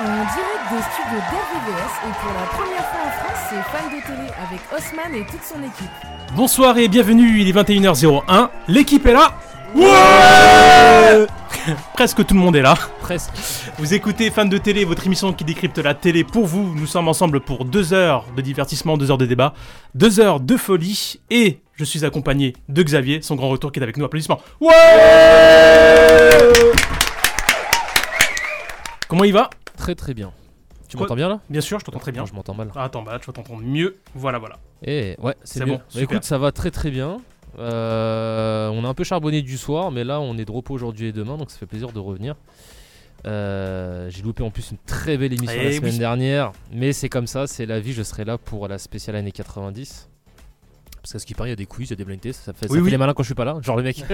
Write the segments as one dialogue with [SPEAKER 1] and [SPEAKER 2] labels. [SPEAKER 1] En direct des studios d'RVVS et pour la première fois en France, c'est Fan de télé avec Haussmann et toute son équipe.
[SPEAKER 2] Bonsoir et bienvenue, il est 21h01, l'équipe est là Presque tout le monde est là.
[SPEAKER 3] Presque.
[SPEAKER 2] Vous écoutez Fan de télé, votre émission qui décrypte la télé pour vous. Nous sommes ensemble pour deux heures de divertissement, deux heures de débat, deux heures de folie. Et je suis accompagné de Xavier, son grand retour qui est avec nous. Applaudissements. Ouais Comment il va
[SPEAKER 3] Très très bien. Tu
[SPEAKER 2] Quoi
[SPEAKER 3] m'entends bien là
[SPEAKER 2] Bien sûr, je t'entends très bien.
[SPEAKER 3] Non, je m'entends mal.
[SPEAKER 2] Ah, Attends, bah là, tu vas t'entendre mieux. Voilà, voilà.
[SPEAKER 3] Eh ouais,
[SPEAKER 2] C'est
[SPEAKER 3] c'est mieux.
[SPEAKER 2] bon,
[SPEAKER 3] Bah,
[SPEAKER 2] super.
[SPEAKER 3] écoute, ça va très très bien. Euh, on a un peu charbonné du soir, mais là on est de repos aujourd'hui et demain, donc ça fait plaisir de revenir. Euh, J'ai loupé en plus une très belle émission
[SPEAKER 2] Eh
[SPEAKER 3] la semaine
[SPEAKER 2] oui.
[SPEAKER 3] dernière, mais c'est comme ça, c'est la vie. Je serai là pour la spéciale année 90. Parce qu'à ce qui paraît, il y a des quiz, il y a des blind tests, ça fait, ça
[SPEAKER 2] Oui,
[SPEAKER 3] fait
[SPEAKER 2] oui.
[SPEAKER 3] les malins quand je suis pas là, genre le mec.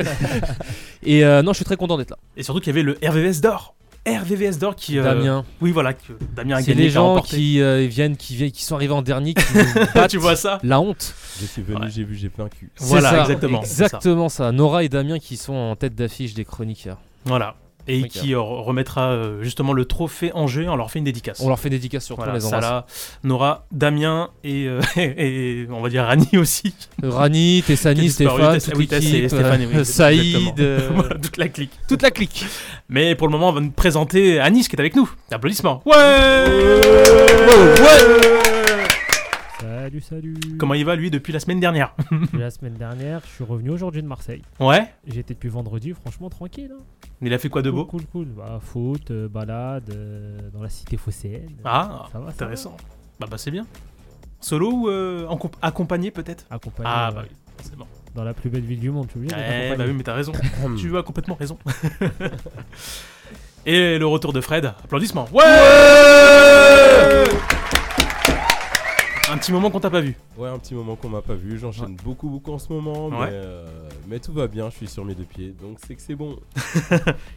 [SPEAKER 3] et euh, non, je suis très content d'être là.
[SPEAKER 2] Et surtout qu'il y avait le RVVS d'or. RVVS d'or qui. euh,
[SPEAKER 3] Damien,
[SPEAKER 2] Oui, voilà, que Damien a
[SPEAKER 3] c'est
[SPEAKER 2] gagné.
[SPEAKER 3] les
[SPEAKER 2] qui a
[SPEAKER 3] gens
[SPEAKER 2] remporté.
[SPEAKER 3] qui euh, viennent, qui viennent, qui sont arrivés en dernier, qui nous
[SPEAKER 2] Ah,
[SPEAKER 3] battent.
[SPEAKER 2] tu vois ça
[SPEAKER 3] la honte.
[SPEAKER 4] Je suis venu,
[SPEAKER 2] Ouais.
[SPEAKER 4] j'ai vu, j'ai vaincu.
[SPEAKER 3] C'est
[SPEAKER 2] Voilà,
[SPEAKER 3] ça,
[SPEAKER 2] exactement. c'est ça.
[SPEAKER 3] Exactement ça. Nora et Damien qui sont en tête d'affiche des chroniqueurs.
[SPEAKER 2] Voilà. Et
[SPEAKER 3] Ok.
[SPEAKER 2] qui euh, remettra euh, justement le trophée en jeu. On leur fait une dédicace.
[SPEAKER 3] On leur fait dédicace surtout,
[SPEAKER 2] Voilà,
[SPEAKER 3] on les embrasse.
[SPEAKER 2] Salah, Nora, Damien et, euh, et on va dire Rani aussi.
[SPEAKER 3] Rani, Tessani,
[SPEAKER 2] Qui a disparu,
[SPEAKER 3] Stéphane,
[SPEAKER 2] Tess-
[SPEAKER 3] toute
[SPEAKER 2] Ah oui, Tess et
[SPEAKER 3] l'équipe,
[SPEAKER 2] Stéphane, oui,
[SPEAKER 3] euh, Saïd,
[SPEAKER 2] exactement.
[SPEAKER 3] euh,
[SPEAKER 2] Voilà, toute la clique.
[SPEAKER 3] toute la clique.
[SPEAKER 2] Mais pour le moment, on va nous présenter Anis qui est avec nous. Applaudissements. Ouais,
[SPEAKER 5] Salut, salut.
[SPEAKER 2] Comment il va lui depuis la semaine dernière
[SPEAKER 5] Depuis La semaine dernière, je suis revenu aujourd'hui de Marseille.
[SPEAKER 2] Ouais.
[SPEAKER 5] J'étais depuis vendredi, franchement tranquille. hein.
[SPEAKER 2] Il a fait quoi de
[SPEAKER 5] cool,
[SPEAKER 2] beau
[SPEAKER 5] Cool, cool. Bah, foot, euh, balade, euh, dans la cité phocéenne.
[SPEAKER 2] Ah,
[SPEAKER 5] Ça va, ça
[SPEAKER 2] intéressant. Bah, bah c'est bien. Solo ou euh, en comp- accompagné peut-être
[SPEAKER 5] Accompagné
[SPEAKER 2] Ah,
[SPEAKER 5] euh,
[SPEAKER 2] bah oui, forcément.
[SPEAKER 5] dans la plus belle ville du monde, tu veux dire d'être
[SPEAKER 2] Eh,
[SPEAKER 5] accompagné.
[SPEAKER 2] bah oui, mais t'as raison. tu as complètement raison. Et le retour de Fred. Applaudissements. Ouais, Un petit moment qu'on t'a pas vu.
[SPEAKER 4] Ouais, un petit moment qu'on m'a pas vu. J'enchaîne beaucoup, beaucoup en ce moment.
[SPEAKER 2] Ouais.
[SPEAKER 4] Mais, euh, mais tout va bien, je suis sur mes deux pieds. Donc c'est que c'est bon.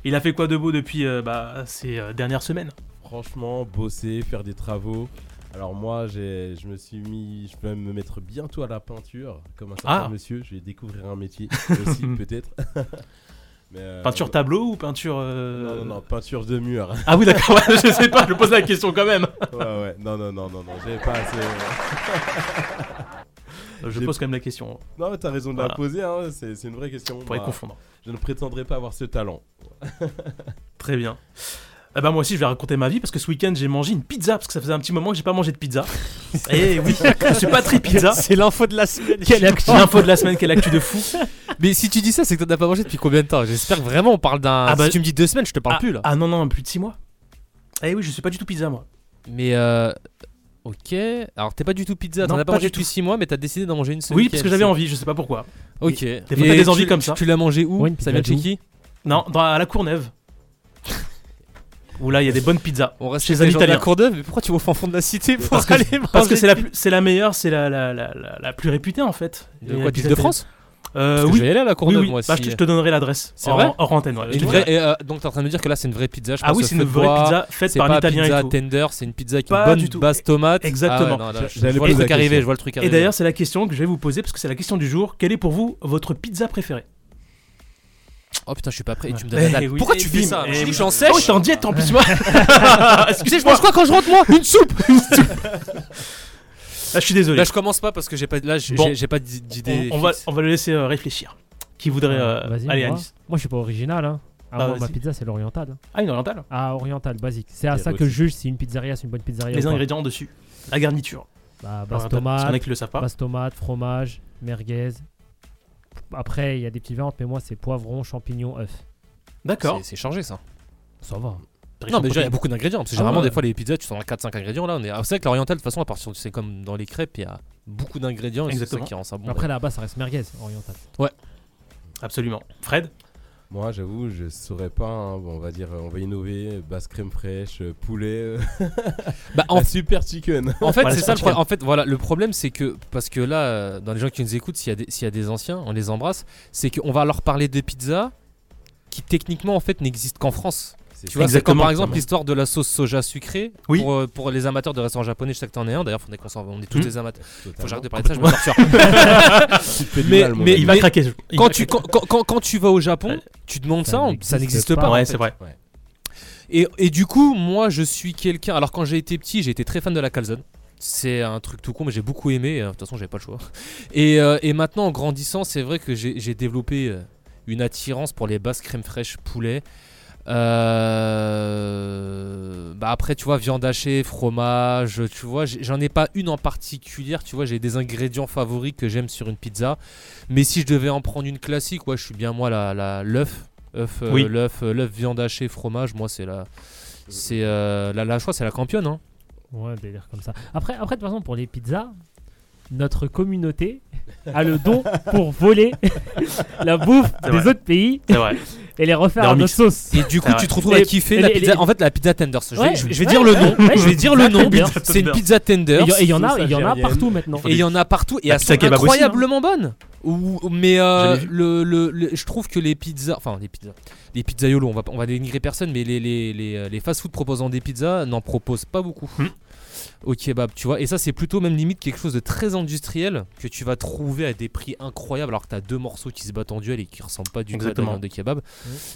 [SPEAKER 2] Il a fait quoi de beau depuis euh, bah, ces euh, dernières semaines
[SPEAKER 4] Franchement, bosser, faire des travaux. Alors moi, j'ai- je me suis mis, je peux même me mettre bientôt à la peinture, comme un certain
[SPEAKER 2] Ah.
[SPEAKER 4] monsieur. Je vais découvrir un métier aussi, peut-être. Mais, euh,
[SPEAKER 2] Peinture tableau ou peinture. euh,
[SPEAKER 4] Non, non, non, peinture de mur.
[SPEAKER 2] Ah oui, d'accord, ouais, je sais pas, je pose la question quand même.
[SPEAKER 4] ouais, ouais. Non, non, non, non, non, j'ai pas assez.
[SPEAKER 2] Euh, Je
[SPEAKER 4] J'ai-
[SPEAKER 2] pose quand même la question.
[SPEAKER 4] Non, mais t'as raison de
[SPEAKER 2] Voilà.
[SPEAKER 4] la poser, hein, c'est c'est une vraie question.
[SPEAKER 2] Pour être
[SPEAKER 4] Bah,
[SPEAKER 2] confondant.
[SPEAKER 4] je ne prétendrai pas avoir ce talent.
[SPEAKER 2] Très bien. Eh ben moi aussi je vais raconter ma vie parce que ce week-end j'ai mangé une pizza parce que ça faisait un petit moment que j'ai pas mangé de pizza. Et Eh oui, je suis pas très pizza.
[SPEAKER 3] C'est l'info de la semaine.
[SPEAKER 2] J'ai l'info de la semaine qui est l'actu de fou.
[SPEAKER 3] Mais si tu dis ça, c'est que t'en as pas mangé depuis combien de temps J'espère que vraiment on parle d'un.
[SPEAKER 2] Ah bah-
[SPEAKER 3] Si tu me dis deux semaines, je te parle
[SPEAKER 2] ah,
[SPEAKER 3] plus là.
[SPEAKER 2] Ah non, non, plus de 6 mois. Eh oui, je suis pas du tout pizza moi.
[SPEAKER 3] Mais euh, ok. Alors t'es pas du tout pizza.
[SPEAKER 2] Non,
[SPEAKER 3] T'en as
[SPEAKER 2] pas
[SPEAKER 3] pas mangé
[SPEAKER 2] du
[SPEAKER 3] depuis six mois, mais t'as décidé d'en manger une semaine.
[SPEAKER 2] Oui, parce que j'avais envie, je sais pas pourquoi.
[SPEAKER 3] Ok.
[SPEAKER 2] Des fois, t'as
[SPEAKER 3] Et
[SPEAKER 2] des
[SPEAKER 3] tu-
[SPEAKER 2] envies comme ça.
[SPEAKER 3] Tu l'as mangé où
[SPEAKER 5] Ouais, une
[SPEAKER 3] Ça vient de
[SPEAKER 5] pizza
[SPEAKER 3] chez
[SPEAKER 5] d'où
[SPEAKER 3] qui
[SPEAKER 2] Non, dans, à la Courneuve. Où là, il y a des bonnes pizzas.
[SPEAKER 3] On reste
[SPEAKER 2] Chez
[SPEAKER 3] chez
[SPEAKER 2] un
[SPEAKER 3] les gens de la
[SPEAKER 2] Italien.
[SPEAKER 3] Courneuve, mais pourquoi tu vas au fin fond de la cité pour
[SPEAKER 2] Parce que-
[SPEAKER 3] aller manger
[SPEAKER 2] Parce que c'est la, plus- c'est la meilleure, c'est la, la, la, la, la plus réputée en fait.
[SPEAKER 3] De
[SPEAKER 2] Et
[SPEAKER 3] quoi
[SPEAKER 2] la pizza
[SPEAKER 3] de France
[SPEAKER 2] Euh,
[SPEAKER 3] Parce que
[SPEAKER 2] Oui,
[SPEAKER 3] Je vais aller à la
[SPEAKER 2] oui,
[SPEAKER 3] Courneuve
[SPEAKER 2] oui.
[SPEAKER 3] moi
[SPEAKER 2] Bah,
[SPEAKER 3] si- euh.
[SPEAKER 2] je, te- je te donnerai l'adresse.
[SPEAKER 3] C'est
[SPEAKER 2] hors,
[SPEAKER 3] vrai
[SPEAKER 2] hors antenne. ouais, je te
[SPEAKER 3] Une
[SPEAKER 2] dirai.
[SPEAKER 3] vraie- et, euh, donc t'es en train de me dire que là c'est une vraie pizza. Je
[SPEAKER 2] Ah
[SPEAKER 3] pense
[SPEAKER 2] oui,
[SPEAKER 3] au
[SPEAKER 2] c'est une
[SPEAKER 3] feu de
[SPEAKER 2] vraie
[SPEAKER 3] bois,
[SPEAKER 2] pizza faite
[SPEAKER 3] C'est
[SPEAKER 2] par
[SPEAKER 3] pas
[SPEAKER 2] un Italien
[SPEAKER 3] pizza
[SPEAKER 2] et tout.
[SPEAKER 3] tender, c'est une pizza qui a
[SPEAKER 2] Pas
[SPEAKER 3] une bonne
[SPEAKER 2] du tout.
[SPEAKER 3] base tomate.
[SPEAKER 2] Exactement.
[SPEAKER 3] Ah ouais, non, là, je,
[SPEAKER 4] J'allais
[SPEAKER 3] je vois
[SPEAKER 4] poser
[SPEAKER 3] le
[SPEAKER 4] la
[SPEAKER 3] truc arriver,
[SPEAKER 4] question.
[SPEAKER 3] je vois le truc arriver.
[SPEAKER 2] Et d'ailleurs, c'est la question que je vais vous poser parce que c'est la question du jour. Quelle est pour vous votre pizza préférée
[SPEAKER 3] oh putain, je suis pas prêt. Et tu me
[SPEAKER 2] Eh
[SPEAKER 3] donnes la dalle.
[SPEAKER 2] oui,
[SPEAKER 3] Pourquoi
[SPEAKER 2] eh
[SPEAKER 3] tu
[SPEAKER 2] oui,
[SPEAKER 3] fais ça
[SPEAKER 2] eh
[SPEAKER 3] Je dis que
[SPEAKER 2] oui.
[SPEAKER 3] je suis en sèche.
[SPEAKER 2] Oh, t'es en diète en plus, moi
[SPEAKER 3] Tu sais, je mange quoi quand je rentre moi Une soupe.
[SPEAKER 2] Ah, Je suis désolé.
[SPEAKER 3] Là, je commence pas parce que j'ai pas. Là, j'ai
[SPEAKER 2] Bon.
[SPEAKER 3] j'ai- j'ai pas d'i- d'idée.
[SPEAKER 2] on, on va,
[SPEAKER 3] fixe.
[SPEAKER 2] on va le laisser euh, réfléchir. Qui voudrait. euh,
[SPEAKER 5] Vas-y,
[SPEAKER 2] Allez,
[SPEAKER 5] moi.
[SPEAKER 2] Alice.
[SPEAKER 5] Moi, je suis pas original. Hein. Ah,
[SPEAKER 2] Bah,
[SPEAKER 5] moi, ma
[SPEAKER 2] vas-y.
[SPEAKER 5] pizza, c'est l'orientale. hein.
[SPEAKER 2] Ah, une orientale
[SPEAKER 5] Ah, orientale, basique. C'est à
[SPEAKER 4] Et
[SPEAKER 5] ça que
[SPEAKER 4] aussi.
[SPEAKER 5] je juge si une pizzeria, c'est une bonne pizzeria.
[SPEAKER 2] Les
[SPEAKER 5] ou pas.
[SPEAKER 2] ingrédients dessus. La garniture.
[SPEAKER 5] Bah,
[SPEAKER 2] Orientale,
[SPEAKER 5] base
[SPEAKER 2] Parce qu'il y en a
[SPEAKER 5] tomate,
[SPEAKER 2] qui le savent pas.
[SPEAKER 5] base tomate, fromage, merguez. Après, il y a des petites variantes, mais moi, c'est poivron, champignons, œufs.
[SPEAKER 2] D'accord.
[SPEAKER 3] C'est- C'est chargé ça.
[SPEAKER 5] Ça va.
[SPEAKER 3] Non, mais déjà, il y a beaucoup d'ingrédients. Parce que
[SPEAKER 5] Ah
[SPEAKER 3] généralement,
[SPEAKER 5] ouais.
[SPEAKER 3] des fois, les pizzas, tu sens 4-5 ingrédients. Là, on est. ah, C'est vrai que l'oriental, de toute façon, à partir du- c'est comme dans les crêpes, il y a beaucoup d'ingrédients. et C'est ça
[SPEAKER 2] Exactement.
[SPEAKER 3] qui rend ça bon.
[SPEAKER 5] Après, là-bas, ça reste merguez, orientale.
[SPEAKER 2] Absolument. Fred
[SPEAKER 4] Moi, j'avoue, je saurais pas. hein. Bon, on va dire, euh, on va innover. Basse crème fraîche, euh, poulet, euh,
[SPEAKER 3] Bah, en
[SPEAKER 4] la super chicken.
[SPEAKER 3] En fait,
[SPEAKER 2] Voilà,
[SPEAKER 3] c'est
[SPEAKER 2] c'est
[SPEAKER 3] ça
[SPEAKER 2] particulier.
[SPEAKER 3] le problème. En fait, voilà, le problème, c'est que parce que là, euh, dans les gens qui nous écoutent, s'il y, a des- s'il y a des anciens, on les embrasse, c'est qu'on va leur parler de pizzas qui techniquement en fait n'existent qu'en France.
[SPEAKER 4] C'est
[SPEAKER 3] Tu vois, c'est
[SPEAKER 2] Exactement.
[SPEAKER 3] comme par exemple l'histoire de la sauce soja sucrée
[SPEAKER 2] Oui.
[SPEAKER 3] pour, euh, pour les amateurs de restaurants japonais. Je sais que t'en es un. D'ailleurs, faudrait qu'on s'en- on est tous
[SPEAKER 2] Mhm.
[SPEAKER 3] des amateurs. Faut que
[SPEAKER 4] totalement.
[SPEAKER 3] j'arrête de parler de ça. Je me torture.
[SPEAKER 4] Hum. Tu te fais du
[SPEAKER 3] mais-
[SPEAKER 4] mal, mon
[SPEAKER 3] mais
[SPEAKER 4] ami.
[SPEAKER 2] Il va
[SPEAKER 3] mais-
[SPEAKER 2] craquer. Il
[SPEAKER 3] quand
[SPEAKER 2] va
[SPEAKER 3] tu
[SPEAKER 2] craquer.
[SPEAKER 3] quand, quand- quand- quand tu vas au Japon,
[SPEAKER 2] Ouais.
[SPEAKER 3] tu demandes
[SPEAKER 5] Ça
[SPEAKER 3] ça, on- ça
[SPEAKER 5] n'existe
[SPEAKER 3] n'existe
[SPEAKER 5] pas.
[SPEAKER 3] pas.
[SPEAKER 2] Ouais,
[SPEAKER 3] en fait.
[SPEAKER 2] c'est vrai.
[SPEAKER 3] Et, et du coup, moi, je suis quelqu'un. Alors, quand j'ai été petit, j'ai été très fan de la calzone. C'est un truc tout con, mais j'ai beaucoup aimé. euh, De toute façon, j'avais pas le choix. Et, euh, et maintenant, en grandissant, c'est vrai que j'ai j'ai développé euh, une attirance pour les basses crème fraîche poulet. Euh, Bah après, tu vois, viande hachée, fromage, tu vois, j'ai- j'en ai pas une en particulier. Tu vois, j'ai des ingrédients favoris que j'aime sur une pizza. Mais si je devais en prendre une classique, ouais, je suis bien moi la la- l'œuf, œuf, euh,
[SPEAKER 2] Oui.
[SPEAKER 3] l'œuf, euh, l'œuf, viande hachée, fromage. Moi, c'est la, c'est euh, la, la je crois que c'est la campionne. Hein.
[SPEAKER 5] Ouais, délire comme ça. Après, après, de toute façon, pour les pizzas, notre communauté a le don pour voler la bouffe
[SPEAKER 2] C'est
[SPEAKER 5] des
[SPEAKER 2] vrai.
[SPEAKER 5] autres pays
[SPEAKER 2] C'est vrai.
[SPEAKER 5] et les refaire
[SPEAKER 2] Leur
[SPEAKER 5] à notre
[SPEAKER 2] mix.
[SPEAKER 5] sauce.
[SPEAKER 3] Et du coup,
[SPEAKER 2] Ah ouais.
[SPEAKER 3] tu te retrouves
[SPEAKER 5] Et-
[SPEAKER 3] à kiffer
[SPEAKER 5] et
[SPEAKER 3] la
[SPEAKER 5] les-
[SPEAKER 3] pizza.
[SPEAKER 5] les-
[SPEAKER 3] En fait, la pizza tenders. Je vais-
[SPEAKER 5] Ouais,
[SPEAKER 3] je vais, je vais
[SPEAKER 5] ouais,
[SPEAKER 3] dire le
[SPEAKER 5] ouais,
[SPEAKER 3] nom.
[SPEAKER 5] ouais,
[SPEAKER 3] je vais dire le
[SPEAKER 5] pizza
[SPEAKER 3] nom.
[SPEAKER 5] tenders.
[SPEAKER 3] C'est une
[SPEAKER 2] Tenders.
[SPEAKER 3] pizza
[SPEAKER 5] Et
[SPEAKER 3] tenders.
[SPEAKER 5] il y, en a,
[SPEAKER 4] sauce
[SPEAKER 5] il y en a
[SPEAKER 4] algérienne.
[SPEAKER 5] partout maintenant.
[SPEAKER 3] Et il y en a partout. Et
[SPEAKER 2] La
[SPEAKER 3] elles
[SPEAKER 2] pizza
[SPEAKER 3] sont
[SPEAKER 2] kebab aussi, hein.
[SPEAKER 3] incroyablement bonnes. Ou, mais euh,
[SPEAKER 2] Jamais vu.
[SPEAKER 3] le, le- le- je trouve que les pizzas. Enfin, les pizzas. Les pizzaiolos, on va, pas- on va dénigrer personne, mais les, les, euh, les, les fast-food proposant des pizzas n'en proposent pas beaucoup.
[SPEAKER 2] Hmm.
[SPEAKER 3] Au kebab, tu vois. Et ça, c'est plutôt même limite quelque chose de très industriel que tu vas trouver à des prix incroyables alors que tu as deux morceaux qui se battent en duel et qui ressemblent pas du tout à de la
[SPEAKER 2] Exactement. Hmm.
[SPEAKER 3] viande de kebab.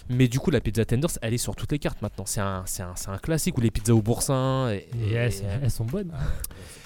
[SPEAKER 3] Mais du coup, la pizza tenders, elle est sur toutes les cartes maintenant. C'est un, c'est un, c'est un classique ou les pizzas au boursin. Et,
[SPEAKER 5] Et
[SPEAKER 3] et-
[SPEAKER 5] elles, sont- elles sont bonnes.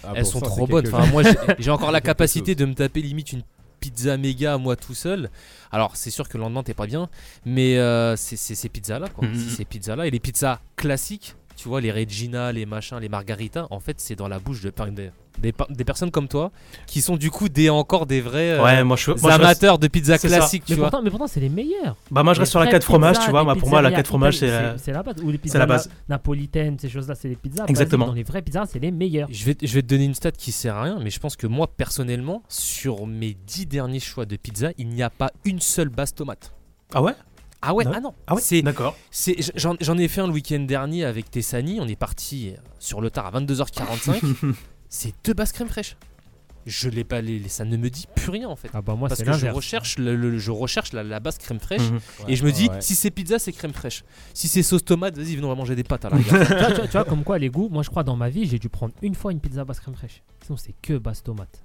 [SPEAKER 4] Ah,
[SPEAKER 3] elles
[SPEAKER 4] pour
[SPEAKER 3] sont
[SPEAKER 4] ça,
[SPEAKER 3] trop
[SPEAKER 4] c'est
[SPEAKER 3] bonnes.
[SPEAKER 4] quelque
[SPEAKER 3] Enfin, moi, j'ai- j'ai encore la
[SPEAKER 4] Quelque
[SPEAKER 3] capacité de me taper limite une pizza méga à moi tout seul. Alors, c'est sûr que le lendemain, t'es pas bien, mais euh, c'est c'est ces pizzas-là, quoi.
[SPEAKER 2] Mhm.
[SPEAKER 3] C'est ces pizzas-là. Et les pizzas classiques, tu vois, les Regina, les machins, les Margarita, en fait, c'est dans la bouche de par- des, des par- des personnes comme toi qui sont du coup des, encore des vrais euh,
[SPEAKER 2] Ouais, moi je, moi, je reste-
[SPEAKER 3] amateurs de pizza
[SPEAKER 2] C'est ça.
[SPEAKER 3] classique, tu
[SPEAKER 5] Mais
[SPEAKER 3] vois.
[SPEAKER 5] pourtant, mais pourtant, c'est les meilleurs.
[SPEAKER 2] bah, moi je reste sur la 4 fromage, tu vois. Moi, pour moi, la 4 fromage, c'est la-
[SPEAKER 5] c'est la base. Ou les pizzas
[SPEAKER 2] c'est la base.
[SPEAKER 5] na- napolitaines, ces choses-là, c'est les pizzas. basiques.
[SPEAKER 2] Exactement.
[SPEAKER 5] Dans les vraies pizzas, c'est les meilleures.
[SPEAKER 3] Je vais, je vais te donner une stat qui sert à rien, mais je pense que moi, personnellement, sur mes 10 derniers choix de pizza, il n'y a pas une seule base tomate.
[SPEAKER 2] Ah ouais
[SPEAKER 3] Ah ouais,
[SPEAKER 2] Non.
[SPEAKER 3] ah non.
[SPEAKER 2] Ah ouais
[SPEAKER 3] C'est-
[SPEAKER 2] D'accord.
[SPEAKER 3] c'est- j- j'en, j'en ai fait un le week-end dernier avec Tessani. On est parti sur le tard à 22h45. c'est deux basses crème fraîche. Je l'ai pas, les, les- ça ne me dit plus rien en fait.
[SPEAKER 5] Ah bah moi,
[SPEAKER 3] Parce
[SPEAKER 5] c'est
[SPEAKER 3] que je
[SPEAKER 5] l'inverse.
[SPEAKER 3] recherche, le, le- je recherche la, la base crème fraîche
[SPEAKER 2] Mhm.
[SPEAKER 4] chose.
[SPEAKER 3] et je me dis
[SPEAKER 4] Ouais.
[SPEAKER 3] si c'est pizza c'est crème fraîche, si c'est sauce tomate vas-y venons on va manger des pâtes à la rigueur.
[SPEAKER 5] tu, vois, tu vois- tu vois, comme quoi, les goûts, moi, je crois, dans ma vie, j'ai dû prendre une fois une pizza basse crème fraîche. Sinon, c'est que basse tomate.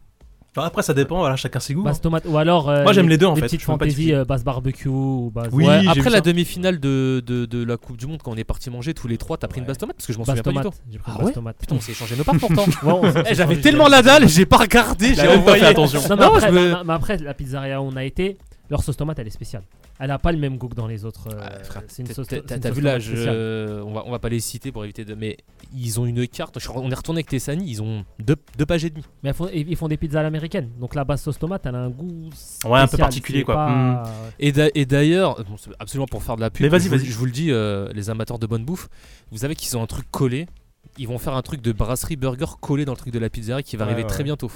[SPEAKER 2] Alors, après, ça dépend, voilà, chacun ses goûts. hein.
[SPEAKER 5] Basse tomate. Ou alors. euh,
[SPEAKER 2] Moi, j'aime les deux, en fait.
[SPEAKER 5] petites
[SPEAKER 2] Je peux pas
[SPEAKER 5] fantaisies
[SPEAKER 2] diffuser.
[SPEAKER 5] euh, basse barbecue ou basse.
[SPEAKER 2] Oui,
[SPEAKER 3] Ouais,
[SPEAKER 2] j'ai vu
[SPEAKER 3] après la
[SPEAKER 2] ça.
[SPEAKER 3] demi-finale de, de, de la Coupe du Monde quand on est parti manger tous les trois t'as pris une
[SPEAKER 4] Ouais.
[SPEAKER 3] base tomate parce que je m'en
[SPEAKER 5] basse
[SPEAKER 3] souviens pas du
[SPEAKER 5] tomate.
[SPEAKER 3] tout.
[SPEAKER 5] J'ai pris
[SPEAKER 3] Ah
[SPEAKER 5] basse
[SPEAKER 3] ouais
[SPEAKER 5] tomate.
[SPEAKER 3] Putain on s'est échangé nos parts pourtant.
[SPEAKER 5] Ouais, on s'est
[SPEAKER 3] Eh, J'avais
[SPEAKER 5] changé,
[SPEAKER 3] tellement
[SPEAKER 5] j'ai-
[SPEAKER 3] la dalle j'ai pas regardé j'ai
[SPEAKER 2] J'avais même pas
[SPEAKER 3] envoyé.
[SPEAKER 2] fait attention.
[SPEAKER 5] Non, mais,
[SPEAKER 3] Non,
[SPEAKER 5] après,
[SPEAKER 3] je me-
[SPEAKER 5] mais- mais après, la pizzeria où on a été, leur sauce tomate, elle est spéciale. Elle a pas le même goût que dans les autres. euh,
[SPEAKER 3] Ouais, Ah, frère,
[SPEAKER 5] c'est une
[SPEAKER 3] T'as-
[SPEAKER 5] sauce.
[SPEAKER 3] T'as
[SPEAKER 5] c'est
[SPEAKER 3] t'as-
[SPEAKER 5] une
[SPEAKER 3] t'as
[SPEAKER 5] sauce
[SPEAKER 3] vu là,
[SPEAKER 5] tomate spéciale.
[SPEAKER 3] je... on, va, on va pas les citer pour éviter de. Mais ils ont une carte. je crois- on est retourné avec Tessani, ils ont deux, deux pages et demie.
[SPEAKER 5] Mais elles font- ils ils font des pizzas à l'américaine. Donc la base sauce tomate, elle a un goût.
[SPEAKER 2] Ouais, un peu
[SPEAKER 5] spécial,
[SPEAKER 2] particulier,
[SPEAKER 5] c'est
[SPEAKER 2] quoi.
[SPEAKER 5] pas-
[SPEAKER 2] Mm.
[SPEAKER 3] Et d'a- et d'ailleurs, bon, c'est absolument pour faire de la pub,
[SPEAKER 2] Mais vas-y,
[SPEAKER 3] je, vous-
[SPEAKER 2] vas-y.
[SPEAKER 3] je vous le dis, euh, les amateurs de bonne bouffe, vous savez qu'ils ont un truc collé. Ils vont faire un truc de brasserie burger collé dans le truc de la pizzeria qui va
[SPEAKER 4] Ouais,
[SPEAKER 3] arriver
[SPEAKER 4] ouais.
[SPEAKER 3] très bientôt.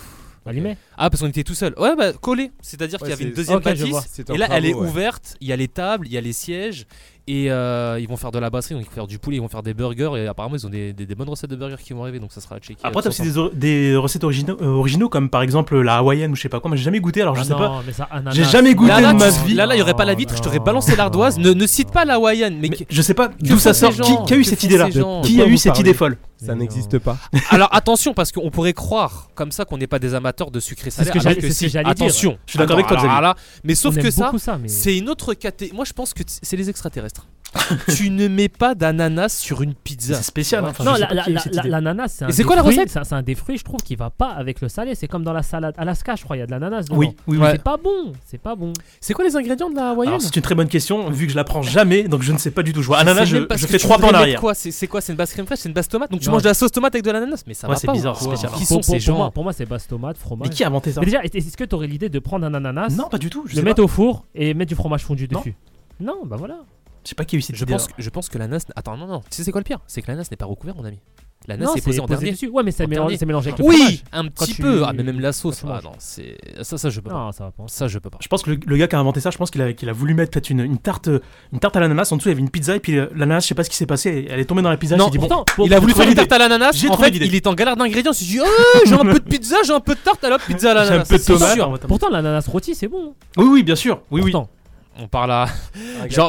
[SPEAKER 5] Allumé.
[SPEAKER 3] Ah, parce qu'on était tout seul. Ouais, bah collé. C'est-à-dire
[SPEAKER 4] Ouais,
[SPEAKER 3] qu'il y avait une
[SPEAKER 4] c'est-
[SPEAKER 3] deuxième
[SPEAKER 5] Ok, je
[SPEAKER 3] bâtisse.
[SPEAKER 5] vois.
[SPEAKER 4] C'est en
[SPEAKER 3] Et là, elle est
[SPEAKER 4] travaux, ouais.
[SPEAKER 3] ouverte, il y a les tables, il y a les sièges, et euh, ils vont faire de la brasserie, donc ils vont faire du poulet, ils vont faire des burgers, et apparemment ils ont des, des- des bonnes recettes de burgers qui vont arriver, donc ça sera à checker.
[SPEAKER 2] Après, t'as
[SPEAKER 3] Tout
[SPEAKER 2] aussi
[SPEAKER 3] ensemble.
[SPEAKER 2] des, or- des recettes originaux, euh, originaux, comme par exemple la hawaïenne ou je sais pas quoi. Moi, j'ai jamais goûté, alors je
[SPEAKER 5] Ah
[SPEAKER 2] sais pas.
[SPEAKER 5] non, mais ça, ananas.
[SPEAKER 2] J'ai jamais goûté
[SPEAKER 3] Là, là,
[SPEAKER 2] de ma
[SPEAKER 3] tu-
[SPEAKER 2] vie.
[SPEAKER 3] là, là, il y aurait pas la vitre, je t'aurais balancé l'ardoise. Ne, ne cite pas la Hawaiian,
[SPEAKER 2] Mais
[SPEAKER 3] mais, qui-
[SPEAKER 2] je sais pas d'où ça
[SPEAKER 3] font
[SPEAKER 2] sort.
[SPEAKER 3] ces
[SPEAKER 2] Qui,
[SPEAKER 3] gens
[SPEAKER 2] qui a eu
[SPEAKER 3] Que
[SPEAKER 2] cette
[SPEAKER 3] font
[SPEAKER 2] idée-là
[SPEAKER 3] ces gens
[SPEAKER 2] Qui a
[SPEAKER 4] Pourquoi
[SPEAKER 2] eu
[SPEAKER 4] vous
[SPEAKER 2] cette
[SPEAKER 4] parlez
[SPEAKER 2] idée folle
[SPEAKER 4] Ça
[SPEAKER 5] Mais
[SPEAKER 4] n'existe
[SPEAKER 5] non.
[SPEAKER 4] pas.
[SPEAKER 3] alors attention parce qu'on pourrait croire comme ça qu'on n'est pas des amateurs de sucré salé.
[SPEAKER 5] ce que
[SPEAKER 3] alors
[SPEAKER 5] j'allais- Ah, c'est ce
[SPEAKER 3] si.
[SPEAKER 5] que j'allais dire.
[SPEAKER 3] Attention,
[SPEAKER 2] Je suis d'accord avec toi,
[SPEAKER 3] Attends, alors là, mais
[SPEAKER 5] On
[SPEAKER 3] sauf que
[SPEAKER 5] aime
[SPEAKER 3] ça,
[SPEAKER 5] beaucoup ça, mais
[SPEAKER 3] c'est une autre catégorie. Moi, je pense que t- c'est les extraterrestres. tu ne mets pas d'ananas sur une pizza.
[SPEAKER 2] C'est spécial. hein. Enfin,
[SPEAKER 5] non,
[SPEAKER 2] je sais
[SPEAKER 5] la-
[SPEAKER 2] pas
[SPEAKER 5] la-
[SPEAKER 2] qui a eu
[SPEAKER 5] la-
[SPEAKER 2] cette
[SPEAKER 5] la-
[SPEAKER 2] idée.
[SPEAKER 5] l'ananas, c'est un
[SPEAKER 3] Et c'est
[SPEAKER 5] des
[SPEAKER 3] quoi la
[SPEAKER 5] fruits-
[SPEAKER 3] recette
[SPEAKER 5] C'est un- c'est un des fruits, je trouve, qui va pas avec le salé. C'est comme dans la salade Alaska, je crois, il y a de l'ananas dedans.
[SPEAKER 2] Oui, oui, oui.
[SPEAKER 3] Ouais.
[SPEAKER 5] C'est pas bon, c'est pas bon.
[SPEAKER 3] C'est quoi les ingrédients de la Hawaiian
[SPEAKER 2] Alors, c'est une très bonne question, vu que je la prends jamais, donc je ne sais pas du tout. Je vois ananas,
[SPEAKER 3] sais
[SPEAKER 2] je,
[SPEAKER 3] même pas
[SPEAKER 2] je
[SPEAKER 3] ce que
[SPEAKER 2] fais
[SPEAKER 3] tu
[SPEAKER 2] trois pas en
[SPEAKER 3] voudrais mettre
[SPEAKER 2] arrière.
[SPEAKER 3] quoi. C'est c'est quoi C'est une base crème fraîche C'est une base tomate Donc tu
[SPEAKER 5] Non.
[SPEAKER 3] manges de la sauce tomate avec de l'ananas Mais ça
[SPEAKER 2] Ouais,
[SPEAKER 3] va
[SPEAKER 2] c'est
[SPEAKER 3] pas, ou
[SPEAKER 2] bizarre,
[SPEAKER 3] quoi
[SPEAKER 2] spécial.
[SPEAKER 3] Qui
[SPEAKER 5] Pour-
[SPEAKER 3] sont
[SPEAKER 5] pour-
[SPEAKER 3] ces
[SPEAKER 5] pour moi-
[SPEAKER 3] gens
[SPEAKER 5] Pour moi, c'est basse tomate, fromage.
[SPEAKER 2] Mais qui a inventé ça
[SPEAKER 5] Mais déjà, est- est-ce que t'aurais l'idée de prendre un ananas,
[SPEAKER 2] Non, pas du tout. Je
[SPEAKER 5] le
[SPEAKER 2] sais pas.
[SPEAKER 5] mettre au four et mettre du fromage fondu
[SPEAKER 2] Non.
[SPEAKER 5] dessus Non, bah voilà.
[SPEAKER 2] Je sais pas qui a eu cette
[SPEAKER 3] Je
[SPEAKER 2] idée.
[SPEAKER 3] pense,
[SPEAKER 2] alors.
[SPEAKER 3] que, je pense que l'ananas. Attends, non, non. Tu sais, c'est quoi le pire C'est que l'ananas n'est pas recouvert, mon ami. L'ananas
[SPEAKER 5] Non,
[SPEAKER 3] est posée en dernier.
[SPEAKER 5] dessus. Ouais, mais c'est
[SPEAKER 3] En
[SPEAKER 5] mélangé,
[SPEAKER 3] dernier.
[SPEAKER 5] c'est mélangé avec le
[SPEAKER 3] Oui
[SPEAKER 5] fromage.
[SPEAKER 3] Un
[SPEAKER 5] Quand
[SPEAKER 3] petit
[SPEAKER 5] tu-
[SPEAKER 3] peu. Ah, mais même la sauce.
[SPEAKER 5] tu
[SPEAKER 3] Ah,
[SPEAKER 5] manges.
[SPEAKER 3] non, c'est. Ça, ça, je peux pas.
[SPEAKER 5] Non, ça va pas.
[SPEAKER 3] Ça, je peux pas.
[SPEAKER 2] Je pense que le, le gars qui a inventé ça, je pense qu'il a, qu'il a voulu mettre peut-être une, une tarte, euh, une tarte à l'ananas. En dessous, il y avait une pizza et puis euh, l'ananas, je sais pas ce qui s'est passé. Elle est tombée dans la pizza. il
[SPEAKER 3] Non,
[SPEAKER 2] s'est dit, bon,
[SPEAKER 5] Pourtant, pour-
[SPEAKER 3] Il a
[SPEAKER 2] j'ai
[SPEAKER 3] voulu
[SPEAKER 2] trouvé
[SPEAKER 3] faire une
[SPEAKER 2] l'idée.
[SPEAKER 3] tarte à l'ananas.
[SPEAKER 2] J'ai
[SPEAKER 3] En
[SPEAKER 2] trouvé
[SPEAKER 3] fait,
[SPEAKER 2] l'idée.
[SPEAKER 3] il est en galère d'ingrédients. Il s'est dit, oh, j'ai un peu de pizza, j'ai un peu de tarte. Alors, pizza à
[SPEAKER 2] j'ai un
[SPEAKER 3] l'ananas.
[SPEAKER 2] peu de
[SPEAKER 3] c'est
[SPEAKER 2] tomate.
[SPEAKER 3] sûr.
[SPEAKER 2] en mode-
[SPEAKER 5] Pourtant, l'ananas rôti, c'est bon.
[SPEAKER 2] Oui, oui, bien sûr. Oui, oui.
[SPEAKER 5] Pourtant. Ah,
[SPEAKER 3] On parle à,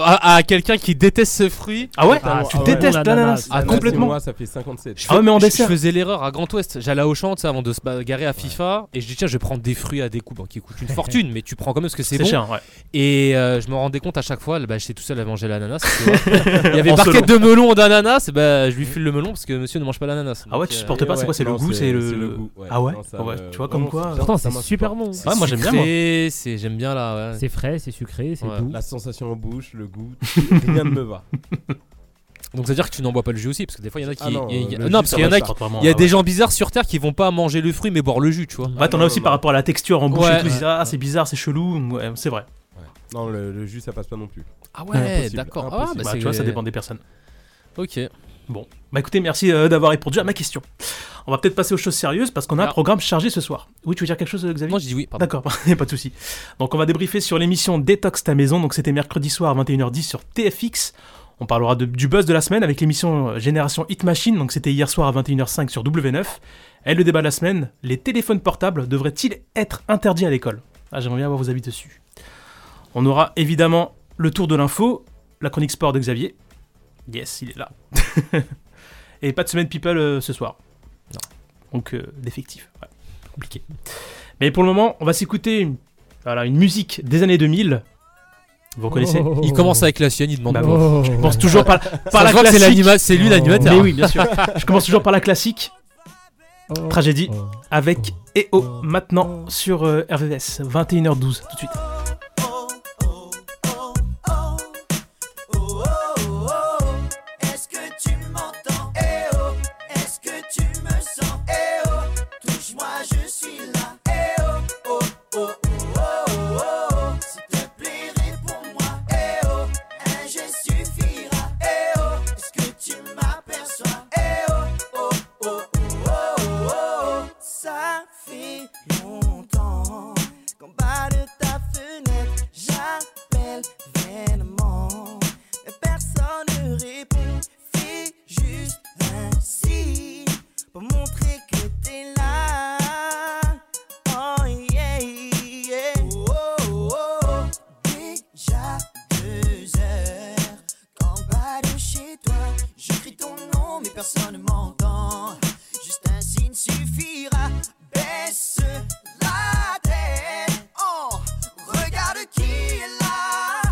[SPEAKER 3] genre à, à quelqu'un qui déteste ce fruit.
[SPEAKER 2] Ah ouais
[SPEAKER 4] Ah,
[SPEAKER 2] Tu
[SPEAKER 4] ouais.
[SPEAKER 2] détestes
[SPEAKER 5] L'ananas.
[SPEAKER 2] l'ananas
[SPEAKER 4] Ah,
[SPEAKER 2] Ah,
[SPEAKER 4] non,
[SPEAKER 2] complètement
[SPEAKER 4] c'est Moi, ça fait 57.
[SPEAKER 3] Je
[SPEAKER 2] Ah ouais, mais en
[SPEAKER 3] je-
[SPEAKER 2] dessert.
[SPEAKER 3] Je faisais l'erreur à Grand Ouest. J'allais à Auchan tu sais, avant de se ba- garer à FIFA et je dis tiens, je vais prendre des fruits à des coups bon, qui coûtent une fortune, mais tu prends quand même parce que c'est
[SPEAKER 2] C'est
[SPEAKER 3] bon.
[SPEAKER 2] cher, ouais.
[SPEAKER 3] Et euh, je me rendais compte à chaque fois, bah, j'étais tout seul à manger l'ananas. tu vois. Il y avait
[SPEAKER 2] En
[SPEAKER 3] barquette de melon d'ananas, bah, je lui file le melon parce que monsieur ne mange pas l'ananas.
[SPEAKER 2] Ah ouais,
[SPEAKER 3] Donc,
[SPEAKER 2] tu
[SPEAKER 3] euh,
[SPEAKER 2] supportes pas, c'est quoi C'est le
[SPEAKER 4] Non,
[SPEAKER 2] goût C'est
[SPEAKER 4] le
[SPEAKER 2] le.
[SPEAKER 4] goût,
[SPEAKER 2] Ah ouais
[SPEAKER 4] Non, ça
[SPEAKER 2] Ouais,
[SPEAKER 4] me-
[SPEAKER 2] tu vois, comme
[SPEAKER 4] vraiment,
[SPEAKER 2] quoi- euh,
[SPEAKER 5] Pourtant,
[SPEAKER 4] ça
[SPEAKER 5] c'est
[SPEAKER 4] m'insupporte.
[SPEAKER 5] super bon.
[SPEAKER 2] Ouais, moi, j'aime bien, moi.
[SPEAKER 3] Sucré, c'est- J'aime bien là. ouais.
[SPEAKER 5] C'est frais, c'est sucré, c'est
[SPEAKER 3] Ouais.
[SPEAKER 5] doux.
[SPEAKER 4] La sensation en bouche, le goût, rien ne me va.
[SPEAKER 3] Donc ça veut dire que tu n'en bois pas le jus aussi parce que des fois il y en a qui.
[SPEAKER 4] Ah non,
[SPEAKER 3] il y a-
[SPEAKER 4] le
[SPEAKER 3] non,
[SPEAKER 4] jus,
[SPEAKER 3] parce
[SPEAKER 4] ça
[SPEAKER 3] qu'il y en
[SPEAKER 4] va,
[SPEAKER 3] a
[SPEAKER 4] ça
[SPEAKER 3] qui.
[SPEAKER 2] Apparemment,
[SPEAKER 3] Il y a
[SPEAKER 2] ah
[SPEAKER 3] des
[SPEAKER 2] ouais.
[SPEAKER 3] gens bizarres sur Terre qui vont pas manger le fruit mais boire le jus, tu vois.
[SPEAKER 2] Bah, t'en as aussi par rapport à la texture en bouche
[SPEAKER 3] Ouais.
[SPEAKER 2] et tout. ils disent, Ah, c'est bizarre, c'est chelou. Ouais, c'est vrai.
[SPEAKER 4] Non, le, le jus, ça passe pas non plus.
[SPEAKER 3] Ah
[SPEAKER 4] ouais,
[SPEAKER 3] ouais,
[SPEAKER 4] d'accord.
[SPEAKER 3] d'accord.
[SPEAKER 4] Ah, bah,
[SPEAKER 2] Bah, tu vois, ça dépend des personnes.
[SPEAKER 3] Ok.
[SPEAKER 2] Bon. Bah, écoutez, merci euh, d'avoir répondu à ma question. On va peut-être passer aux choses sérieuses parce qu'on a un
[SPEAKER 3] Ah.
[SPEAKER 2] programme chargé ce soir. Oui, tu veux dire quelque chose, euh, Xavier
[SPEAKER 3] Moi je dis oui, pardon.
[SPEAKER 2] D'accord, y a pas de souci. Donc on va débriefer sur l'émission Détox ta maison. Donc c'était mercredi soir à 21h10 sur TFX. On parlera de- du buzz de la semaine avec l'émission euh, Génération Hit Machine. Donc c'était hier soir à 21h05 sur W9. Et le débat de la semaine les téléphones portables devraient-ils être interdits à l'école Ah, j'aimerais bien avoir vos avis dessus. On aura évidemment le tour de l'info, la chronique sport de Xavier. Yes, il est là. Et pas de semaine people euh, ce soir.
[SPEAKER 3] Non.
[SPEAKER 2] Donc euh, d'effectif. Ouais, compliqué. Mais pour le moment, on va s'écouter une, voilà, une musique des années 2000. Vous reconnaissez
[SPEAKER 5] Oh, oh, oh.
[SPEAKER 3] Il commence avec la sienne, il demande.
[SPEAKER 2] Bah,
[SPEAKER 3] pas.
[SPEAKER 2] bon.
[SPEAKER 5] Oh.
[SPEAKER 2] Je commence toujours par, la- par
[SPEAKER 3] Ça
[SPEAKER 2] la
[SPEAKER 3] se voit que c'est
[SPEAKER 2] classique.
[SPEAKER 3] l'animal, c'est lui
[SPEAKER 5] Oh.
[SPEAKER 3] l'animateur.
[SPEAKER 2] Mais oui, bien sûr. Je commence toujours par la classique
[SPEAKER 5] Oh.
[SPEAKER 2] tragédie
[SPEAKER 5] Oh.
[SPEAKER 2] avec EO maintenant sur euh, RVS 21h12 tout de suite.
[SPEAKER 6] Oh, oh, oh, est-ce que tu m'entends? Eh oh, est-ce que tu me sens? Eh oh, touche-moi, je suis là. Eh oh, oh, oh, oh, oh, oh, s'il te plaît, réponds-moi. Eh oh, un geste suffira. Eh oh, est-ce que tu m'aperçois? Eh oh, oh, oh, oh, oh, oh, ça fait longtemps qu'en bas de ta fenêtre, j'appelle vainement. Mais personne ne répond, fais juste un signe pour montrer que t'es là. Oh yeah, yeah. Oh, oh, oh, oh. Déjà deux heures qu'en bas de chez toi, je crie ton nom, mais personne ne m'entend. Juste un signe suffira. Baisse la tête. Oh, regarde qui est là.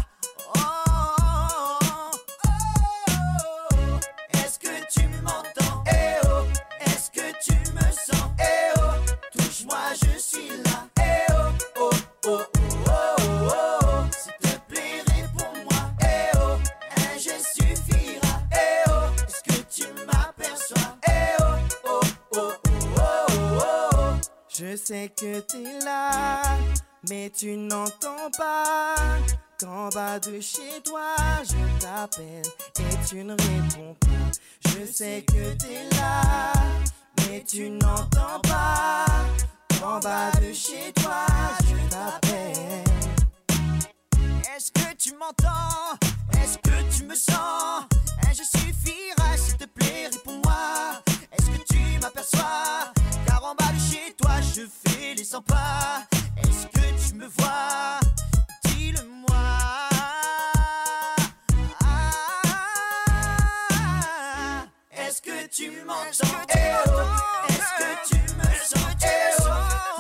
[SPEAKER 6] Oh, oh, oh, oh. Est-ce que tu m'entends? Eh oh, est-ce que tu me sens? Eh oh, touche-moi, je suis là. Eh oh, oh, oh, oh, oh, oh, oh. S'il te plaît, réponds-moi. Eh oh, un geste suffira. Eh oh, est-ce que tu m'aperçois? Eh oh, oh, oh, oh, oh, oh, oh. Je sais que t'es là, mais tu n'entends pas. Qu'en bas de chez toi, je t'appelle et tu ne réponds pas. Je sais que t'es là, mais tu n'entends pas. Qu'en bas de chez toi, je t'appelle. Est-ce que tu m'entends Est-ce que tu me sens Un je suffira, s'il te plaît, réponds-moi. Est-ce que tu m'aperçois Car en bas de chez toi, je fais les 100 pas. Est-ce que tu me vois Dis-le-moi. Ah. Est-ce que tu m'entends Eh oh. Est-ce que tu me sens Eh oh.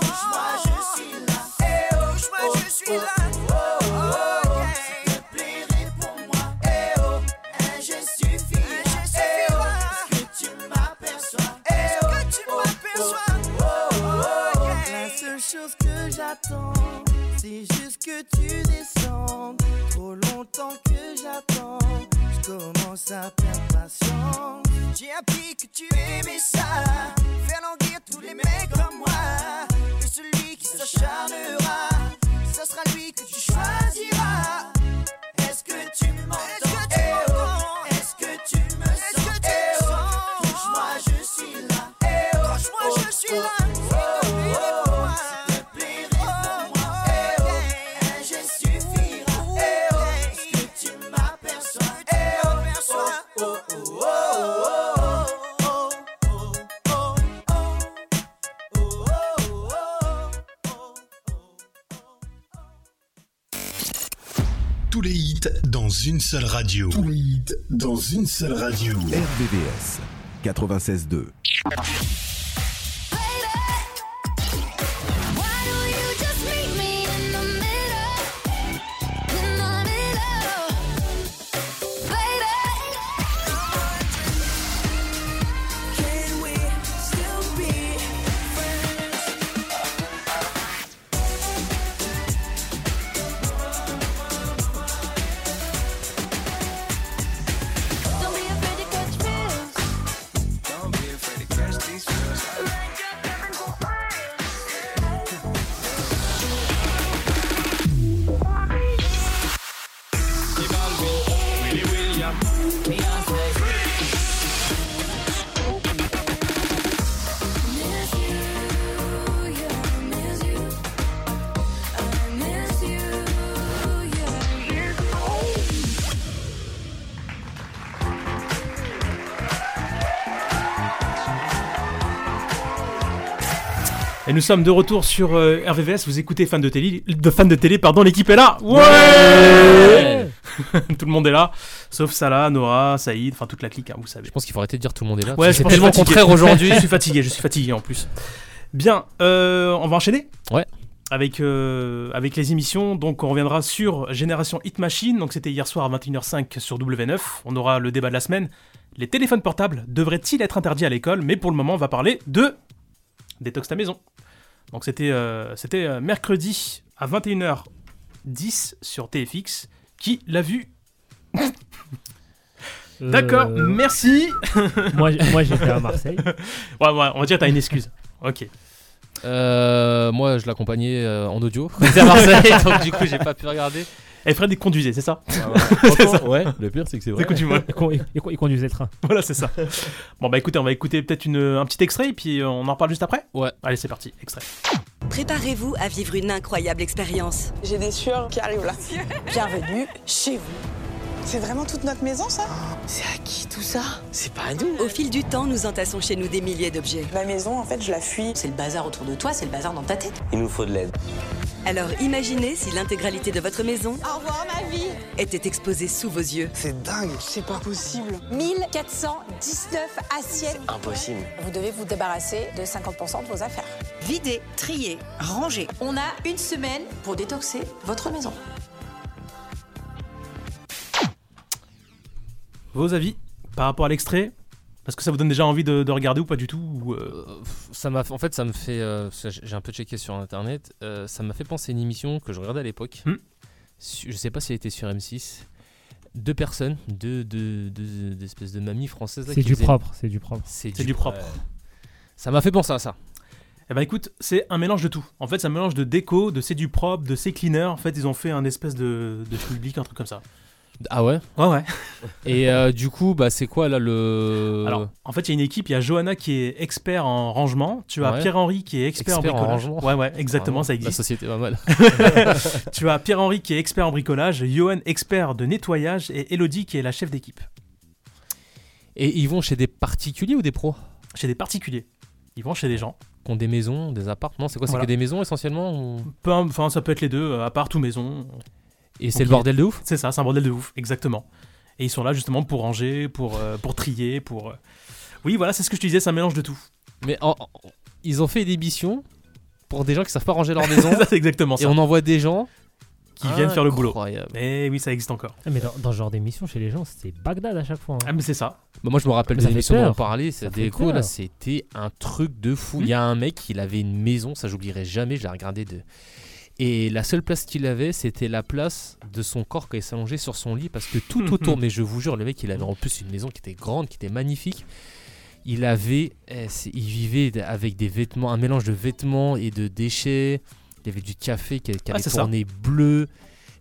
[SPEAKER 6] Touche-moi, je suis là. Eh oh. Touche-moi, je suis là. Oh, oh, oh. S'il te plaît, réponds-moi. Eh oh. Un geste suffira. Eh oh. Est-ce que tu m'aperçois Eh Est-ce que tu m'aperçois Oh, oh, oh. La seule chose que j'attends, c'est juste que tu descendes. Trop longtemps que j'attends, je commence à perdre patience. J'ai appris que tu aimais ça, faire languir tous les mecs comme moi. Et celui qui s'acharnera, ça sera lui que tu choisiras. Est-ce que tu m'entends Eh oh. Est-ce que tu me sens Eh oh. Touche-moi, je suis là. Eh oh. Touche-moi, je suis là. S'il te plaît, réponds-moi. Eh oh. Un geste suffira. Eh oh. Est-ce que tu m'aperçois Eh oh. Oh, oh, oh, oh, oh, oh, oh, oh, oh, oh, oh, oh.
[SPEAKER 7] les hits dans une seule radio. Tous les hits dans une seule radio.
[SPEAKER 8] RBVS 96.2.
[SPEAKER 9] Why do you just meet me in the middle? In the middle, baby.
[SPEAKER 6] Can we still be friends?
[SPEAKER 9] Don't be afraid to catch feels.
[SPEAKER 6] Don't be afraid to catch these feels.
[SPEAKER 9] Miss you, yeah, miss you. I miss you, yeah.
[SPEAKER 2] Et nous sommes de retour sur euh, RVVS, vous écoutez fan de télé, de fan de télé, pardon, l'équipe est là Ouais, Tout le monde est là, sauf Salah, Nora, Saïd, enfin toute la clique, hein, vous savez.
[SPEAKER 3] Je pense qu'il faut arrêter de dire tout le monde est là.
[SPEAKER 2] Ouais, je
[SPEAKER 3] parce que
[SPEAKER 2] pense
[SPEAKER 3] c'est tellement
[SPEAKER 2] que je suis
[SPEAKER 3] contraire
[SPEAKER 2] fatigué.
[SPEAKER 3] aujourd'hui.
[SPEAKER 2] je suis fatigué, je suis fatigué en plus. Bien, euh, on va enchaîner
[SPEAKER 3] Ouais.
[SPEAKER 2] Avec, euh, avec les émissions, donc on reviendra sur Génération Hit Machine, donc c'était hier soir à 21h05 sur W9, on aura le débat de la semaine. Les téléphones portables devraient-ils être interdits à l'école Mais pour le moment, on va parler de détox ta maison. Donc c'était euh, c'était euh, mercredi à 21h10 sur TFX. Qui l'a vu
[SPEAKER 5] Euh,
[SPEAKER 2] D'accord, merci.
[SPEAKER 5] moi, j- moi, j'étais à Marseille.
[SPEAKER 2] Ouais, ouais, on va dire t'as une excuse. Ok.
[SPEAKER 3] Euh, moi, je l'accompagnais euh, en audio. quand J'étais à Marseille, donc du coup, j'ai pas pu regarder.
[SPEAKER 2] Et Eh, Fred, il conduisait, c'est ça
[SPEAKER 4] Franchement, ouais, le pire, c'est que c'est vrai.
[SPEAKER 2] Écoute, tu vois.
[SPEAKER 5] Et qu'on- et qu'on- et qu'on conduisait le train.
[SPEAKER 2] Voilà, c'est ça. Bon, bah écoutez, on va écouter peut-être une- un petit extrait et puis euh, on en reparle juste après
[SPEAKER 3] Ouais.
[SPEAKER 2] Allez, c'est parti, extrait.
[SPEAKER 10] Préparez-vous à vivre une incroyable expérience.
[SPEAKER 11] J'ai des sueurs qui arrivent là.
[SPEAKER 10] Bienvenue chez vous.
[SPEAKER 11] C'est vraiment toute notre maison, ça C'est à qui tout ça C'est pas à nous.
[SPEAKER 10] Au fil du temps, nous entassons chez nous des milliers d'objets.
[SPEAKER 11] Ma maison, en fait, je la fuis.
[SPEAKER 10] C'est le bazar autour de toi, c'est le bazar dans ta tête.
[SPEAKER 6] Il nous faut de l'aide.
[SPEAKER 10] Alors imaginez si l'intégralité de votre maison
[SPEAKER 11] Au revoir, ma vie
[SPEAKER 10] était exposée sous vos yeux.
[SPEAKER 6] C'est dingue.
[SPEAKER 11] Oh. C'est pas possible.
[SPEAKER 10] 1419 assiettes.
[SPEAKER 6] Impossible.
[SPEAKER 11] Vous devez vous débarrasser de 50% de vos affaires.
[SPEAKER 10] Videz, triez, rangez. On a une semaine pour détoxer votre maison.
[SPEAKER 2] Vos avis par rapport à l'extrait Parce que ça vous donne déjà envie de, de regarder ou pas du tout ou, euh,
[SPEAKER 3] Euh, pff, ça m'a, en fait, ça me fait. euh, parce que j'ai j'ai un peu checké sur internet. euh, ça m'a fait penser à une émission que je regardais à l'époque.
[SPEAKER 2] Hmm.
[SPEAKER 3] Su- Je sais pas si elle était sur M6. Deux personnes, deux, deux, deux, deux espèces de mamies françaises. là,
[SPEAKER 5] C'est
[SPEAKER 3] qui
[SPEAKER 5] du
[SPEAKER 3] faisaient-
[SPEAKER 5] propre, c'est du propre.
[SPEAKER 3] C'est
[SPEAKER 2] C'est
[SPEAKER 3] du...
[SPEAKER 2] du propre.
[SPEAKER 3] Ça m'a fait penser à ça.
[SPEAKER 2] Eh ben écoute, c'est un mélange de tout. En fait, c'est un mélange de déco, de c'est du propre, de c'est cleaner. En fait, ils ont fait un espèce de, de public, un truc comme ça.
[SPEAKER 3] Ah ouais
[SPEAKER 2] Ouais, ouais.
[SPEAKER 3] Et euh, du coup, bah, c'est quoi là le.
[SPEAKER 2] Alors, en fait, il y a une équipe. Il y a Johanna qui est expert en rangement. Tu as
[SPEAKER 3] Ouais.
[SPEAKER 2] Pierre-Henri qui est expert,
[SPEAKER 3] Expert
[SPEAKER 2] en
[SPEAKER 3] en
[SPEAKER 2] bricolage.
[SPEAKER 3] rangement.
[SPEAKER 2] ouais, ouais, exactement,
[SPEAKER 3] Ah,
[SPEAKER 2] ça
[SPEAKER 3] La
[SPEAKER 2] existe.
[SPEAKER 3] société va mal.
[SPEAKER 2] tu as Pierre-Henri qui est expert en bricolage, Johan expert de nettoyage et Elodie qui est la chef d'équipe.
[SPEAKER 3] Et ils vont chez des particuliers ou des pros
[SPEAKER 2] Chez des particuliers. Ils vont chez des gens.
[SPEAKER 3] Qui ont des maisons, des apparts Non, c'est quoi C'est
[SPEAKER 2] Voilà.
[SPEAKER 3] que des maisons essentiellement ou-
[SPEAKER 2] Peu im- Enfin, ça peut être les deux, euh, à part ou maison.
[SPEAKER 3] Et c'est
[SPEAKER 2] Ok.
[SPEAKER 3] le bordel de ouf
[SPEAKER 2] C'est ça, c'est un bordel de ouf, exactement. Et ils sont là justement pour ranger, pour, euh, pour trier, pour. euh, Oui, voilà, c'est ce que je te disais, c'est un mélange de tout.
[SPEAKER 3] Mais en- en- ils ont fait des missions pour des gens qui savent pas ranger leur maison.
[SPEAKER 2] Ça, c'est exactement
[SPEAKER 3] et
[SPEAKER 2] ça.
[SPEAKER 3] on envoie des gens
[SPEAKER 2] Qui viennent
[SPEAKER 3] Ah.
[SPEAKER 2] faire le boulot.
[SPEAKER 3] Incroyable.
[SPEAKER 2] Eh oui, ça existe encore.
[SPEAKER 5] Ah, Mais dans, dans ce genre d'émission, chez les gens, c'est Bagdad à chaque fois. hein.
[SPEAKER 2] Ah, mais c'est ça.
[SPEAKER 3] Bah, moi je me rappelle
[SPEAKER 5] Mais ça
[SPEAKER 3] des
[SPEAKER 5] fait
[SPEAKER 3] émissions dont on
[SPEAKER 5] peur.
[SPEAKER 3] parlait, ça
[SPEAKER 5] Ça fait
[SPEAKER 3] déco là,
[SPEAKER 5] peur. Hmm.
[SPEAKER 3] c'était un truc de fou. Il y a un mec, il avait une maison, ça j'oublierai jamais, je l'ai regardé de et la seule place qu'il avait, c'était la place de son corps quand il s'allongeait sur son lit parce que tout autour, mais je vous jure, le mec, il avait en plus une maison qui était grande, qui était magnifique. Il avait eh, c'est- il vivait avec des vêtements, un mélange de vêtements et de déchets. Il y avait du café qui, qui
[SPEAKER 2] Ah,
[SPEAKER 3] avait
[SPEAKER 2] c'est ça.
[SPEAKER 3] tourné bleu.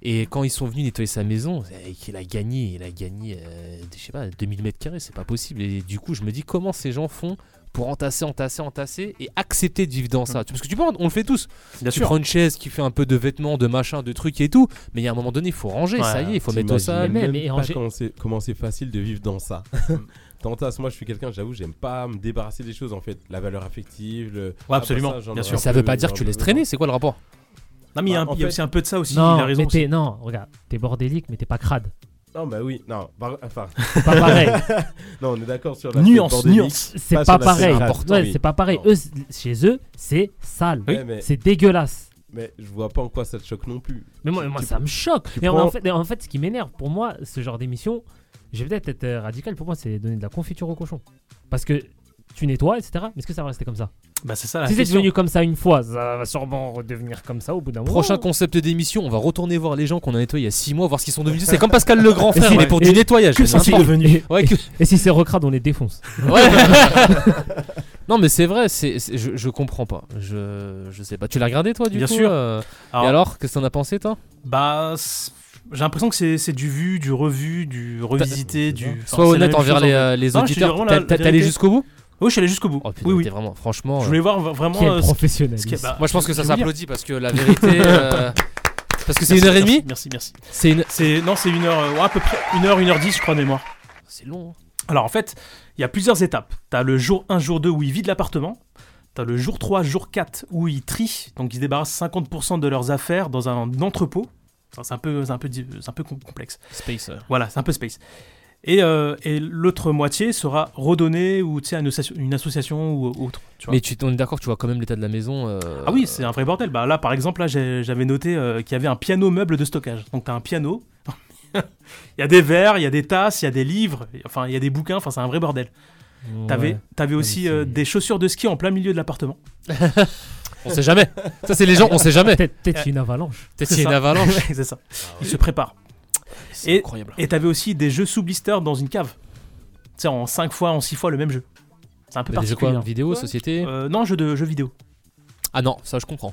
[SPEAKER 3] Et quand ils sont venus nettoyer sa maison, eh, qu'il a gagné, il a gagné, euh, je sais pas, 2000 mètres carrés, c'est pas possible. Et du coup, je me dis comment ces gens font pour entasser, entasser, entasser et accepter de vivre dans ça. Parce que tu penses, on le fait tous.
[SPEAKER 2] Hum. Bien
[SPEAKER 3] tu prends une chaise qui fait un peu de vêtements, de machin, de trucs et tout, mais il y a un moment donné, il faut ranger,
[SPEAKER 2] Ouais,
[SPEAKER 3] ça y est, il faut mettre au
[SPEAKER 4] T'imagines
[SPEAKER 3] sale.
[SPEAKER 5] Mais
[SPEAKER 4] même
[SPEAKER 5] mais en
[SPEAKER 4] pas
[SPEAKER 5] gé-
[SPEAKER 4] comment c'est- comment c'est facile de vivre dans ça.
[SPEAKER 2] Mm.
[SPEAKER 4] Tantas, moi je suis quelqu'un, j'avoue, j'aime pas me débarrasser des choses en fait. La valeur affective, le.
[SPEAKER 2] absolument,
[SPEAKER 4] bah ça, j'en
[SPEAKER 2] bien
[SPEAKER 4] aurais
[SPEAKER 2] sûr.
[SPEAKER 4] un
[SPEAKER 3] Ça
[SPEAKER 4] peu-
[SPEAKER 3] veut pas dire
[SPEAKER 4] j'en
[SPEAKER 3] que tu
[SPEAKER 4] aurais
[SPEAKER 3] laisses
[SPEAKER 4] besoin.
[SPEAKER 3] traîner, c'est quoi le rapport
[SPEAKER 2] Non, mais il y a,
[SPEAKER 4] Bah, en
[SPEAKER 2] un- il y a
[SPEAKER 4] fait-
[SPEAKER 2] aussi un peu de ça aussi.
[SPEAKER 5] non,
[SPEAKER 2] il a raison.
[SPEAKER 5] mais
[SPEAKER 2] aussi.
[SPEAKER 5] t'es- non, regarde, t'es bordélique, mais t'es pas crade.
[SPEAKER 4] Non, bah oui, non, par- enfin.
[SPEAKER 5] pas pareil.
[SPEAKER 4] non, on est d'accord sur la
[SPEAKER 2] Nuance, nuance.
[SPEAKER 5] C'est pas, pareil. Ouais, c'est pas pareil. Eux, c'est- chez eux, c'est sale.
[SPEAKER 4] Oui. Ouais, mais-
[SPEAKER 5] C'est dégueulasse.
[SPEAKER 4] Mais je vois pas en quoi ça te choque non plus.
[SPEAKER 5] Mais moi, moi,
[SPEAKER 4] Tu-
[SPEAKER 5] ça me choque.
[SPEAKER 4] tu
[SPEAKER 5] Mais en
[SPEAKER 4] prends-
[SPEAKER 5] fait, en fait, ce qui m'énerve pour moi, ce genre d'émission, je vais peut-être être euh, radical pour moi, c'est donner de la confiture au cochon. Parce que tu nettoies, etc. Mais est-ce que ça va rester comme ça
[SPEAKER 2] Bah, c'est ça la
[SPEAKER 5] Si c'est
[SPEAKER 2] question.
[SPEAKER 5] devenu comme ça une fois, ça va sûrement redevenir comme ça au bout d'un moment.
[SPEAKER 3] Oh. Prochain concept d'émission, on va retourner voir les gens qu'on a nettoyés il y a 6 mois, voir ce qu'ils sont devenus. C'est comme Pascal Legrand, frère,
[SPEAKER 5] Et si-
[SPEAKER 3] mais pour
[SPEAKER 5] et-
[SPEAKER 3] du nettoyage.
[SPEAKER 5] que sont-ils
[SPEAKER 3] N'importe.
[SPEAKER 5] devenus
[SPEAKER 3] Ouais, que-
[SPEAKER 5] Et si c'est recrade, on les défonce.
[SPEAKER 3] Ouais. non, mais c'est vrai, c'est, c'est- je, je comprends pas. Je, je sais pas. Tu l'as regardé, toi, du
[SPEAKER 2] Bien
[SPEAKER 3] coup
[SPEAKER 2] sûr.
[SPEAKER 3] euh,
[SPEAKER 2] Alors-
[SPEAKER 3] Et alors, qu'est-ce que t'en as pensé, toi
[SPEAKER 2] Bah, c'est- j'ai l'impression que c'est c'est du vu, du revu, du revisité, du. enfin,
[SPEAKER 3] Sois
[SPEAKER 2] c'est la
[SPEAKER 3] honnête
[SPEAKER 2] même
[SPEAKER 3] envers
[SPEAKER 2] chose,
[SPEAKER 3] les,
[SPEAKER 2] en fait.
[SPEAKER 3] euh, les
[SPEAKER 2] Non, je te dis
[SPEAKER 3] auditeurs.
[SPEAKER 2] vraiment la-
[SPEAKER 3] T'as-
[SPEAKER 2] la
[SPEAKER 3] t'as- T'es allé
[SPEAKER 2] vérité.
[SPEAKER 3] jusqu'au bout
[SPEAKER 2] Oui, je suis allé jusqu'au bout.
[SPEAKER 3] Oh putain,
[SPEAKER 2] Oui, oui.
[SPEAKER 3] t'es vraiment, franchement.
[SPEAKER 2] Je
[SPEAKER 3] euh,
[SPEAKER 2] voulais voir v- vraiment.
[SPEAKER 5] Quel
[SPEAKER 2] euh, ce-
[SPEAKER 5] professionnalisme.
[SPEAKER 2] ce qui est- bah,
[SPEAKER 3] Moi, je pense que ça
[SPEAKER 2] je veux dire-
[SPEAKER 3] s'applaudit parce que la vérité. euh, Parce que c'est une
[SPEAKER 2] Merci,
[SPEAKER 3] heure et demie
[SPEAKER 2] Merci, merci. merci.
[SPEAKER 3] C'est une.
[SPEAKER 2] C'est non, c'est une heure, euh, ouais, à peu près une heure, une heure dix, je crois de mémoire.
[SPEAKER 3] C'est long. hein.
[SPEAKER 2] Alors en fait, il y a plusieurs étapes. T'as le jour 1, jour 2 où ils vident l'appartement. T'as le jour 3, jour 4 où ils trient, donc ils se débarrassent 50% de leurs affaires dans un entrepôt. Ça, C'est un peu, c'est un peu, di- c'est un peu com- complexe.
[SPEAKER 3] Space. euh.
[SPEAKER 2] Voilà, c'est un peu space. Et, euh, et l'autre moitié sera redonnée ou tu sais, à une, associ- une association ou autre. Tu vois.
[SPEAKER 3] Mais tu, on est d'accord que tu vois quand même l'état de la maison. euh,
[SPEAKER 2] Ah oui, c'est un vrai bordel. Bah là, par exemple, là, j'ai- j'avais noté euh, qu'il y avait un piano meuble de stockage. Donc t'as un piano. Il y a des verres, il y a des tasses, il y a des livres, enfin il y a des bouquins, enfin c'est un vrai bordel. T'avais
[SPEAKER 3] ouais.
[SPEAKER 2] t'avais aussi euh, des chaussures de ski en plein milieu de l'appartement.
[SPEAKER 3] On sait jamais. Ça, c'est les gens, on sait jamais.
[SPEAKER 5] Peut-être peut-être une avalanche.
[SPEAKER 3] Peut-être
[SPEAKER 2] Euh, C'est
[SPEAKER 3] qu'il y a une
[SPEAKER 2] ça.
[SPEAKER 3] avalanche.
[SPEAKER 2] Ouais, c'est ça. Ils se préparent.
[SPEAKER 3] C'est
[SPEAKER 2] Et
[SPEAKER 3] incroyable.
[SPEAKER 2] et t'avais aussi des jeux sous blister dans une cave. Tu sais, en 5 fois, en 6 fois le même jeu. C'est un peu
[SPEAKER 3] Mais Déjà
[SPEAKER 2] particulier.
[SPEAKER 3] quoi
[SPEAKER 2] hein.
[SPEAKER 3] Vidéo, société
[SPEAKER 2] Euh, non, jeu de jeu vidéo.
[SPEAKER 3] Ah non, ça je comprends.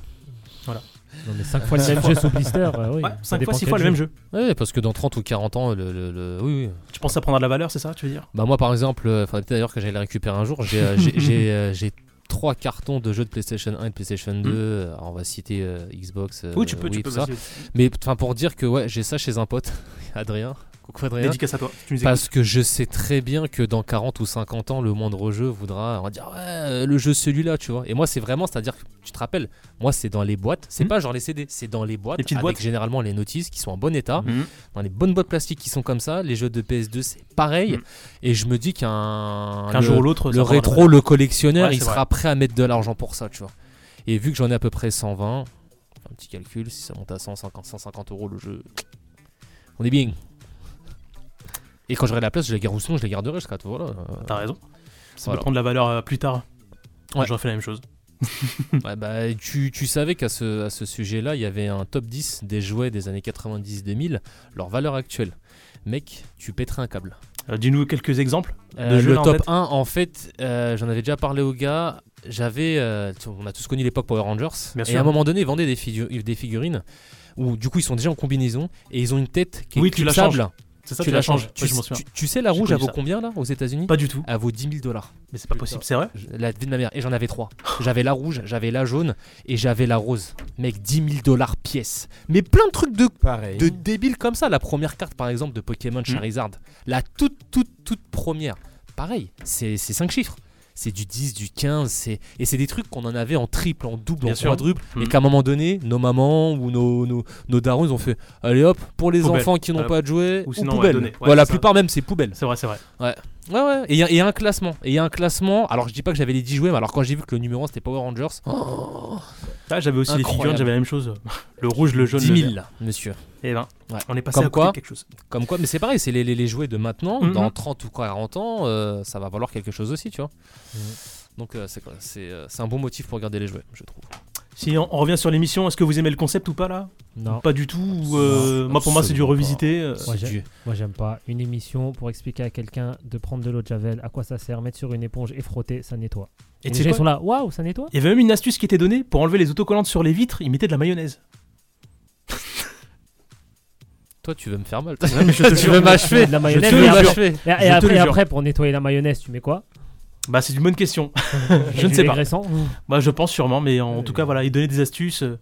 [SPEAKER 5] Non, mais 5 fois le même jeu sous blister, euh, oui.
[SPEAKER 2] Ouais,
[SPEAKER 5] ça
[SPEAKER 2] 5
[SPEAKER 5] dépend
[SPEAKER 2] fois, 6
[SPEAKER 5] quel
[SPEAKER 2] fois le même jeu.
[SPEAKER 3] Ouais, parce que dans 30 ou 40 ans, le. le- le- Oui, oui.
[SPEAKER 2] Tu penses à prendre de la valeur, c'est ça, tu veux dire
[SPEAKER 3] Bah, moi par exemple, euh, faudrait peut-être d'ailleurs que j'aille les récupérer un jour. J'ai, euh, j'ai- j'ai, euh, j'ai trois cartons de jeux de PlayStation 1 et de PlayStation 2. euh, alors, on va citer euh, Xbox. euh,
[SPEAKER 2] Mm. Oui, tu peux, tu peux.
[SPEAKER 3] tout ça.
[SPEAKER 2] vas-y.
[SPEAKER 3] Mais enfin, pour dire que ouais, j'ai ça chez un pote, Adrien. Coucou Adrien.
[SPEAKER 2] Dédicace à toi. Tu nous écoutes.
[SPEAKER 3] Parce que je sais très bien que dans 40 ou 50 ans, le moindre jeu voudra on va dire ouais, euh, le jeu celui-là, tu vois. Et moi, c'est vraiment, c'est-à-dire que tu te rappelles, moi, c'est dans les boîtes, c'est
[SPEAKER 2] Mhm.
[SPEAKER 3] pas genre les CD, c'est dans les boîtes,
[SPEAKER 2] Les petites
[SPEAKER 3] avec
[SPEAKER 2] boîtes.
[SPEAKER 3] généralement les notices qui sont en bon état,
[SPEAKER 2] Mhm.
[SPEAKER 3] dans les bonnes boîtes plastiques qui sont comme ça. Les jeux de PS2, c'est pareil.
[SPEAKER 2] Mhm.
[SPEAKER 3] Et je me dis qu'un
[SPEAKER 2] Qu'un
[SPEAKER 3] le-
[SPEAKER 2] jour ou l'autre,
[SPEAKER 3] le
[SPEAKER 2] ça prendra de la
[SPEAKER 3] rétro, le collectionneur,
[SPEAKER 2] Ouais,
[SPEAKER 3] il
[SPEAKER 2] c'est
[SPEAKER 3] sera prêt à mettre de l'argent pour ça, tu vois. Et vu que j'en ai à peu près 120, un petit calcul, si ça monte à 150, 150 euros le jeu, on est bien. Et quand j'aurai la place, je les garde ou sinon je les garderai jusqu'à toi. Voilà.
[SPEAKER 2] T'as raison. Ça
[SPEAKER 3] Voilà.
[SPEAKER 2] peut prendre de la valeur euh, plus tard.
[SPEAKER 3] Ouais.
[SPEAKER 2] J'aurais fait la même chose.
[SPEAKER 3] Ouais, bah, tu, tu savais qu'à ce, à ce sujet-là, il y avait un top 10 des jouets des années 90-2000, leur valeur actuelle. Mec, tu pèterais un câble.
[SPEAKER 2] Euh, Dis-nous quelques exemples. de
[SPEAKER 3] Euh,
[SPEAKER 2] jeux,
[SPEAKER 3] le
[SPEAKER 2] là, en
[SPEAKER 3] top
[SPEAKER 2] tête
[SPEAKER 3] 1, en fait, euh, j'en avais déjà parlé aux gars. J'avais, euh, tu- on a tous connu l'époque Power Rangers.
[SPEAKER 2] Bien
[SPEAKER 3] et
[SPEAKER 2] sûr.
[SPEAKER 3] à un moment donné, ils vendaient des, figu- des figurines où du coup ils sont déjà en combinaison et ils ont une tête qui est
[SPEAKER 2] Oui, tu la
[SPEAKER 3] clipsable.
[SPEAKER 2] C'est ça,
[SPEAKER 3] tu la changes.
[SPEAKER 2] Tu,
[SPEAKER 3] Tu,
[SPEAKER 2] je m'en souviens.
[SPEAKER 3] tu- tu sais la
[SPEAKER 2] J'ai
[SPEAKER 3] rouge, elle
[SPEAKER 2] connu
[SPEAKER 3] vaut
[SPEAKER 2] ça.
[SPEAKER 3] combien là aux États-Unis
[SPEAKER 2] Pas du tout.
[SPEAKER 3] Elle vaut 10 000 dollars.
[SPEAKER 2] Mais c'est pas possible, c'est vrai.
[SPEAKER 3] La vie de ma mère. Et j'en avais trois. J'avais la rouge, j'avais la jaune et j'avais la rose. Mec, 10 000 dollars pièce. Mais plein de trucs de
[SPEAKER 4] Pareil.
[SPEAKER 3] de débiles comme ça. La première carte, par exemple, de
[SPEAKER 2] Hmm.
[SPEAKER 3] Pokémon Charizard, la toute, toute, toute première, pareil, c'est 5 chiffres. C'est du 10, du 15, c'est- et c'est des trucs qu'on en avait en triple, en double,
[SPEAKER 2] Bien
[SPEAKER 3] en
[SPEAKER 2] sûr.
[SPEAKER 3] quadruple,
[SPEAKER 2] Mhm.
[SPEAKER 3] et qu'à un moment donné, nos mamans ou nos, nos, nos darons, ils ont fait Allez hop, pour les
[SPEAKER 2] Poubelle.
[SPEAKER 3] enfants qui n'ont
[SPEAKER 2] Hop.
[SPEAKER 3] pas de jouets,
[SPEAKER 2] Ou
[SPEAKER 3] ou
[SPEAKER 2] sinon, on va
[SPEAKER 3] poubelle.
[SPEAKER 2] donner. Ouais,
[SPEAKER 3] Voilà, la
[SPEAKER 2] c'est ça.
[SPEAKER 3] plupart même, c'est poubelle.
[SPEAKER 2] C'est vrai, c'est vrai.
[SPEAKER 3] Ouais, ouais, et il y a- et il y, a un classement. Et il y a un classement, alors je dis pas que j'avais les 10 jouets, mais alors quand j'ai vu que le numéro 1 c'était Power Rangers,
[SPEAKER 2] Ah, j'avais aussi les
[SPEAKER 3] Incroyable.
[SPEAKER 2] figurines, j'avais la même chose. Le rouge, le jaune.
[SPEAKER 3] 10 000,
[SPEAKER 2] le vert.
[SPEAKER 3] monsieur.
[SPEAKER 2] Eh ben,
[SPEAKER 3] Ouais.
[SPEAKER 2] on est passé
[SPEAKER 3] Comme
[SPEAKER 2] à côté
[SPEAKER 3] quoi.
[SPEAKER 2] de quelque chose.
[SPEAKER 3] Comme quoi, mais c'est pareil, c'est les, les, les jouets de maintenant,
[SPEAKER 2] Mhm.
[SPEAKER 3] dans 30 ou 40 ans, euh, ça va valoir quelque chose aussi, tu vois.
[SPEAKER 2] Mhm.
[SPEAKER 3] Donc euh, c'est quoi c'est, euh, c'est un bon motif pour garder les jouets, je trouve.
[SPEAKER 2] Si on, on revient sur l'émission, est-ce que vous aimez le concept ou pas là
[SPEAKER 5] Non,
[SPEAKER 2] Pas du tout. ou, euh, moi, pour moi, c'est du
[SPEAKER 3] Ah, Absolument pas.
[SPEAKER 2] revisité. euh,
[SPEAKER 5] moi,
[SPEAKER 3] C'est
[SPEAKER 5] j'aime-
[SPEAKER 3] du-
[SPEAKER 5] moi j'aime pas. Une émission pour expliquer à quelqu'un de prendre de l'eau de javel, à quoi ça sert, mettre sur une éponge et frotter, ça nettoie.
[SPEAKER 2] Et
[SPEAKER 5] Et
[SPEAKER 2] tu
[SPEAKER 5] les
[SPEAKER 2] sais
[SPEAKER 5] gens ils
[SPEAKER 2] quoi
[SPEAKER 5] sont là, waouh, ça nettoie
[SPEAKER 2] Il y avait même une astuce qui était donnée pour enlever les autocollants sur les vitres. Ils mettaient de la mayonnaise.
[SPEAKER 3] Toi, tu veux me faire mal.
[SPEAKER 2] je te
[SPEAKER 3] tu
[SPEAKER 2] jure.
[SPEAKER 3] veux m'achever.
[SPEAKER 5] De la
[SPEAKER 3] Je
[SPEAKER 5] mayonnaise.
[SPEAKER 3] te
[SPEAKER 5] Et
[SPEAKER 3] veux
[SPEAKER 5] après-
[SPEAKER 3] m'achever.
[SPEAKER 5] et-
[SPEAKER 2] te
[SPEAKER 5] et
[SPEAKER 2] le
[SPEAKER 5] après,
[SPEAKER 2] jure.
[SPEAKER 5] après, pour nettoyer la mayonnaise, tu mets quoi
[SPEAKER 2] Bah, c'est une bonne question. je ne sais pas. Bah, je pense sûrement, mais
[SPEAKER 5] Euh,
[SPEAKER 2] en tout cas, voilà, ils donnaient des astuces. euh,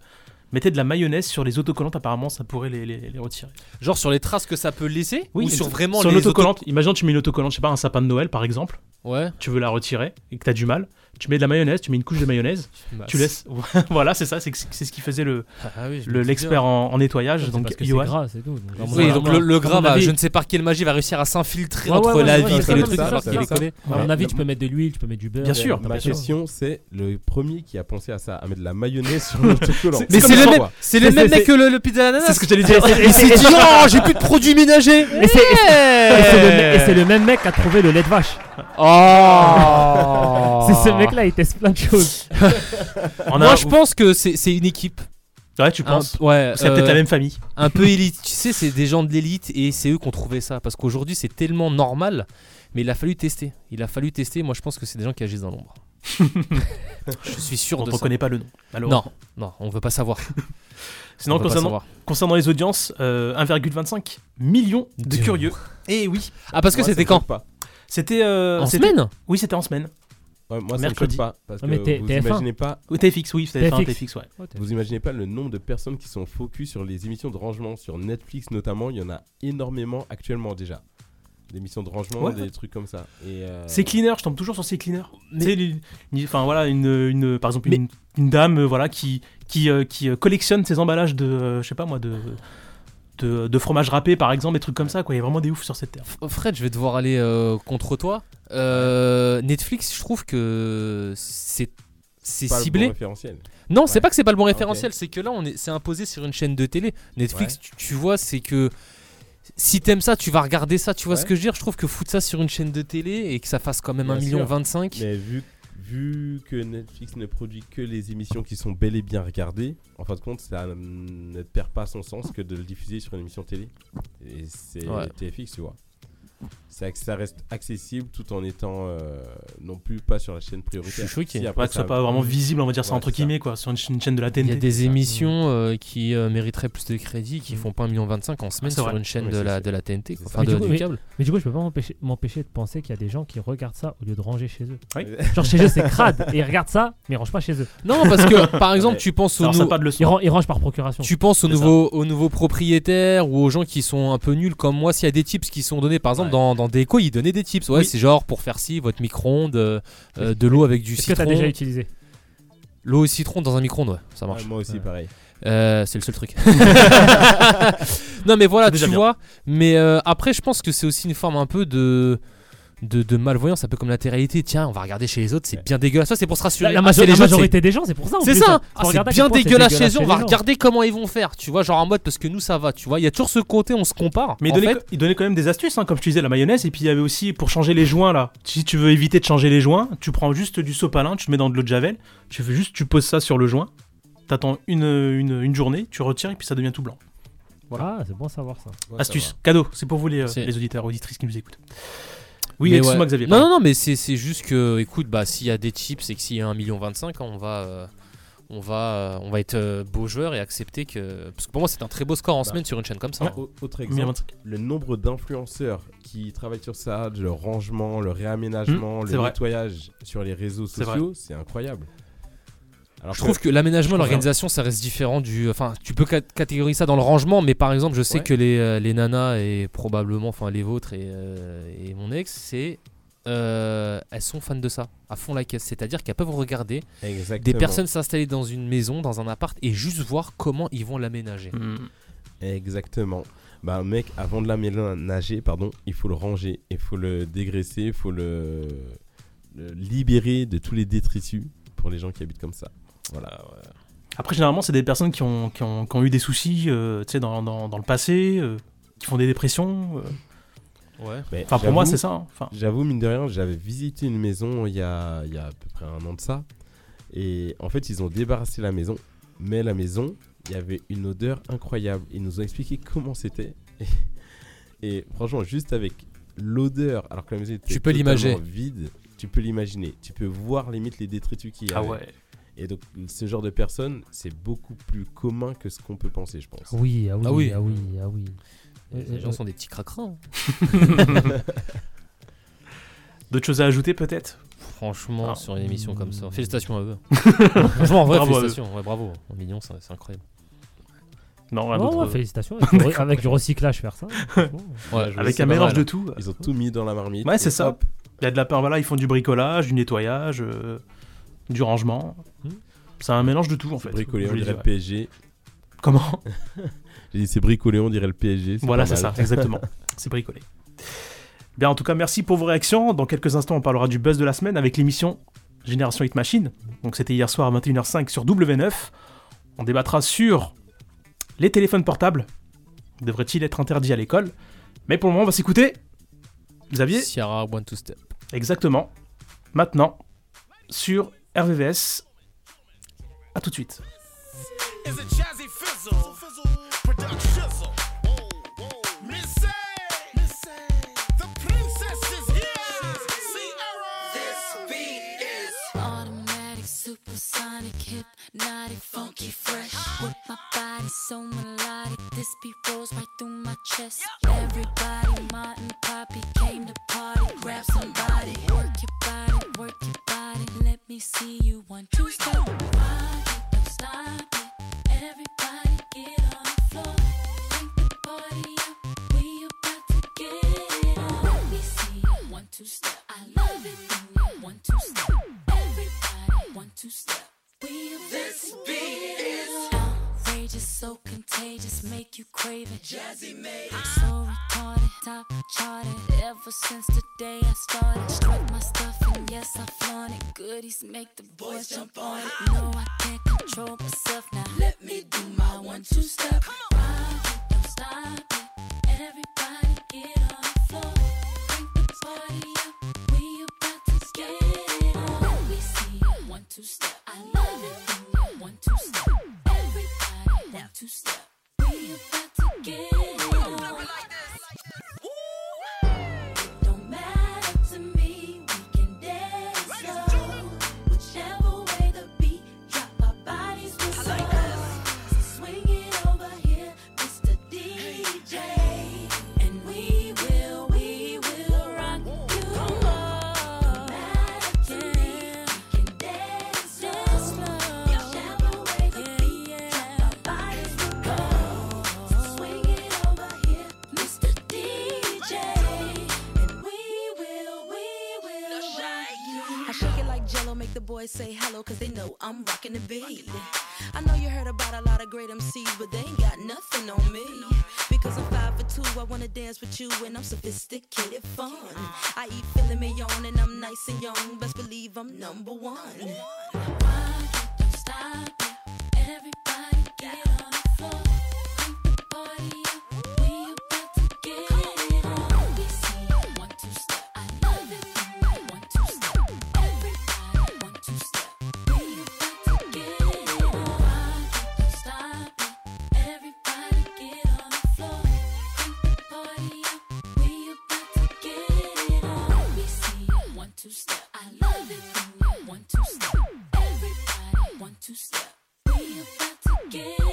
[SPEAKER 2] mettaient de la mayonnaise sur les autocollants. Apparemment, ça pourrait les, les- les retirer.
[SPEAKER 3] Genre sur les traces que ça peut laisser ou sur
[SPEAKER 2] et-
[SPEAKER 3] vraiment
[SPEAKER 2] sur
[SPEAKER 3] les
[SPEAKER 2] l'autocollante. Imagine, tu mets une autocollante, je sais pas, un sapin de Noël, par exemple.
[SPEAKER 3] auto- Ouais.
[SPEAKER 2] tu veux la retirer et que t'as du mal, Tu mets de la mayonnaise, tu mets une couche de mayonnaise,
[SPEAKER 3] Bah,
[SPEAKER 2] tu laisses. voilà, c'est ça, c'est c'est ce qui faisait le
[SPEAKER 3] Ah oui, je me
[SPEAKER 2] le-
[SPEAKER 3] dis
[SPEAKER 2] l'expert
[SPEAKER 3] bien.
[SPEAKER 2] en, en nettoyage.
[SPEAKER 5] C'est
[SPEAKER 2] Donc
[SPEAKER 5] parce que c'est
[SPEAKER 2] Johan.
[SPEAKER 5] gras, c'est tout. Donc,
[SPEAKER 3] Oui,
[SPEAKER 5] normalement,
[SPEAKER 3] donc le, le
[SPEAKER 5] à
[SPEAKER 3] gras,
[SPEAKER 5] mon
[SPEAKER 2] bah,
[SPEAKER 3] va-
[SPEAKER 5] avis-
[SPEAKER 3] je ne sais par quelle magie, va réussir à s'infiltrer
[SPEAKER 5] Ouais,
[SPEAKER 3] entre
[SPEAKER 5] ouais,
[SPEAKER 3] la
[SPEAKER 5] ouais,
[SPEAKER 3] vitre
[SPEAKER 5] c'est
[SPEAKER 3] et le
[SPEAKER 5] ça,
[SPEAKER 3] truc
[SPEAKER 5] c'est ça,
[SPEAKER 3] alors
[SPEAKER 5] c'est
[SPEAKER 3] qu'il
[SPEAKER 5] ça.
[SPEAKER 3] est collé.
[SPEAKER 5] À mon avis, tu peux mettre de l'huile, tu peux mettre du beurre. euh,
[SPEAKER 4] Ma
[SPEAKER 5] bien sûr.
[SPEAKER 4] question, c'est le premier qui a pensé à ça, à mettre de la mayonnaise sur le autocollant.
[SPEAKER 3] Mais c'est
[SPEAKER 4] comme
[SPEAKER 3] le
[SPEAKER 4] ça,
[SPEAKER 3] même,
[SPEAKER 4] quoi.
[SPEAKER 3] c'est le même mec que le, le pizza à l'ananas.
[SPEAKER 2] C'est ce que j'allais dire.
[SPEAKER 3] Il s'est dit, oh, j'ai plus de produits ménagers.
[SPEAKER 5] Et c'est- et c'est- et c'est le me- et c'est le, même mec qui a trouvé le lait de vache.
[SPEAKER 3] Oh.
[SPEAKER 5] C'est ce mec-là, il teste plein de choses.
[SPEAKER 2] On a-
[SPEAKER 3] Moi, je pense que c'est c'est une équipe.
[SPEAKER 2] Ouais, tu penses
[SPEAKER 3] Un- Ouais. euh,
[SPEAKER 2] C'est peut-être la même famille.
[SPEAKER 3] Un peu élite. Tu sais, c'est des gens de l'élite et c'est eux qui ont trouvé ça. Parce qu'aujourd'hui, c'est tellement normal. Mais il a fallu tester. Il a fallu tester. Moi, je pense que c'est des gens qui agissent dans l'ombre. je suis sûr
[SPEAKER 2] On
[SPEAKER 3] de
[SPEAKER 2] t'en
[SPEAKER 3] ça.
[SPEAKER 2] connaît pas le nom,
[SPEAKER 3] Non,
[SPEAKER 2] malheureusement.
[SPEAKER 3] non, on veut pas savoir.
[SPEAKER 2] Sinon,
[SPEAKER 3] On veut pas
[SPEAKER 2] concernant,
[SPEAKER 3] savoir.
[SPEAKER 2] concernant les audiences, euh, 1,25 million de
[SPEAKER 3] Dieu.
[SPEAKER 2] curieux. Eh oui.
[SPEAKER 3] Ah, parce que
[SPEAKER 2] Moi, ça
[SPEAKER 3] c'était
[SPEAKER 2] me
[SPEAKER 3] quand
[SPEAKER 2] choque pas. C'était. euh,
[SPEAKER 3] En
[SPEAKER 2] c'était-
[SPEAKER 3] semaine
[SPEAKER 2] Oui, c'était en semaine.
[SPEAKER 4] Ouais, moi, ça me choque
[SPEAKER 2] mercredi.
[SPEAKER 4] pas. Parce que
[SPEAKER 2] Ouais, mais t'es-
[SPEAKER 4] vous
[SPEAKER 2] TF1.
[SPEAKER 4] imaginez pas.
[SPEAKER 2] Ou TFX, oui, TF1, TFX, ouais.
[SPEAKER 4] Vous imaginez pas le nombre de personnes qui sont focus sur les émissions de rangement, sur Netflix notamment. Il y en a énormément actuellement déjà. Des émissions de rangement,
[SPEAKER 2] Ouais.
[SPEAKER 4] des trucs comme ça. Et, euh,
[SPEAKER 2] Ces cleaners, je tombe toujours sur ces cleaners. Tu sais, les- les- Enfin voilà, une, une- par exemple une, une dame, euh, voilà, qui qui, euh, qui euh, collectionne ses emballages de, euh, je sais pas moi, de, de de fromage râpé par exemple, des trucs comme ça. Quoi, il y a vraiment des oufs sur cette terre.
[SPEAKER 3] F- Oh, Fred, je vais devoir aller euh, contre toi. Euh, Netflix, je trouve que c'est c'est
[SPEAKER 4] pas le bon
[SPEAKER 3] ciblé.
[SPEAKER 4] référentiel.
[SPEAKER 3] Non, c'est pas que c'est pas le bon
[SPEAKER 4] Ok.
[SPEAKER 3] référentiel, c'est que là on est c'est imposé sur une chaîne de télé. Netflix, tu, tu vois, c'est que si t'aimes ça, tu vas regarder ça. Tu vois
[SPEAKER 4] Ouais.
[SPEAKER 3] ce que je veux dire Je trouve que foutre ça sur une chaîne de télé et que ça fasse quand même
[SPEAKER 4] Bien
[SPEAKER 3] 1,25 million
[SPEAKER 4] sûr.
[SPEAKER 3] 25.
[SPEAKER 4] Mais vu, vu que Netflix ne produit que les émissions qui sont bel et bien regardées, en fin de compte, ça mm, ne perd pas son sens que de le diffuser sur une émission télé. Et c'est
[SPEAKER 3] Ouais.
[SPEAKER 4] TFX, tu vois. C'est que ça reste accessible tout en étant euh, non plus pas sur la chaîne prioritaire.
[SPEAKER 3] Je suis choqué.
[SPEAKER 4] Si,
[SPEAKER 2] Ouais,
[SPEAKER 4] après,
[SPEAKER 2] que ce soit
[SPEAKER 4] ça-
[SPEAKER 2] pas vraiment visible, on va dire ça
[SPEAKER 4] Ouais,
[SPEAKER 2] entre
[SPEAKER 4] c'est
[SPEAKER 2] guillemets, quoi, sur une, ch- une chaîne de la
[SPEAKER 3] Il
[SPEAKER 2] TNT.
[SPEAKER 3] y a des émissions euh, qui euh, mériteraient plus de crédit,
[SPEAKER 4] Mm.
[SPEAKER 3] qui font pas 1,25 million 25 en semaine
[SPEAKER 2] c'est
[SPEAKER 3] sur
[SPEAKER 2] vrai.
[SPEAKER 3] une chaîne
[SPEAKER 2] Oui,
[SPEAKER 3] de
[SPEAKER 2] c'est-
[SPEAKER 3] la,
[SPEAKER 2] c'est-
[SPEAKER 3] de la TNT,
[SPEAKER 2] c'est
[SPEAKER 3] quoi. enfin
[SPEAKER 5] Ah, mais,
[SPEAKER 3] de,
[SPEAKER 5] du coup,
[SPEAKER 3] du
[SPEAKER 5] mais-
[SPEAKER 3] câble.
[SPEAKER 5] mais du coup, je peux pas m'empêcher- m'empêcher de penser qu'il y a des gens qui regardent ça au lieu de ranger chez eux.
[SPEAKER 2] Oui.
[SPEAKER 5] Genre chez eux, c'est crade et ils regardent ça, mais ils rangent pas chez eux.
[SPEAKER 3] Non, parce que par exemple, tu penses aux,
[SPEAKER 2] Alors,
[SPEAKER 3] nou-
[SPEAKER 2] ça pas de leçon.
[SPEAKER 5] Ils, ran- ils rangent par procuration.
[SPEAKER 3] Tu penses aux
[SPEAKER 2] C'est ça.
[SPEAKER 3] nouveaux, aux nouveaux propriétaires ou aux gens qui sont un peu nuls comme moi, s'il y a des tips qui sont donnés, par exemple
[SPEAKER 2] Ouais.
[SPEAKER 3] dans, dans Déco, ils donnaient des tips. Ouais,
[SPEAKER 2] Oui.
[SPEAKER 3] c'est genre pour faire ci, votre micro-ondes, euh, euh, de l'eau avec du
[SPEAKER 5] Est-ce que
[SPEAKER 3] citron.
[SPEAKER 5] t'as déjà utilisé
[SPEAKER 3] L'eau au citron dans un micro-ondes, ouais, ça marche.
[SPEAKER 4] Ouais, moi aussi, pareil.
[SPEAKER 3] Euh, c'est le seul truc. non, mais voilà,
[SPEAKER 2] C'est
[SPEAKER 3] tu
[SPEAKER 2] déjà bien.
[SPEAKER 3] vois. Mais euh, après, je pense que c'est aussi une forme un peu de. De, de malvoyance, un peu comme l'intérêté. Tiens, on va regarder chez les autres, c'est bien dégueulasse. Ça, c'est pour se
[SPEAKER 5] La,
[SPEAKER 3] rassurer.
[SPEAKER 5] la
[SPEAKER 3] Ah,
[SPEAKER 5] majo-
[SPEAKER 3] c'est les
[SPEAKER 5] la
[SPEAKER 3] jeunes, c'est-
[SPEAKER 5] majorité des gens, c'est pour ça. en
[SPEAKER 3] c'est
[SPEAKER 5] plus, Faut
[SPEAKER 3] ça, Ah,
[SPEAKER 5] regarder à quel
[SPEAKER 3] c'est bien
[SPEAKER 5] point c'est
[SPEAKER 3] dégueulasse chez eux, on va
[SPEAKER 5] les gens.
[SPEAKER 3] regarder comment ils vont faire, tu vois, genre en mode parce que nous ça va, tu vois, il y a toujours ce côté on se compare.
[SPEAKER 2] Mais il
[SPEAKER 3] en
[SPEAKER 2] donnait,
[SPEAKER 3] fait.
[SPEAKER 2] il donnait quand même des astuces, hein, comme je te disais, la mayonnaise. Et puis il y avait aussi pour changer les joints là. Si tu veux éviter de changer les joints, tu prends juste du sopalin, tu le mets dans de l'eau de javel, tu fais juste, tu poses ça sur le joint, t'attends une, une, une journée, tu retires et puis ça devient tout blanc.
[SPEAKER 5] Ah, c'est bon à savoir ça.
[SPEAKER 4] Ouais, ça
[SPEAKER 2] Astuce, cadeau, c'est pour vous les, euh,
[SPEAKER 3] C'est-
[SPEAKER 2] les auditeurs, auditrices qui nous écoutent. Oui,
[SPEAKER 3] Mais
[SPEAKER 2] excuse-moi
[SPEAKER 3] ouais.
[SPEAKER 2] Xavier.
[SPEAKER 3] Non,
[SPEAKER 2] pardon.
[SPEAKER 3] non, non, mais c'est c'est juste que, écoute, bah s'il y a des chips et que s'il y a 1,25 million, on va. euh, on va, euh, on va être euh, beau joueur et accepter que. Parce que pour moi, c'est un très beau score en
[SPEAKER 4] Bah.
[SPEAKER 3] semaine sur une chaîne comme ça.
[SPEAKER 4] va.
[SPEAKER 3] hein.
[SPEAKER 4] Au- Autre
[SPEAKER 2] Combien,
[SPEAKER 4] exemple, le nombre d'influenceurs qui travaillent sur ça, le rangement, le réaménagement,
[SPEAKER 2] Mmh, c'est
[SPEAKER 4] le
[SPEAKER 2] vrai.
[SPEAKER 4] nettoyage sur les réseaux
[SPEAKER 2] C'est vrai.
[SPEAKER 4] sociaux, c'est incroyable. Alors
[SPEAKER 3] Je trouve que l'aménagement,
[SPEAKER 2] Je trouve
[SPEAKER 3] l'organisation, ça reste différent du. Enfin, tu peux cat- catégoriser ça dans le rangement, mais par exemple, je sais
[SPEAKER 4] Ouais.
[SPEAKER 3] que les, euh, les nanas et probablement, enfin, les vôtres et, euh, et mon ex, c'est. euh, elles sont fans de ça, à fond la caisse. C'est-à-dire qu'elles peuvent regarder des
[SPEAKER 4] Exactement.
[SPEAKER 3] personnes s'installer dans une maison, dans un appart, et juste voir comment ils vont l'aménager.
[SPEAKER 2] Hmm.
[SPEAKER 4] Exactement. Bah mec, avant de l'aménager, pardon, il faut le ranger, il faut le dégraisser, il faut le, le libérer de tous les détritus pour les gens qui habitent comme ça. Voilà.
[SPEAKER 2] Après, généralement, c'est des personnes qui ont, qui ont, qui ont eu des soucis euh, tu sais, dans, dans, dans le passé, euh, qui font des dépressions. euh.
[SPEAKER 3] Ouais.
[SPEAKER 4] Mais
[SPEAKER 2] Enfin, pour moi,
[SPEAKER 4] j'avoue-
[SPEAKER 2] c'est ça. hein. Enfin,
[SPEAKER 4] J'avoue, mine de rien, j'avais visité une maison il y, a, il y a à peu près un an de ça. Et en fait, ils ont débarrassé la maison. Mais la maison, il y avait une odeur incroyable. Ils nous ont expliqué comment c'était. Et franchement, juste avec l'odeur, alors que la maison était
[SPEAKER 3] Tu peux
[SPEAKER 4] totalement
[SPEAKER 3] l'imager.
[SPEAKER 4] vide, tu peux l'imaginer. Tu peux voir limite les détritus qu'il y a.
[SPEAKER 2] ah ouais.
[SPEAKER 4] Et donc, ce genre de personnes, c'est beaucoup plus commun que ce qu'on peut penser, je pense.
[SPEAKER 5] Oui, ah oui,
[SPEAKER 3] Ah
[SPEAKER 5] ah oui,
[SPEAKER 3] oui.
[SPEAKER 5] ah oui. Ah oui. Euh,
[SPEAKER 3] Les
[SPEAKER 5] euh,
[SPEAKER 3] gens sont des petits cracrins. hein.
[SPEAKER 2] Mm. D'autres choses à ajouter, peut-être
[SPEAKER 3] Franchement,
[SPEAKER 2] Ah.
[SPEAKER 3] sur une émission comme ça.
[SPEAKER 5] Mm.
[SPEAKER 3] Félicitations à eux. Franchement, en vrai,
[SPEAKER 2] Bravo à eux.
[SPEAKER 3] félicitations. Ouais, bravo. Un million, c'est c'est incroyable.
[SPEAKER 2] Non, rien
[SPEAKER 5] Ouais,
[SPEAKER 2] d'autre.
[SPEAKER 5] ouais, félicitations. Avec, du, re- avec du recyclage, faire ça. franchement.
[SPEAKER 3] Ouais,
[SPEAKER 4] je-
[SPEAKER 2] Avec
[SPEAKER 4] c'est
[SPEAKER 2] un
[SPEAKER 4] pas
[SPEAKER 2] mélange
[SPEAKER 4] mal.
[SPEAKER 2] de tout.
[SPEAKER 4] Ils ont tout mis dans la marmite.
[SPEAKER 2] Ouais, c'est
[SPEAKER 4] et
[SPEAKER 2] ça.
[SPEAKER 4] hop,
[SPEAKER 2] Il y a de la part, voilà, ils font du bricolage, du nettoyage. euh, du rangement.
[SPEAKER 3] Hmm.
[SPEAKER 2] C'est un mélange de tout en fait.
[SPEAKER 4] Bricolé,
[SPEAKER 2] Je
[SPEAKER 4] on
[SPEAKER 2] l'ai
[SPEAKER 4] dirait
[SPEAKER 2] dit,
[SPEAKER 4] le
[SPEAKER 2] ouais.
[SPEAKER 4] PSG.
[SPEAKER 2] Comment
[SPEAKER 4] J'ai dit c'est bricolé, on dirait le PSG.
[SPEAKER 2] Voilà,
[SPEAKER 4] pas
[SPEAKER 2] c'est ça,
[SPEAKER 4] mal.
[SPEAKER 2] exactement. C'est bricolé. Bien, en tout cas, merci pour vos réactions. Dans quelques instants, on parlera du buzz de la semaine avec l'émission Génération Hit Machine. Donc, c'était hier soir à 21h05 sur W9. On débattra sur les téléphones portables. Devrait-il être interdit à l'école Mais pour le moment, on va s'écouter. Xavier
[SPEAKER 3] Sierra One Two Step.
[SPEAKER 2] Exactement. Maintenant, sur RVVS. À tout de suite.
[SPEAKER 12] is a jazzy fizzle. Production. Miss A, the princess is here. Sierra. This beat is
[SPEAKER 9] Automatic, supersonic, hypnotic, funky, fresh. With my body so melodic, this beat rolls right through my chest. Everybody, Martin, Poppy came to party. Grab somebody, work your body, work your body. Let me see you one, two, step. Rock it, don't stop it. Everybody get on the floor. Bring the party up, we about to get it on. Let me see you one, two, step. I love it when you one, two, step. Everybody one, two, step. We about
[SPEAKER 12] This
[SPEAKER 9] to
[SPEAKER 12] beat
[SPEAKER 9] get it
[SPEAKER 12] is-
[SPEAKER 9] on outrageous, so contagious, make you crave it. Jazzy made so retarded, top charted. Ever since the day I started, strike my stuff and yes I flaunt it. Goodies make the boys jump on it. No, I can't control myself now. Let me do my one two step. Ride it, don't stop it. Everybody get on the floor. Bring the party up. We about to get it on. Let me see you one two step. I love it when you one two step. Everybody one two step. We about to get it on. It don't matter to me. We can dance slow. Whichever way the beat drop, our bodies will slow. So swing it over here, Mr. DJ, and we will, we will rock you. Don't matter to me. We can dance slow. Whichever way the beat drop, our bodies will go. So swing it over here, Mr. DJ.
[SPEAKER 13] I shake it like jello, make the boys say hello, cause they know I'm rocking the beat. I know you heard about a lot of great MCs, but they ain't got nothing on me. Because I'm five for two, I wanna dance with you, and I'm sophisticated fun. I eat filet mignon, and I'm nice and young, best believe I'm number one.
[SPEAKER 9] Stop it. Everybody get on the floor. Crank the party up. We about to get it on. Let me see you one, two, step. I love it when you one, two, step. Everybody one, two, step. We about to get it on. Rock it, don't stop it. Everybody get on the floor. Crank the party up. We about to get it on. Let me see you one, two, step. I love it when you one, two, step. Everybody one, two, step. We about to get it on.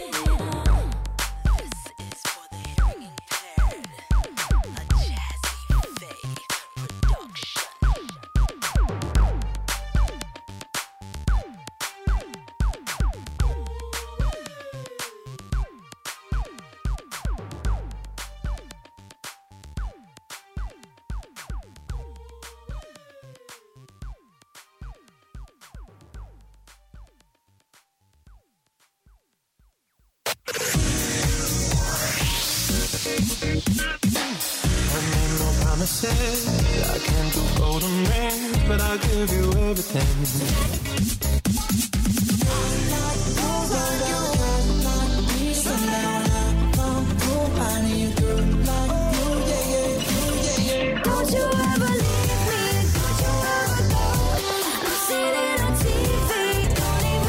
[SPEAKER 12] I made no promises. I can't do golden rings, but I'll give you everything.
[SPEAKER 9] Don't you ever leave me? Don't you ever go? I'm sitting on TV. Don't leave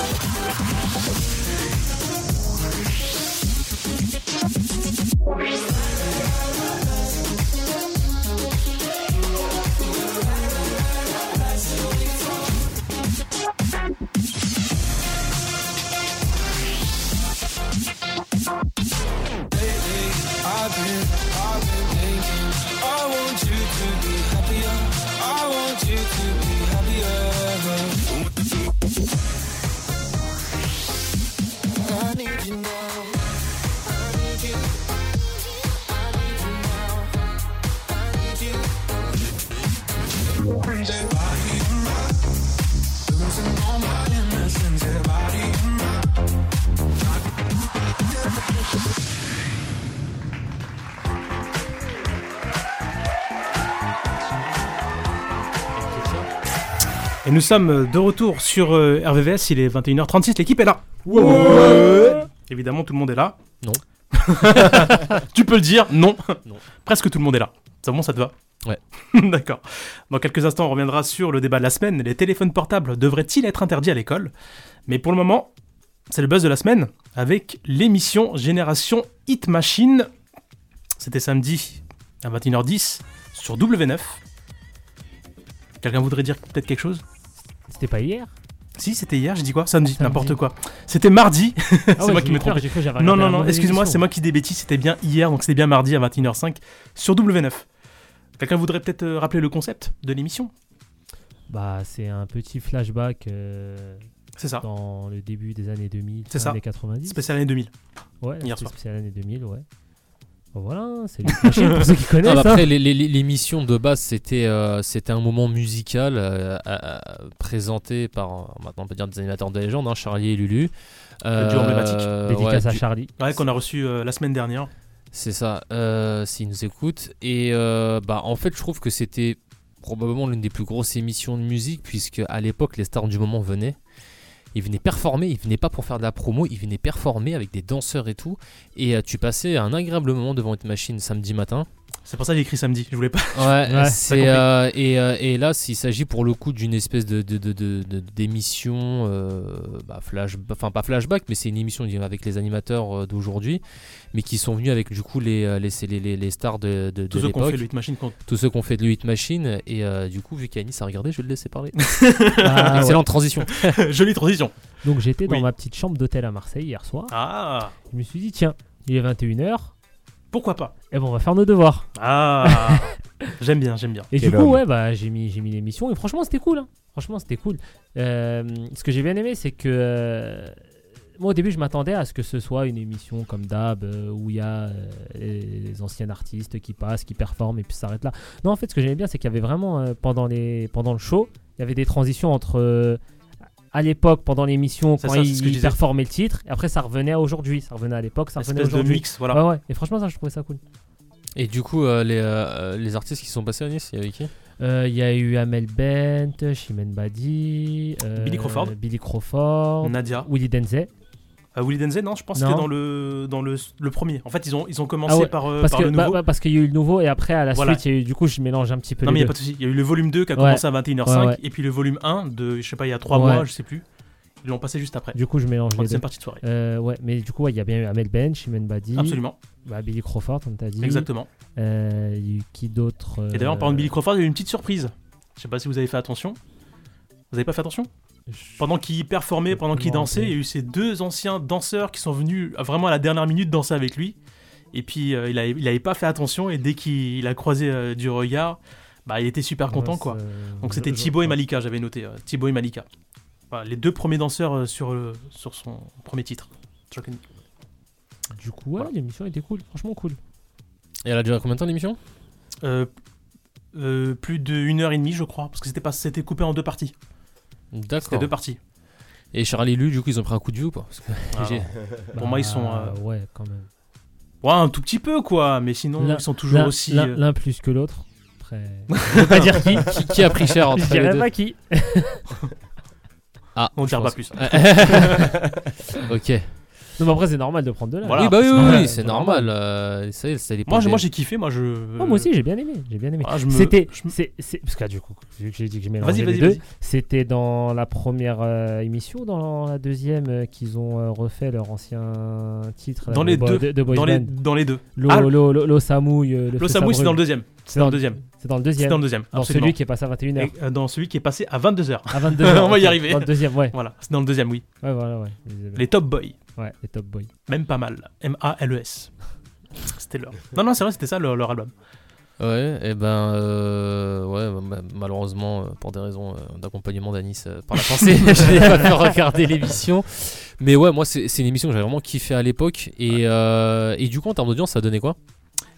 [SPEAKER 9] me
[SPEAKER 12] I've been, I've been thinking. I want you to be happier. I want you to be happier. I need you now. I need you. I need you now. I need you. Say body and mind.
[SPEAKER 2] Et nous sommes de retour sur euh, RVVS, il est 21h36, l'équipe est là.
[SPEAKER 3] Ouais.
[SPEAKER 2] Évidemment, tout le monde est là.
[SPEAKER 3] Non.
[SPEAKER 2] tu peux le dire, non. Presque tout le monde est là. C'est bon, ça te va
[SPEAKER 3] Ouais.
[SPEAKER 2] D'accord. Dans quelques instants, on reviendra sur le débat de la semaine. Les téléphones portables devraient-ils être interdits à l'école Mais pour le moment, c'est le buzz de la semaine avec l'émission Génération Hit Machine. C'était samedi à 21h10 sur W9. Quelqu'un voudrait dire peut-être quelque chose
[SPEAKER 5] C'était pas hier
[SPEAKER 2] Si, c'était hier, j'ai dit quoi Samedi, n'importe quoi. C'était mardi. c'est
[SPEAKER 5] Ah ouais,
[SPEAKER 2] moi
[SPEAKER 5] j'ai
[SPEAKER 2] qui
[SPEAKER 5] eu
[SPEAKER 2] me
[SPEAKER 5] peur,
[SPEAKER 2] trompe.
[SPEAKER 5] j'ai cru que j'avais
[SPEAKER 2] Non,
[SPEAKER 5] regardé
[SPEAKER 2] non,
[SPEAKER 5] la
[SPEAKER 2] non,
[SPEAKER 5] mauvaise
[SPEAKER 2] excuse-moi,
[SPEAKER 5] émission.
[SPEAKER 2] c'est moi qui dis bêtises, c'était bien hier, donc c'était bien mardi à 21h05 sur W9. Quelqu'un voudrait peut-être euh, rappeler le concept de l'émission
[SPEAKER 5] Bah, c'est un petit flashback. euh,
[SPEAKER 2] C'est ça.
[SPEAKER 5] Dans le début des années 2000.
[SPEAKER 2] C'est
[SPEAKER 5] fin
[SPEAKER 2] ça.
[SPEAKER 5] Années 90.
[SPEAKER 2] Spécial année 2000.
[SPEAKER 5] Ouais,
[SPEAKER 2] Hier
[SPEAKER 5] c'était
[SPEAKER 2] soir.
[SPEAKER 5] spécial année 2000, ouais. Bon, voilà, hein, c'est les machines pour ceux qui connaissent.
[SPEAKER 3] Non, mais
[SPEAKER 5] hein.
[SPEAKER 3] après, les- les- les- l'émission de base, c'était euh, c'était un moment musical euh, à- à- présenté par, euh, maintenant on peut dire, des animateurs de légende, hein, Charlie et Lulu. Euh,
[SPEAKER 2] Le duo emblématique.
[SPEAKER 3] ouais, du-
[SPEAKER 2] Ouais, qu'on a reçu euh, la semaine dernière.
[SPEAKER 3] C'est ça, euh, s'ils nous écoutent. Et euh, bah, en fait, je trouve que c'était probablement l'une des plus grosses émissions de musique, puisque à l'époque, les stars du moment venaient. Ils venaient performer, ils venaient pas pour faire de la promo, ils venaient performer avec des danseurs et tout. Et euh, tu passais un agréable moment devant une machine samedi matin.
[SPEAKER 2] C'est pour ça que j'ai écrit samedi, je voulais pas.
[SPEAKER 3] Ouais,
[SPEAKER 2] T'as
[SPEAKER 3] c'est
[SPEAKER 2] compris.
[SPEAKER 3] euh, et, euh, et là, s'il s'agit pour le coup d'une espèce de de- de- de- de- d'émission, euh, bah, flash, enfin pas flashback, mais c'est une émission avec les animateurs euh, d'aujourd'hui, mais qui sont venus avec du coup les euh, les, c'est les, les- les stars de de, de
[SPEAKER 2] Tous ceux qu'on
[SPEAKER 3] l'époque.
[SPEAKER 2] fait le Hit Machine contre.
[SPEAKER 3] tous ceux qu'on fait de le Hit Machine, et euh, du coup vu qu'Anis a regardé, je vais le laisser parler.
[SPEAKER 5] Ah,
[SPEAKER 3] Excellente
[SPEAKER 5] ouais.
[SPEAKER 3] transition.
[SPEAKER 2] Jolie transition.
[SPEAKER 5] Donc j'étais dans
[SPEAKER 2] Oui.
[SPEAKER 5] ma petite chambre d'hôtel à Marseille hier soir.
[SPEAKER 2] Ah
[SPEAKER 5] Je me suis dit, tiens, il est 21h.
[SPEAKER 2] Pourquoi pas
[SPEAKER 5] Eh ben, on va faire nos devoirs.
[SPEAKER 2] Ah J'aime bien, j'aime bien.
[SPEAKER 5] Et du coup, ouais, bah, j'ai mis, j'ai mis l'émission et franchement, c'était cool. hein. Franchement, c'était cool. Euh, ce que j'ai bien aimé, c'est que euh, moi, au début, je m'attendais à ce que ce soit une émission comme d'hab euh, où il y a euh, les anciens artistes qui passent, qui performent et puis ça s'arrête là. Non, en fait, ce que j'aimais bien, c'est qu'il y avait vraiment euh, pendant, les, pendant le show, il y avait des transitions entre. euh, à l'époque, pendant l'émission,
[SPEAKER 2] C'est
[SPEAKER 5] quand
[SPEAKER 2] ça, c'est ce que je
[SPEAKER 5] ils
[SPEAKER 2] disais.
[SPEAKER 5] performaient le titre, et après ça revenait à aujourd'hui, ça revenait à l'époque, ça revenait
[SPEAKER 2] Espèce de
[SPEAKER 5] aujourd'hui.
[SPEAKER 2] mix, voilà.
[SPEAKER 5] Ouais, ouais. Et franchement, ça, je trouvais ça cool.
[SPEAKER 3] Et du coup, euh, les, euh, les artistes qui sont passés à Nice, il y avait qui
[SPEAKER 5] Euh, Il y a eu Amel Bent, Shimen Badi, euh,
[SPEAKER 2] Billy Crawford.
[SPEAKER 5] Billy Crawford,
[SPEAKER 2] Nadia.
[SPEAKER 5] Willy Denzé.
[SPEAKER 2] Euh, Willy Denze, non, je pense que
[SPEAKER 5] Oh. Non.
[SPEAKER 2] c'était dans le, dans le, le premier. En fait, ils ont, ils ont commencé
[SPEAKER 5] Ah ouais,
[SPEAKER 2] par, euh,
[SPEAKER 5] parce
[SPEAKER 2] par
[SPEAKER 5] que-
[SPEAKER 2] le nouveau.
[SPEAKER 5] bah, bah, parce qu'il y a eu le nouveau et après à la
[SPEAKER 2] Voilà.
[SPEAKER 5] suite, il y a eu, du coup, je mélange un petit peu.
[SPEAKER 2] non, mais
[SPEAKER 5] les
[SPEAKER 2] il n'y a pas
[SPEAKER 5] deux.
[SPEAKER 2] de souci. Il y a eu le volume 2 qui a
[SPEAKER 5] Ouais.
[SPEAKER 2] commencé à 21h05
[SPEAKER 5] Ouais, ouais.
[SPEAKER 2] et puis le volume 1 de, je sais pas, il y a 3
[SPEAKER 5] Ouais.
[SPEAKER 2] mois, je sais plus. Ils l'ont passé juste après.
[SPEAKER 5] Du coup, je mélange
[SPEAKER 2] En
[SPEAKER 5] les
[SPEAKER 2] deuxième
[SPEAKER 5] deux.
[SPEAKER 2] partie de soirée.
[SPEAKER 5] Euh, ouais, mais du coup, ouais, il y a bien eu Amel Bent, Shimen Badi.
[SPEAKER 2] Absolument.
[SPEAKER 5] bah, Billy Crawford, comme t'as dit.
[SPEAKER 2] Exactement.
[SPEAKER 5] Euh, Il y a eu qui d'autre euh,
[SPEAKER 2] Et d'ailleurs, en parlant de Billy Crawford, il y a eu une petite surprise. Je sais pas si vous avez fait attention. Vous avez pas fait attention Pendant qu'il performait, pendant qu'il
[SPEAKER 5] me
[SPEAKER 2] dansait, il y a eu ces deux anciens danseurs qui sont venus à- vraiment à la dernière minute danser avec lui. Et puis euh, il, avait, il avait pas fait attention et dès qu'il il a croisé euh, du regard, bah il était super content quoi. Donc c'était
[SPEAKER 5] je- je
[SPEAKER 2] Thibaut et Malika, j'avais noté euh, Thibaut et Malika. Voilà, les deux premiers danseurs euh, sur le- sur son premier titre. Chocolate.
[SPEAKER 5] Du coup, ouais, l'émission était cool, franchement cool.
[SPEAKER 3] Et elle a duré combien de temps l'émission
[SPEAKER 2] Euh, euh, plus de une heure et demie je crois parce que c'était pas c'était coupé en deux parties.
[SPEAKER 3] D'accord.
[SPEAKER 2] C'était deux parties.
[SPEAKER 3] Et Charlie et Lulu, du coup, ils ont pris un coup de vieux ou pas Parce que
[SPEAKER 2] Ah,
[SPEAKER 3] j'ai-
[SPEAKER 2] Pour moi, ils sont,
[SPEAKER 5] Bah,
[SPEAKER 2] euh,
[SPEAKER 5] Ouais, quand même.
[SPEAKER 2] Ouais, un tout petit peu quoi, mais sinon
[SPEAKER 5] L'un-
[SPEAKER 2] ils sont toujours
[SPEAKER 5] l'un-
[SPEAKER 2] aussi.
[SPEAKER 5] L'un
[SPEAKER 2] euh,
[SPEAKER 5] l'un plus que l'autre. Après, je vais pas dire qui.
[SPEAKER 3] Qui- qui a pris cher entre
[SPEAKER 5] Je
[SPEAKER 3] les
[SPEAKER 5] dirais
[SPEAKER 3] deux
[SPEAKER 5] pas qui.
[SPEAKER 3] Ah,
[SPEAKER 2] On
[SPEAKER 3] je
[SPEAKER 2] dira pas
[SPEAKER 3] pense-
[SPEAKER 2] plus.
[SPEAKER 3] ok.
[SPEAKER 5] Non, mais après, c'est normal de prendre de là.
[SPEAKER 3] oui, bah oui, oui, oui, c'est normal. euh, ça y est, c'était
[SPEAKER 2] Moi,
[SPEAKER 3] les
[SPEAKER 2] j'ai-
[SPEAKER 3] pandémies.
[SPEAKER 2] moi j'ai kiffé, moi je.
[SPEAKER 5] Oh, moi aussi, j'ai bien aimé. J'ai bien aimé.
[SPEAKER 2] Ah, je me-
[SPEAKER 5] C'était.
[SPEAKER 2] je me-
[SPEAKER 5] c'est- c'est- Parce que ah, du coup, vu que j'ai dit que je
[SPEAKER 2] Vas-y,
[SPEAKER 5] mélangeais les
[SPEAKER 2] vas-y,
[SPEAKER 5] deux,
[SPEAKER 2] vas-y.
[SPEAKER 5] c'était dans la première euh, émission, dans la deuxième, euh, qu'ils ont euh, refait leur ancien titre. là,
[SPEAKER 2] Dans
[SPEAKER 5] de
[SPEAKER 2] les
[SPEAKER 5] bo-
[SPEAKER 2] deux.
[SPEAKER 5] De, de boys
[SPEAKER 2] Dans les-
[SPEAKER 5] band.
[SPEAKER 2] dans les deux.
[SPEAKER 5] L'eau
[SPEAKER 2] Ah.
[SPEAKER 5] l'eau- l'eau- l'eau Samouille. euh, le
[SPEAKER 2] L'eau
[SPEAKER 5] feu
[SPEAKER 2] Samouille, c'est dans le
[SPEAKER 5] Sabreux.
[SPEAKER 2] deuxième. C'est dans le deuxième.
[SPEAKER 5] C'est dans le deuxième.
[SPEAKER 2] C'est dans le deuxième,
[SPEAKER 5] Dans
[SPEAKER 2] absolument.
[SPEAKER 5] celui qui est passé à 21h.
[SPEAKER 2] Et, euh, dans celui qui est passé à 22h.
[SPEAKER 5] À 22h,
[SPEAKER 2] On va y
[SPEAKER 5] ok.
[SPEAKER 2] arriver.
[SPEAKER 5] Dans le deuxième, ouais.
[SPEAKER 2] Voilà, c'est dans le deuxième, oui.
[SPEAKER 5] Ouais, voilà, ouais.
[SPEAKER 2] Les Top Boys.
[SPEAKER 5] Ouais, les Top Boys.
[SPEAKER 2] Même pas mal. M-A-L-E-S. E c'était leur. Non, non, c'est vrai, c'était ça leur, leur album.
[SPEAKER 3] Ouais, et ben, euh, ouais, bah, bah, malheureusement, euh, pour des raisons euh, d'accompagnement d'Anis euh, par la pensée, je n'ai pas pu regarder l'émission. Mais ouais, moi, c'est c'est une émission que j'avais vraiment kiffé à l'époque. Et, euh, et du coup, en termes d'audience, ça donnait quoi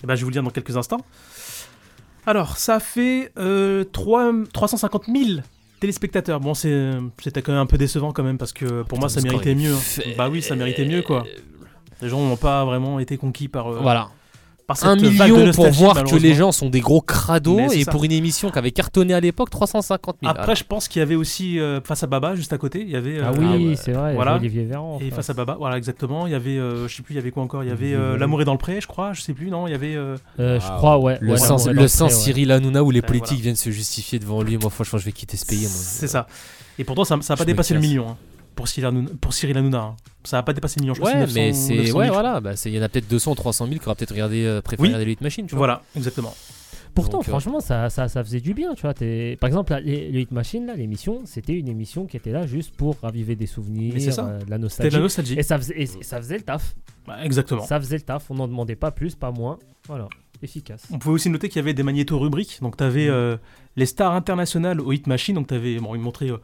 [SPEAKER 2] Et ben, je vais vous le dire dans quelques instants. Alors, ça fait euh, trois- 350 000 téléspectateurs. Bon, c'est- c'était quand même un peu décevant quand même parce que pour moi, ça
[SPEAKER 3] le score,
[SPEAKER 2] méritait
[SPEAKER 3] il est
[SPEAKER 2] mieux. hein.
[SPEAKER 3] fait-
[SPEAKER 2] Bah oui, ça méritait mieux quoi. Les gens n'ont pas vraiment été conquis par. euh,
[SPEAKER 3] Voilà.
[SPEAKER 2] par cette
[SPEAKER 3] Un
[SPEAKER 2] vague de
[SPEAKER 3] million pour
[SPEAKER 2] nostalgie,
[SPEAKER 3] voir que les
[SPEAKER 2] malheureusement.
[SPEAKER 3] gens sont des gros crados
[SPEAKER 2] Mais c'est
[SPEAKER 3] et
[SPEAKER 2] ça.
[SPEAKER 3] pour une émission qui avait cartonné à l'époque 350 000.
[SPEAKER 2] Après, je pense qu'il y avait aussi euh, Face à Baba juste à côté. Il y avait, euh,
[SPEAKER 5] Ah oui, c'est vrai, il y avait Olivier Véran en
[SPEAKER 2] Et
[SPEAKER 5] face.
[SPEAKER 2] Face à Baba, voilà, exactement. Il y avait, euh, je sais plus, il y avait quoi encore Il y avait
[SPEAKER 5] Olivier
[SPEAKER 2] euh,
[SPEAKER 5] Véran.
[SPEAKER 2] L'amour est dans le pré, je crois. Je sais plus, non Il y avait. euh,
[SPEAKER 5] Euh, je crois, ouais.
[SPEAKER 3] Ah, Le
[SPEAKER 5] ouais,
[SPEAKER 3] sang,
[SPEAKER 5] l'amour est dans
[SPEAKER 3] le sang
[SPEAKER 5] pré, ouais.
[SPEAKER 3] Cyril Hanouna où les
[SPEAKER 2] Ben,
[SPEAKER 3] politiques
[SPEAKER 2] voilà.
[SPEAKER 3] viennent se justifier devant lui. Moi, franchement, je vais quitter ce pays. moi.
[SPEAKER 2] C'est ça. Et pourtant, ça n'a
[SPEAKER 3] Je
[SPEAKER 2] pas
[SPEAKER 3] me
[SPEAKER 2] dépassé le
[SPEAKER 3] casse.
[SPEAKER 2] million hein, pour, Cyril Hanouna, pour Cyril Hanouna. hein. Ça n'a pas dépassé le million, je crois.
[SPEAKER 3] Ouais, mais
[SPEAKER 2] 900,
[SPEAKER 3] c'est.
[SPEAKER 2] 900 000,
[SPEAKER 3] Ouais,
[SPEAKER 2] je crois.
[SPEAKER 3] voilà. bah, c'est- Il y en a peut-être 200 ou 300 000 qui aura peut-être regardé, euh, préféré
[SPEAKER 2] Oui.
[SPEAKER 3] regarder Elite Machine. Tu vois.
[SPEAKER 2] Voilà, exactement.
[SPEAKER 5] Pourtant,
[SPEAKER 3] Donc, euh,
[SPEAKER 5] franchement, ça, ça, ça faisait du bien, tu vois. t'es- Par exemple, là, les, le Hit Machine, là, l'émission, c'était une émission qui était là juste pour raviver des souvenirs,
[SPEAKER 2] Mais c'est ça.
[SPEAKER 5] euh, de la
[SPEAKER 2] C'était
[SPEAKER 5] nostalgie.
[SPEAKER 2] de la nostalgie.
[SPEAKER 5] Et ça faisait, et- et ça faisait le taf.
[SPEAKER 2] Bah, exactement.
[SPEAKER 5] Ça faisait le taf, on n'en demandait pas plus, pas moins. Voilà, efficace.
[SPEAKER 2] On pouvait aussi noter qu'il y avait des magnéto-rubriques. Donc, tu
[SPEAKER 3] Mm.
[SPEAKER 2] avais les stars internationales au Hit Machine. Donc, tu avais, bon, ils montraient euh,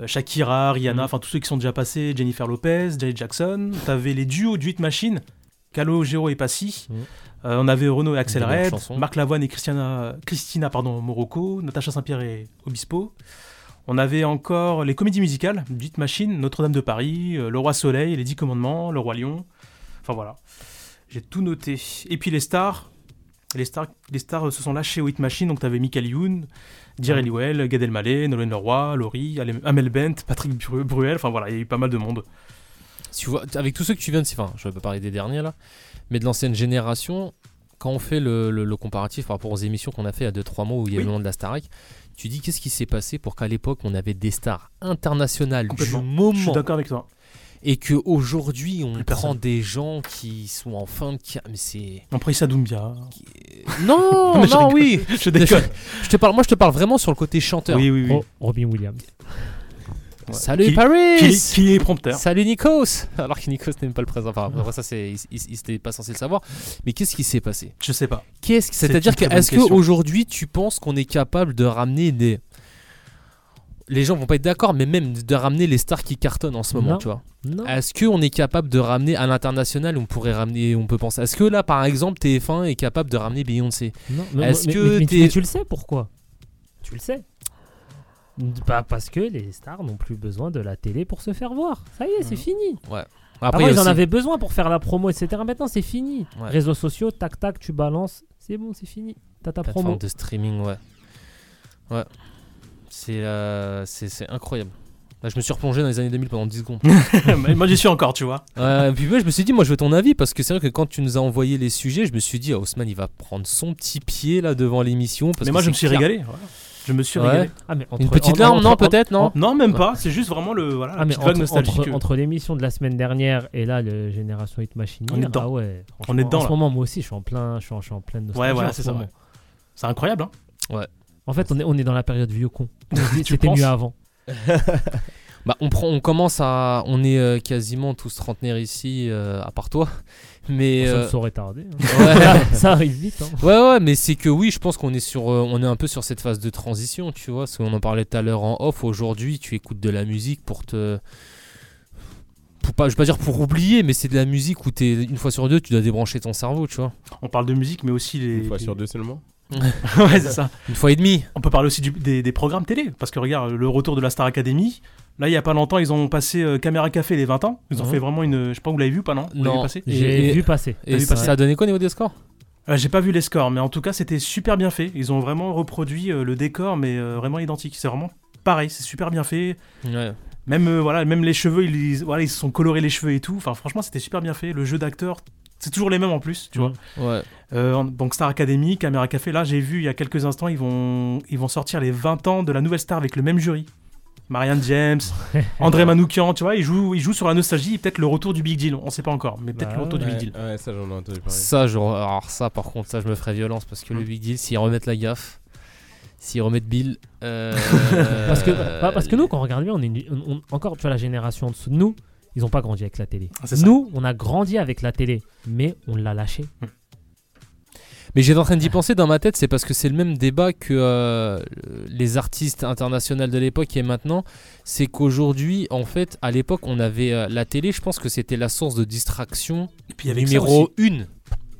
[SPEAKER 2] euh, Shakira,
[SPEAKER 3] Mm.
[SPEAKER 2] Rihanna, enfin, tous ceux qui sont déjà passés, Jennifer Lopez, Jay Jackson. Tu avais les duos du Hit Machine, Calogero et Passy.
[SPEAKER 3] Mm.
[SPEAKER 5] Mhm.
[SPEAKER 2] Euh, on avait Renaud et Axel
[SPEAKER 3] Des bonnes
[SPEAKER 2] Red,
[SPEAKER 3] chansons.
[SPEAKER 2] Marc Lavoine et Christina, Christina pardon, Morocco, Natacha Saint-Pierre et Obispo. On avait encore les comédies musicales, du Hit Machine, Notre-Dame de Paris, euh, Le Roi Soleil, Les Dix Commandements, Le Roi Lion. Enfin voilà, j'ai tout noté. Et puis les stars, les stars, les stars euh, se sont lâchées au Hit Machine. Donc t'avais Michael Youn, Jerry Halliwell, Gad Elmaleh, Nolan Leroy, Laurie, Ale- Amel Bent, Patrick Bru- Bruel. Enfin voilà, il y a eu pas mal de monde.
[SPEAKER 3] Si vous- avec tous ceux que tu viens de enfin, je vais pas parler des derniers là, mais de l'ancienne génération, quand on fait le, le- le comparatif par rapport aux émissions qu'on a fait il y a 2-3 mois où il y a eu
[SPEAKER 2] Oui.
[SPEAKER 3] le moment de la Starac, tu dis qu'est-ce qui s'est passé pour qu'à l'époque on avait des stars internationales du
[SPEAKER 2] Complètement.
[SPEAKER 3] moment.
[SPEAKER 2] Je suis d'accord avec toi.
[SPEAKER 3] Et que aujourd'hui on
[SPEAKER 2] Plus
[SPEAKER 3] prend
[SPEAKER 2] personne.
[SPEAKER 3] des gens qui sont en fin de carrière, mais c'est
[SPEAKER 2] On prend Issa Doumbia.
[SPEAKER 3] non,
[SPEAKER 2] Non, mais je
[SPEAKER 3] Oh, non,
[SPEAKER 2] rigole.
[SPEAKER 3] oui.
[SPEAKER 2] Je déconne.
[SPEAKER 3] Je, te parle, moi, je te parle vraiment sur le côté chanteur.
[SPEAKER 2] Oui, oui, oui.
[SPEAKER 5] Oh, Robin Williams.
[SPEAKER 3] Salut
[SPEAKER 2] Qui-
[SPEAKER 3] Paris.
[SPEAKER 2] qui- qui est prompteur.
[SPEAKER 3] Salut Nikos. Alors que Nikos n'aime pas le présent. Enfin, après ça, c'est, il, il- il était pas censé le savoir. Mais qu'est-ce qui s'est passé
[SPEAKER 2] Je sais pas.
[SPEAKER 3] Qu'est-ce
[SPEAKER 2] C'est
[SPEAKER 3] C'est-à-dire
[SPEAKER 2] une
[SPEAKER 3] que
[SPEAKER 2] très bonne
[SPEAKER 3] est-ce que
[SPEAKER 2] question.
[SPEAKER 3] aujourd'hui tu penses qu'on est capable de ramener des les gens vont pas être d'accord, mais même de ramener les stars qui cartonnent en ce moment,
[SPEAKER 5] Non.
[SPEAKER 3] tu vois.
[SPEAKER 5] Non.
[SPEAKER 3] Est-ce qu'on est capable de ramener à l'international On pourrait ramener, on peut penser. Est-ce que là, par exemple, TF1 est capable de ramener Beyoncé
[SPEAKER 5] Non, mais,
[SPEAKER 3] Est-ce
[SPEAKER 5] mais-
[SPEAKER 3] que
[SPEAKER 5] mais- mais tu-
[SPEAKER 3] t'es-
[SPEAKER 5] mais tu le sais pourquoi Tu le sais. Bah, parce que les stars n'ont plus besoin de la télé pour se faire voir. Ça y est, c'est fini.
[SPEAKER 3] Ouais.
[SPEAKER 5] Après,
[SPEAKER 3] il y a
[SPEAKER 5] ils en
[SPEAKER 3] aussi-
[SPEAKER 5] avaient besoin pour faire la promo, etc. Maintenant, c'est fini.
[SPEAKER 3] Ouais.
[SPEAKER 5] Réseaux sociaux, tac, tac, tu balances. C'est bon, c'est fini. T'as ta
[SPEAKER 3] plateforme
[SPEAKER 5] promo.
[SPEAKER 3] de streaming, ouais. Ouais. C'est euh, c'est c'est incroyable. Là, je me suis replongé dans les années 2000 pendant 10 secondes.
[SPEAKER 2] Mais moi, j'y suis encore, tu vois.
[SPEAKER 3] Ouais, et puis moi, je me suis dit, moi, je veux ton avis parce que c'est vrai que quand tu nous as envoyé les sujets, je me suis dit, ah, Haussmann, il va prendre son petit pied là devant l'émission. parce
[SPEAKER 2] mais
[SPEAKER 3] que
[SPEAKER 2] moi, je
[SPEAKER 3] c'est
[SPEAKER 2] me suis
[SPEAKER 3] clair.
[SPEAKER 2] régalé. voilà. Je me suis
[SPEAKER 3] Ouais.
[SPEAKER 2] régalé.
[SPEAKER 5] Ah, mais entre-
[SPEAKER 3] Une petite
[SPEAKER 5] en-
[SPEAKER 3] larme,
[SPEAKER 5] entre-
[SPEAKER 3] non,
[SPEAKER 5] en-
[SPEAKER 3] peut-être, non
[SPEAKER 2] Non, même pas. C'est juste vraiment le voilà, la
[SPEAKER 5] Ah, mais
[SPEAKER 2] petite vague
[SPEAKER 5] entre,
[SPEAKER 2] nostalgique. euh.
[SPEAKER 5] entre-
[SPEAKER 2] que-
[SPEAKER 5] entre l'émission de la semaine dernière et là, le Génération Hit Machine,
[SPEAKER 2] On est dedans.
[SPEAKER 5] ah ouais,
[SPEAKER 2] On est
[SPEAKER 5] franchement,
[SPEAKER 2] dedans,
[SPEAKER 5] En ce
[SPEAKER 2] là.
[SPEAKER 5] moment, moi aussi, je suis en plein, je suis en, je suis en pleine nostalgie.
[SPEAKER 2] Ouais, voilà,
[SPEAKER 5] en
[SPEAKER 2] c'est
[SPEAKER 5] ce
[SPEAKER 2] ça.
[SPEAKER 5] moment.
[SPEAKER 2] ouais. C'est incroyable, hein.
[SPEAKER 3] Ouais.
[SPEAKER 5] En fait, on est, on est dans la période vieux con. On se dit,
[SPEAKER 2] Tu
[SPEAKER 5] C'était
[SPEAKER 2] penses Euh,
[SPEAKER 5] mieux avant.
[SPEAKER 3] Bah, on, prend, on commence à. On est euh, quasiment tous trentenaires ici, euh, à part toi. Mais.
[SPEAKER 5] Ça ne
[SPEAKER 3] euh,
[SPEAKER 5] saurait tarder, hein.
[SPEAKER 3] Ouais.
[SPEAKER 5] Ça arrive vite, hein.
[SPEAKER 3] Ouais, ouais, mais c'est que oui, je pense qu'on est sur, euh, on est un peu sur cette phase de transition, tu vois. Parce qu'on en parlait tout à l'heure en off. Aujourd'hui, tu écoutes de la musique pour te, pour pas, je vais pas dire pour oublier, mais c'est de la musique où t'es une fois sur deux, tu dois débrancher ton cerveau, tu vois.
[SPEAKER 2] On parle de musique, mais aussi les.
[SPEAKER 4] Une fois
[SPEAKER 2] les-
[SPEAKER 4] sur deux seulement
[SPEAKER 2] ouais, c'est ça.
[SPEAKER 3] Une fois et demie.
[SPEAKER 2] On peut parler aussi du- des, des programmes télé, parce que regarde, le retour de la Star Academy, là, il y a pas longtemps, ils ont passé euh, Caméra Café les 20 ans. Ils ont
[SPEAKER 3] Mhm.
[SPEAKER 2] fait vraiment une. Je sais pas, vous l'avez vu ou pas, non Vous l'avez
[SPEAKER 3] Non.
[SPEAKER 2] passé
[SPEAKER 3] Et-
[SPEAKER 5] J'ai
[SPEAKER 3] et-
[SPEAKER 5] vu passer.
[SPEAKER 3] Et
[SPEAKER 2] T'as vu
[SPEAKER 3] ça,
[SPEAKER 2] passer
[SPEAKER 3] ça a donné quoi au niveau des scores
[SPEAKER 2] Euh, J'ai pas vu les scores, mais en tout cas, c'était super bien fait. Ils ont vraiment reproduit euh, le décor, mais euh, vraiment identique. C'est vraiment pareil, c'est super bien fait.
[SPEAKER 3] Ouais.
[SPEAKER 2] Même, euh, voilà, même les cheveux, ils, ils- voilà, ils se sont colorés les cheveux et tout. Enfin, franchement, c'était super bien fait. Le jeu d'acteur, c'est toujours les mêmes en plus, tu vois.
[SPEAKER 3] Mmh. Ouais.
[SPEAKER 2] Euh, en- donc Star Academy, Caméra Café, là j'ai vu il y a quelques instants, ils vont, ils vont sortir les 20 ans de la nouvelle star avec le même jury. Marianne James, André Manoukian, tu vois, ils jouent, ils jouent sur la nostalgie et peut-être le retour du Big Deal, on sait pas encore, mais peut-être
[SPEAKER 5] Bah
[SPEAKER 2] le retour du
[SPEAKER 4] Ah ouais,
[SPEAKER 2] Big Deal.
[SPEAKER 4] ouais, ça j'en ai entendu parler.
[SPEAKER 3] Ça, je... alors ça, par contre, ça, je me ferais violence parce
[SPEAKER 5] Mm.
[SPEAKER 3] que le big deal, s'ils remettent la gaffe, s'ils remettent Bill, euh,
[SPEAKER 5] Parce que, bah, parce que nous, quand on regarde bien, on est une- on- on- encore, tu vois, la génération en dessous de nous, ils n'ont pas grandi avec la télé.
[SPEAKER 2] Ah, c'est ça.
[SPEAKER 5] nous, on a grandi avec la télé, mais on l'a lâché.
[SPEAKER 2] Hum.
[SPEAKER 3] Mais j'étais en train d'y penser dans ma tête, c'est parce que c'est le même débat que euh, les artistes internationaux de l'époque et maintenant. C'est qu'aujourd'hui, en fait, à l'époque, on avait euh, la télé, je pense que c'était la source de distraction
[SPEAKER 2] puis il y avait que ça
[SPEAKER 3] numéro
[SPEAKER 2] aussi.
[SPEAKER 3] une.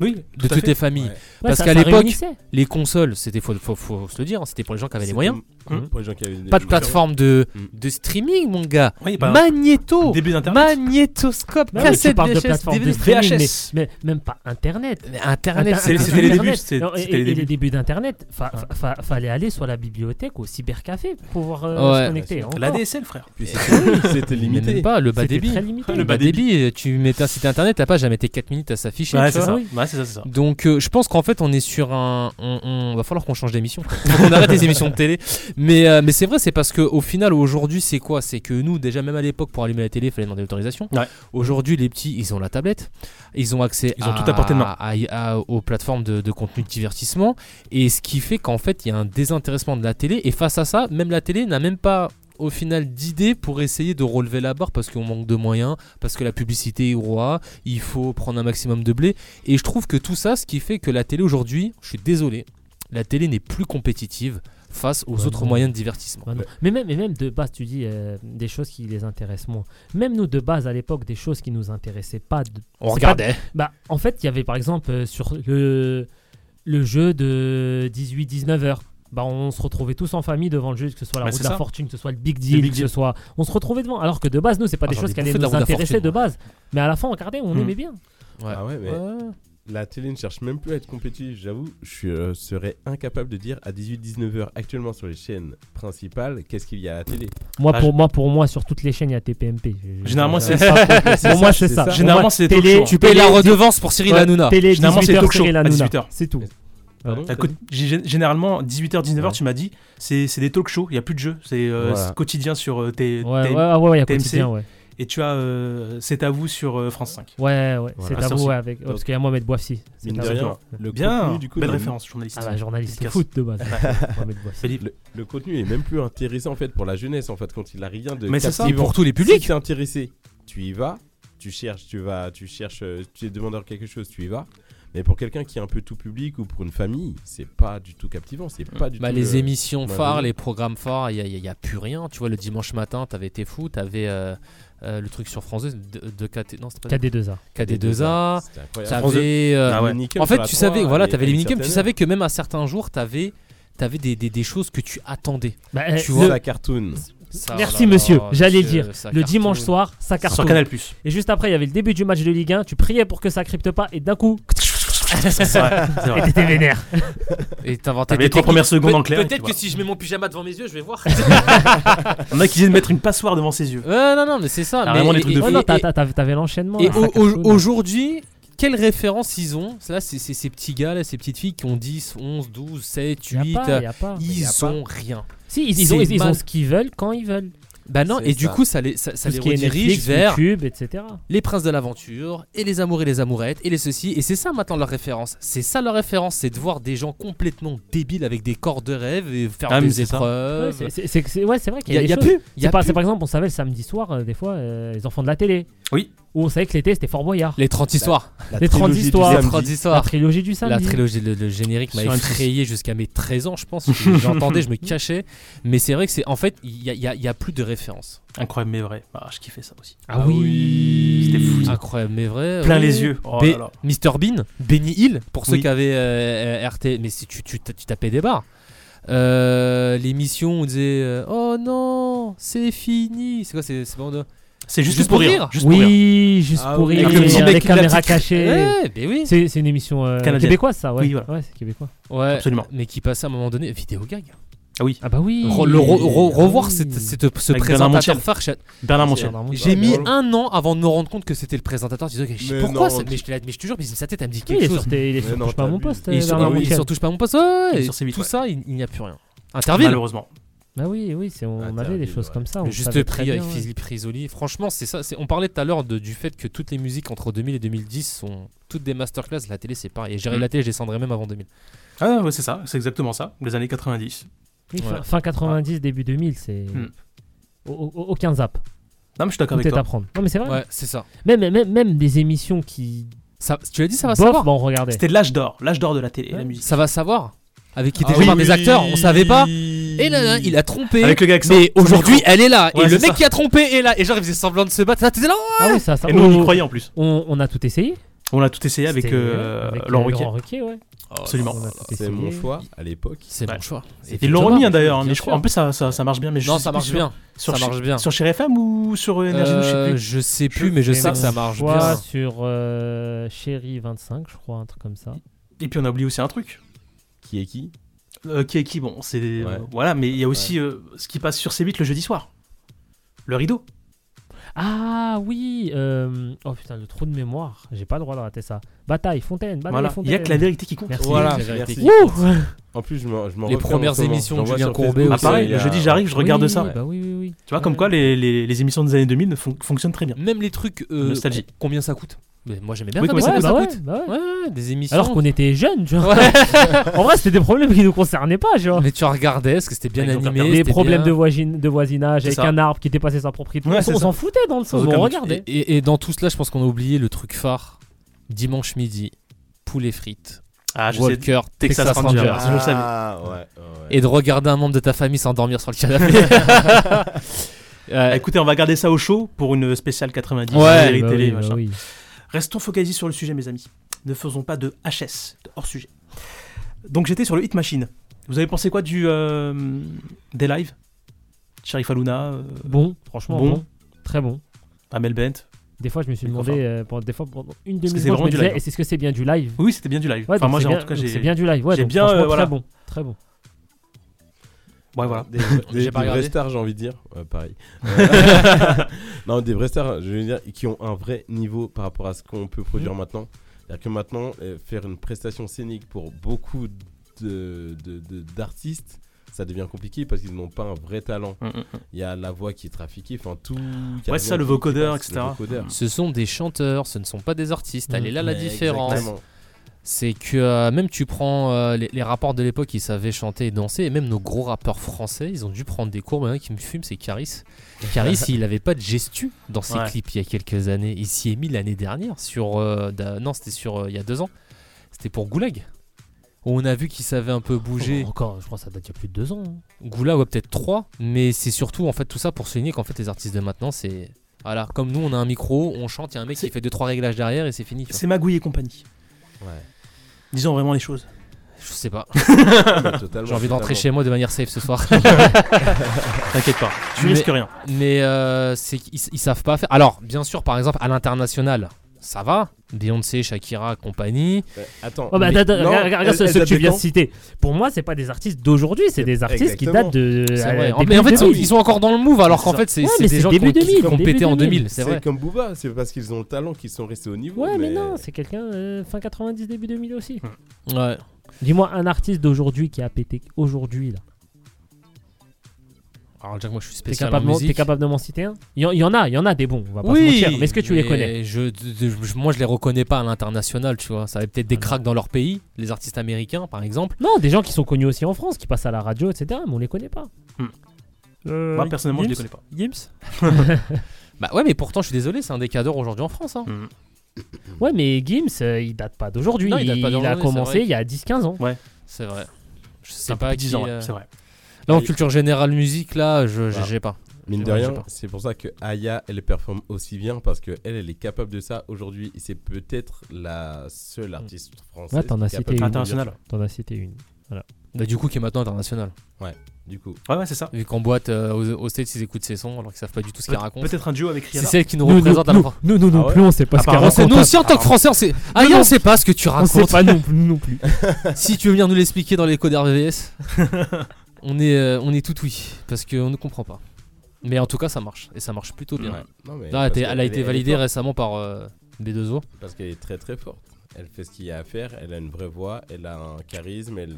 [SPEAKER 3] Oui,
[SPEAKER 5] tout
[SPEAKER 3] de
[SPEAKER 5] à
[SPEAKER 3] toutes
[SPEAKER 5] fait.
[SPEAKER 3] les familles.
[SPEAKER 5] Ouais. Ouais,
[SPEAKER 3] Parce
[SPEAKER 5] ça-
[SPEAKER 3] qu'à
[SPEAKER 5] ça
[SPEAKER 3] l'époque,
[SPEAKER 5] réunissait.
[SPEAKER 3] les consoles, c'était faut, faut, faut se le dire, hein, c'était pour les gens qui avaient les
[SPEAKER 5] C'était
[SPEAKER 3] moyens.
[SPEAKER 4] pour les gens qui avaient des-
[SPEAKER 3] Pas de
[SPEAKER 4] des-
[SPEAKER 3] plateforme de, de streaming, mon gars.
[SPEAKER 5] Oui, bah,
[SPEAKER 3] Magnéto,
[SPEAKER 2] Eh ben, début
[SPEAKER 3] magnétoscope,
[SPEAKER 5] Bah oui, tu
[SPEAKER 3] cassette,
[SPEAKER 5] parles de
[SPEAKER 3] VHS,
[SPEAKER 5] plateforme
[SPEAKER 3] DVD,
[SPEAKER 5] de streaming,
[SPEAKER 3] VHS.
[SPEAKER 5] Mais, mais même pas Internet.
[SPEAKER 3] Mais Internet,
[SPEAKER 5] Inter-
[SPEAKER 3] c'est-
[SPEAKER 5] Inter-
[SPEAKER 3] c'était les débuts,
[SPEAKER 5] Internet.
[SPEAKER 3] c'est-
[SPEAKER 5] Non, et-
[SPEAKER 3] c'était Ah. les
[SPEAKER 5] et
[SPEAKER 3] débuts.
[SPEAKER 5] débuts d'Internet. Fa- fa- fa- fallait aller soit à la bibliothèque ou au cybercafé pour pouvoir euh,
[SPEAKER 3] Ouais.
[SPEAKER 5] se connecter. encore.
[SPEAKER 2] L'ADSL, frère.
[SPEAKER 5] Oui.
[SPEAKER 3] Mais Même pas, le bas
[SPEAKER 5] C'était
[SPEAKER 3] débit.
[SPEAKER 5] très limité.
[SPEAKER 3] Le bas débit, euh, tu mettais un site internet, la page, elle mettait 4 minutes à s'afficher.
[SPEAKER 2] Ouais,
[SPEAKER 3] tu
[SPEAKER 2] c'est
[SPEAKER 3] vois.
[SPEAKER 2] ça. Ouais, c'est ça, c'est ça.
[SPEAKER 3] Donc, euh, je pense qu'en fait, on est sur un. On, on- va falloir qu'on change d'émission. on arrête les émissions de télé. Mais, euh, mais c'est vrai, c'est parce qu'au final, aujourd'hui, c'est quoi C'est que nous, déjà, même à l'époque, pour allumer la télé, il fallait demander l'autorisation. Aujourd'hui, les petits, ils ont la tablette. Ils ont accès
[SPEAKER 2] Ils ont
[SPEAKER 3] à-
[SPEAKER 2] tout à portée de main.
[SPEAKER 3] à- à- aux plateformes de, de contenu de divertissement. Et ce qui fait qu'en fait, il y a un désintéressement de la télé. Et face à ça, même la télé n'a même pas au final d'idées pour essayer de relever la barre parce qu'on manque de moyens, parce que la publicité est roi, il faut prendre un maximum de blé. Et je trouve que tout ça, ce qui fait que la télé aujourd'hui, je suis désolé, la télé n'est plus compétitive face aux
[SPEAKER 5] Bah
[SPEAKER 3] autres
[SPEAKER 5] non.
[SPEAKER 3] moyens de divertissement.
[SPEAKER 5] Bah non. mais, même, mais même de base, tu dis euh, des choses qui les intéressent moins. Même nous, de base, à l'époque, des choses qui nous intéressaient pas. de-
[SPEAKER 3] On
[SPEAKER 5] c'est
[SPEAKER 3] regardait.
[SPEAKER 5] pas- bah, en fait, il y avait par exemple euh, sur le, le jeu de 18-19 heures. Bah, on se retrouvait tous en famille devant le jeu, que ce soit la
[SPEAKER 3] Bah,
[SPEAKER 5] roue
[SPEAKER 3] c'est
[SPEAKER 5] de la
[SPEAKER 3] ça.
[SPEAKER 5] fortune, que ce soit le big
[SPEAKER 3] Le
[SPEAKER 5] deal,
[SPEAKER 3] Big
[SPEAKER 5] que
[SPEAKER 3] Deal.
[SPEAKER 5] ce soit. On se retrouvait devant. Alors que de base, nous, c'est pas
[SPEAKER 3] Ah,
[SPEAKER 5] des
[SPEAKER 3] j'en
[SPEAKER 5] choses
[SPEAKER 3] ai
[SPEAKER 5] qui allaient
[SPEAKER 3] bouffé de la
[SPEAKER 5] nous
[SPEAKER 3] roue de la
[SPEAKER 5] intéresser
[SPEAKER 3] fortune,
[SPEAKER 5] de
[SPEAKER 3] moi.
[SPEAKER 5] base. Mais à la fin, on regardait, on
[SPEAKER 2] Hmm.
[SPEAKER 3] Mm.
[SPEAKER 5] aimait bien.
[SPEAKER 4] Ah ouais, mais la télé ne cherche même plus à être compétitive, j'avoue. Je suis, euh, serais incapable de dire à 18-19h actuellement sur les chaînes principales qu'est-ce qu'il y a à la télé.
[SPEAKER 2] Ah,
[SPEAKER 5] Moi,
[SPEAKER 4] Bah,
[SPEAKER 5] pour, moi, pour moi, sur toutes les chaînes, il y a TPMP. Je-
[SPEAKER 2] Généralement,
[SPEAKER 5] je-
[SPEAKER 2] c'est
[SPEAKER 5] je-
[SPEAKER 2] ça.
[SPEAKER 5] Pour moi, c'est ça.
[SPEAKER 2] Généralement,
[SPEAKER 5] Pour moi,
[SPEAKER 2] c'est
[SPEAKER 5] télé-
[SPEAKER 2] talk show.
[SPEAKER 5] tu payes la redevance
[SPEAKER 3] pour Cyril
[SPEAKER 5] Ouais, Hanouna. télé,
[SPEAKER 2] Généralement, c'est
[SPEAKER 5] 18
[SPEAKER 2] talk show
[SPEAKER 5] Cyril
[SPEAKER 2] à
[SPEAKER 5] Hanouna.
[SPEAKER 2] 18h.
[SPEAKER 5] C'est tout. Pardon,
[SPEAKER 2] T'as
[SPEAKER 5] t'as
[SPEAKER 2] co- gé- Généralement, 18h, 19h, tu m'as dit, c'est c'est des talk shows, il n'y a plus de jeu, c'est euh,
[SPEAKER 5] Voilà.
[SPEAKER 2] c'est quotidien sur euh, T-
[SPEAKER 5] Ouais,
[SPEAKER 2] T-
[SPEAKER 5] ouais, ouais, ouais, il y a
[SPEAKER 2] TMC,
[SPEAKER 5] quotidien, ouais.
[SPEAKER 2] Et tu as euh, C'est à vous sur euh, France 5.
[SPEAKER 5] Ouais, ouais,
[SPEAKER 2] Voilà.
[SPEAKER 5] c'est à
[SPEAKER 2] Ah,
[SPEAKER 5] vous,
[SPEAKER 2] sur-
[SPEAKER 5] ouais, avec, ouais,
[SPEAKER 2] Donc,
[SPEAKER 5] parce qu'il y a Mohamed Boissy.
[SPEAKER 2] mine
[SPEAKER 5] à
[SPEAKER 2] de
[SPEAKER 5] vous.
[SPEAKER 2] rien,
[SPEAKER 4] le
[SPEAKER 2] Bien,
[SPEAKER 4] contenu, du coup,
[SPEAKER 2] belle
[SPEAKER 4] de-
[SPEAKER 2] référence, journaliste.
[SPEAKER 5] Ah bah, journaliste
[SPEAKER 2] Efficace.
[SPEAKER 5] foot de base. Mohamed Boissy.
[SPEAKER 4] le, le contenu est même plus intéressant en fait pour la jeunesse en fait quand il a rien de
[SPEAKER 2] Mais c'est ça.
[SPEAKER 4] captivant.
[SPEAKER 2] Et pour tous les
[SPEAKER 4] Si t'es intéressé, tu y vas, tu cherches, tu vas, tu cherches, euh, tu es demandeur de quelque chose, tu y vas. Mais pour quelqu'un qui est un peu tout public ou pour une famille, c'est pas du tout captivant, c'est pas du
[SPEAKER 3] Bah,
[SPEAKER 4] tout euh,
[SPEAKER 3] les
[SPEAKER 5] euh,
[SPEAKER 4] le-
[SPEAKER 3] émissions
[SPEAKER 4] l'intérêt.
[SPEAKER 3] phares, les programmes phares, il n'y a, plus rien. Tu vois, le dimanche matin, t'avais T'es fou, t'avais euh, euh, le truc sur France 2 de, de KT, non, c'était pas
[SPEAKER 5] KD2A.
[SPEAKER 3] KD2A.
[SPEAKER 5] C'était incroyable. France
[SPEAKER 3] T'avais.
[SPEAKER 5] 2.
[SPEAKER 3] euh,
[SPEAKER 5] Ah ouais.
[SPEAKER 3] En fait,
[SPEAKER 5] Sur la
[SPEAKER 3] tu savais,
[SPEAKER 5] trois,
[SPEAKER 3] voilà,
[SPEAKER 5] elle est-
[SPEAKER 3] t'avais
[SPEAKER 5] elle
[SPEAKER 3] les
[SPEAKER 5] est
[SPEAKER 3] minicames, tu
[SPEAKER 5] certaine.
[SPEAKER 3] savais que même à certains jours, t'avais avais des, des, des choses que tu attendais.
[SPEAKER 5] Bah, euh,
[SPEAKER 3] tu
[SPEAKER 5] le-
[SPEAKER 3] vois,
[SPEAKER 5] Ça
[SPEAKER 4] cartoon.
[SPEAKER 3] Ça,
[SPEAKER 5] Merci
[SPEAKER 3] oh là
[SPEAKER 5] monsieur,
[SPEAKER 3] là,
[SPEAKER 5] j'allais le
[SPEAKER 3] monsieur,
[SPEAKER 5] dire.
[SPEAKER 3] ça
[SPEAKER 5] Le dimanche
[SPEAKER 3] cartoon.
[SPEAKER 5] soir, ça cartonne. Et juste après, il y avait le début du match de Ligue 1. Tu priais pour que ça crypte pas et d'un coup. Et t'étais vénère.
[SPEAKER 3] Et t'inventais
[SPEAKER 2] T'avais
[SPEAKER 3] des
[SPEAKER 2] les trois
[SPEAKER 3] techniques.
[SPEAKER 2] premières secondes
[SPEAKER 3] Peut-
[SPEAKER 2] en clair, et
[SPEAKER 3] Peut-être
[SPEAKER 2] puis
[SPEAKER 3] que si je mets mon pyjama devant mes yeux, je vais voir.
[SPEAKER 2] On a qui viennent mettre une passoire devant ses yeux.
[SPEAKER 3] Ouais, non, non, mais c'est ça.
[SPEAKER 2] Ah,
[SPEAKER 3] mais-
[SPEAKER 2] vraiment des
[SPEAKER 3] et-
[SPEAKER 2] trucs de
[SPEAKER 3] et-
[SPEAKER 2] fou.
[SPEAKER 3] et-
[SPEAKER 5] Non, t'as- t'as- t'avais- t'avais l'enchaînement,
[SPEAKER 3] Et
[SPEAKER 5] là,
[SPEAKER 3] au-
[SPEAKER 5] ça cartonne,
[SPEAKER 3] au-
[SPEAKER 5] là.
[SPEAKER 3] aujourd'hui, quelles références ils ont Là, c'est c'est ces petits gars, là, ces petites filles qui ont 10, 11, 12, 7,
[SPEAKER 5] Y a
[SPEAKER 3] 8.
[SPEAKER 5] pas, y a pas.
[SPEAKER 3] euh, Ils
[SPEAKER 5] Y a pas.
[SPEAKER 3] ont rien.
[SPEAKER 5] Si, ils, ils ont,
[SPEAKER 3] C'est
[SPEAKER 5] ils, ils ont
[SPEAKER 3] mal-
[SPEAKER 5] ce qu'ils veulent quand ils veulent.
[SPEAKER 3] Bah non,
[SPEAKER 5] C'est
[SPEAKER 3] et du
[SPEAKER 5] ça.
[SPEAKER 3] coup, ça les, ça, ça
[SPEAKER 5] Tout
[SPEAKER 3] les
[SPEAKER 5] ce qui est
[SPEAKER 3] redirige
[SPEAKER 5] Netflix,
[SPEAKER 3] vers
[SPEAKER 5] YouTube, etc.
[SPEAKER 3] les princes de l'aventure, et les amours et les amourettes, et les ceci. Et c'est ça maintenant leur référence. C'est ça leur référence, c'est de voir des gens complètement débiles avec des corps de rêve et faire
[SPEAKER 5] Ah, mais
[SPEAKER 3] des
[SPEAKER 5] c'est ça. Ouais,
[SPEAKER 3] épreuves.
[SPEAKER 5] c'est- c'est- c'est- c'est- ouais, c'est vrai qu'il y a,
[SPEAKER 3] Y
[SPEAKER 5] des
[SPEAKER 3] y
[SPEAKER 5] choses.
[SPEAKER 3] plus.
[SPEAKER 5] C'est
[SPEAKER 3] y a
[SPEAKER 5] par,
[SPEAKER 3] plus.
[SPEAKER 5] c'est par exemple, on savait le samedi soir, euh, des fois, euh, les enfants de la télé.
[SPEAKER 2] Oui.
[SPEAKER 5] Où on savait que l'été, c'était Fort Boyard.
[SPEAKER 3] Les 30 histoires.
[SPEAKER 5] les 30 histoires.
[SPEAKER 3] Les 30 histoires.
[SPEAKER 5] La trilogie du samedi.
[SPEAKER 3] La trilogie, le, le générique m'a
[SPEAKER 5] Sur M6.
[SPEAKER 3] effrayé jusqu'à mes 13 ans, je pense. Je- J'entendais, je me cachais. Mais c'est vrai que c'est. En fait, il n'y a, il y a- il y a plus de référence.
[SPEAKER 2] Incroyable mais vrai. Ah, je kiffais ça aussi.
[SPEAKER 3] Ah oui C'était fou. Incroyable mais vrai.
[SPEAKER 2] Plein
[SPEAKER 3] oui.
[SPEAKER 2] les yeux. Oh
[SPEAKER 3] Bé-
[SPEAKER 2] là là.
[SPEAKER 3] Mr Bean, Benny Hill, pour ceux
[SPEAKER 2] Oui.
[SPEAKER 3] qui avaient euh, euh, RT. Mais si tu, tu, tu tapais des barres. Euh, L'émission, on disait euh, Oh non, c'est fini. C'est quoi C'est c'est pas-
[SPEAKER 2] C'est juste pour rire, juste pour
[SPEAKER 5] oui, juste
[SPEAKER 3] Ah
[SPEAKER 5] pour
[SPEAKER 3] oui.
[SPEAKER 5] rire.
[SPEAKER 3] Avec le petit
[SPEAKER 5] avec
[SPEAKER 3] mec, la
[SPEAKER 5] caméras
[SPEAKER 3] petite-
[SPEAKER 5] cachées.
[SPEAKER 3] Ouais, mais oui.
[SPEAKER 5] C'est, c'est une émission euh,
[SPEAKER 3] Canadienne.
[SPEAKER 5] québécoise, ça, ouais.
[SPEAKER 3] Oui, voilà.
[SPEAKER 5] Ouais, c'est québécois.
[SPEAKER 3] Ouais,
[SPEAKER 2] Absolument.
[SPEAKER 3] Mais qui passait à un moment donné vidéo gag.
[SPEAKER 2] Ah oui.
[SPEAKER 5] Ah bah oui.
[SPEAKER 3] Re- le re- re- revoir
[SPEAKER 5] Ah oui.
[SPEAKER 3] cette- cette- ce
[SPEAKER 2] Avec Bernard
[SPEAKER 3] présentateur
[SPEAKER 2] Montiel.
[SPEAKER 3] farce.
[SPEAKER 2] Bernard Montiel.
[SPEAKER 3] J'ai mis
[SPEAKER 2] Bernard
[SPEAKER 3] un an avant de me rendre compte que c'était le présentateur. Je disais,
[SPEAKER 2] Mais
[SPEAKER 3] pourquoi
[SPEAKER 2] non,
[SPEAKER 3] ça-
[SPEAKER 2] tu-
[SPEAKER 3] mais, je te la- mais je te jure, mais sa tête, elle me dit
[SPEAKER 5] Oui, il
[SPEAKER 3] quelque
[SPEAKER 5] est
[SPEAKER 3] chose.
[SPEAKER 5] sur tes- il est sur Mais non, Touche pas à mon t'abuses. poste,
[SPEAKER 3] Il est sur-
[SPEAKER 5] Bernard
[SPEAKER 3] oui, il est
[SPEAKER 5] Montiel.
[SPEAKER 3] sur Touche pas à mon poste. ouais, ouais,
[SPEAKER 5] Il est
[SPEAKER 3] et
[SPEAKER 5] sur C8,
[SPEAKER 3] tout
[SPEAKER 5] ouais.
[SPEAKER 3] ça, il il n'y a plus rien. Interville.
[SPEAKER 2] Malheureusement.
[SPEAKER 5] Bah oui, oui, c'est, on avait des choses comme ça. on
[SPEAKER 3] Le juste
[SPEAKER 5] savait très
[SPEAKER 3] prix avec
[SPEAKER 5] bien, ouais.
[SPEAKER 3] Philippe Risoli. Franchement, c'est ça. c'est- On parlait tout à l'heure de- du fait que toutes les musiques entre 2000 et 2010 sont toutes des masterclass. La télé, c'est pareil. Et gérer
[SPEAKER 2] Mm.
[SPEAKER 3] la télé, je descendrais même avant 2000.
[SPEAKER 2] Ah ouais, c'est ça, c'est exactement ça, les années 90.
[SPEAKER 5] Oui, fin-
[SPEAKER 2] Voilà.
[SPEAKER 5] Fin 90, début 2000, c'est.
[SPEAKER 2] Hmm.
[SPEAKER 5] au- au- Aucun zap.
[SPEAKER 2] Non, mais je suis d'accord
[SPEAKER 5] Faut
[SPEAKER 2] avec
[SPEAKER 5] peut-être
[SPEAKER 2] toi.
[SPEAKER 5] apprendre. Non, mais c'est vrai.
[SPEAKER 3] Ouais, c'est ça.
[SPEAKER 5] Même, même, même des émissions qui.
[SPEAKER 3] Ça, tu l'as dit, ça va
[SPEAKER 5] Bof, bah,
[SPEAKER 3] savoir.
[SPEAKER 5] Bon, regardez.
[SPEAKER 2] C'était l'âge d'or, l'âge d'or de la télé et la musique.
[SPEAKER 3] Ça va savoir. Avec qui était
[SPEAKER 2] Ah
[SPEAKER 3] joué par
[SPEAKER 2] oui.
[SPEAKER 3] des acteurs, on savait pas. Et là, là, il a trompé.
[SPEAKER 2] Avec le gars avec son-
[SPEAKER 3] Mais
[SPEAKER 2] son
[SPEAKER 3] aujourd'hui,
[SPEAKER 2] micro.
[SPEAKER 3] elle est là.
[SPEAKER 2] Ouais,
[SPEAKER 3] et le
[SPEAKER 2] c'est
[SPEAKER 3] mec
[SPEAKER 2] ça.
[SPEAKER 3] qui a trompé est là. Et genre, il faisait semblant de se battre. Là, t'étais là. ouais.
[SPEAKER 5] Ah oui, ça, ça.
[SPEAKER 2] Et nous, on y croyait en plus.
[SPEAKER 5] On, on a tout essayé.
[SPEAKER 2] On a tout essayé avec,
[SPEAKER 5] C'était,
[SPEAKER 2] euh,
[SPEAKER 5] ouais, avec,
[SPEAKER 2] Laurent
[SPEAKER 5] euh,
[SPEAKER 2] Ruquier.
[SPEAKER 5] Laurent Ruquier, ouais.
[SPEAKER 2] Absolument.
[SPEAKER 5] On a tout
[SPEAKER 4] C'est
[SPEAKER 5] essayé.
[SPEAKER 4] mon choix à l'époque.
[SPEAKER 3] C'est mon choix.
[SPEAKER 2] Et Ils l'ont remis hein, d'ailleurs, hein, mais je crois. En plus, ça, ça, ça marche bien. Mais je
[SPEAKER 3] Non,
[SPEAKER 2] sais
[SPEAKER 3] ça
[SPEAKER 2] plus
[SPEAKER 3] marche
[SPEAKER 2] sur-
[SPEAKER 3] bien.
[SPEAKER 2] Sur,
[SPEAKER 3] Ça
[SPEAKER 2] Ch-
[SPEAKER 3] marche bien.
[SPEAKER 2] Sur Chérie FM ou sur Énergie
[SPEAKER 3] Euh,
[SPEAKER 2] Je
[SPEAKER 3] je
[SPEAKER 2] sais
[SPEAKER 3] sais
[SPEAKER 2] plus.
[SPEAKER 3] plus, mais je
[SPEAKER 2] fais
[SPEAKER 3] sais que
[SPEAKER 2] mon
[SPEAKER 3] ça marche
[SPEAKER 5] Choix
[SPEAKER 3] bien.
[SPEAKER 5] sur euh, Chéri 25, je crois, un truc comme ça.
[SPEAKER 2] Et puis on a oublié aussi un truc.
[SPEAKER 4] Qui est qui
[SPEAKER 2] Euh, Qui est qui Bon, c'est. euh, voilà, mais il y a aussi euh, ce qui passe sur C8 le jeudi soir. Le rideau.
[SPEAKER 5] Ah oui euh, Oh putain, le trou de mémoire. J'ai pas le droit de rater ça. Bataille, Fontaine, bataille,
[SPEAKER 2] Voilà.
[SPEAKER 5] Fontaine.
[SPEAKER 2] Il y a que la vérité qui compte.
[SPEAKER 5] Merci.
[SPEAKER 4] Voilà,
[SPEAKER 5] la vérité
[SPEAKER 4] merci.
[SPEAKER 5] qui compte.
[SPEAKER 4] Wouh En plus, je m'en- je m'en
[SPEAKER 3] Les
[SPEAKER 4] reprends
[SPEAKER 3] premières
[SPEAKER 4] en ce moment.
[SPEAKER 3] émissions de
[SPEAKER 4] J'en vois
[SPEAKER 3] Julien
[SPEAKER 4] sur
[SPEAKER 3] Courbet
[SPEAKER 4] Facebook, euh,
[SPEAKER 2] Ah, pareil,
[SPEAKER 4] il y
[SPEAKER 2] le
[SPEAKER 4] a-
[SPEAKER 2] jeudi, j'arrive, je regarde
[SPEAKER 5] Oui,
[SPEAKER 2] ça.
[SPEAKER 5] bah oui, oui, oui.
[SPEAKER 2] Tu vois, comme quoi les, les- les émissions des années 2000 fon- fonctionnent très bien.
[SPEAKER 3] Même les trucs. euh,
[SPEAKER 2] Nostalgie.
[SPEAKER 3] com- Combien ça coûte Mais Moi j'aimais bien
[SPEAKER 2] Oui,
[SPEAKER 3] combien ça
[SPEAKER 2] combien
[SPEAKER 3] coûte.
[SPEAKER 2] ça
[SPEAKER 5] Bah ouais,
[SPEAKER 2] coûte
[SPEAKER 5] bah ouais.
[SPEAKER 3] Ouais, des émissions.
[SPEAKER 5] Alors qu'on était jeunes, tu vois.
[SPEAKER 3] Ouais.
[SPEAKER 5] en vrai, c'était des problèmes qui nous concernaient pas, genre.
[SPEAKER 3] Mais tu regardais, parce que c'était bien
[SPEAKER 2] Avec
[SPEAKER 3] animé.
[SPEAKER 5] Des
[SPEAKER 3] c'était
[SPEAKER 5] problèmes
[SPEAKER 3] bien.
[SPEAKER 5] de, voisine- de voisinage
[SPEAKER 2] C'est
[SPEAKER 5] avec
[SPEAKER 2] ça.
[SPEAKER 5] un arbre qui dépassait sa propriété.
[SPEAKER 2] Ouais,
[SPEAKER 5] On
[SPEAKER 2] c'est
[SPEAKER 5] s'en- on
[SPEAKER 2] ça.
[SPEAKER 5] s'en foutait dans le sens,
[SPEAKER 2] Sans aucun doute.
[SPEAKER 5] on regardait.
[SPEAKER 3] Et, et- et dans tout cela, je pense qu'on a oublié le truc phare. Dimanche midi, poulet frites.
[SPEAKER 2] Ah, je sais.
[SPEAKER 3] Walker, Texas,
[SPEAKER 2] Texas
[SPEAKER 3] Ranger.
[SPEAKER 2] Ranger. Je le savais.
[SPEAKER 4] Ah, ouais, ouais.
[SPEAKER 3] Et de regarder un membre de ta famille s'endormir sur le canapé.
[SPEAKER 2] Ah, Écoutez, on va garder ça au chaud pour une spéciale 90.
[SPEAKER 3] Ouais,
[SPEAKER 2] série
[SPEAKER 5] bah
[SPEAKER 2] télé,
[SPEAKER 5] oui, bah
[SPEAKER 2] machin.
[SPEAKER 5] oui.
[SPEAKER 2] Restons focalisés sur le sujet, mes amis. Ne faisons pas de HS, de hors sujet. Donc j'étais sur le Hit Machine. Vous avez pensé quoi du euh, des lives Sharif Aluna, euh,
[SPEAKER 5] Bon, franchement,
[SPEAKER 2] Bon.
[SPEAKER 5] bon. Très bon.
[SPEAKER 2] Amel Bent.
[SPEAKER 5] Des fois, je me suis
[SPEAKER 2] Et
[SPEAKER 5] demandé,
[SPEAKER 2] enfin.
[SPEAKER 5] euh, pendant- des fois, pendant une
[SPEAKER 2] Parce que c'est
[SPEAKER 5] demi-seconde, je
[SPEAKER 2] vraiment
[SPEAKER 5] me
[SPEAKER 2] du
[SPEAKER 5] disais,
[SPEAKER 2] live, hein.
[SPEAKER 5] est-ce que c'est bien du live
[SPEAKER 2] Oui, c'était bien du live.
[SPEAKER 5] Ouais,
[SPEAKER 2] enfin,
[SPEAKER 5] donc
[SPEAKER 2] moi, j'ai-
[SPEAKER 5] c'est
[SPEAKER 2] en
[SPEAKER 5] bien-
[SPEAKER 2] tout cas,
[SPEAKER 5] donc
[SPEAKER 2] j'ai
[SPEAKER 5] c'est bien du live, ouais,
[SPEAKER 2] J'ai
[SPEAKER 5] donc
[SPEAKER 2] bien,
[SPEAKER 5] franchement,
[SPEAKER 2] euh, voilà.
[SPEAKER 5] très bon, très bon.
[SPEAKER 2] Ouais, voilà.
[SPEAKER 4] Des, vrais-
[SPEAKER 3] J'ai
[SPEAKER 4] des-
[SPEAKER 3] pas
[SPEAKER 4] des vrais
[SPEAKER 3] regardé.
[SPEAKER 4] stars, j'ai envie de dire. Ouais, pareil. Euh, non, des vrais stars, je veux dire, qui ont un vrai niveau par rapport à ce qu'on peut produire maintenant. C'est-à-dire que maintenant, euh, faire une prestation scénique pour beaucoup de- de- de- d'artistes, ça devient compliqué parce qu'ils n'ont pas un vrai talent.
[SPEAKER 2] Mm, mm, mm.
[SPEAKER 4] Il y a la voix qui est trafiquée, enfin tout.
[SPEAKER 2] Ouais, ça, le vocodeur, etc.
[SPEAKER 5] hein.
[SPEAKER 3] Ce sont des chanteurs, ce ne sont pas des artistes. Elle est là la
[SPEAKER 4] Mais
[SPEAKER 3] différence.
[SPEAKER 4] exactement.
[SPEAKER 3] C'est que euh, même tu prends euh, les, les rapports de l'époque, ils savaient chanter et danser, et même nos gros rappeurs français, ils ont dû prendre des cours. Maintenant, qui me fume, c'est Caris. Caris, il avait pas de gestu dans ses
[SPEAKER 2] Ouais.
[SPEAKER 3] clips il y a quelques années. Il s'y est mis l'année dernière sur, euh, da- non, c'était sur euh, il y a deux ans. C'était pour Goulag. Où on a vu qu'il savait un peu bouger.
[SPEAKER 5] Oh, Encore, je crois que ça date il y a plus de deux ans. hein.
[SPEAKER 3] Goula, ouais, peut-être 3, mais c'est surtout en fait tout ça pour souligner qu'en fait les artistes de maintenant, c'est. Voilà, comme nous, on a un micro, on chante, il y a un mec qui fait 2-3 réglages derrière et c'est fini. tu vois.
[SPEAKER 2] C'est Magouille et compagnie. Disons vraiment les choses.
[SPEAKER 3] Je sais pas.
[SPEAKER 4] Bah, totalement,
[SPEAKER 3] J'ai envie de
[SPEAKER 4] totalement.
[SPEAKER 3] rentrer chez moi de manière safe ce soir.
[SPEAKER 2] T'inquiète pas, tu
[SPEAKER 3] Mais-
[SPEAKER 2] risques rien.
[SPEAKER 3] Mais euh, c'est qu'ils ils savent pas faire. Alors, bien sûr, par exemple, à l'international, ça va. Beyoncé, Shakira, compagnie.
[SPEAKER 4] Euh, attends.
[SPEAKER 5] Oh, bah,
[SPEAKER 4] mais-
[SPEAKER 5] attends,
[SPEAKER 4] non,
[SPEAKER 5] regarde, regarde, regarde
[SPEAKER 4] elles-
[SPEAKER 5] ce- ce
[SPEAKER 4] elles
[SPEAKER 5] que tu viens de
[SPEAKER 4] habitant-
[SPEAKER 5] citer. Pour moi, c'est pas des artistes d'aujourd'hui, c'est des artistes qui
[SPEAKER 4] Exactement.
[SPEAKER 5] datent de.
[SPEAKER 3] C'est
[SPEAKER 5] euh,
[SPEAKER 3] vrai.
[SPEAKER 5] début
[SPEAKER 3] Mais en fait, ils sont-
[SPEAKER 5] 2000.
[SPEAKER 3] ils sont encore dans le move, alors qu'en
[SPEAKER 2] C'est
[SPEAKER 3] fait, c'est
[SPEAKER 5] Ouais,
[SPEAKER 3] c'est
[SPEAKER 5] mais
[SPEAKER 3] des
[SPEAKER 5] c'est
[SPEAKER 3] gens qui ont,
[SPEAKER 5] début
[SPEAKER 3] qui- qui
[SPEAKER 5] 2000,
[SPEAKER 3] ont
[SPEAKER 5] début
[SPEAKER 3] pété en 2000,
[SPEAKER 5] 2000,
[SPEAKER 3] c'est vrai.
[SPEAKER 4] C'est comme Booba, c'est parce qu'ils ont le talent qu'ils sont restés au niveau.
[SPEAKER 5] Ouais, mais, non, c'est quelqu'un euh, fin 90, début 2000 aussi.
[SPEAKER 2] Hum.
[SPEAKER 3] Ouais.
[SPEAKER 5] Dis-moi un artiste d'aujourd'hui qui a pété aujourd'hui là.
[SPEAKER 3] Alors, déjà que moi, je suis
[SPEAKER 5] T'es
[SPEAKER 3] spécial en
[SPEAKER 5] capable,
[SPEAKER 3] musique.
[SPEAKER 5] t'es capable de m'en citer un Il y, en- il y en a, il y en a des bons. On va pas se mentir. Mais est-ce que tu les
[SPEAKER 3] mais
[SPEAKER 5] connais
[SPEAKER 3] je, de- de- je- Moi, je les reconnais pas à l'international, tu vois. Ça va être peut-être des cracks dans leur pays, les artistes américains, par exemple.
[SPEAKER 5] Non, des gens qui sont connus aussi en France, qui passent à la radio, etc. Mais on les connaît pas.
[SPEAKER 2] Hmm. Moi, personnellement, je les connais pas.
[SPEAKER 3] Gims Bah ouais, mais pourtant, je suis désolé, c'est un des cadres aujourd'hui en France. hein.
[SPEAKER 2] Mm.
[SPEAKER 5] Ouais, mais Gims, euh, il date pas d'aujourd'hui.
[SPEAKER 3] Non,
[SPEAKER 5] il,
[SPEAKER 3] il date pas
[SPEAKER 5] a
[SPEAKER 3] d'aujourd'hui, c'est
[SPEAKER 5] commencé
[SPEAKER 3] vrai.
[SPEAKER 5] il y a 10-15 ans.
[SPEAKER 2] Ouais,
[SPEAKER 3] C'est vrai. Je sais
[SPEAKER 2] c'est
[SPEAKER 3] pas
[SPEAKER 2] pas
[SPEAKER 3] qui,
[SPEAKER 2] 10 ans, ouais,
[SPEAKER 3] euh,
[SPEAKER 2] c'est vrai.
[SPEAKER 3] Là, en
[SPEAKER 4] Et-
[SPEAKER 3] culture générale musique, là, je
[SPEAKER 4] Voilà.
[SPEAKER 3] j'ai pas.
[SPEAKER 4] Mine de
[SPEAKER 3] Ouais, je
[SPEAKER 4] rien,
[SPEAKER 3] sais pas.
[SPEAKER 4] c'est pour ça que Aya, elle performe aussi bien parce que elle, elle est capable de ça aujourd'hui. Et C'est peut-être la seule
[SPEAKER 3] Mm.
[SPEAKER 4] artiste française.
[SPEAKER 5] Ouais, t'en as
[SPEAKER 4] qui est
[SPEAKER 5] cité
[SPEAKER 4] capable de
[SPEAKER 5] une.
[SPEAKER 4] produire
[SPEAKER 2] International.
[SPEAKER 5] T'en as cité une. Voilà.
[SPEAKER 3] Bah, du coup, qui est maintenant international.
[SPEAKER 4] ça. Ouais, du coup.
[SPEAKER 2] Ouais, ouais, c'est ça.
[SPEAKER 3] Vu qu'en boîte, euh, aux, aux States, ils écoutent ses sons alors qu'ils savent pas du tout ce qu'ils
[SPEAKER 2] Peut-
[SPEAKER 3] racontent.
[SPEAKER 2] Peut-être un duo avec
[SPEAKER 3] C'est
[SPEAKER 2] Rihanna.
[SPEAKER 3] celle qui nous
[SPEAKER 5] Nous,
[SPEAKER 3] représente à la
[SPEAKER 5] nous,
[SPEAKER 3] fois.
[SPEAKER 5] Nous, nous, nous,
[SPEAKER 4] Ah ouais
[SPEAKER 5] plus, on sait pas ce qu'elle
[SPEAKER 2] Apparemment,
[SPEAKER 3] On sait-
[SPEAKER 5] raconte. hein.
[SPEAKER 3] Nous aussi, en tant que français, on sait. Ah,
[SPEAKER 5] non.
[SPEAKER 3] on sait pas ce que tu
[SPEAKER 5] On sait
[SPEAKER 3] racontes.
[SPEAKER 5] pas non, plus- non plus.
[SPEAKER 3] si tu veux venir nous l'expliquer dans les codes RVVS, on est, euh, on est tout oui, parce qu'on ne comprend pas. Mais en tout cas, ça marche, et ça marche plutôt bien.
[SPEAKER 4] Ouais. Non, mais
[SPEAKER 3] Là,
[SPEAKER 4] parce
[SPEAKER 3] elle, était-
[SPEAKER 4] qu'elle-
[SPEAKER 3] elle a
[SPEAKER 4] elle est-
[SPEAKER 3] été
[SPEAKER 4] elle est
[SPEAKER 3] validée
[SPEAKER 4] forte.
[SPEAKER 3] récemment par euh, B2O.
[SPEAKER 4] Parce qu'elle est très très forte. Elle fait ce qu'il y a à faire. Elle a une vraie voix. Elle a un charisme. Elle,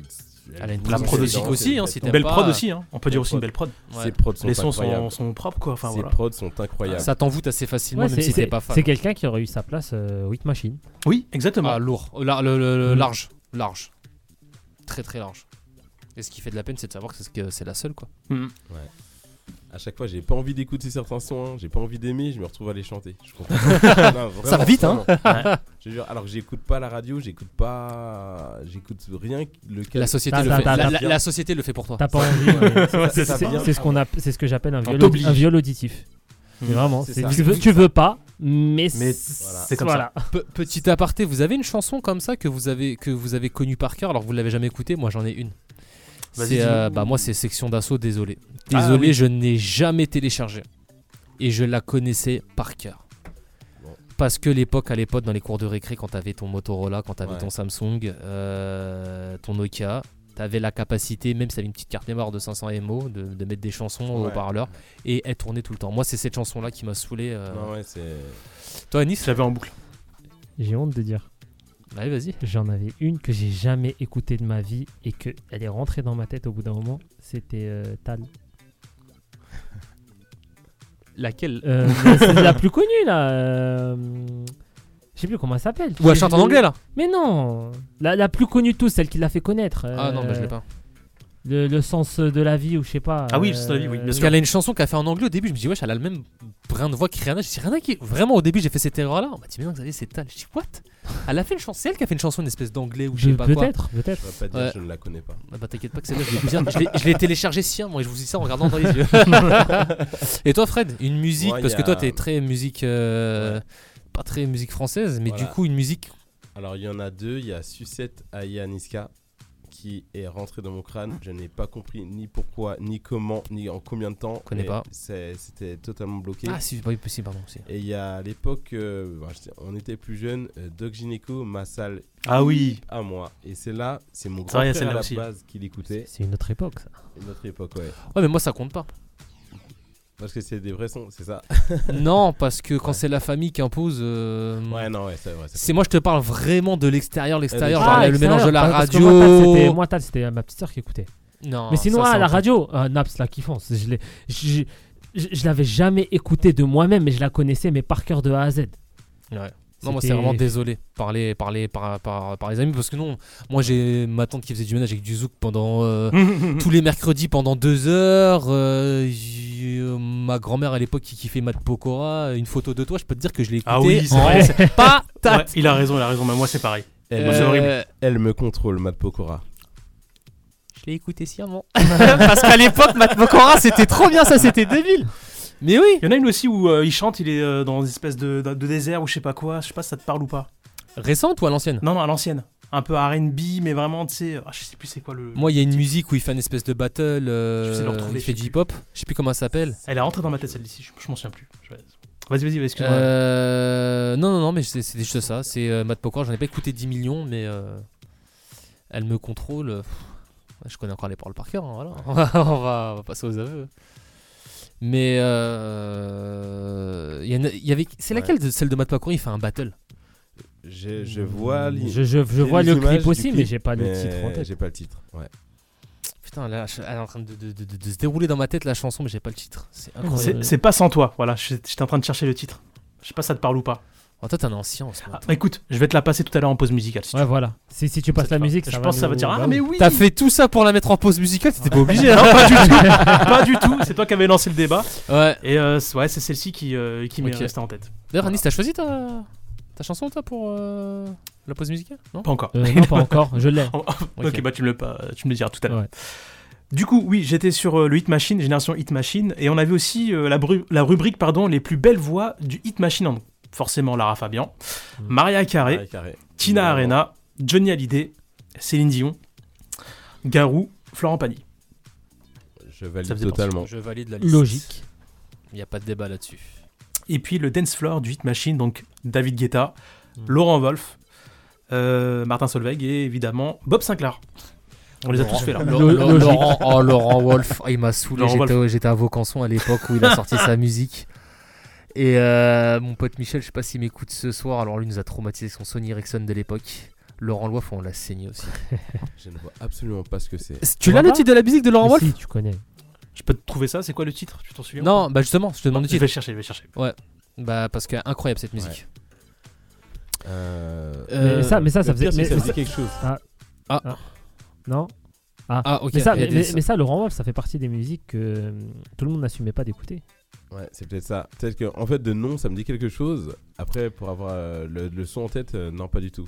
[SPEAKER 3] Elle a une
[SPEAKER 4] bouge
[SPEAKER 3] présence
[SPEAKER 4] ses
[SPEAKER 2] prod
[SPEAKER 4] dents,
[SPEAKER 2] aussi,
[SPEAKER 4] elle
[SPEAKER 3] aussi, hein,
[SPEAKER 4] fait
[SPEAKER 3] si
[SPEAKER 4] tout.
[SPEAKER 3] t'as
[SPEAKER 2] Belle
[SPEAKER 3] pas-
[SPEAKER 2] prod aussi, hein. on peut
[SPEAKER 4] Belle
[SPEAKER 2] dire aussi une
[SPEAKER 4] prod.
[SPEAKER 2] belle prod.
[SPEAKER 3] Ouais.
[SPEAKER 4] Ses prods sont
[SPEAKER 2] Les sons sont,
[SPEAKER 4] incroyables.
[SPEAKER 2] sont propres, quoi. Enfin,
[SPEAKER 4] Ses
[SPEAKER 2] voilà.
[SPEAKER 4] prods sont incroyables.
[SPEAKER 3] Ça t'envoûte assez facilement,
[SPEAKER 5] Ouais,
[SPEAKER 3] même
[SPEAKER 5] c'est-
[SPEAKER 3] si t'es
[SPEAKER 5] c'est
[SPEAKER 3] pas fan.
[SPEAKER 5] c'est quelqu'un qui aurait eu sa place euh, Hit Machine.
[SPEAKER 2] Oui, exactement.
[SPEAKER 3] Ah, lourd. Euh, lar- le, le- le
[SPEAKER 5] Mm.
[SPEAKER 3] large. Large. Très très large. Et ce qui fait de la peine, c'est de savoir que c'est- que c'est la seule, quoi.
[SPEAKER 2] Mm.
[SPEAKER 4] À chaque fois, j'ai pas envie d'écouter certains sons, hein. j'ai pas envie d'aimer, je me retrouve à les chanter. Je comprends pas. Non, vraiment,
[SPEAKER 3] Ça va vite, hein.
[SPEAKER 4] vraiment. Je jure, alors que j'écoute pas la radio, j'écoute pas, j'écoute rien. que Le
[SPEAKER 3] La société,
[SPEAKER 5] T'as-
[SPEAKER 3] le
[SPEAKER 5] t'as-
[SPEAKER 3] fait.
[SPEAKER 5] t'as-
[SPEAKER 3] La,
[SPEAKER 5] t'as-
[SPEAKER 3] la- Ah, la société le fait pour toi.
[SPEAKER 5] T'as pas envie. ouais.
[SPEAKER 4] Ouais,
[SPEAKER 5] C'est-
[SPEAKER 4] ça
[SPEAKER 5] c'est-
[SPEAKER 4] vient.
[SPEAKER 5] C'est ce qu'on a, c'est ce que j'appelle un viol,
[SPEAKER 2] t'oblige.
[SPEAKER 5] un viol auditif. Mais
[SPEAKER 3] Mmh.
[SPEAKER 4] Mm.
[SPEAKER 5] vraiment,
[SPEAKER 4] C'est
[SPEAKER 5] c'est-
[SPEAKER 4] ça.
[SPEAKER 5] tu, veux, tu veux pas, Mais,
[SPEAKER 3] Mais
[SPEAKER 5] c-
[SPEAKER 3] voilà.
[SPEAKER 5] c'est comme ça. Voilà.
[SPEAKER 3] Pe- petit aparté, vous avez une chanson comme ça que vous avez que vous avez connue par cœur alors que vous l'avez jamais écoutée Moi j'en ai une.
[SPEAKER 2] Vas-y,
[SPEAKER 3] C'est,
[SPEAKER 2] dis-nous.
[SPEAKER 3] euh, bah moi c'est section d'assaut, désolé.
[SPEAKER 2] Ah,
[SPEAKER 3] Désolé,
[SPEAKER 2] oui.
[SPEAKER 3] je n'ai jamais téléchargé et je la connaissais par cœur. Parce que l'époque, à l'époque, dans les cours de récré, quand t'avais ton Motorola, quand t'avais
[SPEAKER 2] Ouais.
[SPEAKER 3] ton Samsung, euh, ton Nokia, t'avais la capacité, même si t'avais une petite carte mémoire de 500 MO, de, de mettre des chansons au
[SPEAKER 4] Ouais.
[SPEAKER 3] haut-parleur et elle tournait tout le temps. Moi, c'est cette chanson-là qui m'a saoulé. euh.
[SPEAKER 4] Non, ouais, c'est.
[SPEAKER 3] Toi, Nice
[SPEAKER 2] J'avais en boucle.
[SPEAKER 5] J'ai honte de dire.
[SPEAKER 3] Allez, vas-y.
[SPEAKER 5] J'en avais une que j'ai jamais écoutée de ma vie et que elle est rentrée dans ma tête au bout d'un moment. C'était euh, Tal.
[SPEAKER 3] Laquelle
[SPEAKER 5] Euh, mais c'est la plus connue là. euh, Je sais plus comment elle s'appelle.
[SPEAKER 3] Ou elle chante en anglais, là
[SPEAKER 5] Mais non la, la plus connue de tous, celle qui l'a fait connaître.
[SPEAKER 3] Ah non, bah, je l'ai
[SPEAKER 5] euh,
[SPEAKER 3] pas.
[SPEAKER 5] Le, le sens de la vie ou je sais pas.
[SPEAKER 3] Ah oui,
[SPEAKER 5] euh,
[SPEAKER 3] le sens de la vie, oui, bien sûr. Qu'elle a une chanson qu'elle a fait en anglais au début, je me dis, wesh, elle a le même brin de voix que Rihanna. Je dis, Rihanna qui. Vraiment, au début, j'ai fait cette erreur-là. On m'a dit, mais non, Xavier, c'est Tal. Je dis, what Elle a fait une chanson, c'est elle qui a fait une chanson, une espèce d'anglais ou je sais
[SPEAKER 5] Pe-
[SPEAKER 3] pas quoi.
[SPEAKER 5] peut-être, peut-être.
[SPEAKER 4] Je vais pas dire, je ne la connais pas.
[SPEAKER 3] Ah bah t'inquiète pas que celle-là, je l'ai bien- je l'ai- je l'ai téléchargée si, hein, moi, et je vous dis ça en regardant dans les yeux. et toi, Fred, une musique,
[SPEAKER 4] Moi, il
[SPEAKER 3] parce
[SPEAKER 4] y
[SPEAKER 3] que toi,
[SPEAKER 4] a-
[SPEAKER 3] t'es très musique. euh, Pas très musique française, mais
[SPEAKER 4] Voilà.
[SPEAKER 3] du coup, une musique.
[SPEAKER 4] Alors, il y en a deux. Il y a Sucette Aya Niska qui est rentrée dans mon crâne. Je n'ai pas compris ni pourquoi, ni comment, ni en combien de temps.
[SPEAKER 3] Connais
[SPEAKER 4] mais
[SPEAKER 3] pas.
[SPEAKER 4] c'est- C'était totalement bloqué.
[SPEAKER 3] Ah, si, c'est pas possible, pardon. c'est-
[SPEAKER 4] Et il y a à l'époque, euh, bah, j'étais- on était plus jeune, Doc Gineco, ma salle.
[SPEAKER 2] Ah oui.
[SPEAKER 4] À moi. Et c'est là, c'est mon
[SPEAKER 2] C'est
[SPEAKER 4] grand
[SPEAKER 2] vrai,
[SPEAKER 4] frère
[SPEAKER 2] celle-là
[SPEAKER 4] à la
[SPEAKER 2] aussi.
[SPEAKER 4] base qui l'écoutait.
[SPEAKER 5] C'est une autre époque, ça.
[SPEAKER 4] Une autre époque, ouais.
[SPEAKER 3] Ouais, mais moi, ça compte pas.
[SPEAKER 4] Parce que c'est des vrais sons, c'est ça.
[SPEAKER 3] non, parce que quand c'est la famille qui impose. euh,
[SPEAKER 4] Ouais, non, ouais, c'est vrai.
[SPEAKER 3] C'est moi, je te parle vraiment de l'extérieur, l'extérieur,
[SPEAKER 5] Ah,
[SPEAKER 3] genre le
[SPEAKER 5] extérieur,
[SPEAKER 3] mélange de la
[SPEAKER 5] parce que
[SPEAKER 3] radio.
[SPEAKER 5] moi, Tal, c'était- Moi, Tal, c'était ma petite soeur qui écoutait.
[SPEAKER 3] Non,
[SPEAKER 5] Mais sinon,
[SPEAKER 3] ça,
[SPEAKER 5] à
[SPEAKER 3] c'est
[SPEAKER 5] la
[SPEAKER 3] encore-
[SPEAKER 5] radio, euh, Naps, la kiffance. Je l'ai- je- je- je l'avais jamais écouté de moi-même, mais je la connaissais, mais par cœur de A à Z.
[SPEAKER 3] Ouais. Non, moi c'est
[SPEAKER 5] C'était-
[SPEAKER 3] vraiment désolé par les, par, les, par, par, par les amis parce que non, moi j'ai ma tante qui faisait du ménage avec du zouk pendant euh, tous les mercredis pendant deux heures. euh, j'ai- euh, ma grand-mère à l'époque qui kiffait Matt Pokora, une photo de toi, je peux te dire que je l'ai écouté.
[SPEAKER 2] Ah oui, c'est
[SPEAKER 3] en
[SPEAKER 2] vrai.
[SPEAKER 3] S- Pas
[SPEAKER 2] Ouais, il a raison, il a raison. Mais moi, c'est pareil.
[SPEAKER 4] Elle,
[SPEAKER 2] Moi, c'est
[SPEAKER 4] me-
[SPEAKER 2] horrible.
[SPEAKER 4] Euh, elle me contrôle, Matt Pokora.
[SPEAKER 3] Je l'ai écouté sciemment. Parce qu'à l'époque, Matt Pokora, c'était trop bien, ça, c'était débile. Mais oui.
[SPEAKER 2] Il y en a une aussi où euh, il chante, il est euh, dans une espèce de, de- de désert ou je sais pas quoi. Je sais pas si ça te parle ou pas.
[SPEAKER 3] Récente ou à l'ancienne
[SPEAKER 2] Non, non, à l'ancienne. Un peu RB, mais vraiment, tu sais. ah, je sais plus c'est quoi le.
[SPEAKER 3] Moi, il y a une musique où il fait une espèce de battle. euh,
[SPEAKER 2] Je sais le retrouver,
[SPEAKER 3] il
[SPEAKER 2] je
[SPEAKER 3] fait
[SPEAKER 2] sais
[SPEAKER 3] du hip-hop. Je sais plus comment ça s'appelle.
[SPEAKER 2] Elle est rentrée dans ma tête celle-ci. Je, je m'en souviens plus. Je vais- Vas-y, vas-y, excuse-moi.
[SPEAKER 3] Euh, non, non, non, mais c'est c'est juste ça. C'est euh, Matt Pokora. J'en ai pas écouté 10 millions, mais euh, elle me contrôle. Pff, ouais, Je connais encore les paroles par cœur. hein, voilà. on, va, on va- on va passer aux aveux. Mais euh, il y en a- il y avait. C'est laquelle de- Celle de Matt Pokora. Il fait un battle.
[SPEAKER 4] Je, je vois l'i-
[SPEAKER 5] Mmh. Je- je- je
[SPEAKER 4] j'ai
[SPEAKER 5] vois
[SPEAKER 4] les
[SPEAKER 5] le clip
[SPEAKER 4] images du
[SPEAKER 5] aussi, mais j'ai pas le
[SPEAKER 4] mais
[SPEAKER 5] titre en tête.
[SPEAKER 4] J'ai pas le titre, ouais.
[SPEAKER 3] Putain, là, je- elle est en train de, de- de- de- de se dérouler dans ma tête la chanson, mais j'ai pas le titre. C'est incroyable.
[SPEAKER 2] C'est c'est pas sans toi. Voilà, je- j'étais en train de chercher le titre. Je sais pas si ça te parle ou pas.
[SPEAKER 3] Oh, toi, t'es un ancien en ce moment.
[SPEAKER 2] Ah, bah, écoute, je vais te la passer tout à l'heure en pause musicale. Si tu
[SPEAKER 5] Ouais,
[SPEAKER 2] veux.
[SPEAKER 5] voilà. Si, si tu passes la musique,
[SPEAKER 2] Je pense que ça va dire
[SPEAKER 5] Bah
[SPEAKER 2] Ah, mais oui
[SPEAKER 3] bah T'as fait tout ça pour la mettre en pause musicale, t'étais pas obligé. hein.
[SPEAKER 2] Non, pas du tout. pas du tout. C'est toi qui avais lancé le débat.
[SPEAKER 3] Ouais.
[SPEAKER 2] Et euh, c'est- ouais, c'est celle-ci qui, euh, qui m'est
[SPEAKER 3] Ok.
[SPEAKER 2] restée en tête.
[SPEAKER 3] D'ailleurs, Anis, t'as choisi ta, ta chanson, toi, pour euh, la pause musicale Non
[SPEAKER 2] Pas encore.
[SPEAKER 5] Euh, non, pas encore, je l'ai.
[SPEAKER 2] ok,
[SPEAKER 5] Ok.
[SPEAKER 2] bah tu me, le, pas- tu me le diras tout à l'heure. Du coup, oui, j'étais sur euh, le Hit Machine, génération Hit Machine, et on avait aussi euh, la, bru- la rubrique pardon, les plus belles voix du Hit Machine. Donc, forcément, Lara Fabian, Maria Carré,
[SPEAKER 4] Mariah Carey.
[SPEAKER 2] Tina
[SPEAKER 4] Évidemment.
[SPEAKER 2] Arena, Johnny Hallyday, Céline Dion, Garou, Florent Pagny.
[SPEAKER 4] Je valide
[SPEAKER 2] Ça faisait
[SPEAKER 4] totalement.
[SPEAKER 3] Je valide la liste.
[SPEAKER 2] liste.
[SPEAKER 5] Logique.
[SPEAKER 3] Il n'y a pas de débat là-dessus.
[SPEAKER 2] Et puis le dance floor du Hit Machine, donc David Guetta,
[SPEAKER 3] Mm.
[SPEAKER 2] Laurent Wolf, euh, Martin Solveig et évidemment Bob Sinclair. On les a
[SPEAKER 3] Laurent-
[SPEAKER 2] tous fait là.
[SPEAKER 3] Lo- Lo- Laurent, oh, Laurent Wolf, oh, il m'a saoulé.
[SPEAKER 2] Laurent
[SPEAKER 3] J'étais,
[SPEAKER 2] Wolf.
[SPEAKER 3] j'étais à Vaucanson à l'époque où il a sorti sa musique. Et euh, mon pote Michel, je sais pas s'il m'écoute ce soir. Alors lui, il nous a traumatisé avec son Sony Ericsson de l'époque. Laurent Wolf, on l'a saigné aussi.
[SPEAKER 4] Je ne vois absolument pas ce que c'est.
[SPEAKER 3] Tu l'as le titre de la musique de Laurent
[SPEAKER 5] Mais
[SPEAKER 3] Wolf
[SPEAKER 5] Si, tu connais.
[SPEAKER 2] Je peux te trouver ça C'est quoi le titre Tu t'en souviens ou
[SPEAKER 3] Non,
[SPEAKER 2] pas
[SPEAKER 3] bah justement, je te demande le
[SPEAKER 2] Je vais
[SPEAKER 3] titre.
[SPEAKER 2] chercher, je vais chercher.
[SPEAKER 3] Ouais. Bah parce que incroyable cette musique.
[SPEAKER 4] Euh,
[SPEAKER 5] mais ça, mais ça, ça
[SPEAKER 4] le pire, c'est
[SPEAKER 5] faisait. mais-
[SPEAKER 4] que ça me dit
[SPEAKER 5] mais-
[SPEAKER 4] quelque chose.
[SPEAKER 5] Ah.
[SPEAKER 3] Ah.
[SPEAKER 5] Non Ah,
[SPEAKER 3] Ah, ok,
[SPEAKER 5] Mais ça,
[SPEAKER 3] il y a
[SPEAKER 5] mais,
[SPEAKER 3] des-
[SPEAKER 5] mais- mais ça, Laurent Wolf, ça fait partie des musiques que euh, tout le monde n'assumait pas d'écouter.
[SPEAKER 4] Ouais, c'est peut-être ça. Peut-être que, en fait, de nom, ça me dit quelque chose. Après, pour avoir euh, le, le son en tête, euh, non, pas du tout.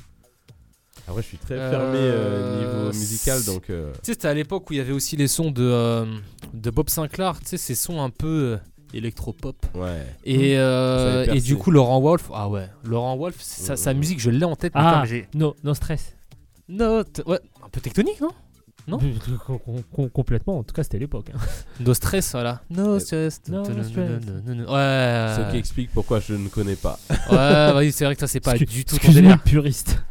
[SPEAKER 4] Après, je suis très fermé euh, niveau musical, donc. euh,
[SPEAKER 3] Tu sais, c'était à l'époque où il y avait aussi les sons de, euh, de Bob Sinclair, tu sais, ces sons un peu euh, électropop.
[SPEAKER 4] Ouais.
[SPEAKER 3] Et,
[SPEAKER 5] Ça
[SPEAKER 3] euh,
[SPEAKER 5] avait percé.
[SPEAKER 3] et du coup, Laurent Wolf, ah ouais, Laurent Wolf, sa,
[SPEAKER 4] Mmh.
[SPEAKER 3] sa musique, je l'ai en tête. mais putain,
[SPEAKER 5] Ah,
[SPEAKER 3] mais j'ai-
[SPEAKER 5] no, no stress.
[SPEAKER 3] Note, ouais, un peu tectonique, non Non
[SPEAKER 5] Com- com- com- Complètement, en tout cas, c'était l'époque. hein.
[SPEAKER 3] No stress, voilà. Euh, No stress.
[SPEAKER 5] No
[SPEAKER 3] Dun, dun, dun,
[SPEAKER 5] stress.
[SPEAKER 3] dun, dun, dun. Ouais.
[SPEAKER 4] Euh, Ce qui explique pourquoi je ne connais pas.
[SPEAKER 3] Ouais, oui, c'est vrai que ça, c'est pas
[SPEAKER 5] Excu-
[SPEAKER 3] du tout ton
[SPEAKER 5] excuse-moi,
[SPEAKER 3] délire.
[SPEAKER 5] le puriste.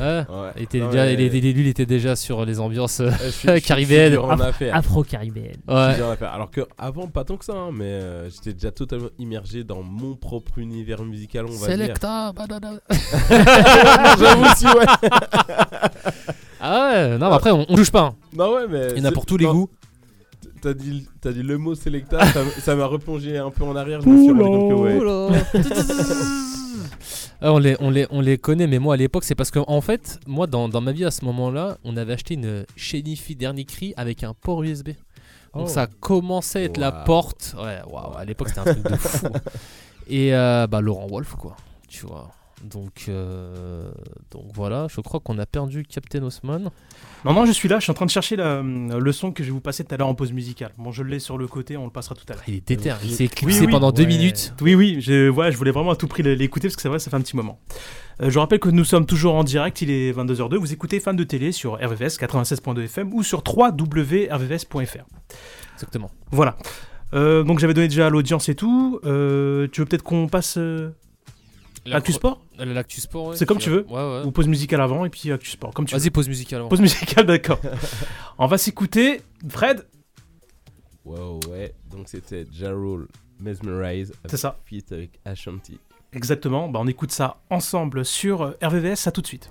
[SPEAKER 3] Ouais.
[SPEAKER 4] Ouais.
[SPEAKER 3] Il était
[SPEAKER 4] Non,
[SPEAKER 3] déjà,
[SPEAKER 4] mais-
[SPEAKER 3] il était- lui, il était déjà sur les ambiances euh,
[SPEAKER 4] je suis- je suis
[SPEAKER 3] caribéennes.
[SPEAKER 4] dur en
[SPEAKER 3] Afro-
[SPEAKER 4] affaires.
[SPEAKER 5] afro-caribéenne.
[SPEAKER 4] Je suis
[SPEAKER 3] Ouais.
[SPEAKER 4] dur en affaires. Alors que avant, pas tant que ça, hein, mais euh, j'étais déjà totalement immergé dans mon propre univers musical, on va
[SPEAKER 3] Selecta,
[SPEAKER 4] dire.
[SPEAKER 3] banana.
[SPEAKER 4] J'avoue si ouais.
[SPEAKER 3] Ah ouais, non, mais après, on, on touche pas. hein.
[SPEAKER 4] Bah ouais, mais
[SPEAKER 3] Il y en a
[SPEAKER 4] c'est-
[SPEAKER 3] pour tous les
[SPEAKER 4] non,
[SPEAKER 3] goûts.
[SPEAKER 4] T'as dit, t'as dit le mot Selecta, ça m- ça m'a replongé un peu en arrière. Je me suis rendu compte que ouais.
[SPEAKER 3] Ah, on, les, on, les, on les connaît, mais moi à l'époque, c'est parce que, en fait, moi dans, dans ma vie à ce moment-là, on avait acheté une Shenifi Dernier Cri avec un port USB. Donc
[SPEAKER 5] Oh.
[SPEAKER 3] ça commençait à être la
[SPEAKER 5] Waouh.
[SPEAKER 3] porte. Ouais, waouh, à l'époque c'était un truc de fou. Et euh, bah, Laurent Wolf, quoi, tu vois. Donc, euh, donc voilà, je crois qu'on a perdu Captain Osman.
[SPEAKER 2] Non, non, je suis là, je suis en train de chercher la, hum, le son que je vais vous passer tout à l'heure en pause musicale. Bon, je l'ai sur le côté, on le passera tout à l'heure.
[SPEAKER 3] Ah, Il est déter, il s'est éclipsé pendant deux minutes.
[SPEAKER 2] Oui, oui, je, voilà, je voulais vraiment à tout prix l'écouter parce que c'est vrai, ça fait un petit moment. Euh, je rappelle que nous sommes toujours en direct, il est 22h02. Vous écoutez Fan de télé sur RVVS 96.2 FM ou sur www.rvvs.fr.
[SPEAKER 3] Exactement.
[SPEAKER 2] Voilà. Euh, donc j'avais donné déjà à l'audience et tout. Euh, tu veux peut-être qu'on passe euh, Actu Sport
[SPEAKER 3] L'actu sport, ouais.
[SPEAKER 2] C'est comme
[SPEAKER 3] Puis,
[SPEAKER 2] tu veux.
[SPEAKER 3] Ouais, ouais.
[SPEAKER 2] Ou pause musicale avant et puis actu sport. Comme tu
[SPEAKER 3] Vas-y,
[SPEAKER 2] veux.
[SPEAKER 3] pause musicale avant.
[SPEAKER 2] Pause musicale, d'accord. On va s'écouter Fred.
[SPEAKER 4] Wow, ouais. Donc c'était Jarul Mesmerize.
[SPEAKER 2] C'est ça.
[SPEAKER 4] Feat avec Ashanti.
[SPEAKER 2] Exactement. Bah, on écoute ça ensemble sur euh, RVVS. À tout de suite.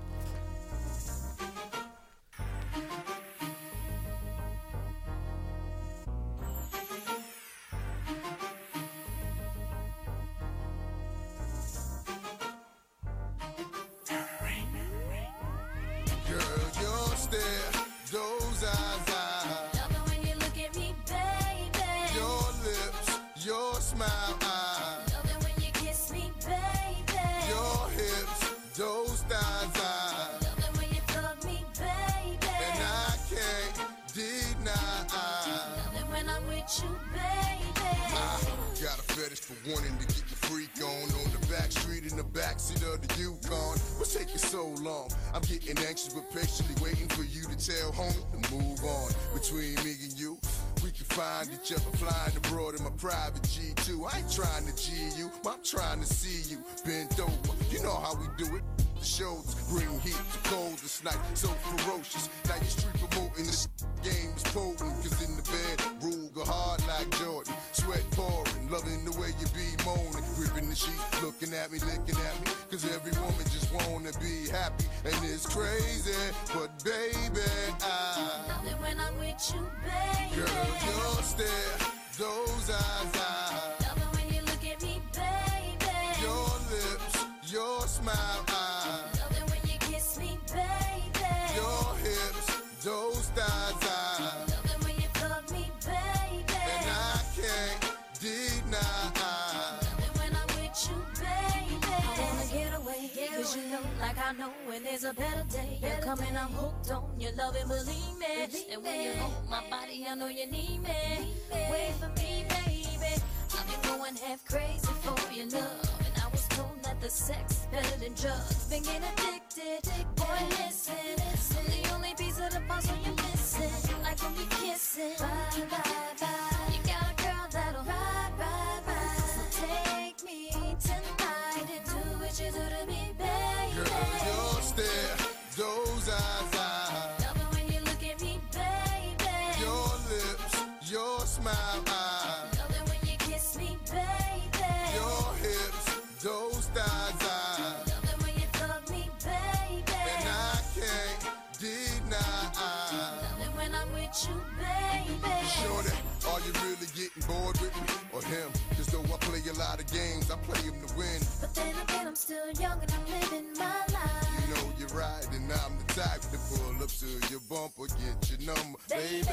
[SPEAKER 14] Girl, your stare, those eyes, I
[SPEAKER 15] Love it when you look at me, baby.
[SPEAKER 14] Your lips, your smile, I
[SPEAKER 15] Love it when you kiss me, baby.
[SPEAKER 14] Your hips, those thighs, I
[SPEAKER 15] Love it when you hug me, baby.
[SPEAKER 14] And I can't deny, I
[SPEAKER 15] Love it when I'm with you, baby.
[SPEAKER 14] Uh-huh. Got a fetish for wanting to get your freak on on the back street in the backseat of the Yukon. What's taking so long? I'm getting anxious but patiently waiting for you to tell homie to move on. Between me and you, we can find each other flying abroad in my private G2. I ain't trying to G you, but I'm trying to see you bent over. You know how we do it. The shows bring heat to cold this night, so ferocious. Now you street promoting this game is potent, cause in the bed, Ruger hard like Jordan. Sweat pouring, loving the way you be moaning. Gripping the sheet, looking at me, licking at me. Cause every woman just wanna be happy, and it's crazy. But baby, I.
[SPEAKER 15] Love it when I'm with you, baby.
[SPEAKER 14] Girl, your stare, those eyes, I.
[SPEAKER 15] Love it when you look at me, baby.
[SPEAKER 14] Your lips, your smile, I.
[SPEAKER 15] Love it when you kiss me, baby.
[SPEAKER 14] Your hips, those thighs, I.
[SPEAKER 15] Love it when you hug me,
[SPEAKER 14] And
[SPEAKER 15] baby.
[SPEAKER 14] I can't deny.
[SPEAKER 15] When I'm with you, baby, I wanna get away. Cause you know, like I know, when there's a better day. You're coming, I'm hooked on your love and believe me. And when you hold my body, I know you need me. Wait for me, baby. I've been going half crazy for your love. And I was told that the sex is better than drugs. Been getting addicted, boy, listen. I'm the only piece of the puzzle you're missing. Like when we kissing. Bye, bye, bye. You got a girl that'll ride, ride, ride. So take me tonight and do what you do to me, baby.
[SPEAKER 14] Girl, your stare, those eyes, I.
[SPEAKER 15] Love it when you look at me, baby.
[SPEAKER 14] Your lips, your smile, I.
[SPEAKER 15] Love it when you kiss me, baby.
[SPEAKER 14] Your hips, those thighs, I.
[SPEAKER 15] Love it when you hug me,
[SPEAKER 14] And
[SPEAKER 15] baby.
[SPEAKER 14] I can't deny.
[SPEAKER 15] Love it when I'm with you, baby.
[SPEAKER 14] Shorty, are you really getting bored with me or him? Cause though I play a lot of games, I play him to win.
[SPEAKER 15] But then again, I'm still young and I'm living my life.
[SPEAKER 14] You know you're right, and I'm the type to pull up to your bumper, get your number, baby.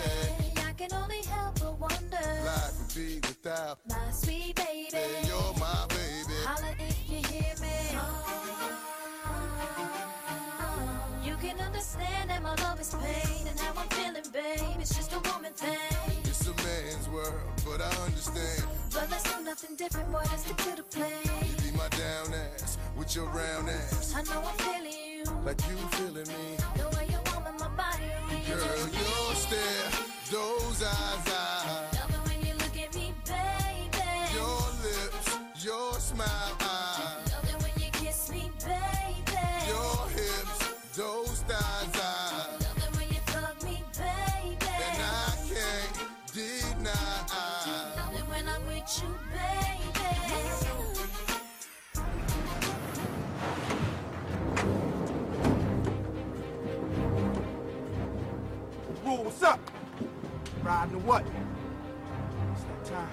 [SPEAKER 15] I can only help but wonder.
[SPEAKER 14] Life would be without
[SPEAKER 15] My sweet baby.
[SPEAKER 14] me. You're my baby.
[SPEAKER 15] Holla if you hear me. You can understand that my love is pain and how I'm feeling, babe. It's just a woman thing.
[SPEAKER 14] It's a man's world, but I understand.
[SPEAKER 15] But let's do nothing different, boy, let's stick to the plan.
[SPEAKER 16] Be my down ass with your round ass.
[SPEAKER 15] I know I'm feeling you,
[SPEAKER 16] Like you feeling me.
[SPEAKER 15] the way you're warming my body.
[SPEAKER 16] Girl, your stare, those eyes, I.
[SPEAKER 15] Love it when you look at me, baby.
[SPEAKER 16] Your lips, your smile, I.
[SPEAKER 15] Love it when you kiss me, baby.
[SPEAKER 16] Your hips, those thighs, I.
[SPEAKER 15] Love it when you hug me, baby.
[SPEAKER 16] And I can't deny, I.
[SPEAKER 15] Love it when I'm with you, baby.
[SPEAKER 12] Rules up. Riding the what? It's that time.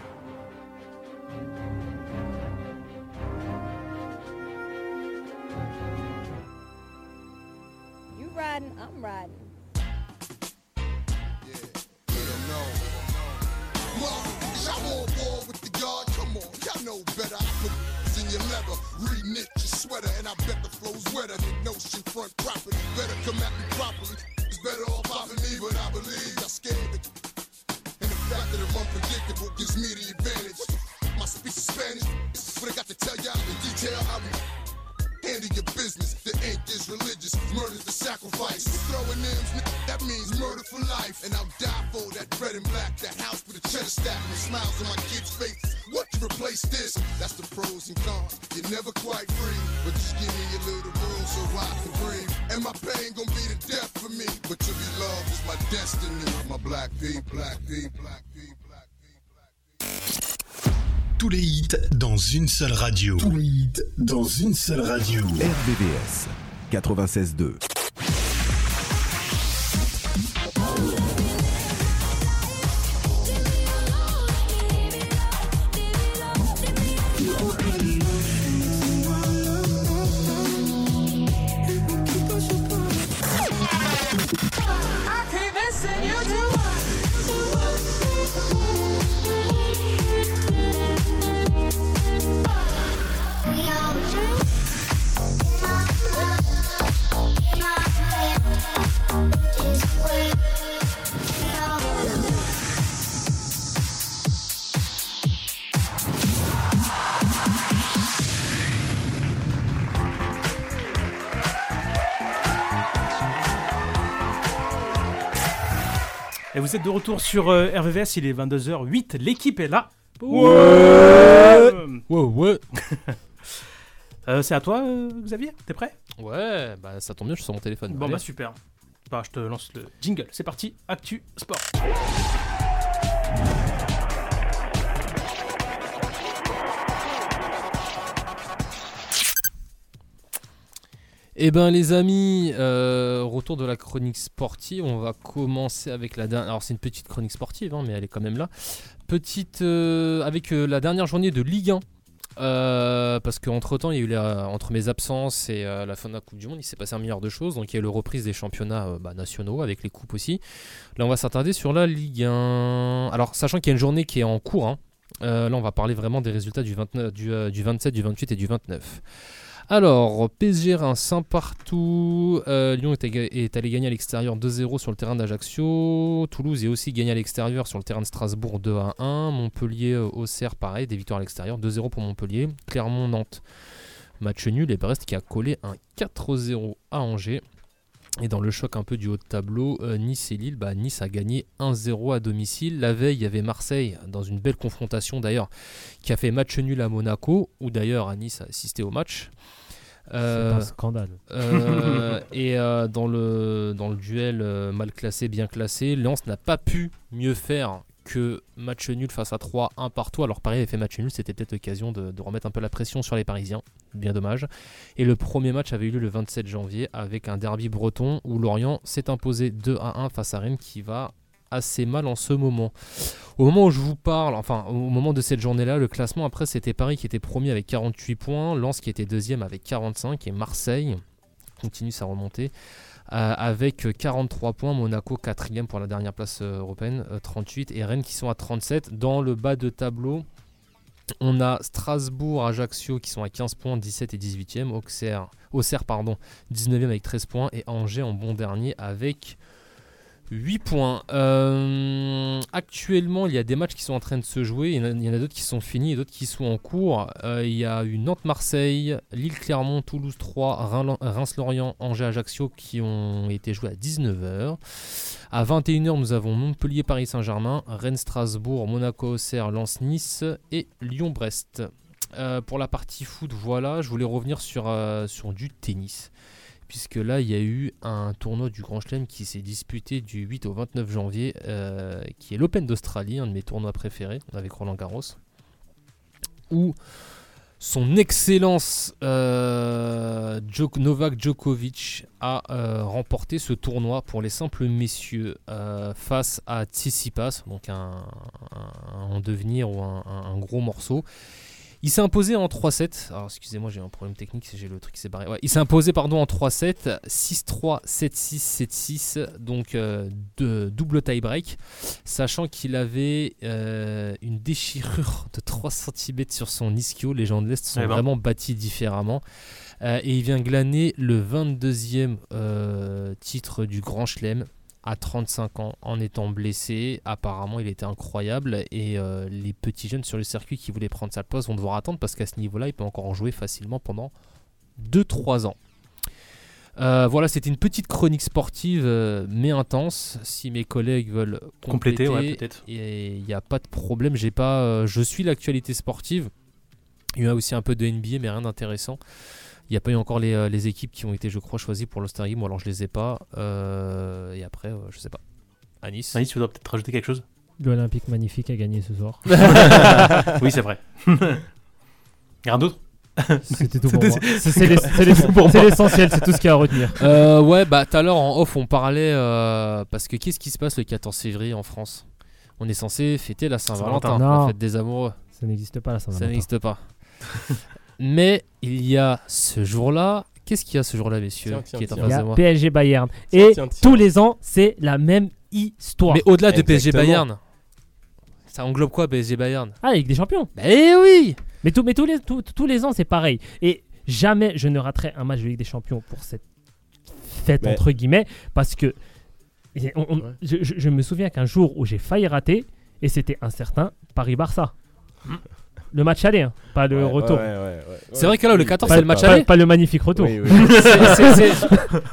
[SPEAKER 17] You riding, I'm riding.
[SPEAKER 16] Let 'em know. Well, y'all on war with the yard? Come on, y'all know better. I put in your leather, re-knit your sweater, and I bet the flow's wetter than Notion front property. Better come at me properly. It's better off popping me, but I believe y'all scared. of- And the fact that I'm unpredictable gives me the advantage. My speech is Spanish, but I got to tell y'all in detail how we handle your business. The ink is religious, murder's the sacrifice. Throwing M's, n- that means murder for life. And I'll die for that bread and black, that house with a cheddar stack, and the smiles on my kids' faces. What you replace this? That's the pros and cons. You're never quite free, but just give me a little room so I can breathe. And my pain gon' be the death for me, but to be loved is my destiny. My black people, black people, black people.
[SPEAKER 7] Tous les hits dans une seule radio. Tous les hits dans une seule radio.
[SPEAKER 18] RVVS 96.2.
[SPEAKER 19] I keep missing you too
[SPEAKER 2] Et vous êtes de retour sur euh, RVVS, il est 22h08, l'équipe est là.
[SPEAKER 3] Ouais.
[SPEAKER 2] Euh, c'est à toi, euh, Xavier T'es prêt
[SPEAKER 3] Ouais, bah ça tombe bien, je suis sur mon téléphone.
[SPEAKER 2] Bon
[SPEAKER 3] Allez.
[SPEAKER 2] bah super. Bah, je te lance le jingle, c'est parti, Actu Sport.
[SPEAKER 3] Eh ben les amis, euh, retour de la chronique sportive. On va commencer avec la dernière. Alors c'est une petite chronique sportive, hein, mais elle est quand même là. Petite euh, avec euh, la dernière journée de Ligue 1. Euh, parce qu'entre temps, il y a eu la- entre mes absences et euh, la fin de la Coupe du Monde, il s'est passé un milliard de choses. Donc il y a eu la reprise des championnats euh, bah, nationaux avec les coupes aussi. Là, on va s'attarder sur la Ligue 1. Alors sachant qu'il y a une journée qui est en cours. hein. Euh, là, on va parler vraiment des résultats du, 29, du, euh, du 27, du 28 et du 29. Alors, PSG Reims 1 partout. Euh, Lyon est, aga- est allé gagner à l'extérieur 2-0 sur le terrain d'Ajaccio. Toulouse est aussi gagné à l'extérieur sur le terrain de Strasbourg 2 à 1. Montpellier, euh, Auxerre, pareil, des victoires à l'extérieur 2-0 pour Montpellier. Clermont-Nantes, match nul. Et Brest qui a collé un 4-0 à Angers. Et dans le choc un peu du haut de tableau, euh, Nice et Lille, bah, Nice a gagné 1-0 à domicile. La veille, il y avait Marseille dans une belle confrontation d'ailleurs, qui a fait match nul à Monaco, où d'ailleurs à Nice a assisté au match. Euh,
[SPEAKER 5] un scandale.
[SPEAKER 3] euh, et euh, dans, le, dans le duel euh, mal classé, bien classé, Lens n'a pas pu mieux faire que match nul face à 3, 1 partout. Alors Paris avait fait match nul, c'était peut-être l'occasion de, de remettre un peu la pression sur les Parisiens. Bien dommage. Et le premier match avait eu lieu le 27 janvier avec un derby breton où Lorient s'est imposé 2 à 1 face à Rennes qui va assez mal en ce moment. Au moment où je vous parle, enfin au moment de cette journée-là, le classement après c'était Paris qui était premier avec 48 points, Lens qui était deuxième avec 45 et Marseille continue sa remontée euh, avec 43 points, Monaco quatrième pour la dernière place euh, européenne, euh, 38 et Rennes qui sont à 37 dans le bas de tableau. On a Strasbourg, Ajaccio qui sont à 15 points, 17 et 18e. Auxerre, Auxerre pardon, 19e avec 13 points. Et Angers en bon dernier avec 8 points. Euh, actuellement, il y a des matchs qui sont en train de se jouer. Il y en a, il y en a d'autres qui sont finis et d'autres qui sont en cours. Euh, il y a eu Nantes-Marseille, Lille-Clermont, Toulouse-Troyes, Rhin- Reims-Lorient, Angers-Ajaccio qui ont été joués à 19h. À 21h, nous avons Montpellier-Paris-Saint-Germain, Rennes-Strasbourg, Monaco-Auxerre, Lens-Nice et Lyon-Brest. Euh, pour la partie foot, voilà, je voulais revenir sur, euh, sur du tennis. Puisque là, il y a eu un tournoi du Grand Chelem qui s'est disputé du 8 au 29 janvier, euh, qui est l'Open d'Australie, un de mes tournois préférés, avec Roland Garros. Où son excellence euh, Djok- Novak Djokovic a euh, remporté ce tournoi pour les simples messieurs euh, face à Tsitsipas, donc un, un- un en devenir ou un, un- un gros morceau. Il s'est imposé en 3-7. Alors excusez-moi, j'ai un problème technique, j'ai le truc qui s'est barré. Ouais, il s'est imposé pardon en 3-7, 6-3, 7-6, 7-6, donc euh, de- double tie-break, sachant qu'il avait euh, une déchirure de 3 cm sur son ischio. Les gens de l'Est sont
[SPEAKER 2] Eh ben.
[SPEAKER 3] vraiment bâtis différemment. Euh, et il vient glaner le 22e euh, titre du Grand Chelem à 35 ans en étant blessé. Apparemment, il était incroyable et euh, les petits jeunes sur le circuit qui voulaient prendre sa place vont devoir attendre parce qu'à ce niveau-là, il peut encore en jouer facilement pendant 2-3 ans. Euh, voilà, c'était une petite chronique sportive euh, mais intense. Si mes collègues veulent compléter,
[SPEAKER 2] Compléter, ouais, peut-être.
[SPEAKER 3] et il n'y a pas de problème. J'ai pas, euh, je suis l'actualité sportive. Il y a aussi un peu de NBA, mais rien d'intéressant. Il n'y a pas eu encore les, euh, les équipes qui ont été, je crois, choisies pour l'All-Star Game. Ou alors je les ai pas. Euh, et après, euh, je sais pas. À Nice.
[SPEAKER 2] Anis, tu voudrais peut-être rajouter quelque chose
[SPEAKER 5] L'Olympique magnifique a gagné ce soir.
[SPEAKER 2] Oui, c'est vrai. Rien d'autre
[SPEAKER 5] C'était tout pour moi. C'est- c'est l'es- c'est l'es- c'est l'essentiel, c'est tout ce qu'il y a à retenir.
[SPEAKER 3] Euh, ouais, bah tout à l'heure en off, on parlait. euh, parce que qu'est-ce qui se passe le 14 février en France On est censé fêter la Saint-Valentin,
[SPEAKER 5] Saint-Valentin.
[SPEAKER 3] la
[SPEAKER 5] Non.
[SPEAKER 3] fête des amoureux.
[SPEAKER 5] Ça n'existe pas, la Saint-Valentin.
[SPEAKER 3] Ça n'existe pas. Mais il y a ce jour-là. Qu'est-ce qu'il y a ce jour-là, messieurs
[SPEAKER 4] Tiens, tiens,
[SPEAKER 3] qui est en
[SPEAKER 4] tiens.
[SPEAKER 3] face
[SPEAKER 5] Il y
[SPEAKER 3] de
[SPEAKER 5] a
[SPEAKER 3] moi
[SPEAKER 5] PSG Bayern. Et
[SPEAKER 4] tiens.
[SPEAKER 5] tous les ans, c'est la même histoire.
[SPEAKER 3] Mais au-delà de PSG
[SPEAKER 5] Exactement.
[SPEAKER 3] Bayern, ça englobe quoi PSG Bayern
[SPEAKER 5] Ah, Ligue des Champions.
[SPEAKER 3] Eh oui
[SPEAKER 5] Mais, tout, mais tous, les, tous, tous les ans, c'est pareil. Et jamais je ne raterai un match de Ligue des Champions pour cette fête,
[SPEAKER 4] Mais-
[SPEAKER 5] entre guillemets, parce que et on- on- je, je- je me souviens qu'un jour où j'ai failli rater, et c'était un certain Paris-Barça. Le match aller, hein, pas le
[SPEAKER 4] Ouais,
[SPEAKER 5] retour.
[SPEAKER 4] ouais, ouais, ouais,
[SPEAKER 3] C'est vrai que là, le 14,
[SPEAKER 5] Pas-
[SPEAKER 3] c'est le match
[SPEAKER 5] pas-
[SPEAKER 3] aller.
[SPEAKER 5] Pas le magnifique retour.
[SPEAKER 4] Oui, oui.
[SPEAKER 3] C'est- c'est- c'est-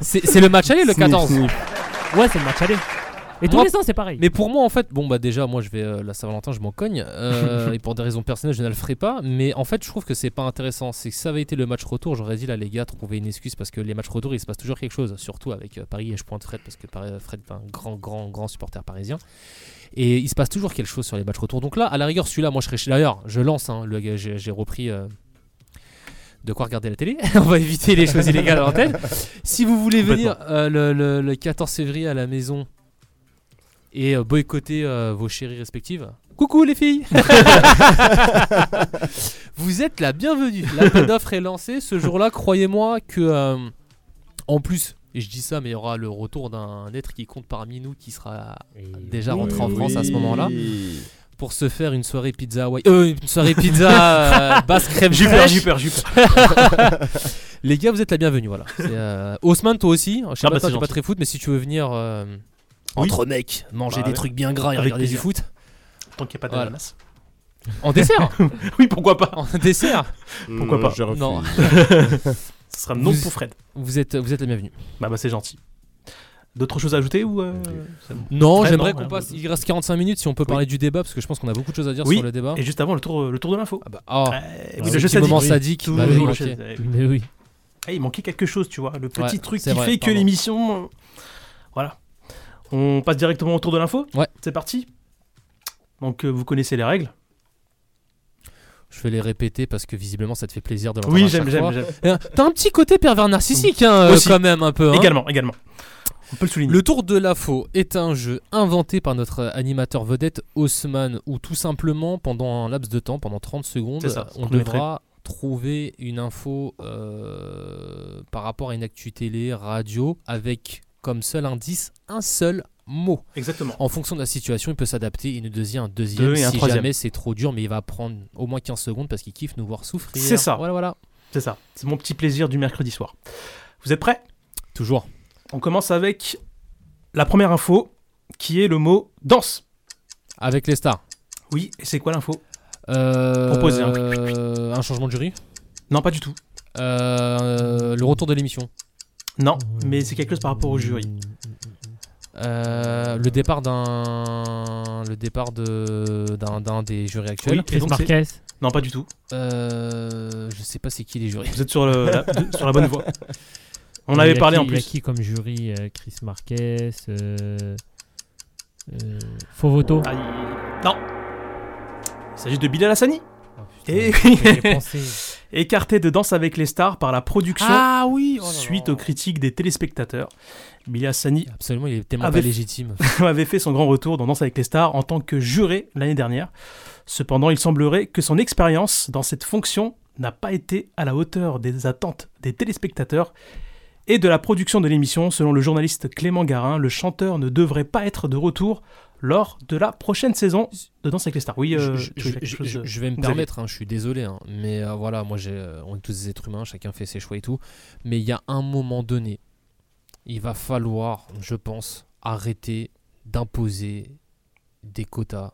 [SPEAKER 3] c'est- c'est le match aller, le 14.
[SPEAKER 5] Ouais, c'est le match aller. Et tous
[SPEAKER 3] Moi-
[SPEAKER 5] les ans, c'est pareil.
[SPEAKER 3] Mais pour moi, en fait, bon, bah déjà, moi, je vais euh, la Saint-Valentin, je m'en cogne. euh, et pour des raisons personnelles, je ne le ferai pas. Mais en fait, je trouve que c'est pas intéressant. C'est que ça avait été le match retour, j'aurais dit là, les gars, trouvez une excuse parce que les matchs retour, il se passe toujours quelque chose. Surtout avec euh, Paris et je pointe Fred parce que Paris- euh, Fred est un grand, grand, grand supporter parisien. Et il se passe toujours quelque chose sur les matchs retour. Donc là, à la rigueur, celui-là, moi, je serais chez. D'ailleurs, je lance, hein, le- j'ai j'ai repris. euh, de quoi regarder la télé. On va éviter les choses illégales à l'antenne. Si vous voulez venir euh, le, le- le 14 février à la maison et euh, boycotter euh, vos chéries respectives, coucou les filles Vous êtes la bienvenue. L'appel d'offres est lancé. Ce jour-là, croyez-moi que, euh, en plus, et je dis ça, mais il y aura le retour d'un être qui compte parmi nous qui sera
[SPEAKER 2] Eh
[SPEAKER 3] déjà
[SPEAKER 4] oui.
[SPEAKER 3] rentré en
[SPEAKER 4] Oui.
[SPEAKER 3] France à ce moment-là. Pour se faire une soirée pizza Hawaii. Euh, une soirée pizza euh, basse crème
[SPEAKER 2] J'ai peur,
[SPEAKER 3] fraîche.
[SPEAKER 2] j'ai peur, j'ai peur.
[SPEAKER 3] Les gars, vous êtes la bienvenue, voilà. C'est, euh, Haussmann, toi aussi. Je sais
[SPEAKER 2] Ah
[SPEAKER 3] pas,
[SPEAKER 2] bah, c'est
[SPEAKER 3] toi, t'es pas
[SPEAKER 2] gentil.
[SPEAKER 3] très foot, mais si tu veux venir euh,
[SPEAKER 2] Oui.
[SPEAKER 3] entre mecs, manger
[SPEAKER 2] Bah
[SPEAKER 3] des
[SPEAKER 2] ouais.
[SPEAKER 3] trucs bien gras et
[SPEAKER 2] Avec
[SPEAKER 3] regarder du
[SPEAKER 2] plaisir.
[SPEAKER 3] foot.
[SPEAKER 2] Tant qu'il n'y a pas
[SPEAKER 3] Voilà.
[SPEAKER 2] d'ananas.
[SPEAKER 3] En dessert
[SPEAKER 2] Oui, pourquoi pas
[SPEAKER 3] En dessert
[SPEAKER 2] Pourquoi
[SPEAKER 4] Non,
[SPEAKER 2] pas
[SPEAKER 4] je refuse.
[SPEAKER 3] Non.
[SPEAKER 2] Ce sera non
[SPEAKER 3] Vous-
[SPEAKER 2] pour Fred.
[SPEAKER 3] Vous êtes, vous êtes la bienvenue.
[SPEAKER 2] Bah, bah c'est gentil. D'autres choses à ajouter ou euh, c'est bon
[SPEAKER 3] Non,
[SPEAKER 2] Fred,
[SPEAKER 3] j'aimerais
[SPEAKER 2] non, hein.
[SPEAKER 3] qu'on
[SPEAKER 2] rien
[SPEAKER 3] passe.
[SPEAKER 2] d'autre.
[SPEAKER 3] Il reste 45 minutes si on peut parler du débat, parce que je pense qu'on a beaucoup de choses à dire
[SPEAKER 2] Oui,
[SPEAKER 3] sur le débat.
[SPEAKER 2] Et juste avant, le tour, le tour de l'info.
[SPEAKER 3] Ah bah, ah.
[SPEAKER 2] Eh,
[SPEAKER 3] Ah,
[SPEAKER 2] oui,
[SPEAKER 3] ce
[SPEAKER 2] le jeu
[SPEAKER 3] petit moment sadique,
[SPEAKER 2] sadique. oui,
[SPEAKER 3] bah
[SPEAKER 2] toujours
[SPEAKER 3] oui,
[SPEAKER 2] le
[SPEAKER 3] ok.
[SPEAKER 2] jeu- eh,
[SPEAKER 5] Mais oui.
[SPEAKER 2] eh, il manquait quelque chose, tu vois. Le petit
[SPEAKER 3] Ouais,
[SPEAKER 2] truc
[SPEAKER 3] c'est
[SPEAKER 2] qui
[SPEAKER 3] vrai,
[SPEAKER 2] fait que
[SPEAKER 3] pardon.
[SPEAKER 2] l'émission. euh, Voilà. On passe directement au tour de l'info.
[SPEAKER 3] Ouais.
[SPEAKER 2] C'est parti. Donc, euh, vous connaissez les règles.
[SPEAKER 3] Je vais les répéter parce que visiblement ça te fait plaisir de l'entendre.
[SPEAKER 2] Oui,
[SPEAKER 3] à
[SPEAKER 2] j'aime,
[SPEAKER 3] chaque
[SPEAKER 2] j'aime,
[SPEAKER 3] fois.
[SPEAKER 2] j'aime.
[SPEAKER 3] Et, euh, T'as un petit côté pervers narcissique, hein, euh,
[SPEAKER 2] Aussi.
[SPEAKER 3] quand même, un peu. hein.
[SPEAKER 2] Également, également. On peut le souligner.
[SPEAKER 3] Le Tour de la Faux est un jeu inventé par notre animateur vedette Haussmann où tout simplement pendant un laps de temps, pendant 30 secondes,
[SPEAKER 2] C'est ça, c'est
[SPEAKER 3] on
[SPEAKER 2] chronométré.
[SPEAKER 3] devra trouver une info euh, par rapport à une actu télé, radio, avec comme seul indice un seul mot.
[SPEAKER 2] Exactement.
[SPEAKER 3] En fonction de la situation, il peut s'adapter, il nous devient un deuxième
[SPEAKER 2] Deux et un
[SPEAKER 3] si
[SPEAKER 2] troisième.
[SPEAKER 3] jamais c'est trop dur, mais il va prendre au moins 15 secondes parce qu'il kiffe nous voir souffrir.
[SPEAKER 2] C'est ça.
[SPEAKER 3] Voilà, voilà.
[SPEAKER 2] C'est ça. C'est mon petit plaisir du mercredi soir. Vous êtes prêts
[SPEAKER 3] Toujours.
[SPEAKER 2] On commence avec la première info. qui est le mot danse.
[SPEAKER 3] Avec les stars.
[SPEAKER 2] Oui, et c'est quoi l'info
[SPEAKER 3] Euh,
[SPEAKER 2] Proposez un.
[SPEAKER 3] un changement de jury Euh,
[SPEAKER 2] Non, pas du tout.
[SPEAKER 3] le retour de l'émission.
[SPEAKER 2] Non, mais c'est quelque chose par rapport au jury.
[SPEAKER 3] Euh, le départ d'un le départ de d'un d'un des jurys actuels.
[SPEAKER 2] Oui, et donc c'est- Non, pas du tout.
[SPEAKER 3] Euh, je sais pas c'est qui les jurys.
[SPEAKER 2] Vous êtes sur, le- la, de- sur la bonne voie. On avait
[SPEAKER 5] Il y a
[SPEAKER 2] parlé
[SPEAKER 5] qui-
[SPEAKER 2] en
[SPEAKER 5] Il y a
[SPEAKER 2] plus.
[SPEAKER 5] qui comme jury euh, Chris Marquez, euh, euh, Fovoto.
[SPEAKER 2] Ah, il- Non. Il s'agit de Bilal Hassani.
[SPEAKER 3] Oh,
[SPEAKER 2] Et oui.
[SPEAKER 5] j'y ai pensé.
[SPEAKER 2] Écarté de Danse avec les stars par la production
[SPEAKER 3] Ah oui, oh là là.
[SPEAKER 2] suite aux critiques des téléspectateurs. Bilal Hassani
[SPEAKER 3] Absolument, il est tellement
[SPEAKER 2] avait
[SPEAKER 3] pas légitime.
[SPEAKER 2] avait fait son grand retour dans Danse avec les stars en tant que juré l'année dernière. Cependant, il semblerait que son expérience dans cette fonction n'a pas été à la hauteur des attentes des téléspectateurs et de la production de l'émission. Selon le journaliste Clément Garin, le chanteur ne devrait pas être de retour lors de la prochaine saison de Danse avec les stars. Oui, euh,
[SPEAKER 3] je,
[SPEAKER 2] tu veux
[SPEAKER 3] je-
[SPEAKER 2] quelque chose,
[SPEAKER 3] je-
[SPEAKER 2] euh,
[SPEAKER 3] je vais me
[SPEAKER 2] Xavier
[SPEAKER 3] permettre, hein, je suis désolé, hein, mais euh, voilà, moi j'ai, euh, on est tous des êtres humains, chacun fait ses choix et tout. Mais il y a un moment donné, il va falloir, je pense, arrêter d'imposer des quotas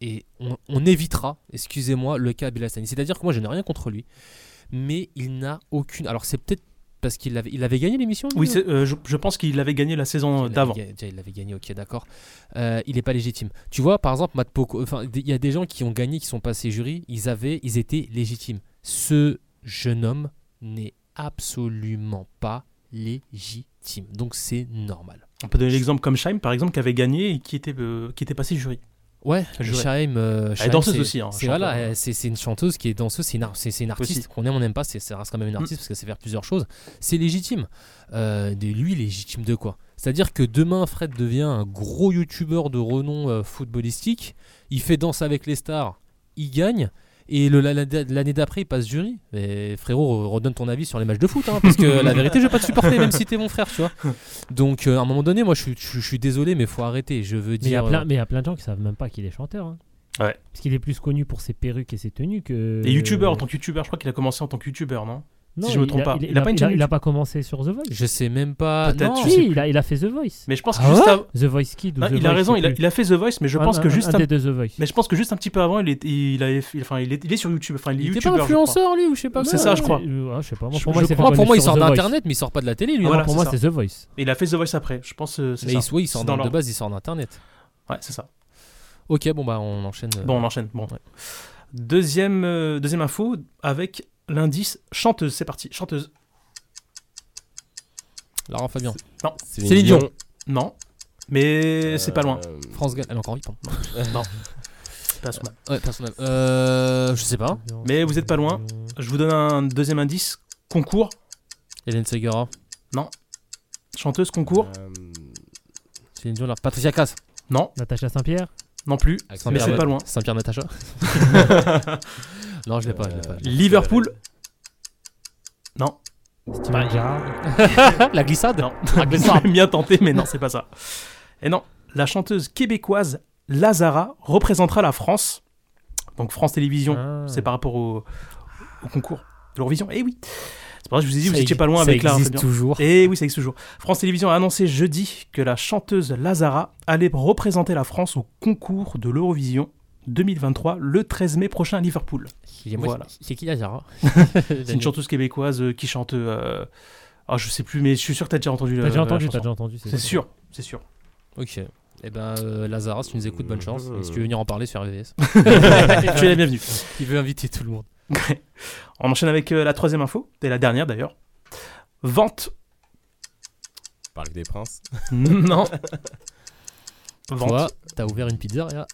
[SPEAKER 3] et on, on évitera, excusez-moi, le cas Bilastani. C'est-à-dire que moi je n'ai rien contre lui, mais il n'a aucune. Alors c'est peut-être parce qu'il avait, il avait gagné l'émission. lui,
[SPEAKER 2] Oui,
[SPEAKER 3] ou-
[SPEAKER 2] c'est- euh, je, je pense qu'il avait gagné la saison d'avant.
[SPEAKER 3] il avait ga- il avait gagné, ok, d'accord. Euh, il n'est pas légitime. Tu vois, par exemple, Matt Poco, enfin, d- il y a des gens qui ont gagné, qui sont passés jury, ils, avaient, ils étaient légitimes. Ce jeune homme n'est absolument pas légitime. Donc c'est normal.
[SPEAKER 2] On peut donner l'exemple comme Scheim, par exemple, qui avait gagné et qui était, euh, qui était passé jury.
[SPEAKER 3] Ouais,
[SPEAKER 2] Juré.
[SPEAKER 3] Shaim,
[SPEAKER 2] Elle
[SPEAKER 3] euh,
[SPEAKER 2] est
[SPEAKER 3] Shaim,
[SPEAKER 2] danseuse
[SPEAKER 3] c'est-
[SPEAKER 2] aussi, hein,
[SPEAKER 3] c'est
[SPEAKER 2] chanteuse.
[SPEAKER 3] voilà, euh, c'est c'est une chanteuse qui est danseuse, c'est une, ar- c'est- c'est une artiste. Qu'on aime, on n'aime pas, c'est- ça reste quand même
[SPEAKER 2] Mm.
[SPEAKER 3] une artiste parce qu'elle sait faire plusieurs choses. C'est légitime. Euh, de- lui, il est légitime de quoi C'est-à-dire que demain, Fred devient un gros youtubeur de renom euh, footballistique. Il fait danse avec les stars, il gagne. Et le- la- la- l'année d'après, il passe jury. Mais frérot, re- redonne ton avis sur les matchs de foot, hein, parce que la vérité, je vais pas te supporter, même si t'es mon frère, tu vois. Donc, euh, à un moment donné, moi, je, suis- je- je suis désolé, mais faut arrêter. Je veux
[SPEAKER 5] Mais il y a
[SPEAKER 3] dire. euh,
[SPEAKER 5] plein- mais il y a plein de gens qui savent même pas qu'il est chanteur. hein.
[SPEAKER 2] Ouais.
[SPEAKER 5] Parce qu'il est plus connu pour ses perruques et ses tenues que.
[SPEAKER 2] Et
[SPEAKER 3] euh,
[SPEAKER 2] youtubeur, en tant que youtubeur, je crois qu'il a commencé en tant que youtubeur, non,
[SPEAKER 5] euh, Non,
[SPEAKER 2] Si je me
[SPEAKER 5] il
[SPEAKER 2] trompe
[SPEAKER 5] a-
[SPEAKER 2] pas.
[SPEAKER 5] il a-
[SPEAKER 2] Il a pas une
[SPEAKER 5] il a-
[SPEAKER 2] chaîne
[SPEAKER 5] il a
[SPEAKER 2] YouTube.
[SPEAKER 5] pas commencé sur The Voice.
[SPEAKER 3] Je sais même pas.
[SPEAKER 2] Peut-être,
[SPEAKER 3] non.
[SPEAKER 2] je
[SPEAKER 5] Si,
[SPEAKER 2] sais
[SPEAKER 5] il a, il a fait The Voice.
[SPEAKER 2] Mais je pense que
[SPEAKER 3] Ah
[SPEAKER 2] juste
[SPEAKER 3] ouais
[SPEAKER 2] avant-
[SPEAKER 5] The Voice Kid ou
[SPEAKER 2] Non,
[SPEAKER 5] The
[SPEAKER 2] il a
[SPEAKER 5] Voice,
[SPEAKER 2] raison,
[SPEAKER 5] je sais
[SPEAKER 2] il a,
[SPEAKER 5] plus.
[SPEAKER 2] il a fait The Voice, mais je
[SPEAKER 3] Ah
[SPEAKER 5] Un-
[SPEAKER 2] pense que
[SPEAKER 5] un-
[SPEAKER 2] juste
[SPEAKER 5] un des deux The Voice.
[SPEAKER 2] Mais je pense que juste un petit peu avant, il est, il avait fait- enfin, il est, il est sur YouTube, enfin, il est
[SPEAKER 3] Il était pas
[SPEAKER 2] YouTubeur, je crois.
[SPEAKER 3] influenceur, lui, ou je sais pas
[SPEAKER 2] C'est
[SPEAKER 3] quoi,
[SPEAKER 2] ça, je
[SPEAKER 3] ouais.
[SPEAKER 2] crois.
[SPEAKER 5] Euh, ouais, je sais pas, moi,
[SPEAKER 3] Je-
[SPEAKER 5] pour moi,
[SPEAKER 3] je
[SPEAKER 5] il s'est fait
[SPEAKER 3] crois- pour moi,
[SPEAKER 5] connaître
[SPEAKER 3] il
[SPEAKER 5] sur
[SPEAKER 3] sort
[SPEAKER 5] The
[SPEAKER 3] d'internet, mais il sort pas de la télé, lui,
[SPEAKER 2] Ah,
[SPEAKER 3] hein. Pour moi, c'est
[SPEAKER 5] The Voice.
[SPEAKER 2] Et il a fait The Voice après, je pense. euh, c'est
[SPEAKER 3] Mais
[SPEAKER 2] ça.
[SPEAKER 3] il, soit il sort
[SPEAKER 2] C'est
[SPEAKER 3] dans-
[SPEAKER 2] dans
[SPEAKER 3] de
[SPEAKER 2] l'ordre.
[SPEAKER 3] base, il sort d'internet.
[SPEAKER 2] Ouais, c'est ça.
[SPEAKER 3] Ok, bon bah on enchaîne. euh,
[SPEAKER 2] Bon, on enchaîne. Bon. Deuxième, euh, deuxième info avec l'indice chanteuse. C'est parti, chanteuse.
[SPEAKER 3] Laurent Fabien.
[SPEAKER 2] Non.
[SPEAKER 3] Céline Céline Dion. Dion.
[SPEAKER 2] Non. Mais c'est pas loin.
[SPEAKER 3] France Gall, Euh, elle est encore vivante.
[SPEAKER 2] non. Pas Haussmann.
[SPEAKER 3] Ouais, personnel. Euh, je sais pas.
[SPEAKER 2] Mais vous êtes pas loin. Je vous donne un deuxième indice. Concours.
[SPEAKER 3] Hélène Euh, Segara.
[SPEAKER 2] Non. Chanteuse concours.
[SPEAKER 3] Céline Dion, là. Patricia Cass.
[SPEAKER 2] Non.
[SPEAKER 5] Natacha Saint-Pierre.
[SPEAKER 2] Non plus. Mais c'est pas loin.
[SPEAKER 3] Saint-Pierre Natacha. non, je l'ai pas, je l'ai pas. je l'ai pas.
[SPEAKER 2] Euh, Liverpool. Non. Bah,
[SPEAKER 5] Steven Gerrard.
[SPEAKER 3] La glissade
[SPEAKER 2] Non.
[SPEAKER 3] La glissade.
[SPEAKER 2] Bien tenté, mais non, c'est pas ça. Et non, la chanteuse québécoise Lazara représentera la France. Donc France Télévisions,
[SPEAKER 3] Ah.
[SPEAKER 2] c'est par rapport au, au concours de l'Eurovision. Eh oui c'est pour ça que je vous ai dit,
[SPEAKER 3] Ça
[SPEAKER 2] vous étiez
[SPEAKER 3] ex-
[SPEAKER 2] pas loin
[SPEAKER 3] ça
[SPEAKER 2] avec la
[SPEAKER 3] existe toujours.
[SPEAKER 2] Et Eh oui, ça existe toujours. France Télévisions a annoncé jeudi que la chanteuse Lazara allait représenter la France au concours de l'Eurovision 2023 le 13 mai prochain à Liverpool.
[SPEAKER 3] Moi, C'est qui Lazara
[SPEAKER 2] C'est une chanteuse québécoise euh, qui chante. euh, Ah, je sais plus, mais je suis sûr que t'as déjà entendu.
[SPEAKER 5] T'as
[SPEAKER 2] la-
[SPEAKER 5] déjà
[SPEAKER 2] la
[SPEAKER 5] entendu,
[SPEAKER 2] chanson.
[SPEAKER 5] t'as déjà entendu, c'est
[SPEAKER 2] C'est
[SPEAKER 5] sûr.
[SPEAKER 2] sûr, c'est sûr.
[SPEAKER 3] Ok. Eh ben, euh, Lazara, si tu nous écoutes, bonne chance. Et si tu veux venir en parler sur RVVS.
[SPEAKER 2] tu es la bienvenue.
[SPEAKER 3] Il veut inviter tout le monde.
[SPEAKER 2] On enchaîne avec euh, la troisième info, et la dernière d'ailleurs. Vente.
[SPEAKER 4] Parc des Princes.
[SPEAKER 2] Non. Vente.
[SPEAKER 3] Toi, t'as ouvert une pizzeria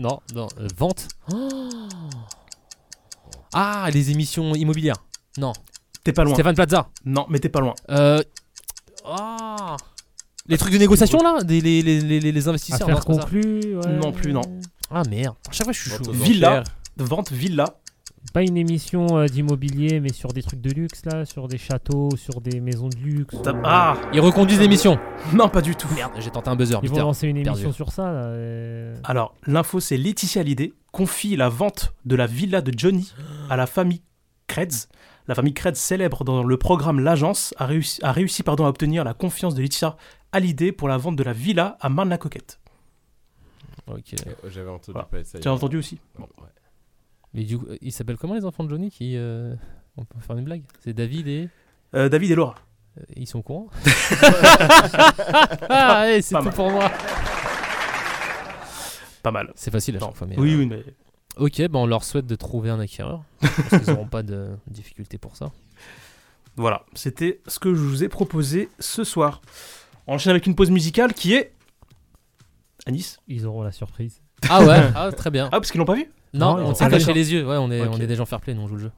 [SPEAKER 3] Non, non, euh, vente.
[SPEAKER 2] Oh
[SPEAKER 3] Ah, les émissions immobilières. Non.
[SPEAKER 2] T'es pas loin.
[SPEAKER 3] Stéphane Plaza.
[SPEAKER 2] Non, mais t'es pas loin.
[SPEAKER 3] Euh, ah. Les trucs de négociation là des, les, les, les, les- les investisseurs.
[SPEAKER 5] Affaires
[SPEAKER 3] non, c'est pas ça.
[SPEAKER 5] conclues, ouais.
[SPEAKER 2] Non plus, non.
[SPEAKER 3] Ah merde. À chaque fois, je suis chaud.
[SPEAKER 2] Villa. Vente villa.
[SPEAKER 5] Pas une émission euh, d'immobilier, mais sur des trucs de luxe, là, sur des châteaux, sur des maisons de luxe.
[SPEAKER 2] T'as- Ah
[SPEAKER 3] Ils reconduisent l'émission.
[SPEAKER 2] Non, pas du tout.
[SPEAKER 3] Merde, j'ai tenté un buzzer.
[SPEAKER 5] Ils vont
[SPEAKER 3] putain.
[SPEAKER 5] lancer une
[SPEAKER 3] Perdu.
[SPEAKER 5] émission sur ça, là. euh.
[SPEAKER 2] Alors, l'info, c'est Laetitia Hallyday confie la vente de la villa de Johnny à la famille Krebs. La famille Krebs, célèbre dans le programme L'Agence, a réussi, a réussi, pardon, à obtenir la confiance de Laetitia Hallyday pour la vente de la villa à Marne-la-Coquette.
[SPEAKER 3] Ok.
[SPEAKER 4] Euh, J'avais entendu
[SPEAKER 2] Voilà.
[SPEAKER 4] parler de ça.
[SPEAKER 2] Tu as entendu aussi
[SPEAKER 3] oh. Mais du coup, euh, ils s'appellent comment les enfants de Johnny qui. euh, On peut faire une blague C'est David et.
[SPEAKER 2] Euh, David et Laura.
[SPEAKER 3] Euh, Ils sont au courant Ah, allez, c'est
[SPEAKER 2] Pas
[SPEAKER 3] tout
[SPEAKER 2] mal.
[SPEAKER 3] pour moi
[SPEAKER 2] Pas mal.
[SPEAKER 3] C'est facile à chaque fois. Mais
[SPEAKER 2] Oui,
[SPEAKER 3] euh,
[SPEAKER 2] oui, mais-
[SPEAKER 3] Ok, ben on leur souhaite de trouver un acquéreur. parce qu'ils n'auront pas de difficulté pour ça.
[SPEAKER 2] Voilà, c'était ce que je vous ai proposé ce soir. On enchaîne avec une pause musicale qui est. À Nice
[SPEAKER 5] Ils auront la surprise.
[SPEAKER 3] Ah ouais, ah, très bien.
[SPEAKER 2] Ah, parce qu'ils l'ont pas vu
[SPEAKER 3] Non,
[SPEAKER 5] Non, ils
[SPEAKER 3] on
[SPEAKER 5] l'ont
[SPEAKER 3] s'est
[SPEAKER 5] pas vu.
[SPEAKER 3] caché les yeux. Ouais, on est,
[SPEAKER 2] Ok.
[SPEAKER 3] on est des gens fair-play, nous on joue le jeu.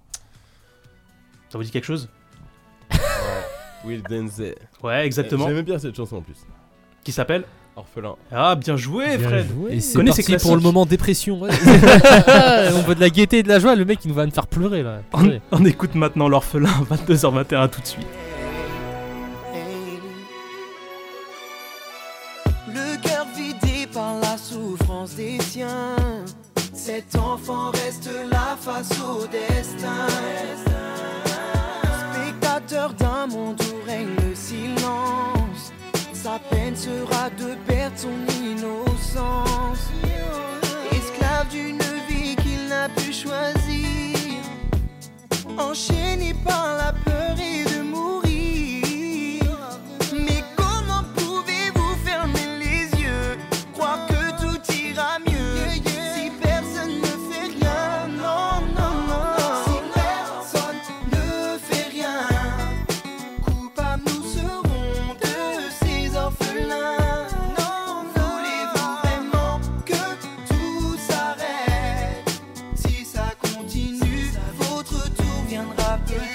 [SPEAKER 2] Ça vous dit quelque chose
[SPEAKER 4] Will Denzel.
[SPEAKER 2] Ouais, exactement.
[SPEAKER 4] J'aimais bien cette chanson en plus.
[SPEAKER 2] Qui s'appelle
[SPEAKER 4] Orphelin.
[SPEAKER 2] Ah, bien joué,
[SPEAKER 4] Bien
[SPEAKER 2] Fred
[SPEAKER 4] joué.
[SPEAKER 3] Et c'est
[SPEAKER 2] Connais ces
[SPEAKER 3] parti pour le
[SPEAKER 2] classiques.
[SPEAKER 3] moment dépression. ouais. on veut de la gaieté et de la joie. Le mec, il nous va nous faire pleurer là.
[SPEAKER 2] On, on écoute maintenant l'orphelin, 22h21 tout de suite.
[SPEAKER 6] Le cœur vidé par la souffrance des siens. Cet enfant reste la face au destin. Spectateur d'un monde où règne le silence. Sa peine sera de perdre son innocence. Esclave d'une vie qu'il n'a pu choisir. Enchaîné par la peur et de mourir. Mais comment pouvez-vous fermer les yeux? Croire que tout ira mieux. Si personne ne fait rien, non, non, non. Si personne ne fait rien, coupables nous serons de ces orphelins. Non, voulez-vous vraiment que tout s'arrête? Si ça continue, votre tour viendra peut-être.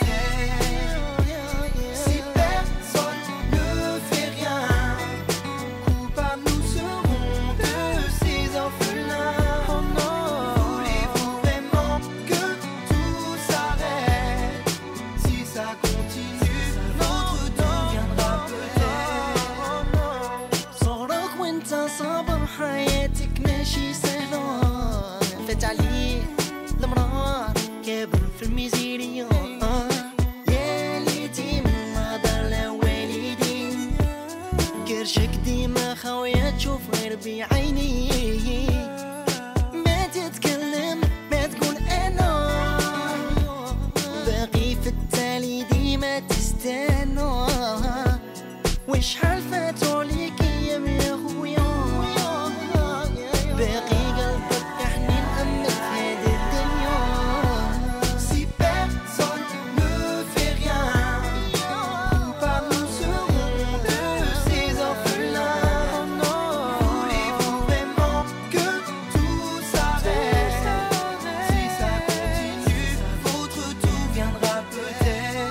[SPEAKER 6] Si personne ne fait rien, coupables nous serons de ces orphelins. Oh non, voulez-vous vraiment que tout s'arrête? Si ça continue, votre tour viendra peut-être. صارخ وانت صابر حياتك ماشي سهلة فات عليك المرار كابر في الميزيريا يا ليتي ما دار لا والدين قرشك ديما خاوية تشوف غير بعيني ما تتكلم ما تقول انا باقي في التالي ديما تستنى وش حلفت عليك ايام يا خويا باقي قلبك حنين امل في هاد الدنيا سي بيرسون نو في ريان Pas nous serons de ces orphelins. Non, voulez-vous vraiment que tout s'arrête? Si ça continue, votre tour viendra peut-être.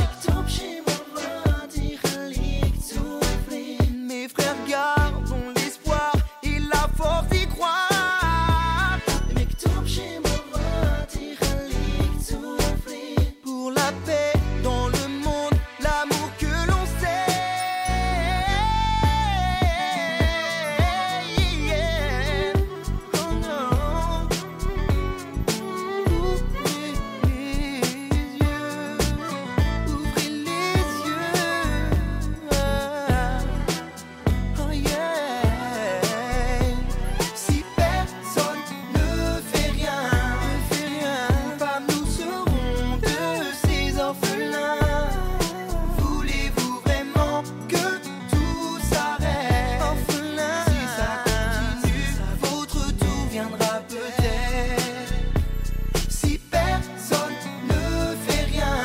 [SPEAKER 6] مكتوب شي مرات يخليك توفري. Mes frères gardons l'espoir et la force d'y croire. مكتوب شي مرات يخليك توفري. Pour la paix dans le monde, l'amour que l'on sait. Yeah. Oh non. Ouvrez les yeux, ouvrez les yeux. Oh yeah. Si personne ne fait rien, ne fait rien, pas nous serons de ces orphelins. Voulez-vous vraiment que tout s'arrête? Orphelin, si ça continue, votre tour viendra peut-être. Si personne ne fait rien,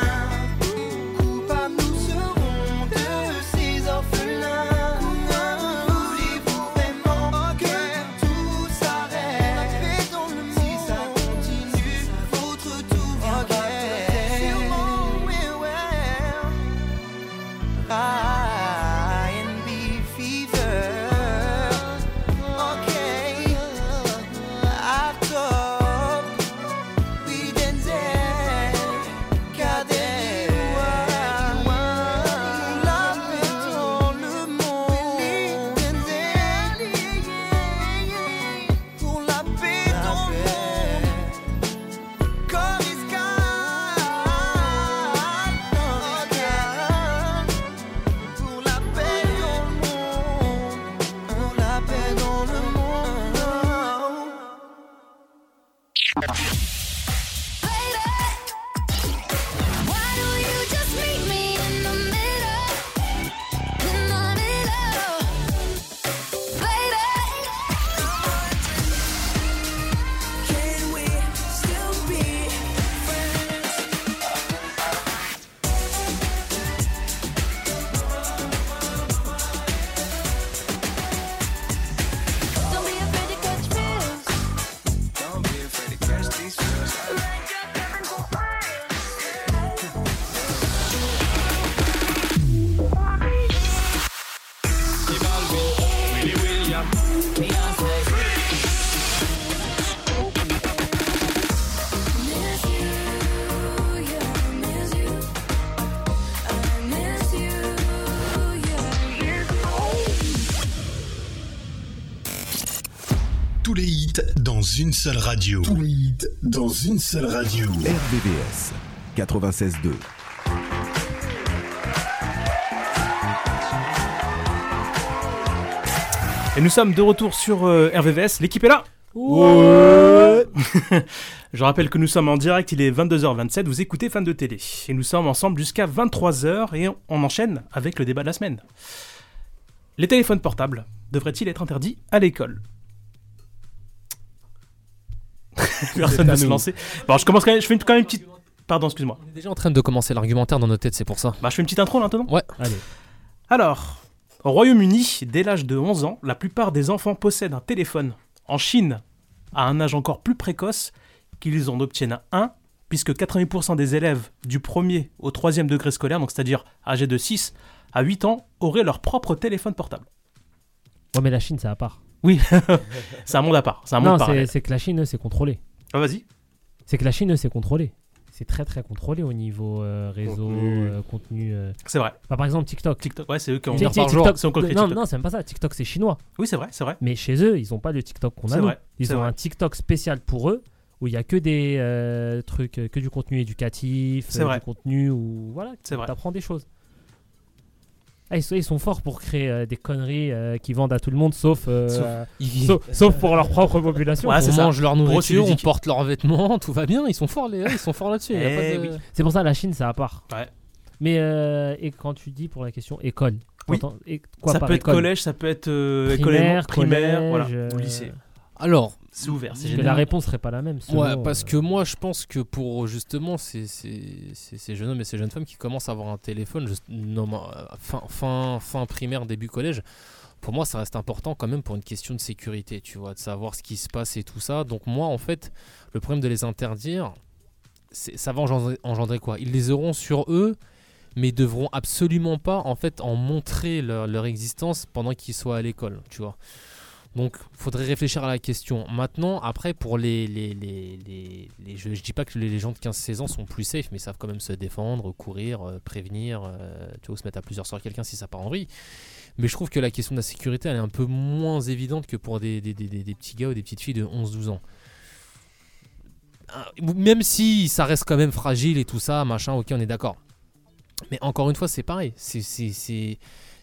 [SPEAKER 6] coupables nous serons de ces orphelins. Voulez-vous vraiment que tout s'arrête Si ça continue, votre tour viendra sûrement, oui, ouais. I and be fever. Okay, I've Can we still be friends?
[SPEAKER 9] Don't be afraid to catch feels.
[SPEAKER 6] Don't be afraid to catch these feels.
[SPEAKER 7] Tous les hits dans une seule radio. Tous les hits dans une seule radio.
[SPEAKER 8] RVVS 96.2.
[SPEAKER 2] Et nous sommes de retour sur euh, RVVS, l'équipe est là Je rappelle que nous sommes en direct, il est 22h27, vous écoutez Fan de Télé. Et nous sommes ensemble jusqu'à 23h et on- on enchaîne avec le débat de la semaine. Les téléphones portables devraient-ils être interdits à l'école Personne ne
[SPEAKER 3] à
[SPEAKER 2] se
[SPEAKER 3] nous.
[SPEAKER 2] lancer. Bon, je commence quand même, je fais une- quand même une petite... Pardon, excuse-moi.
[SPEAKER 3] déjà en train de commencer l'argumentaire dans nos têtes, c'est pour ça.
[SPEAKER 2] Bah, je fais une petite intro là, maintenant
[SPEAKER 3] Ouais.
[SPEAKER 5] Allez.
[SPEAKER 2] Alors, au Royaume-Uni, dès l'âge de 11 ans, la plupart des enfants possèdent un téléphone. En Chine, à un âge encore plus précoce, qu'ils en obtiennent un, puisque 80% des élèves du premier au troisième degré scolaire, donc c'est-à-dire âgés de 6 à 8 ans, auraient leur propre téléphone portable.
[SPEAKER 5] Ouais, mais la Chine, c'est à part.
[SPEAKER 2] Oui, c'est un monde à part. C'est un monde
[SPEAKER 5] Non, c'est
[SPEAKER 2] parallèle.
[SPEAKER 5] c'est que la Chine, eux, c'est contrôlé.
[SPEAKER 2] Ah, vas-y.
[SPEAKER 5] C'est que la Chine, eux, c'est contrôlé. C'est très très contrôlé au niveau euh, réseau,
[SPEAKER 2] Contenu.
[SPEAKER 5] euh, contenu. euh.
[SPEAKER 2] C'est vrai.
[SPEAKER 5] Bah, par exemple, TikTok.
[SPEAKER 2] TikTok, ouais, c'est eux qui ont
[SPEAKER 5] Tu sais,
[SPEAKER 2] par jour,
[SPEAKER 5] TikTok-
[SPEAKER 2] c'est eux qui ont créé
[SPEAKER 5] Non,
[SPEAKER 2] TikTok.
[SPEAKER 5] non, c'est même pas ça. TikTok, c'est chinois.
[SPEAKER 2] Oui, c'est vrai, c'est vrai.
[SPEAKER 5] Mais chez eux, ils ont pas le TikTok qu'on a.
[SPEAKER 2] C'est
[SPEAKER 5] nous.
[SPEAKER 2] vrai,
[SPEAKER 5] Ils
[SPEAKER 2] c'est
[SPEAKER 5] ont
[SPEAKER 2] vrai.
[SPEAKER 5] un TikTok spécial pour eux où il y a que des euh, trucs, euh, que du contenu éducatif,
[SPEAKER 2] C'est
[SPEAKER 5] euh,
[SPEAKER 2] vrai.
[SPEAKER 5] du contenu où voilà,
[SPEAKER 2] C'est vrai.
[SPEAKER 5] t'apprends des choses. Ah, ils, sont, ils sont forts pour créer euh, des conneries euh, qui vendent à tout le monde, sauf, euh,
[SPEAKER 3] Sauf-
[SPEAKER 5] euh,
[SPEAKER 3] Ils-
[SPEAKER 5] sauf, sauf pour leur propre population.
[SPEAKER 3] Ouais, on mange leur nourriture, on
[SPEAKER 5] ludique.
[SPEAKER 3] porte leurs vêtements, tout va bien. Ils sont forts, les, Eh ils sont forts là-dessus. il y a pas
[SPEAKER 5] Eh
[SPEAKER 3] de-
[SPEAKER 5] oui. C'est pour ça la Chine, c'est à part. Mais euh, et quand tu dis pour la question école,
[SPEAKER 2] Oui.
[SPEAKER 5] t'entends- et quoi
[SPEAKER 2] ça
[SPEAKER 5] par
[SPEAKER 2] peut être
[SPEAKER 5] école
[SPEAKER 2] collège, ça peut être euh, école élémentaire,
[SPEAKER 5] primaire,
[SPEAKER 2] primaire,
[SPEAKER 5] collège,
[SPEAKER 2] voilà,
[SPEAKER 5] euh,
[SPEAKER 2] ou lycée.
[SPEAKER 3] Alors,
[SPEAKER 2] c'est ouvert, c'est
[SPEAKER 5] que
[SPEAKER 2] génial.
[SPEAKER 5] La réponse serait pas la même. selon,
[SPEAKER 3] Ouais, parce que moi, je pense que pour justement ces, ces, ces- ces jeunes hommes et ces jeunes femmes qui commencent à avoir un téléphone, je- non, mais, euh, fin, fin, fin primaire, début collège, pour moi, ça reste important quand même pour une question de sécurité, tu vois, de savoir ce qui se passe et tout ça. Donc, moi, en fait, le problème de les interdire, c'est- ça va engendrer, engendrer quoi Ils les auront sur eux, mais ils devront absolument pas, en fait, en montrer leur, leur existence pendant qu'ils soient à l'école, tu vois. Donc, faudrait réfléchir à la question. Maintenant, après, pour les, les, les, les, les jeux, je dis pas que les les gens de 15-16 ans sont plus safe, mais ils savent quand même se défendre, courir, euh, prévenir, euh, tu vois, ou se mettre à plusieurs sur quelqu'un si ça part en vrille. Mais je trouve que la question de la sécurité, elle est un peu moins évidente que pour des, des, des, des- des petits gars ou des petites filles de 11-12 ans. Ah, Même si ça reste quand même fragile et tout ça, machin, ok, on est d'accord. Mais encore une fois, c'est pareil. C'est- c'est- C'est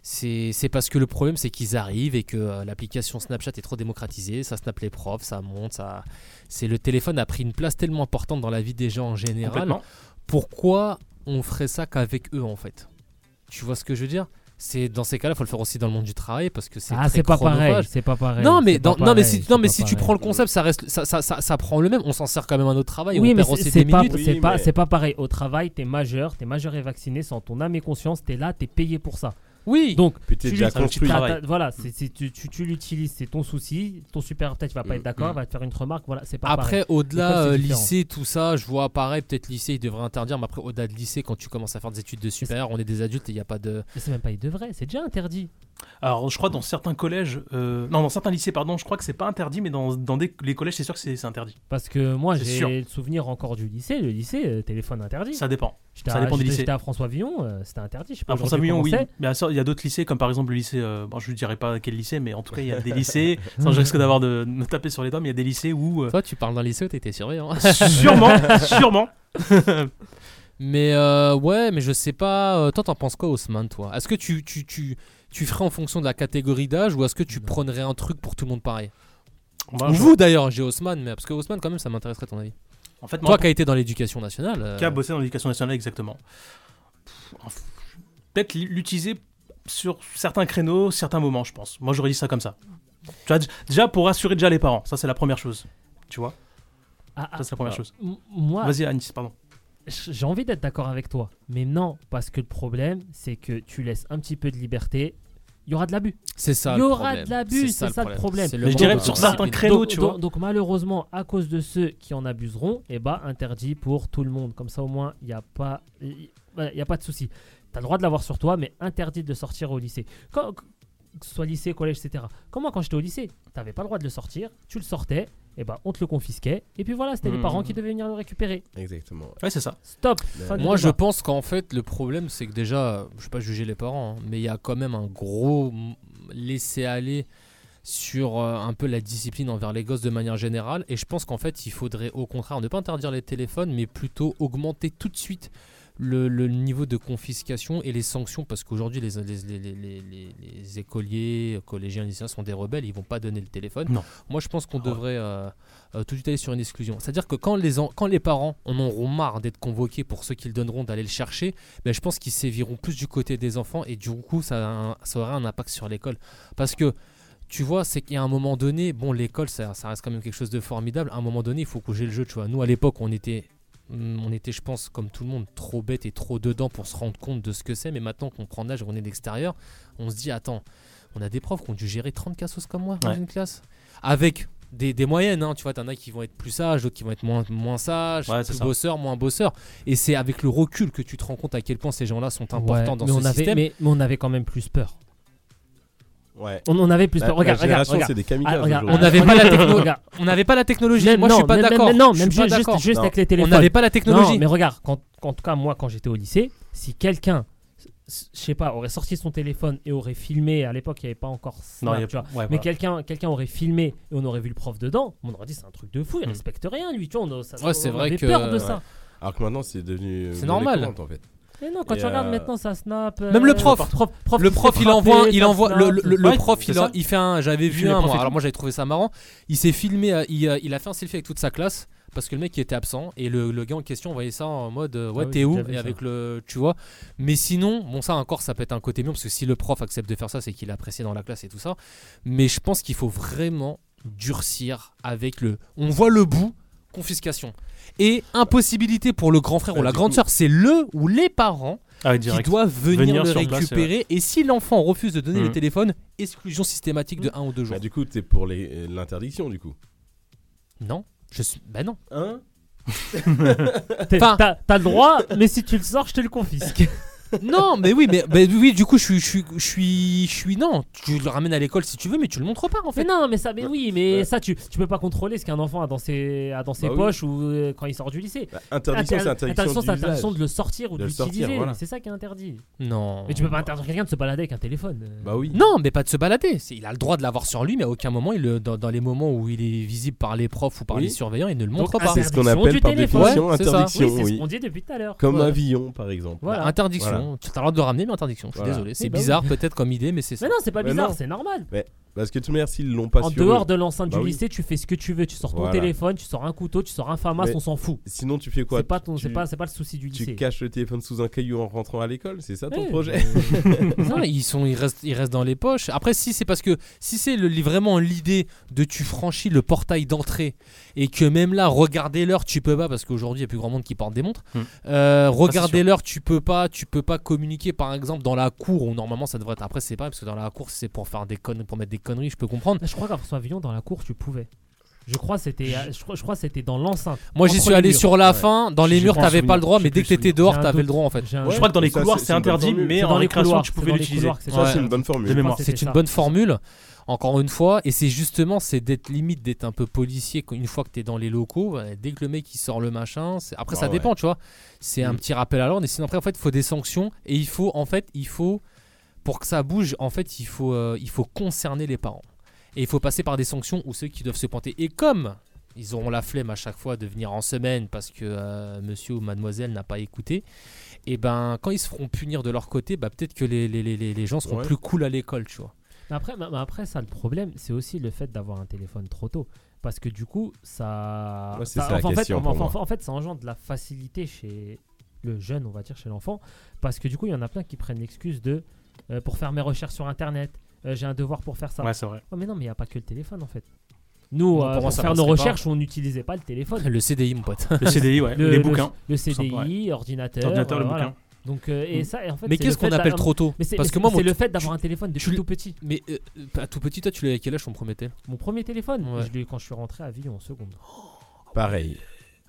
[SPEAKER 3] c'est- c'est parce que le problème, c'est qu'ils arrivent et que euh, l'application Snapchat est trop démocratisée. Ça snap les profs, ça monte, ça. C'est le téléphone a pris une place tellement importante dans la vie des gens en général.
[SPEAKER 2] Complètement.
[SPEAKER 3] Pourquoi on ferait ça qu'avec eux en fait Tu vois ce que je veux dire c'est dans ces cas-là, faut le faire aussi dans le monde du travail parce que c'est
[SPEAKER 5] Ah,
[SPEAKER 3] très
[SPEAKER 5] c'est pas
[SPEAKER 3] chronophage.
[SPEAKER 5] pareil, c'est pas pareil,
[SPEAKER 3] Non, mais
[SPEAKER 5] c'est pas
[SPEAKER 3] dans- non, mais
[SPEAKER 5] pareil,
[SPEAKER 3] si,
[SPEAKER 5] c'est
[SPEAKER 3] non, mais
[SPEAKER 5] pas
[SPEAKER 3] si tu
[SPEAKER 5] pareil.
[SPEAKER 3] prends le concept, ça reste, ça, ça, ça, ça prend le même. On s'en sert quand même à notre travail.
[SPEAKER 5] Oui,
[SPEAKER 3] on
[SPEAKER 5] mais
[SPEAKER 3] perd
[SPEAKER 5] c'est
[SPEAKER 3] aussi
[SPEAKER 5] c'est
[SPEAKER 3] des
[SPEAKER 5] pas,
[SPEAKER 3] minutes.
[SPEAKER 5] c'est pas, c'est pas pareil. Au travail, t'es majeur, t'es majeur et vacciné, sans ton âme et conscience, t'es là, t'es payé pour ça.
[SPEAKER 3] Oui.
[SPEAKER 5] Donc,
[SPEAKER 4] Puis t'es
[SPEAKER 5] tu
[SPEAKER 4] déjà
[SPEAKER 5] l'utilises-
[SPEAKER 4] construit.
[SPEAKER 5] t'as- t'as- Voilà,
[SPEAKER 2] Mm.
[SPEAKER 5] c'est- c'est- tu, tu- tu l'utilises, c'est ton souci. Ton supérieur peut-être va
[SPEAKER 2] Mm.
[SPEAKER 5] pas être d'accord, va te faire une remarque. Voilà, c'est pas pareil.
[SPEAKER 3] Après, au-delà
[SPEAKER 5] L'école, c'est
[SPEAKER 3] euh,
[SPEAKER 5] différent.
[SPEAKER 3] lycée, tout ça, je vois pareil, peut-être lycée, ils devraient interdire. Mais après, au-delà de lycée, quand tu commences à faire des études de supérieur, on est des adultes et il n'y a pas de.
[SPEAKER 5] Mais c'est même pas il devrait, c'est déjà interdit.
[SPEAKER 2] Alors, je crois dans certains collèges, euh, non, dans certains lycées, pardon, je crois que c'est pas interdit, mais dans, dans des- les collèges, c'est sûr que c'est c'est interdit.
[SPEAKER 5] Parce que moi,
[SPEAKER 2] C'est sûr.
[SPEAKER 5] j'ai le souvenir encore du lycée. Le lycée, euh, téléphone interdit.
[SPEAKER 2] Ça dépend.
[SPEAKER 5] J'étais
[SPEAKER 2] Ça
[SPEAKER 5] à-
[SPEAKER 2] dépend du
[SPEAKER 5] j'étais-
[SPEAKER 2] lycée.
[SPEAKER 5] J'étais à François Villon, euh, c'était interdit. Je sais pas
[SPEAKER 2] Ah, François
[SPEAKER 5] aujourd'hui
[SPEAKER 2] Villon,
[SPEAKER 5] comment
[SPEAKER 2] oui.
[SPEAKER 5] c'est.
[SPEAKER 2] Bien sûr, il y a d'autres lycées, comme par exemple le lycée. euh, bon, je ne dirais pas quel lycée, mais en tout cas, il y a des lycées. Sans je risque d'avoir de de me taper sur les doigts, mais il y a des lycées où. euh,
[SPEAKER 3] Toi, tu parles d'un lycée où t'étais surveillant.
[SPEAKER 2] Sûrement, sûrement.
[SPEAKER 3] mais euh, ouais, mais je sais pas. euh, toi, t'en penses quoi, Haussmann, toi Est-ce que tu, tu, tu, tu ferais en fonction de la catégorie d'âge ou est-ce que tu prônerais un truc pour tout le monde pareil
[SPEAKER 2] On va-
[SPEAKER 3] Ou vous d'ailleurs, j'ai Haussmann, mais parce que Haussmann, quand même, ça m'intéresserait ton avis.
[SPEAKER 2] En fait,
[SPEAKER 3] toi qui as été dans l'éducation nationale. euh,
[SPEAKER 2] Qui a bossé dans l'éducation nationale, exactement. Pff, en f- Peut-être l- l'utiliser sur certains créneaux, certains moments, je pense. Moi, j'aurais dit ça comme ça. Tu vois, d- déjà pour rassurer déjà les parents, ça c'est la première chose. Tu vois
[SPEAKER 5] Ah, ah,
[SPEAKER 2] Ça c'est la première
[SPEAKER 5] ah,
[SPEAKER 2] chose.
[SPEAKER 5] m- moi-
[SPEAKER 2] Vas-y, Anis, pardon.
[SPEAKER 5] J- J'ai envie d'être d'accord avec toi, mais non, parce que le problème, c'est que tu laisses un petit peu de liberté, il y aura de l'abus.
[SPEAKER 3] C'est ça
[SPEAKER 5] Il y
[SPEAKER 3] le
[SPEAKER 5] aura
[SPEAKER 3] problème.
[SPEAKER 5] de l'abus,
[SPEAKER 3] C'est
[SPEAKER 5] c'est
[SPEAKER 3] ça
[SPEAKER 5] ça,
[SPEAKER 3] le
[SPEAKER 5] le
[SPEAKER 3] problème.
[SPEAKER 5] problème.
[SPEAKER 3] C'est le Mais je dirais manque de sur certains
[SPEAKER 5] Donc-
[SPEAKER 3] créneaux, tu
[SPEAKER 5] donc-
[SPEAKER 3] vois.
[SPEAKER 5] Donc malheureusement, à cause de ceux qui en abuseront, eh ben interdit pour tout le monde. Comme ça, au moins, il n'y a pas, il voilà, il y a pas de souci. T'as le droit de l'avoir sur toi, mais interdit de le sortir au lycée. Quand- que ce soit lycée, collège, etc. Comme moi, quand j'étais au lycée, t'avais pas le droit de le sortir, tu le sortais, et ben on te le confisquait, et puis voilà, c'était les
[SPEAKER 3] Hmm.
[SPEAKER 4] Mhm.
[SPEAKER 5] parents qui devaient venir le récupérer.
[SPEAKER 4] Exactement.
[SPEAKER 2] Ouais, c'est ça.
[SPEAKER 5] Stop.
[SPEAKER 4] Mais-
[SPEAKER 5] Fin du
[SPEAKER 3] Moi, je
[SPEAKER 5] débat.
[SPEAKER 3] pense qu'en fait, le problème, c'est que déjà, euh, je ne vais pas juger les parents, hein, mais il y a quand même un gros m- laisser-aller sur euh, un peu la discipline envers les gosses de manière générale. Et je pense qu'en fait, il faudrait au contraire ne pas interdire les téléphones, mais plutôt augmenter tout de suite le, le niveau de confiscation et les sanctions, parce qu'aujourd'hui, les, les, les- les- les- les- les écoliers, collégiens, lycéens sont des rebelles, ils vont pas donner le téléphone.
[SPEAKER 2] Non. Ah
[SPEAKER 3] Moi, je pense qu'on devrait euh, euh, tout de suite aller sur une exclusion. C'est-à-dire que quand les, en- quand les parents en auront marre d'être convoqués pour ceux qu'ils donneront d'aller le chercher, ben, je pense qu'ils séviront plus du côté des enfants et du coup, ça, a un- ça aura un impact sur l'école. Parce que. Tu vois, c'est qu'il y a un moment donné, bon, l'école, ça, ça reste quand même quelque chose de formidable. À un moment donné, il faut coucher le jeu, tu vois. Nous, à l'époque, on était Hum, on était, je pense, comme tout le monde, trop bête et trop dedans pour se rendre compte de ce que c'est. Mais maintenant qu'on prend l'âge, qu'on est d'extérieur, on se dit attends, on a des profs qui ont dû gérer 30 cassos comme moi dans
[SPEAKER 2] Ouais.
[SPEAKER 3] une classe. Avec des, des moyennes, hein, tu vois, t'en as qui vont être plus sages, d'autres qui vont être moins, moins sages,
[SPEAKER 2] Ouais, c'est
[SPEAKER 3] plus
[SPEAKER 2] ça.
[SPEAKER 3] bosseurs, moins bosseurs. Et c'est avec le recul que tu te rends compte à quel point ces gens-là sont importants
[SPEAKER 5] Ouais,
[SPEAKER 3] dans
[SPEAKER 5] mais
[SPEAKER 3] ce
[SPEAKER 5] on avait,
[SPEAKER 3] système.
[SPEAKER 5] Mais, mais on avait quand même plus peur.
[SPEAKER 4] Ouais.
[SPEAKER 5] On en avait plus
[SPEAKER 4] La-
[SPEAKER 5] peur.
[SPEAKER 4] la
[SPEAKER 5] Regarde, regarde,
[SPEAKER 4] génération,
[SPEAKER 5] regarde.
[SPEAKER 4] c'est des kamikazes
[SPEAKER 5] Ah, regarde.
[SPEAKER 4] aujourd'hui.
[SPEAKER 3] On n'avait pas,
[SPEAKER 5] On
[SPEAKER 3] la
[SPEAKER 5] avait-
[SPEAKER 3] techno-
[SPEAKER 5] regarde.
[SPEAKER 3] on n'avait pas la technologie.
[SPEAKER 5] Même-
[SPEAKER 3] Moi, je
[SPEAKER 5] non,
[SPEAKER 3] suis pas
[SPEAKER 5] même-
[SPEAKER 3] d'accord.
[SPEAKER 5] même- Non,
[SPEAKER 3] Je
[SPEAKER 5] même
[SPEAKER 3] suis pas
[SPEAKER 5] juste, juste-
[SPEAKER 3] d'accord.
[SPEAKER 5] juste avec les
[SPEAKER 3] On
[SPEAKER 5] téléphones.
[SPEAKER 3] n'avait pas la technologie.
[SPEAKER 5] Non, mais regarde, quand, quand- en tout cas, moi, quand j'étais au lycée, si quelqu'un, s- s- je sais pas, aurait sorti son téléphone et aurait filmé, à l'époque, il n'y avait pas encore Snap,
[SPEAKER 2] il y a-
[SPEAKER 5] tu vois.
[SPEAKER 2] ouais,
[SPEAKER 5] mais
[SPEAKER 2] voilà.
[SPEAKER 5] quelqu'un quelqu'un aurait filmé et on aurait vu le prof dedans, on aurait dit c'est un truc de fou, il respecte rien, lui, tu vois. On, a- ça,
[SPEAKER 3] Ouais, c'est
[SPEAKER 5] on
[SPEAKER 3] vrai
[SPEAKER 5] avait
[SPEAKER 3] que-
[SPEAKER 5] peur de
[SPEAKER 3] ouais.
[SPEAKER 5] ça.
[SPEAKER 4] Alors que maintenant, c'est devenu. euh,
[SPEAKER 3] C'est normal.
[SPEAKER 4] monnaie courante, En fait.
[SPEAKER 5] Mais non, quand
[SPEAKER 4] Et,
[SPEAKER 5] tu regardes
[SPEAKER 4] euh,
[SPEAKER 5] maintenant, ça snap.
[SPEAKER 3] Même
[SPEAKER 5] euh,
[SPEAKER 3] le prof, le
[SPEAKER 5] qui se
[SPEAKER 3] prof,
[SPEAKER 5] fait
[SPEAKER 3] il envoie,
[SPEAKER 5] frapper,
[SPEAKER 3] il
[SPEAKER 5] ça
[SPEAKER 3] envoie le,
[SPEAKER 5] snap,
[SPEAKER 3] le-
[SPEAKER 5] c'est-
[SPEAKER 3] le
[SPEAKER 5] Ouais,
[SPEAKER 3] prof,
[SPEAKER 5] c'est
[SPEAKER 3] il,
[SPEAKER 5] ça.
[SPEAKER 3] en- il fait un, j'avais
[SPEAKER 5] Il
[SPEAKER 3] vu
[SPEAKER 5] filme les
[SPEAKER 3] un,
[SPEAKER 5] profs
[SPEAKER 3] moi,
[SPEAKER 5] et
[SPEAKER 3] alors
[SPEAKER 5] tout.
[SPEAKER 3] moi j'avais trouvé ça marrant. Il s'est filmé, euh, il, euh, il a fait un selfie avec toute sa classe parce que le mec qui était absent et le, le gars en question voyait ça en mode euh, ouais
[SPEAKER 5] Ah oui,
[SPEAKER 3] t'es
[SPEAKER 5] j'ai
[SPEAKER 3] où
[SPEAKER 5] déjà vu
[SPEAKER 3] et
[SPEAKER 5] ça.
[SPEAKER 3] avec le tu vois. Mais sinon bon ça encore ça peut être un côté mignon parce que si le prof accepte de faire ça c'est qu'il est apprécié dans la classe et tout ça. Mais je pense qu'il faut vraiment durcir avec le. On voit le bout confiscation et impossibilité pour le grand frère
[SPEAKER 5] Euh,
[SPEAKER 2] Bah,
[SPEAKER 3] ou la
[SPEAKER 2] du
[SPEAKER 3] grande
[SPEAKER 2] coup-
[SPEAKER 3] sœur c'est le ou les parents
[SPEAKER 2] Ah oui,
[SPEAKER 3] qui
[SPEAKER 2] direct.
[SPEAKER 3] doivent venir,
[SPEAKER 2] Venir
[SPEAKER 3] le
[SPEAKER 2] sur place, c'est vrai.
[SPEAKER 3] récupérer et si l'enfant refuse de donner
[SPEAKER 4] Mm.
[SPEAKER 3] le téléphone, exclusion systématique de 1 ou 2 jours.
[SPEAKER 4] Bah, du coup, t'es pour les- euh, l'interdiction, du coup.
[SPEAKER 3] Non, je suis. Bah non.
[SPEAKER 4] Hein
[SPEAKER 5] T'es-
[SPEAKER 3] Enfin-
[SPEAKER 5] T'as t'as le droit, mais si tu le sors, je te le confisque.
[SPEAKER 3] non, mais oui, mais mais oui, du coup, je suis, je suis, je suis, je suis- non. Tu le ramènes à l'école si tu veux, mais tu le montres pas en fait.
[SPEAKER 5] Mais non, mais ça, mais oui, mais ça, tu, tu peux pas contrôler ce qu'un enfant a dans ses, a dans ses
[SPEAKER 3] Bah oui.
[SPEAKER 5] poches ou euh, quand il sort du lycée.
[SPEAKER 4] interdiction,
[SPEAKER 5] Inter-
[SPEAKER 4] c'est interdiction
[SPEAKER 5] c'est
[SPEAKER 4] d'usage.
[SPEAKER 5] interdiction de le sortir ou
[SPEAKER 4] De
[SPEAKER 5] de
[SPEAKER 4] le sortir,
[SPEAKER 5] l'utiliser.
[SPEAKER 4] voilà.
[SPEAKER 5] mais C'est ça qui est interdit.
[SPEAKER 3] Non.
[SPEAKER 5] Mais tu peux pas interdire quelqu'un de se balader avec un téléphone. euh.
[SPEAKER 4] Bah oui.
[SPEAKER 3] Non, mais pas de se balader. C'est- Il a le droit de l'avoir sur lui, mais à aucun moment, il le- dans, dans les moments où il est visible par les profs ou par
[SPEAKER 4] Oui.
[SPEAKER 3] les surveillants, il ne le
[SPEAKER 5] Donc,
[SPEAKER 3] montre pas.
[SPEAKER 4] C'est ce qu'on
[SPEAKER 5] Interdiction
[SPEAKER 4] appelle
[SPEAKER 5] du
[SPEAKER 4] par
[SPEAKER 5] téléphone.
[SPEAKER 4] définition
[SPEAKER 5] Ouais, c'est ça.
[SPEAKER 4] interdiction.
[SPEAKER 5] Oui, c'est ce qu'on dit depuis tout à l'heure.
[SPEAKER 4] Comme
[SPEAKER 5] Voilà.
[SPEAKER 4] avion, par exemple.
[SPEAKER 5] Voilà.
[SPEAKER 3] Interdiction.
[SPEAKER 4] Voilà.
[SPEAKER 3] Tu as le droit de le ramener, mais interdiction. Je suis
[SPEAKER 4] Voilà.
[SPEAKER 3] désolé. C'est
[SPEAKER 5] Oui, bah oui.
[SPEAKER 3] bizarre peut-être comme idée, mais c'est ça.
[SPEAKER 5] Mais non, c'est pas
[SPEAKER 4] Mais
[SPEAKER 5] bizarre,
[SPEAKER 4] non.
[SPEAKER 5] c'est normal.
[SPEAKER 4] Mais- parce que de toute manière, s'ils l'ont pas
[SPEAKER 5] en
[SPEAKER 4] sur
[SPEAKER 5] dehors
[SPEAKER 4] eux-
[SPEAKER 5] de l'enceinte
[SPEAKER 4] Bah
[SPEAKER 5] du
[SPEAKER 4] oui.
[SPEAKER 5] lycée, tu fais ce que tu veux. Tu sors ton
[SPEAKER 4] Voilà.
[SPEAKER 5] téléphone, tu sors un couteau, tu sors un FAMAS,
[SPEAKER 4] Mais
[SPEAKER 5] Ah, on s'en fout.
[SPEAKER 4] Sinon, tu fais quoi
[SPEAKER 5] C'est pas, ton-
[SPEAKER 4] Tu-
[SPEAKER 5] c'est pas, c'est pas le souci du lycée.
[SPEAKER 4] Tu caches le téléphone sous un caillou en rentrant à l'école, c'est ça ton
[SPEAKER 5] Ouais,
[SPEAKER 4] projet
[SPEAKER 3] Non, ils sont, ils restent, ils restent dans les poches. Après, si c'est parce que si c'est le- vraiment l'idée de tu franchis le portail d'entrée et que même là, regardez l'heure, tu peux pas parce qu'aujourd'hui il y a plus grand monde qui porte des montres.
[SPEAKER 2] Hmm.
[SPEAKER 3] Euh,
[SPEAKER 2] c'est
[SPEAKER 3] regardez
[SPEAKER 2] sûr.
[SPEAKER 3] l'heure, tu peux pas, tu peux pas communiquer par exemple dans la cour où normalement ça devrait être. Après, c'est pas parce que dans la cour c'est pour faire des conneries, pour mettre des conneries, je peux comprendre.
[SPEAKER 5] Je crois qu'à François Villon, dans la cour, tu pouvais. Je crois que c'était, je crois, je crois que c'était dans l'enceinte.
[SPEAKER 3] Moi, j'y
[SPEAKER 5] Entre
[SPEAKER 3] suis
[SPEAKER 5] les
[SPEAKER 3] allé
[SPEAKER 5] murs.
[SPEAKER 3] sur la fin. Dans les
[SPEAKER 5] J'ai
[SPEAKER 3] murs,
[SPEAKER 5] pas un
[SPEAKER 3] t'avais pas
[SPEAKER 5] souvenir.
[SPEAKER 3] le droit,
[SPEAKER 5] J'ai
[SPEAKER 3] mais dès
[SPEAKER 5] plus
[SPEAKER 3] que t'étais
[SPEAKER 5] souvenir.
[SPEAKER 3] dehors,
[SPEAKER 5] J'ai un
[SPEAKER 3] t'avais le
[SPEAKER 5] doute.
[SPEAKER 3] droit en fait.
[SPEAKER 5] J'ai un-
[SPEAKER 2] Je crois que dans les
[SPEAKER 5] Ça,
[SPEAKER 2] couloirs,
[SPEAKER 5] c'est-
[SPEAKER 2] c'est
[SPEAKER 5] c'est une bonne
[SPEAKER 2] interdit,
[SPEAKER 5] formule.
[SPEAKER 2] mais
[SPEAKER 5] C'est
[SPEAKER 2] en
[SPEAKER 5] dans les
[SPEAKER 2] récréation,
[SPEAKER 5] couloirs,
[SPEAKER 2] tu
[SPEAKER 5] c'est
[SPEAKER 2] pouvais
[SPEAKER 5] dans les
[SPEAKER 2] l'utiliser.
[SPEAKER 5] couloirs que c'est
[SPEAKER 2] Ça,
[SPEAKER 5] ça.
[SPEAKER 2] c'est une bonne formule.
[SPEAKER 5] Je
[SPEAKER 2] De
[SPEAKER 5] crois
[SPEAKER 2] mémoire.
[SPEAKER 5] que
[SPEAKER 3] C'est
[SPEAKER 5] c'était
[SPEAKER 3] une
[SPEAKER 5] ça.
[SPEAKER 3] bonne formule. Encore une fois, et c'est justement, c'est d'être limite, d'être un peu policier qu- une fois que t'es dans les locaux. euh, Dès que le mec il sort le machin, c'est- après
[SPEAKER 4] Ah
[SPEAKER 3] ça
[SPEAKER 2] Bah
[SPEAKER 4] ouais.
[SPEAKER 3] dépend, tu vois. C'est un petit rappel à l'ordre. Et sinon après, en fait, il faut des sanctions et il faut, en fait, il faut pour que ça bouge, en fait, il faut, euh, il faut concerner les parents. Et il faut passer par des sanctions ou ceux qui doivent se pointer. Et comme ils auront la flemme à chaque fois de venir en semaine parce que euh, monsieur ou mademoiselle n'a pas écouté, eh et ben quand ils se feront punir de leur côté, bah, peut-être que les, les, les, les gens seront
[SPEAKER 4] Ouais.
[SPEAKER 3] plus cool à l'école, tu vois.
[SPEAKER 5] Mais après, mais- mais après, ça, le problème, c'est aussi le fait d'avoir un téléphone trop tôt. Parce que du coup, ça.
[SPEAKER 4] Moi, c'est ça la
[SPEAKER 5] enfin, en fait,
[SPEAKER 4] question
[SPEAKER 5] enfin,
[SPEAKER 4] pour moi.
[SPEAKER 5] enfin, en fait, ça engendre de la facilité chez le jeune, on va dire, chez l'enfant. Parce que du coup, il y en a plein qui prennent l'excuse de. euh, pour faire mes recherches sur Internet, euh, j'ai un devoir pour faire ça. Oh,
[SPEAKER 2] Ouais, c'est vrai.
[SPEAKER 5] mais non, mais il n'y a pas que le téléphone, en fait. Nous,
[SPEAKER 3] Non,
[SPEAKER 5] euh,
[SPEAKER 3] pour moi,
[SPEAKER 5] pour,
[SPEAKER 3] ça
[SPEAKER 5] faire nos
[SPEAKER 3] passerait pas.
[SPEAKER 5] recherches, on n'utilisait pas le téléphone.
[SPEAKER 3] Le CDI, mon pote.
[SPEAKER 2] Le CDI, ouais, les bouquins,
[SPEAKER 5] Le
[SPEAKER 2] tout simplement,
[SPEAKER 5] CDI,
[SPEAKER 2] ouais.
[SPEAKER 5] ordinateur.
[SPEAKER 2] Ordinateur,
[SPEAKER 5] euh,
[SPEAKER 2] le
[SPEAKER 5] voilà.
[SPEAKER 2] bouquin.
[SPEAKER 5] Donc, euh, et ça, et en fait,
[SPEAKER 3] Mm. mais
[SPEAKER 5] c'est
[SPEAKER 3] qu'est-ce
[SPEAKER 5] le fait
[SPEAKER 3] qu'on appelle
[SPEAKER 5] d'a-
[SPEAKER 3] trop tôt
[SPEAKER 5] Mais c'est-
[SPEAKER 3] Parce que
[SPEAKER 5] c'est-
[SPEAKER 3] moi, mon-
[SPEAKER 5] c'est le fait
[SPEAKER 3] tu-
[SPEAKER 5] d'avoir un téléphone depuis
[SPEAKER 3] tu-
[SPEAKER 5] tout petit.
[SPEAKER 3] Mais euh, à tout petit, toi, tu l'as à quel âge ton premier téléphone
[SPEAKER 5] Mon premier téléphone, je l'ai eu quand je suis rentré à Villon en seconde.
[SPEAKER 4] Pareil.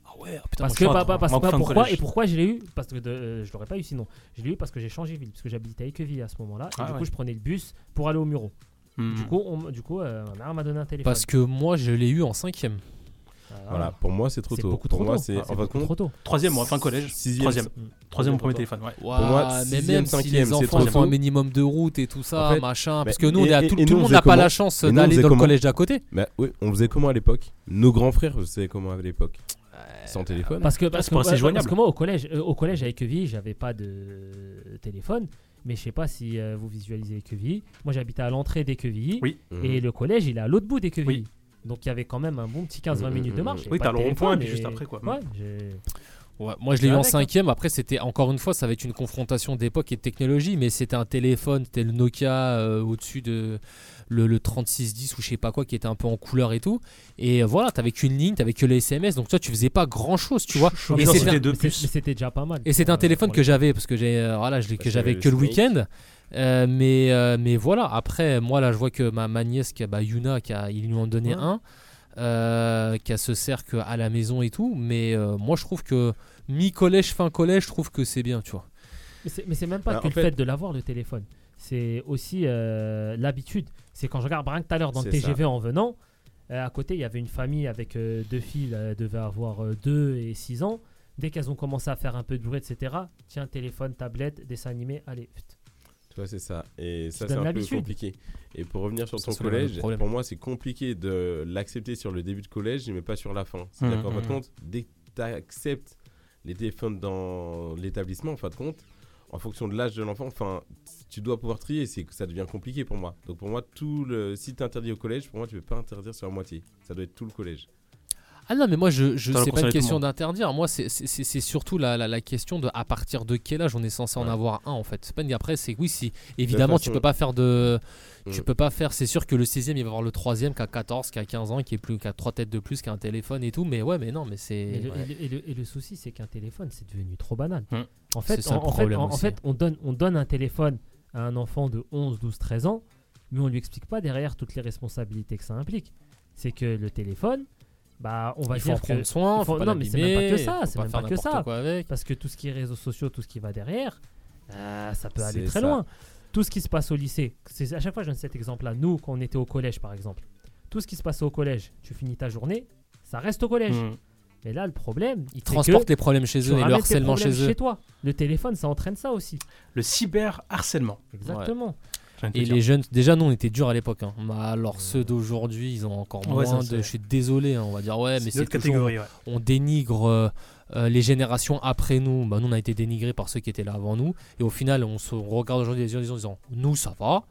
[SPEAKER 3] Ah ouais, putain,
[SPEAKER 5] parce
[SPEAKER 3] moi,
[SPEAKER 5] que
[SPEAKER 3] je suis
[SPEAKER 5] pas,
[SPEAKER 3] un-
[SPEAKER 5] pas- parce-
[SPEAKER 3] moi,
[SPEAKER 5] pas
[SPEAKER 3] fin de
[SPEAKER 5] pourquoi
[SPEAKER 3] collège.
[SPEAKER 5] et pourquoi je l'ai eu parce que de- euh, je l'aurais pas eu sinon. Je l'ai eu parce que j'ai changé de ville parce que j'habitais à Équeville à ce moment-là et
[SPEAKER 3] Ah
[SPEAKER 5] du coup
[SPEAKER 3] ouais.
[SPEAKER 5] je prenais le bus pour aller au Muro.
[SPEAKER 3] Hmm.
[SPEAKER 5] Du coup, on, du coup, euh, ma mère m'a donné un téléphone.
[SPEAKER 3] Parce que moi, je l'ai eu en cinquième.
[SPEAKER 4] Voilà, pour moi, c'est trop tôt.
[SPEAKER 5] beaucoup
[SPEAKER 4] pour
[SPEAKER 5] trop
[SPEAKER 4] moi,
[SPEAKER 5] tôt.
[SPEAKER 4] c'est
[SPEAKER 5] Ah, c'est beaucoup trop tôt.
[SPEAKER 2] Troisième, moi, fin collège.
[SPEAKER 4] Sixième.
[SPEAKER 2] Troisième.
[SPEAKER 4] Mm.
[SPEAKER 2] Troisième, mon premier
[SPEAKER 4] pour toi.
[SPEAKER 2] téléphone, ouais.
[SPEAKER 4] Pour moi,
[SPEAKER 3] Ouah, mais
[SPEAKER 4] sixième,
[SPEAKER 3] même si
[SPEAKER 4] cinquième,
[SPEAKER 3] les
[SPEAKER 4] c'est
[SPEAKER 3] enfants
[SPEAKER 4] trop
[SPEAKER 3] font un
[SPEAKER 4] tôt.
[SPEAKER 3] minimum de route et tout ça,
[SPEAKER 4] En fait,
[SPEAKER 3] machin.
[SPEAKER 4] bah,
[SPEAKER 3] parce que nous, on
[SPEAKER 4] et-
[SPEAKER 3] est à
[SPEAKER 4] et-
[SPEAKER 3] tout,
[SPEAKER 4] et
[SPEAKER 3] tout
[SPEAKER 4] nous,
[SPEAKER 3] le
[SPEAKER 4] on
[SPEAKER 3] monde
[SPEAKER 4] faisait
[SPEAKER 3] n'a pas la
[SPEAKER 4] comment
[SPEAKER 3] chance
[SPEAKER 4] Et nous, on
[SPEAKER 3] d'aller
[SPEAKER 4] faisait
[SPEAKER 3] dans le
[SPEAKER 4] comment
[SPEAKER 3] collège d'à côté.
[SPEAKER 4] Bah oui, on faisait comment à l'époque Nos grands frères faisaient comment à l'époque
[SPEAKER 3] Euh,
[SPEAKER 4] Sans téléphone
[SPEAKER 5] Parce que, parce, que,
[SPEAKER 4] c'est
[SPEAKER 5] parce que moi, au collège, euh, au collège à Équevilly, j'avais pas de téléphone. Mais je sais pas si euh, vous visualisez Équevilly. Moi, j'habitais à l'entrée d'Équevilly.
[SPEAKER 2] Oui.
[SPEAKER 5] Et
[SPEAKER 3] Hmm.
[SPEAKER 2] Mhm.
[SPEAKER 5] le collège, il est à l'autre bout d'Équevilly. Donc, il y avait quand même un bon petit 15-20
[SPEAKER 3] Mhm,
[SPEAKER 5] minutes de
[SPEAKER 3] mhm,
[SPEAKER 5] marche.
[SPEAKER 3] mhm.
[SPEAKER 5] Il y
[SPEAKER 2] Oui,
[SPEAKER 5] avait pas
[SPEAKER 2] t'as
[SPEAKER 5] de
[SPEAKER 2] le rond-point,
[SPEAKER 5] téléphone,
[SPEAKER 2] et puis juste après, quoi.
[SPEAKER 3] Hmm.
[SPEAKER 5] Ouais, j'ai-
[SPEAKER 3] Ouais, moi, je l'ai eu en
[SPEAKER 5] Avec, hein.
[SPEAKER 3] cinquième. Après, c'était encore une fois, ça va être une confrontation d'époque et de technologie, mais c'était un téléphone, c'était le Nokia euh, au-dessus de le, le 3610 ou je sais pas quoi, qui était un peu en couleur et tout. Et voilà, t'avais qu'une ligne, t'avais que les SMS, donc toi, tu faisais pas grand chose, tu vois.
[SPEAKER 5] Mais
[SPEAKER 3] Et
[SPEAKER 5] non,
[SPEAKER 3] c'était un-
[SPEAKER 5] mais c'est- mais c'était déjà pas mal.
[SPEAKER 3] Et c'est
[SPEAKER 5] pour, euh,
[SPEAKER 3] un téléphone
[SPEAKER 5] pour les-
[SPEAKER 3] que
[SPEAKER 5] Bah,
[SPEAKER 3] j'avais parce que j'ai euh, voilà je l'ai- que
[SPEAKER 5] Parce
[SPEAKER 3] j'avais
[SPEAKER 5] que
[SPEAKER 3] que le
[SPEAKER 5] Snake.
[SPEAKER 3] week-end. Euh, mais euh, mais voilà après moi là je vois que ma, ma nièce qui a bah, Yuna qui a ils lui ont donné
[SPEAKER 5] Ouais.
[SPEAKER 3] un euh, qui a ce cercle à la maison et tout mais euh, moi je trouve que mi collège fin collège je trouve que c'est bien tu vois.
[SPEAKER 5] Mais c'est- Mais c'est même pas
[SPEAKER 3] Alors,
[SPEAKER 5] que
[SPEAKER 3] Bah, en
[SPEAKER 5] le
[SPEAKER 3] fait-
[SPEAKER 5] fait de l'avoir le téléphone. C'est aussi euh, l'habitude. C'est quand je regarde Brink tout à l'heure dans le
[SPEAKER 3] C'est ça.
[SPEAKER 5] TGV en venant, euh, à côté il y avait une famille avec euh, deux filles, là, elles devaient avoir 2 et 6 ans. Dès qu'elles ont commencé à faire un peu de bruit, etc., tiens, téléphone, tablette, dessin animé, allez. pfft.
[SPEAKER 4] Tu vois, c'est ça. Et ça,
[SPEAKER 5] donne
[SPEAKER 4] c'est un peu
[SPEAKER 5] l'habitude.
[SPEAKER 4] compliqué. Et pour revenir sur
[SPEAKER 5] Ça,
[SPEAKER 4] ton
[SPEAKER 5] c'est le même
[SPEAKER 4] collège,
[SPEAKER 5] problème.
[SPEAKER 4] pour moi, c'est compliqué de l'accepter sur le début de collège, mais pas sur la
[SPEAKER 5] Mmh,
[SPEAKER 4] fin. C'est-à-dire
[SPEAKER 2] Mhm.
[SPEAKER 4] qu'en fin de
[SPEAKER 2] Mhm.
[SPEAKER 4] compte, dès que tu acceptes les téléphones dans l'établissement, en fin de compte, en fonction de l'âge de l'enfant, enfin, tu dois pouvoir trier. C'est que ça devient compliqué pour moi. Donc pour moi, tout le... si tu interdis au collège, pour moi, tu ne peux pas interdire sur la moitié. Ça doit être tout le collège.
[SPEAKER 3] Ah non, mais moi, je, je
[SPEAKER 4] T'as le
[SPEAKER 3] c'est
[SPEAKER 4] conseil
[SPEAKER 3] pas une
[SPEAKER 4] à tout le
[SPEAKER 3] question
[SPEAKER 4] monde.
[SPEAKER 3] d'interdire. Moi, c'est- c'est c'est- c'est surtout la, la, la question de à partir de quel âge on est censé en avoir un, en fait. C'est pas une- Après, c'est oui, si évidemment, tu
[SPEAKER 4] façon-
[SPEAKER 3] peux pas faire de. Tu
[SPEAKER 4] Mm.
[SPEAKER 3] peux pas faire. C'est sûr que le 6 il va y avoir le 3 qui a 14, qui a 15 ans, qui, est plus, qui a 3 têtes de plus, qui a un téléphone et tout. Mais ouais, mais non, mais
[SPEAKER 5] Et
[SPEAKER 3] c'est.
[SPEAKER 5] le,
[SPEAKER 3] ouais.
[SPEAKER 5] et le- et le- et le souci, c'est qu'un téléphone, c'est devenu trop banal.
[SPEAKER 3] Hmm.
[SPEAKER 5] En
[SPEAKER 3] C'est
[SPEAKER 5] fait,
[SPEAKER 3] ça
[SPEAKER 5] en,
[SPEAKER 3] le
[SPEAKER 5] en fait-
[SPEAKER 3] problème
[SPEAKER 5] en- en
[SPEAKER 3] aussi.
[SPEAKER 5] fait, on, donne, on donne un téléphone à un enfant de 11, 12, 13 ans, mais on lui explique pas derrière toutes les responsabilités que ça implique. C'est que le téléphone, bah, on va
[SPEAKER 3] Il faut
[SPEAKER 5] dire
[SPEAKER 3] en prendre
[SPEAKER 5] que-
[SPEAKER 3] soin,
[SPEAKER 5] il
[SPEAKER 3] faut pas
[SPEAKER 5] non, mais c'est même pas que
[SPEAKER 3] l'abîmer,
[SPEAKER 5] ça,
[SPEAKER 3] faut
[SPEAKER 5] c'est
[SPEAKER 3] pas
[SPEAKER 5] même
[SPEAKER 3] faire
[SPEAKER 5] pas que
[SPEAKER 3] n'importe
[SPEAKER 5] ça,
[SPEAKER 3] quoi avec.
[SPEAKER 5] parce que tout ce qui est réseaux sociaux, tout ce qui va derrière, euh, ça peut aller
[SPEAKER 3] C'est
[SPEAKER 5] très
[SPEAKER 3] ça.
[SPEAKER 5] loin. Tout ce qui se passe au lycée, c'est à chaque fois je donne cet exemple-là. Nous, quand on était au collège, par exemple, tout ce qui se passait au collège, tu finis ta journée, ça reste au collège.
[SPEAKER 3] Mm.
[SPEAKER 5] Mais là, le problème, il fait
[SPEAKER 3] transportent
[SPEAKER 5] que
[SPEAKER 3] les problèmes chez
[SPEAKER 5] tu
[SPEAKER 3] eux et le
[SPEAKER 5] ramènes tes
[SPEAKER 3] harcèlement
[SPEAKER 5] problèmes
[SPEAKER 3] chez eux.
[SPEAKER 5] Chez toi, le téléphone, ça entraîne ça aussi.
[SPEAKER 2] Le cyberharcèlement.
[SPEAKER 5] Exactement.
[SPEAKER 2] Ouais.
[SPEAKER 3] Et les jeunes, déjà, nous on était durs à l'époque. hein. Mais Alors
[SPEAKER 4] Mm.
[SPEAKER 3] ceux d'aujourd'hui, ils ont encore
[SPEAKER 2] Ouais, ça,
[SPEAKER 3] moins
[SPEAKER 2] c'est-
[SPEAKER 3] de. Je suis désolé, hein, on va dire ouais,
[SPEAKER 2] C'est
[SPEAKER 3] mais
[SPEAKER 2] une
[SPEAKER 3] c'est
[SPEAKER 2] autre
[SPEAKER 3] toujours-
[SPEAKER 2] catégorie, ouais.
[SPEAKER 3] On dénigre euh, euh, les générations après nous. Bah, nous on a été dénigrés par ceux qui étaient là avant nous. Et au final, on se regarde aujourd'hui les yeux en disant- en disant nous ça va,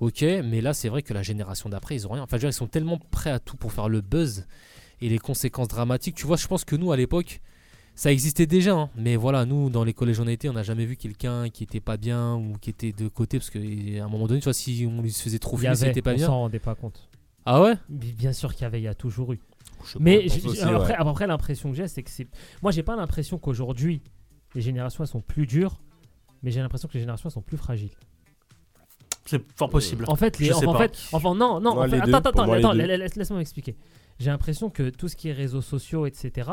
[SPEAKER 3] ok. Mais là, c'est vrai que la génération d'après, ils ont rien. Enfin, je veux dire, ils sont tellement prêts à tout pour faire le buzz et les conséquences dramatiques. Tu vois, je pense que nous à l'époque. Ça existait déjà, hein. mais voilà, nous, dans les collèges où on était, on n'a jamais vu quelqu'un qui était pas bien ou qui était de côté, parce qu'à un moment donné, tu vois, si on lui se faisait
[SPEAKER 5] Il
[SPEAKER 3] trop
[SPEAKER 5] y
[SPEAKER 3] filer,
[SPEAKER 5] avait,
[SPEAKER 3] c'était pas
[SPEAKER 5] on
[SPEAKER 3] bien.
[SPEAKER 5] s'en rendait pas compte.
[SPEAKER 3] Ah ouais
[SPEAKER 5] Bi- Bien sûr qu'il y avait, il y a toujours eu.
[SPEAKER 3] Je sais
[SPEAKER 5] Mais
[SPEAKER 3] pas,
[SPEAKER 5] j'ai-
[SPEAKER 3] je pense
[SPEAKER 5] j'ai-
[SPEAKER 3] aussi, ouais.
[SPEAKER 5] après, après, l'impression que j'ai, c'est que c'est. Moi, j'ai pas l'impression qu'aujourd'hui, les générations elles sont plus dures, mais j'ai l'impression que les générations elles sont plus fragiles.
[SPEAKER 2] C'est fort possible.
[SPEAKER 5] Euh, En fait, les,
[SPEAKER 2] Je sais
[SPEAKER 5] enfin, en
[SPEAKER 2] pas.
[SPEAKER 5] fait, enfin, non, non,
[SPEAKER 2] Moi,
[SPEAKER 5] en fait-
[SPEAKER 2] les
[SPEAKER 5] attends,
[SPEAKER 2] deux.
[SPEAKER 5] attends,
[SPEAKER 2] Pour moi, les
[SPEAKER 5] attends,
[SPEAKER 2] deux.
[SPEAKER 5] la- la- laisse- laisse-moi m'expliquer. J'ai l'impression que tout ce qui est réseaux sociaux, etc.,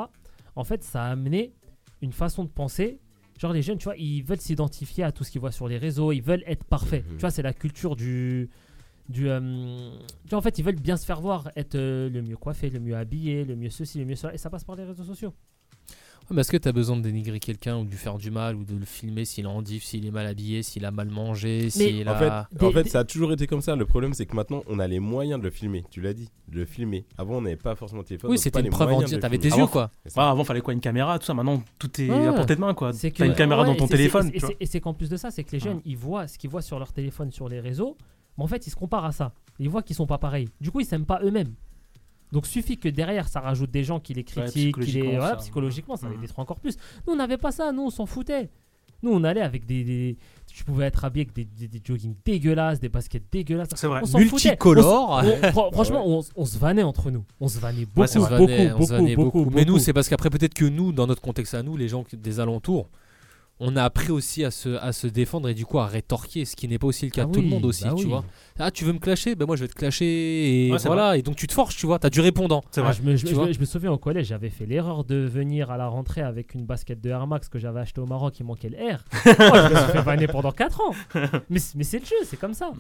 [SPEAKER 5] en fait, ça a amené une façon de penser. Genre, les jeunes, tu vois, ils veulent s'identifier à tout ce qu'ils voient sur les réseaux, ils veulent être parfaits.
[SPEAKER 3] Mhm.
[SPEAKER 5] Tu vois, c'est la culture du. du euh, tu vois, en fait, ils veulent bien se faire voir, être euh, le mieux coiffé, le mieux habillé, le mieux ceci, le mieux cela, et ça passe par les réseaux sociaux.
[SPEAKER 3] Ouais, Ah, mais est-ce que tu as besoin de dénigrer quelqu'un ou de lui faire du mal ou de le filmer s'il est en diff, s'il est mal habillé, s'il a mal mangé, s'il
[SPEAKER 4] en
[SPEAKER 3] a.
[SPEAKER 4] fait, en fait, ça a toujours été comme ça. Le problème, c'est que maintenant, on a les moyens de le filmer. Tu l'as dit, de le filmer. Avant, on n'avait pas forcément de téléphone.
[SPEAKER 3] Oui,
[SPEAKER 4] donc
[SPEAKER 3] c'était
[SPEAKER 4] pas
[SPEAKER 3] une
[SPEAKER 4] les
[SPEAKER 3] preuve en
[SPEAKER 4] moyens de
[SPEAKER 3] dire-
[SPEAKER 4] le
[SPEAKER 3] t'avais
[SPEAKER 4] filmer.
[SPEAKER 3] tes yeux, quoi.
[SPEAKER 2] Ah, avant, fallait quoi Une caméra, tout ça. Maintenant, tout est à
[SPEAKER 5] Ouais.
[SPEAKER 2] portée de main, quoi.
[SPEAKER 5] C'est
[SPEAKER 2] T'as
[SPEAKER 5] que-
[SPEAKER 2] une caméra
[SPEAKER 5] ouais,
[SPEAKER 2] dans ton
[SPEAKER 5] c'est- c'est-
[SPEAKER 2] téléphone.
[SPEAKER 5] et
[SPEAKER 2] tu
[SPEAKER 5] c'est-
[SPEAKER 2] vois.
[SPEAKER 5] Et c'est qu'en plus de ça, c'est que les jeunes, ils voient ce qu'ils voient sur leur téléphone, sur les réseaux. Mais en fait, ils se comparent à ça. Ils voient qu'ils sont pas pareils. Du coup, ils s'aiment pas eux-mêmes. Donc suffit que derrière, ça rajoute des gens qui les critiquent, qui les
[SPEAKER 3] psychologiquement,
[SPEAKER 5] voilà,
[SPEAKER 3] ça.
[SPEAKER 5] psychologiquement, ça les détruit encore plus. Nous, on n'avait pas ça. Nous, on s'en foutait. Nous, on allait avec des, des- tu pouvais être habillé avec des, des, des joggings dégueulasses, des baskets dégueulasses.
[SPEAKER 3] C'est vrai.
[SPEAKER 5] On s'en foutait.
[SPEAKER 3] Multicolores.
[SPEAKER 5] On s-
[SPEAKER 2] Ah
[SPEAKER 5] on- fran-
[SPEAKER 3] Bah
[SPEAKER 5] franchement,
[SPEAKER 3] ouais.
[SPEAKER 5] on, s- on se vannait entre nous. On se vannait
[SPEAKER 2] Bah,
[SPEAKER 5] beaucoup,
[SPEAKER 3] Ouais, c'est vrai.
[SPEAKER 5] beaucoup,
[SPEAKER 3] On se vannait, on
[SPEAKER 5] beaucoup,
[SPEAKER 3] se vannait
[SPEAKER 5] beaucoup,
[SPEAKER 3] beaucoup. Mais nous,
[SPEAKER 5] beaucoup.
[SPEAKER 3] c'est parce qu'après, peut-être que nous, dans notre contexte à nous, les gens qui- des alentours, on a appris aussi à se, à se défendre et du coup à rétorquer, ce qui n'est pas aussi le cas
[SPEAKER 5] Ah
[SPEAKER 3] de tout le
[SPEAKER 5] oui,
[SPEAKER 3] monde aussi,
[SPEAKER 5] bah
[SPEAKER 3] tu
[SPEAKER 5] oui.
[SPEAKER 3] vois. Ah, tu veux me clasher Ben moi, je vais te clasher et
[SPEAKER 5] Ouais, c'est
[SPEAKER 3] voilà.
[SPEAKER 5] vrai.
[SPEAKER 3] Et donc tu te forges, tu vois. T'as du répondant.
[SPEAKER 5] Ah, je, me, je-
[SPEAKER 3] Tu
[SPEAKER 5] je-
[SPEAKER 3] vois.
[SPEAKER 5] je me souviens au collège, j'avais fait l'erreur de venir à la rentrée avec une basket de Air Max que j'avais acheté au Maroc, il manquait le R. Oh, je me suis fait vanner pendant 4 ans. Mais, c- mais c'est le jeu, c'est comme ça.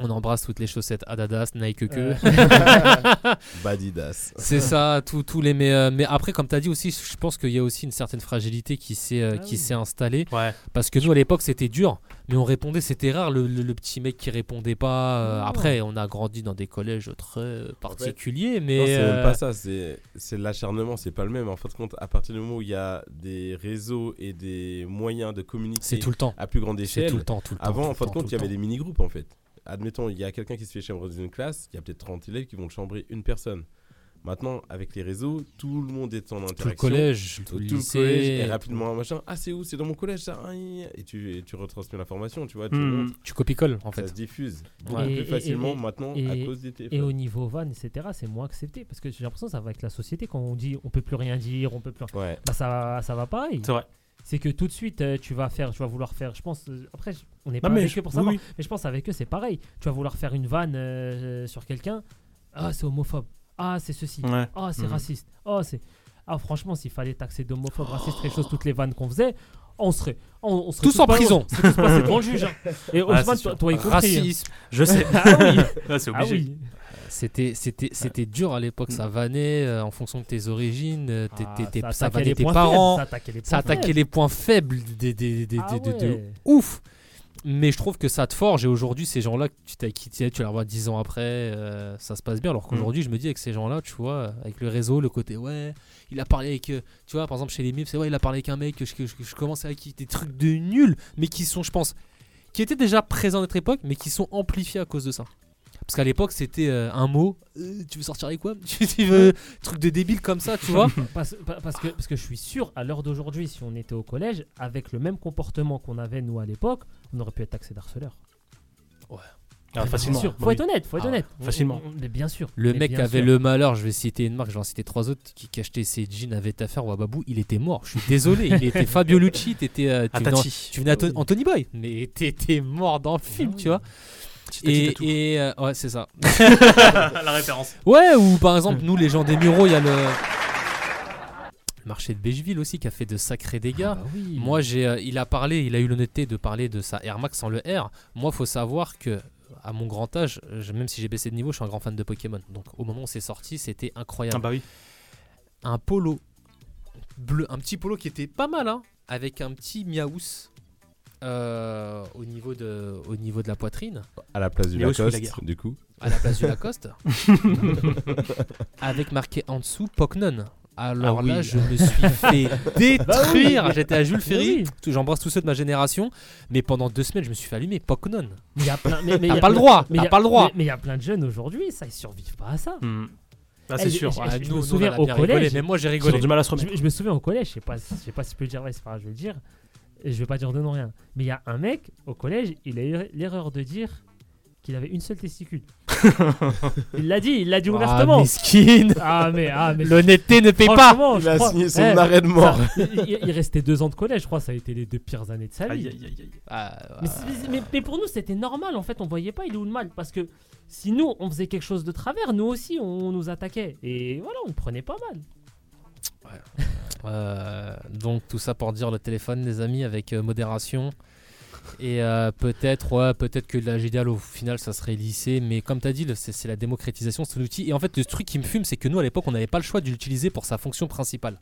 [SPEAKER 3] On embrasse toutes les chaussettes Adidas, Nike que.
[SPEAKER 5] Euh.
[SPEAKER 4] Badidas.
[SPEAKER 3] C'est ça, tous tous les mais, euh, mais après comme tu as dit aussi, je pense qu'il y a aussi une certaine fragilité qui s'est euh, qui s'est installée parce que nous à l'époque c'était dur, mais on répondait, c'était rare le, le- le petit mec qui répondait pas. euh,
[SPEAKER 4] Non.
[SPEAKER 3] Après, on a grandi dans des collèges très euh, particuliers, mais
[SPEAKER 4] Non, c'est même
[SPEAKER 3] euh,
[SPEAKER 4] pas ça, c'est c'est l'acharnement, c'est pas le même. En fin de compte, à partir du moment où il y a des réseaux et des moyens de communiquer
[SPEAKER 3] C'est tout le temps.
[SPEAKER 4] à plus grande
[SPEAKER 3] C'est
[SPEAKER 4] échelle,
[SPEAKER 3] tout le temps, tout le temps,
[SPEAKER 4] avant,
[SPEAKER 3] tout
[SPEAKER 4] en
[SPEAKER 3] le
[SPEAKER 4] fin de
[SPEAKER 3] temps,
[SPEAKER 4] compte,
[SPEAKER 3] tout
[SPEAKER 4] il y
[SPEAKER 3] le
[SPEAKER 4] avait
[SPEAKER 3] temps.
[SPEAKER 4] des mini-groupes en fait. Admettons, il y a quelqu'un qui se fait chambrer dans une classe, il y a peut-être 30 élèves qui vont le chambrer une personne. Maintenant, avec les réseaux, tout le monde est en interaction.
[SPEAKER 3] collège, tout le lycée.
[SPEAKER 4] collège est rapidement un machin. Ah, c'est où C'est dans mon collège, ça. Ah, hi, hi. Et tu, et tu retransmets l'information, tu vois. Tu,
[SPEAKER 3] Hmm.
[SPEAKER 4] montres.
[SPEAKER 3] Tu copies-colles, en
[SPEAKER 4] Ça
[SPEAKER 3] fait.
[SPEAKER 4] se diffuse
[SPEAKER 5] Et-
[SPEAKER 4] beaucoup
[SPEAKER 5] et-
[SPEAKER 4] plus
[SPEAKER 5] et-
[SPEAKER 4] facilement
[SPEAKER 5] et-
[SPEAKER 4] maintenant
[SPEAKER 5] et-
[SPEAKER 4] à cause des téléphones.
[SPEAKER 5] Et au niveau van, etc., c'est moins accepté. Parce que j'ai l'impression que ça va avec la société. Quand on dit on peut plus rien dire, on peut plus.
[SPEAKER 4] Ouais.
[SPEAKER 5] Bah, ça, ça va pareil.
[SPEAKER 2] C'est vrai.
[SPEAKER 5] C'est que tout de suite, euh, tu vas faire, tu vas vouloir faire. Je pense. euh, après, je- on n'est
[SPEAKER 2] Non,
[SPEAKER 5] pas
[SPEAKER 2] mais
[SPEAKER 5] avec
[SPEAKER 2] je-
[SPEAKER 5] eux pour
[SPEAKER 2] oui,
[SPEAKER 5] savoir.
[SPEAKER 2] oui.
[SPEAKER 5] Mais je pense avec eux, c'est pareil. Tu vas vouloir faire une vanne euh, sur quelqu'un. Ah, c'est homophobe. Ah, c'est ceci.
[SPEAKER 2] Ouais.
[SPEAKER 5] Ah, c'est
[SPEAKER 2] Mhm.
[SPEAKER 5] raciste. Ah, c'est. Ah, franchement, s'il fallait taxer d'homophobe, raciste, les choses, toutes les vannes qu'on faisait, on serait, on, on serait
[SPEAKER 3] Tous en
[SPEAKER 5] pas-
[SPEAKER 3] prison.
[SPEAKER 5] on serait tous passés devant le juge. hein. Et Osman,
[SPEAKER 3] Ouais, Ah, c'est
[SPEAKER 5] toi,
[SPEAKER 3] sûr.
[SPEAKER 5] toi y compris. hein.
[SPEAKER 3] Racisme. Je sais.
[SPEAKER 5] Ah oui.
[SPEAKER 2] Ouais, c'est obligé.
[SPEAKER 3] Euh, C'était c'était c'était dur à l'époque, ça vannait euh, en fonction de tes origines, euh, t'es-
[SPEAKER 5] Ah,
[SPEAKER 3] t'es- t'es-
[SPEAKER 5] ça
[SPEAKER 3] ça
[SPEAKER 5] attaquait
[SPEAKER 3] vannait
[SPEAKER 5] les
[SPEAKER 3] tes
[SPEAKER 5] points faibles,
[SPEAKER 3] parents,
[SPEAKER 5] ça attaquait les
[SPEAKER 3] ça
[SPEAKER 5] points
[SPEAKER 3] attaquait
[SPEAKER 5] faibles.
[SPEAKER 3] les points faibles des, des- des-
[SPEAKER 5] Ah
[SPEAKER 3] des- de- de
[SPEAKER 5] ouais.
[SPEAKER 3] ouf. Mais je trouve que ça te forge et aujourd'hui ces gens-là que tu t'as quitté, tu les revois dix ans après, euh, ça se passe bien. Alors qu'aujourd'hui je me dis avec ces gens-là, tu vois, avec le réseau, le côté ouais, il a parlé avec, euh, tu vois, par exemple chez les MIF, c'est ouais, il a parlé avec un mec que je, que je- que je commençais à quitter, des trucs de nuls, mais qui sont, je pense, qui étaient déjà présents à notre époque, mais qui sont amplifiés à cause de ça. Parce qu'à l'époque, c'était euh, un mot. Euh, tu veux sortir avec quoi Tu tu veux truc de débile comme ça, tu vois
[SPEAKER 5] parce, pa- parce que, parce que je suis sûr, à l'heure d'aujourd'hui, si on était au collège, avec le même comportement qu'on avait nous à l'époque, on aurait pu être taxé d'harceleur.
[SPEAKER 3] Ouais.
[SPEAKER 2] Ah, facilement.
[SPEAKER 5] Bien sûr.
[SPEAKER 2] Bah
[SPEAKER 5] Faut
[SPEAKER 2] oui.
[SPEAKER 5] être honnête, faut être
[SPEAKER 2] Ah,
[SPEAKER 5] honnête.
[SPEAKER 2] facilement.
[SPEAKER 5] On- on- Mais bien sûr.
[SPEAKER 3] Le
[SPEAKER 5] mais
[SPEAKER 3] mec
[SPEAKER 5] bien
[SPEAKER 3] avait
[SPEAKER 5] sûr.
[SPEAKER 3] le malheur, je vais citer une marque, je vais en citer trois autres, qui, qui achetait ses jeans à Vetafer ou à Babou, il était mort. Je suis désolé, il était Fabio Lucci, t'étais, euh, tu, venais,
[SPEAKER 2] Attati.
[SPEAKER 3] tu venais à Ton- Anthony Boy, mais t'étais mort dans le
[SPEAKER 5] Ah
[SPEAKER 3] film, tu vois.
[SPEAKER 2] Tati
[SPEAKER 3] Et, et, euh, ouais, c'est ça.
[SPEAKER 2] La référence.
[SPEAKER 3] Ouais, ou par exemple, nous, les gens des Mureaux, il y a le. Le marché de Bégeville aussi qui a fait de
[SPEAKER 2] Ah
[SPEAKER 3] sacrés dégâts.
[SPEAKER 2] bah
[SPEAKER 3] Moi, j'ai, euh, il a parlé, il a eu l'honnêteté de parler de sa Air Max sans le R. Moi, faut savoir que à mon grand âge, je- même si j'ai baissé de niveau, je suis un grand fan de Pokémon. Donc, au moment où c'est sorti, c'était incroyable.
[SPEAKER 2] Ah bah oui.
[SPEAKER 3] Un polo bleu, un petit polo qui était pas mal, hein, avec un petit miaous euh, au niveau de, au niveau de la poitrine.
[SPEAKER 4] À la place du
[SPEAKER 3] Miaou, celui de la
[SPEAKER 4] Lacoste,
[SPEAKER 3] guerre.
[SPEAKER 4] du coup.
[SPEAKER 3] À la place du Lacoste. avec marqué en dessous Pokemon. Alors
[SPEAKER 5] Ah oui.
[SPEAKER 3] là, je me suis fait détruire.
[SPEAKER 5] Bah oui.
[SPEAKER 3] J'étais à Jules Ferry.
[SPEAKER 5] Bah
[SPEAKER 3] Tout- J'embrasse tous ceux de ma génération. Mais pendant deux semaines, je me suis fait allumer. Pokemon.
[SPEAKER 5] Mais y a plein- mais- mais
[SPEAKER 3] T'as
[SPEAKER 5] y a-
[SPEAKER 3] pas le droit.
[SPEAKER 5] mais y
[SPEAKER 3] T'as
[SPEAKER 5] a-
[SPEAKER 3] pas le droit.
[SPEAKER 5] mais- Mais il y a plein de jeunes aujourd'hui, ça, ils survivent pas à ça.
[SPEAKER 2] Hmm. Ah,
[SPEAKER 5] Eh,
[SPEAKER 2] c'est
[SPEAKER 5] je-
[SPEAKER 2] sûr.
[SPEAKER 5] je-
[SPEAKER 2] Ouais,
[SPEAKER 5] je
[SPEAKER 2] nous,
[SPEAKER 5] me
[SPEAKER 2] nous, on
[SPEAKER 5] souviens
[SPEAKER 2] en a
[SPEAKER 5] au
[SPEAKER 2] bien rigolé,
[SPEAKER 5] collès.
[SPEAKER 2] mais moi, j'ai rigolé. Ils ont du mal à se remettre.
[SPEAKER 5] Je, je me souviens au collège, je sais pas, je sais pas si je peux le dire, ouais, c'est pas grave, je vais le dire. Et je vais pas dire de non rien. Mais il y a un mec au collège, il a eu l'erreur de dire qu'il avait une seule testicule. il l'a dit, il l'a dit
[SPEAKER 3] Ah,
[SPEAKER 5] ouvertement.
[SPEAKER 3] mesquine.
[SPEAKER 5] Ah mais ah mais
[SPEAKER 3] L'honnêteté ne paie pas.
[SPEAKER 5] Franchement,
[SPEAKER 3] Il
[SPEAKER 5] je
[SPEAKER 3] a
[SPEAKER 5] crois- Eh,
[SPEAKER 3] signé son arrêt de mort.
[SPEAKER 5] ça- il, il- il restait deux ans de collège, je crois, ça a été les deux pires années de sa
[SPEAKER 2] Aïe,
[SPEAKER 5] vie.
[SPEAKER 2] aïe, aïe, Ah. aïe.
[SPEAKER 3] Ah,
[SPEAKER 5] Mais, c'est- mais- mais pour nous, c'était normal en fait, on voyait pas il est où le mal. Parce que si nous, on faisait quelque chose de travers, nous aussi, on nous attaquait. Et voilà, on le prenait pas mal.
[SPEAKER 3] Euh, donc tout ça pour dire le téléphone, les amis, avec euh, modération. Et euh, peut-être, ouais, peut-être que la GDL au final, ça serait lycée. Mais comme tu as dit, le- c'est c'est la démocratisation, c'est l'outil. Et en fait, le truc qui me fume, c'est que nous, à l'époque, on n'avait pas le choix de l'utiliser pour sa fonction principale.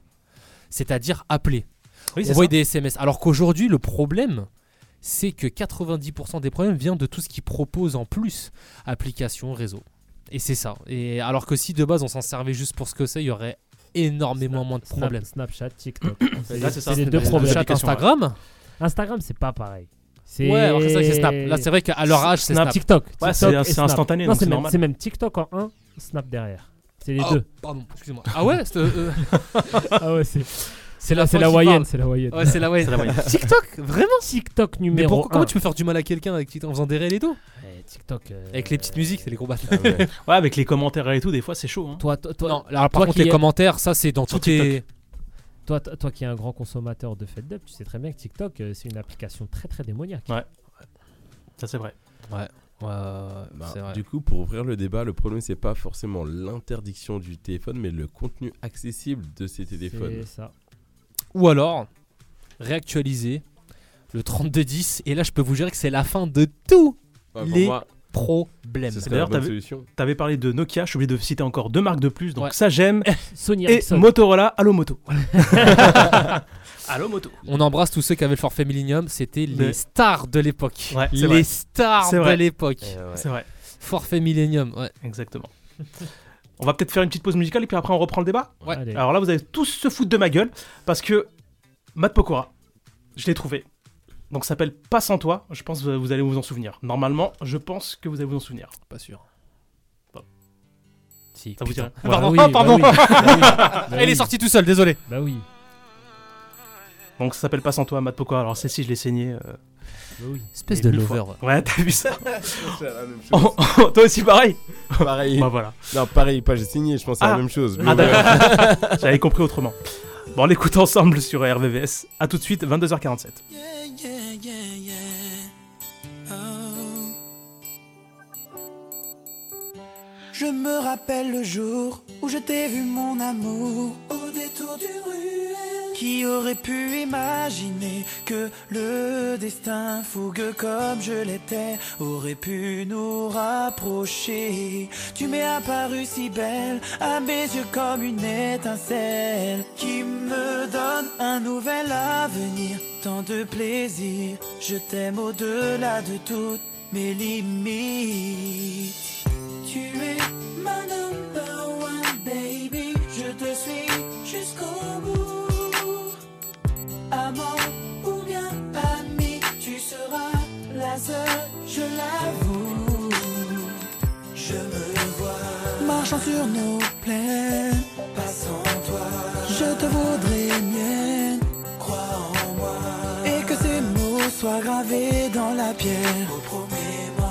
[SPEAKER 3] C'est-à-dire appeler.
[SPEAKER 2] Oui, c'est
[SPEAKER 3] on voit
[SPEAKER 2] ça.
[SPEAKER 3] des SMS. Alors qu'aujourd'hui, le problème, c'est que 90% des problèmes viennent de tout ce qu'ils proposent en plus. Applications, réseaux. Et c'est ça. Et alors que si de base, on s'en servait juste pour ce que c'est, il y aurait énormément moins de
[SPEAKER 5] Snap-
[SPEAKER 3] problèmes.
[SPEAKER 5] Snapchat, TikTok.
[SPEAKER 3] Là, c'est ça,
[SPEAKER 5] les
[SPEAKER 3] c'est
[SPEAKER 5] deux
[SPEAKER 3] la-
[SPEAKER 5] problèmes.
[SPEAKER 3] Snapchat, Instagram
[SPEAKER 5] Instagram, c'est pas pareil. C'est-
[SPEAKER 3] Ouais, alors que c'est vrai que c'est Snap. Là, c'est vrai qu'à leur âge, c'est
[SPEAKER 5] C'est un
[SPEAKER 3] Snap.
[SPEAKER 5] TikTok.
[SPEAKER 3] Ouais,
[SPEAKER 5] TikTok
[SPEAKER 3] c'est-
[SPEAKER 5] et
[SPEAKER 3] c'est
[SPEAKER 5] Snap.
[SPEAKER 3] instantané,
[SPEAKER 5] Non,
[SPEAKER 3] donc
[SPEAKER 5] c'est
[SPEAKER 3] c'est
[SPEAKER 5] même-
[SPEAKER 3] normal.
[SPEAKER 5] C'est même TikTok en 1, Snap derrière. C'est les
[SPEAKER 3] Oh,
[SPEAKER 5] deux.
[SPEAKER 3] Pardon, excusez-moi. Ah ouais c'est- euh,
[SPEAKER 5] Ah ouais, c'est.
[SPEAKER 3] C'est
[SPEAKER 5] C'est
[SPEAKER 3] la
[SPEAKER 5] la, c'est la
[SPEAKER 3] fois qu'il
[SPEAKER 5] Wayenne,
[SPEAKER 3] parle.
[SPEAKER 5] c'est la Wayenne.
[SPEAKER 3] Ouais, c'est la Wayenne. TikTok, vraiment
[SPEAKER 5] TikTok
[SPEAKER 3] Mais
[SPEAKER 5] numéro
[SPEAKER 3] pourquoi, comment
[SPEAKER 5] un.
[SPEAKER 3] tu peux faire du mal à quelqu'un avec TikTok en faisant des réels et tout
[SPEAKER 5] TikTok.
[SPEAKER 3] Avec les petites musiques, c'est les gros bâtards.
[SPEAKER 4] Ah
[SPEAKER 2] ouais. avec les commentaires et tout, des fois c'est chaud. Hein.
[SPEAKER 5] Toi, toi, toi-
[SPEAKER 3] Non, alors, par
[SPEAKER 5] toi
[SPEAKER 3] contre,
[SPEAKER 5] qui
[SPEAKER 3] les
[SPEAKER 5] es-
[SPEAKER 3] commentaires, ça, c'est dans
[SPEAKER 5] Sur
[SPEAKER 3] toutes les-
[SPEAKER 5] TikTok. Toi, toi, toi qui es un grand consommateur de FedDub, tu sais très bien que TikTok, euh, c'est une application très très démoniaque.
[SPEAKER 2] Ouais. Ça, c'est vrai.
[SPEAKER 3] Ouais.
[SPEAKER 4] Bah,
[SPEAKER 3] c'est vrai.
[SPEAKER 4] Du coup, pour ouvrir le débat, le problème c'est pas forcément l'interdiction du téléphone, mais le contenu accessible de ces téléphones.
[SPEAKER 5] C'est ça.
[SPEAKER 3] Ou alors, réactualiser le 3210. Et là, je peux vous jurer que c'est la fin de tous
[SPEAKER 4] Ouais, pour
[SPEAKER 3] les
[SPEAKER 4] moi,
[SPEAKER 3] problèmes.
[SPEAKER 2] D'ailleurs, t'avais, t'avais parlé de Nokia, je suis obligé de citer encore deux marques de plus, donc
[SPEAKER 3] Ouais.
[SPEAKER 2] ça j'aime.
[SPEAKER 5] Sony
[SPEAKER 2] et
[SPEAKER 5] Ericsson.
[SPEAKER 2] Motorola, Allo Moto. Allô, moto.
[SPEAKER 3] On embrasse tous ceux qui avaient le forfait Millennium. C'était les
[SPEAKER 2] Mais-
[SPEAKER 3] stars de l'époque.
[SPEAKER 2] Ouais, c'est
[SPEAKER 3] les
[SPEAKER 2] vrai.
[SPEAKER 3] stars
[SPEAKER 2] C'est
[SPEAKER 3] de
[SPEAKER 2] vrai.
[SPEAKER 3] l'époque.
[SPEAKER 2] Eh ouais. C'est vrai.
[SPEAKER 3] Forfait Millennium, ouais.
[SPEAKER 2] Exactement. On va peut-être faire une petite pause musicale et puis après on reprend le débat.
[SPEAKER 3] Ouais. Allez.
[SPEAKER 2] Alors là, vous allez tous se foutre de ma gueule parce que Matt Pokora, je l'ai trouvé. Donc ça s'appelle Pas sans toi. Je pense que vous allez vous en souvenir. Normalement, je pense que vous allez vous en souvenir.
[SPEAKER 3] Pas sûr.
[SPEAKER 5] Bah
[SPEAKER 2] Ça vous dit rien
[SPEAKER 3] Ah, Pardon,
[SPEAKER 2] Pardon,
[SPEAKER 3] ah,
[SPEAKER 2] ah, pardon. Bah
[SPEAKER 3] Elle est sortie tout seul, désolé.
[SPEAKER 5] Bah oui.
[SPEAKER 2] Donc ça s'appelle Pas sans toi, Matt Pokora. Alors celle-ci, je l'ai saignée. euh,
[SPEAKER 5] Bah
[SPEAKER 3] Espèce
[SPEAKER 2] mille
[SPEAKER 3] de
[SPEAKER 2] fois.
[SPEAKER 3] lover.
[SPEAKER 2] Ouais, t'as vu ça
[SPEAKER 4] C'est la même chose.
[SPEAKER 2] Oh, oh, Toi aussi, pareil
[SPEAKER 4] Pareil.
[SPEAKER 2] Bah voilà.
[SPEAKER 4] Non, pareil, pas j'ai signé, je pense à
[SPEAKER 2] Ah.
[SPEAKER 4] la même chose.
[SPEAKER 2] Ah,
[SPEAKER 4] mais ouais.
[SPEAKER 2] d'accord. J'avais compris autrement. Bon, on l'écoute ensemble sur RVVS. A tout de suite, 22h47.
[SPEAKER 11] Je me rappelle le jour où je t'ai vu mon amour au détour d'une ruelle. Qui aurait pu imaginer que le destin fougueux comme je l'étais aurait pu nous rapprocher. Tu m'es apparue si belle à mes yeux comme une étincelle qui me donne un nouvel avenir, tant de plaisir. Je t'aime au-delà de toutes mes limites. Tu es ma number one baby, je te suis jusqu'au bout. Amant ou bien ami, tu seras la seule, je l'avoue. Je me vois marchant sur nos plaines, passant toi. Je te voudrais mienne, crois en moi. Et que ces mots soient gravés dans la pierre. Promets-moi.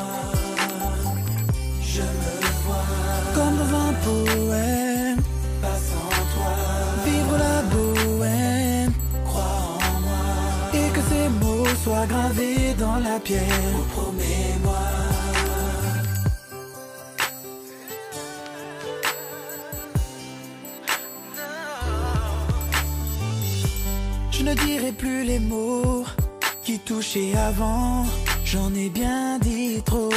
[SPEAKER 11] Je me vois comme dans un poème, passant toi, vivre la bohème, crois en moi, et que ces mots soient gravés dans la pierre. Promets-moi. Je ne dirai plus les mots qui touchaient avant, j'en ai bien dit trop.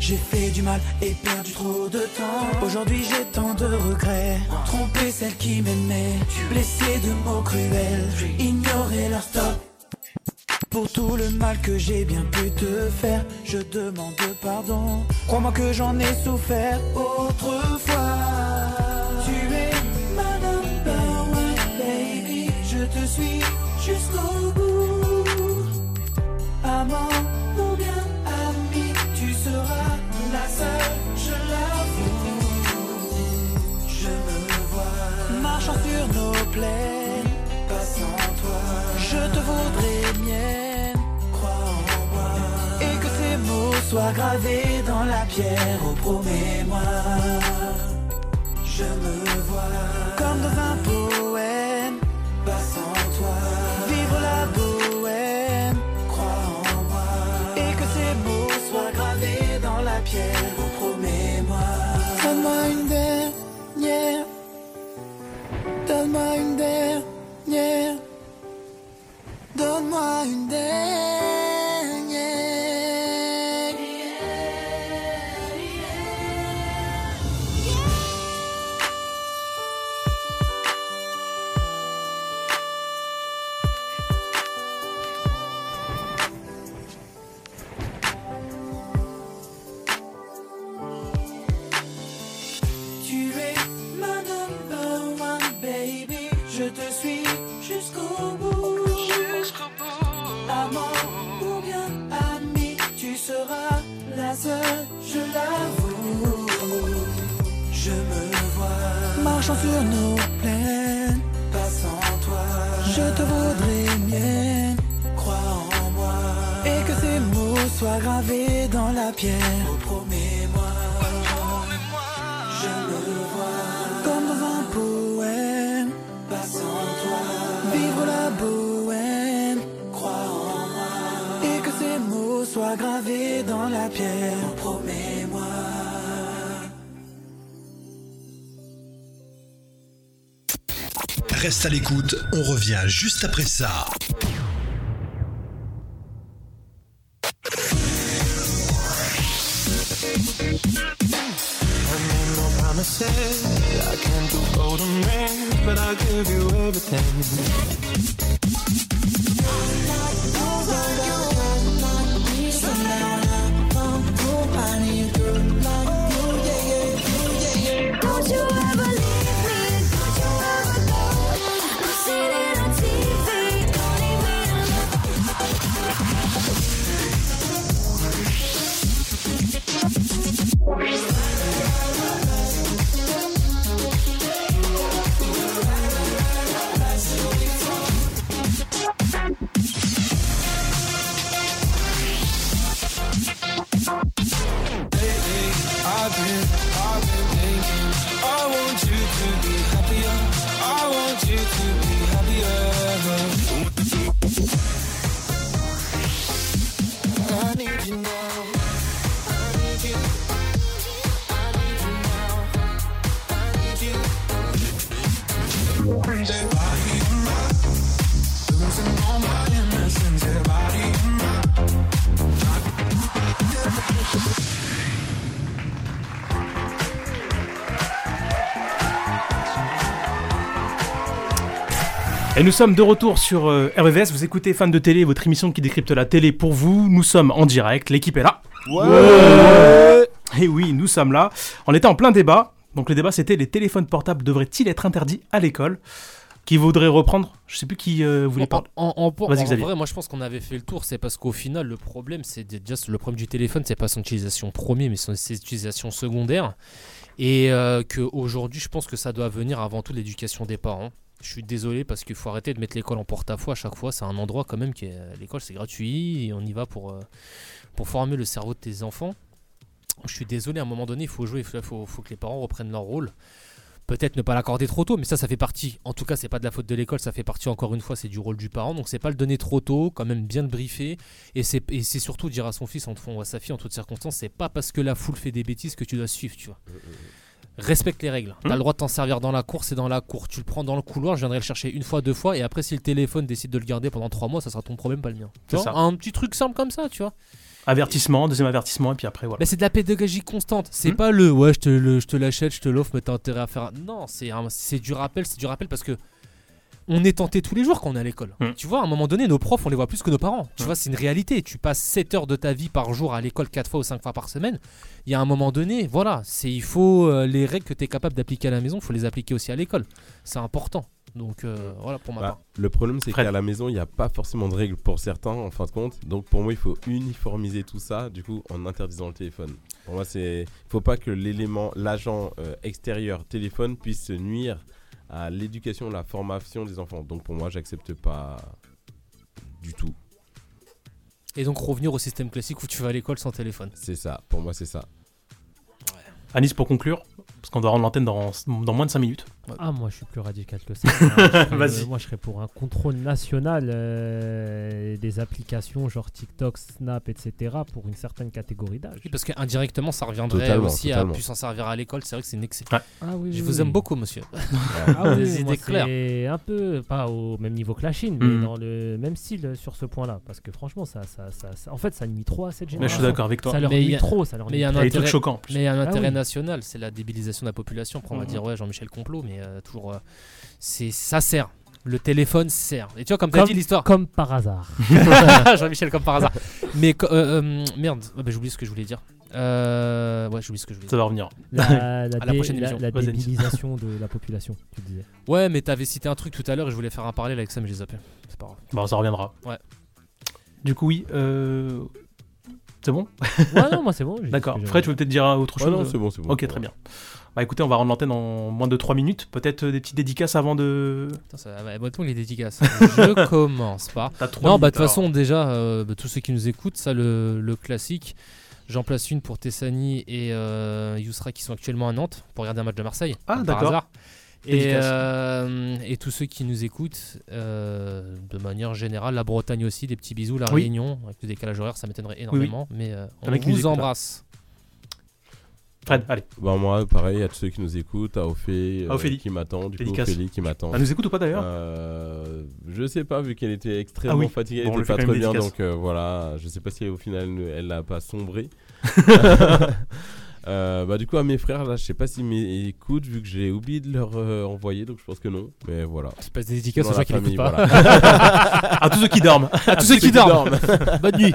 [SPEAKER 11] J'ai fait du mal et perdu trop de temps. Aujourd'hui j'ai tant de regrets. Trompé celle qui m'aimait, blessé de mots cruels, ignoré leur stop. Pour tout le mal que j'ai bien pu te faire, je demande pardon. Crois-moi que j'en ai souffert autrefois. Tu es ma number one, baby. Je te suis jusqu'au bout. Amant ou bien ami, tu seras la seule, je l'avoue. Je me vois marchant sur nos plaines, passant toi. Je te voudrais mienne, crois en moi. Et que ces mots soient gravés dans la pierre, oh promets-moi. Je me vois comme dans un poème, passant toi, vivre la bohème, crois en moi, et que ces mots soient gravés dans la pierre, oh, promets-moi. Donne-moi une dernière, donne-moi une dernière, donne-moi une dernière.
[SPEAKER 6] marchons sur nos plaines. Passe en toi. Je te voudrais mienne. Crois en moi. Et que ces mots soient gravés dans la pierre. Promets-moi. Je me vois. Comme dans un poème. Passe en toi. Vivre la bohème. Crois en moi. Et que ces mots soient gravés dans la pierre. Promets-moi.
[SPEAKER 7] Reste à l'écoute, on revient juste après ça.
[SPEAKER 6] I made no promises. I can't do golden rings, but I'll give you everything. Don't you ever leave me, don't you ever go I've seen it on TV, don't leave me I've been, I've been thinking. I want you to be happier. I want you to be happier. I need you now. I need you. I need you now. I need you. Everybody in my losing all my innocence. Everybody in my.
[SPEAKER 2] Et nous sommes de retour sur euh, RVVS. Vous écoutez Fan de télé, votre émission qui décrypte la télé pour vous. Nous sommes en direct, l'équipe est là.
[SPEAKER 4] Ouais.
[SPEAKER 2] Et oui, nous sommes là. On était en plein débat. Donc le débat c'était les téléphones portables devraient-ils être interdits à l'école Qui voudrait reprendre Je sais plus qui euh, voulait parler.
[SPEAKER 3] En, en- en-
[SPEAKER 2] Vas-y
[SPEAKER 3] en
[SPEAKER 2] Xavier.
[SPEAKER 3] vrai, moi je pense qu'on avait fait le tour, c'est parce qu'au final, le problème, c'est déjà le problème du téléphone, c'est pas son utilisation première, mais son, ses utilisations secondaires. Et euh, qu'aujourd'hui, je pense que ça doit venir avant tout de l'éducation des parents. Je suis désolé parce qu'il faut arrêter de mettre l'école en porte-à-faux à chaque fois. C'est un endroit quand même qui est. L'école, c'est gratuit et on y va pour, euh, pour former le cerveau de tes enfants. Je suis désolé, à un moment donné, il faut jouer, il faut, faut- faut que les parents reprennent leur rôle. Peut-être ne pas l'accorder trop tôt, mais ça, ça fait partie. En tout cas, c'est pas de la faute de l'école, ça fait partie encore une fois, c'est du rôle du parent. Donc, c'est pas le donner trop tôt, quand même bien le briefer. Et c'est et c'est surtout dire à son fils, en, ou à sa fille, en toutes circonstances, c'est pas parce que la foule fait des bêtises que tu dois suivre, tu vois. Respecte les règles. T'as le droit de t'en servir dans la cour, c'est dans la cour. Tu le prends dans le couloir, je viendrai le chercher une fois, deux fois, et après, si le téléphone décide de le garder pendant trois mois, ça sera ton problème, pas le mien. Tu
[SPEAKER 2] C'est
[SPEAKER 3] vois,
[SPEAKER 2] ça.
[SPEAKER 3] un petit truc simple comme ça, tu vois.
[SPEAKER 2] Avertissement, deuxième avertissement, et puis après voilà. Hmm
[SPEAKER 3] Bah, c'est de la pédagogie constante. C'est pas le ouais, je te le- je te l'achète, je te l'offre, mais t'as intérêt à faire. un- Non, c'est un- c'est du rappel, c'est du rappel parce que on est tenté tous les jours quand on est à l'école.
[SPEAKER 5] Mm.
[SPEAKER 3] Tu vois, à un moment donné, nos profs, on les voit plus que nos parents. Tu vois, c'est une réalité. Tu passes 7 heures de ta vie par jour à l'école 4 fois ou 5 fois par semaine. Il y a un moment donné, voilà, c'est il faut euh, les règles que tu es capable d'appliquer à la maison, il faut les appliquer aussi à l'école. C'est important. Donc euh, voilà pour ma
[SPEAKER 4] Bah,
[SPEAKER 3] part.
[SPEAKER 4] le problème, c'est qu'à la maison, il n'y a pas forcément de règles pour certains, en fin de compte. Donc, pour moi, il faut uniformiser tout ça, du coup, en interdisant le téléphone. Pour moi, c'est, il faut pas que l'élément, l'agent euh, extérieur téléphone puisse nuire à l'éducation, la formation des enfants. Donc, pour moi, j'accepte pas du tout.
[SPEAKER 3] Et donc revenir au système classique où tu vas à l'école sans téléphone.
[SPEAKER 4] C'est ça, pour moi, c'est ça.
[SPEAKER 2] Anis pour conclure, parce qu'on doit rendre l'antenne dans, dans moins de 5 minutes.
[SPEAKER 5] Ah, moi je suis plus radical que ça. Moi, je serais-
[SPEAKER 2] Vas-y.
[SPEAKER 5] Moi je serais pour un contrôle national euh, des applications genre TikTok, Snap, etc. pour une certaine catégorie d'âge.
[SPEAKER 3] Oui, parce qu'indirectement, ça reviendrait
[SPEAKER 5] Totalement,
[SPEAKER 3] aussi
[SPEAKER 5] totalement.
[SPEAKER 3] à plus s'en servir à l'école. C'est vrai que c'est une excellente.
[SPEAKER 5] Ah oui,
[SPEAKER 3] Je
[SPEAKER 5] oui,
[SPEAKER 3] vous
[SPEAKER 5] oui.
[SPEAKER 3] aime beaucoup, monsieur.
[SPEAKER 5] Ah
[SPEAKER 3] Des
[SPEAKER 5] oui,
[SPEAKER 3] idées
[SPEAKER 5] moi,
[SPEAKER 3] claires.
[SPEAKER 5] c'est un peu, pas au même niveau que la Chine, mais
[SPEAKER 2] Mm.
[SPEAKER 5] dans le même style euh, sur ce point-là. Parce que franchement, ça, ça, ça, ça- en fait, ça nuit trop à
[SPEAKER 2] Mais
[SPEAKER 5] cette
[SPEAKER 2] je
[SPEAKER 5] génération.
[SPEAKER 2] suis d'accord avec toi.
[SPEAKER 5] Ça leur
[SPEAKER 2] Mais il y
[SPEAKER 5] nuit
[SPEAKER 2] a-
[SPEAKER 5] trop, ça leur
[SPEAKER 3] Mais il
[SPEAKER 5] nuit
[SPEAKER 3] y a un
[SPEAKER 5] trop.
[SPEAKER 3] intérêt,
[SPEAKER 2] choquant, en plus.
[SPEAKER 3] mais il y a un
[SPEAKER 5] Ah
[SPEAKER 3] intérêt
[SPEAKER 5] oui.
[SPEAKER 3] national, c'est la débilisation de la population. Après, on va
[SPEAKER 5] Mhm.
[SPEAKER 3] dire, ouais, Jean-Michel complot, mais euh, toujours. euh, c'est ça sert. Le téléphone sert. Et tu vois, comme t'as
[SPEAKER 5] Comme-
[SPEAKER 3] dit l'histoire.
[SPEAKER 5] Comme par hasard.
[SPEAKER 3] Jean-Michel, comme par hasard. Mais co- euh, euh, merde, Ah, bah, j'oublie ce que je voulais dire. Euh, ouais, j'oublie ce que je voulais
[SPEAKER 2] Ça
[SPEAKER 3] dire.
[SPEAKER 2] va revenir.
[SPEAKER 5] La, la
[SPEAKER 3] à la
[SPEAKER 5] dé-
[SPEAKER 3] prochaine
[SPEAKER 5] la-
[SPEAKER 3] émission.
[SPEAKER 5] la
[SPEAKER 3] Vas-y, Anis.
[SPEAKER 5] débilisation de la population, tu disais.
[SPEAKER 3] Ouais, mais t'avais cité un truc tout à l'heure et je voulais faire un parallèle avec ça, mais
[SPEAKER 2] Bah,
[SPEAKER 3] je les appelle. C'est pas grave.
[SPEAKER 2] Bon, ça reviendra.
[SPEAKER 3] Ouais.
[SPEAKER 2] Du coup, oui. euh, C'est bon
[SPEAKER 5] Ouais, non, moi, c'est bon, j'ai dit ce
[SPEAKER 2] D'accord.
[SPEAKER 5] que j'avais.
[SPEAKER 2] Fred, tu veux peut-être dire euh, autre
[SPEAKER 4] Ouais,
[SPEAKER 2] chose
[SPEAKER 4] non, c'est bon, c'est bon,
[SPEAKER 2] Ok,
[SPEAKER 4] ça
[SPEAKER 2] très
[SPEAKER 4] va.
[SPEAKER 2] bien. Bah écoutez, on va rendre l'antenne en moins de 3 minutes. Peut-être euh, des petites dédicaces avant de.
[SPEAKER 3] Putain, ça va être les dédicaces. hein. Je commence par.
[SPEAKER 2] T'as trois
[SPEAKER 3] Non, bah de
[SPEAKER 2] minutes,
[SPEAKER 3] toute façon, déjà, euh, bah, tous ceux qui nous écoutent, ça, le, le classique. J'en place une pour Tessani et euh, Yousra qui sont actuellement à Nantes pour regarder un match de Marseille.
[SPEAKER 2] Ah,
[SPEAKER 3] par
[SPEAKER 2] d'accord.
[SPEAKER 3] hasard. Et,
[SPEAKER 2] Dédicace.
[SPEAKER 3] euh, et tous ceux qui nous écoutent, euh, de manière générale, la Bretagne aussi, des petits bisous, la
[SPEAKER 2] Oui.
[SPEAKER 3] Réunion, avec le décalage horaire, ça m'étonnerait
[SPEAKER 2] oui.
[SPEAKER 3] énormément, mais euh,
[SPEAKER 2] Il y en
[SPEAKER 3] on
[SPEAKER 2] a qui nous écoutent,
[SPEAKER 3] vous
[SPEAKER 2] là.
[SPEAKER 3] embrasse.
[SPEAKER 2] Fred, allez.
[SPEAKER 4] Bah moi, pareil, à tous ceux qui nous écoutent, à Ophélie,
[SPEAKER 2] À
[SPEAKER 4] euh,
[SPEAKER 2] Ophélie.
[SPEAKER 4] qui m'attend, du coup,
[SPEAKER 2] Dédicace.
[SPEAKER 4] Ophélie qui m'attend.
[SPEAKER 2] Elle nous écoute ou pas, d'ailleurs
[SPEAKER 4] Euh, Je sais pas, vu qu'elle était extrêmement
[SPEAKER 2] Ah oui.
[SPEAKER 4] fatiguée,
[SPEAKER 2] Bon, on
[SPEAKER 4] elle
[SPEAKER 2] lui
[SPEAKER 4] était
[SPEAKER 2] fait
[SPEAKER 4] pas
[SPEAKER 2] quand
[SPEAKER 4] très bien,
[SPEAKER 2] même dédicace.
[SPEAKER 4] donc euh, voilà, je sais pas si au final elle n'a pas sombré. Euh, bah du coup à mes frères là je sais pas s'ils m'écoutent vu que j'ai oublié de leur euh, envoyer donc je pense que non mais voilà
[SPEAKER 3] Tu passes des dédicaces
[SPEAKER 4] Sinon,
[SPEAKER 3] aux gens
[SPEAKER 4] la
[SPEAKER 3] qui
[SPEAKER 4] famille,
[SPEAKER 3] l'écoutent pas.
[SPEAKER 4] voilà.
[SPEAKER 3] À tous ceux qui dorment. À tous ceux qui dorment. Bonne nuit.